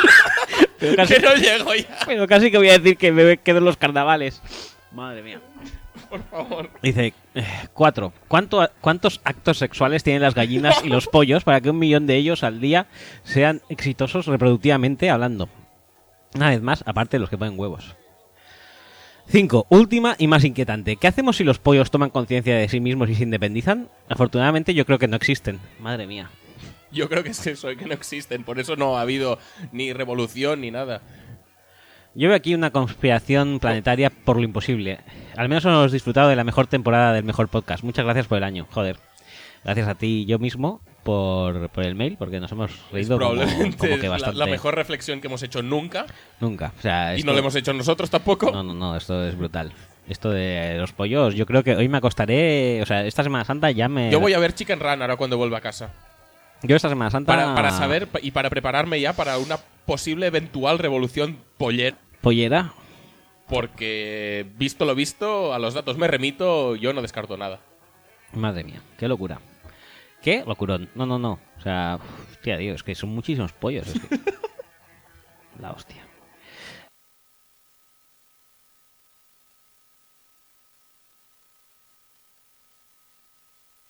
Pero
Que no llego ya.
Pero casi que voy a decir que me quedo en los carnavales. Madre mía.
Por favor.
Dice, eh, cuatro. ¿Cuánto, ¿Cuántos actos sexuales tienen las gallinas y los pollos para que un millón de ellos al día sean exitosos reproductivamente hablando? Una vez más, aparte de los que ponen huevos. Cinco. Última y más inquietante. ¿Qué hacemos si los pollos toman conciencia de sí mismos y se independizan? Afortunadamente yo creo que no existen. Madre mía.
Yo creo que es eso, que no existen. Por eso no ha habido ni revolución ni nada.
Yo veo aquí una conspiración planetaria por lo imposible. Al menos hemos disfrutado de la mejor temporada del mejor podcast. Muchas gracias por el año, joder. Gracias a ti y yo mismo por, por el mail, porque nos hemos reído como-
Probablemente
como
es
que
la-
bastante.
la, mejor reflexión que hemos hecho nunca.
Nunca. O sea,
Y
esto-
no lo hemos hecho nosotros tampoco.
No, no, no, esto es brutal. Esto de los pollos, yo creo que hoy me acostaré, o sea, esta Semana Santa ya me...
Yo voy a ver Chicken Run ahora cuando vuelva a casa.
Yo esta Semana Santa...
Para, para saber pa- y para prepararme ya para una posible eventual revolución poller.
Pollera.
Porque, visto lo visto, a los datos me remito, yo no descarto nada.
Madre mía, qué locura. ¿Qué? Locurón. No, no, no. O sea, uf, hostia, Dios, es que son muchísimos pollos. es que- La hostia.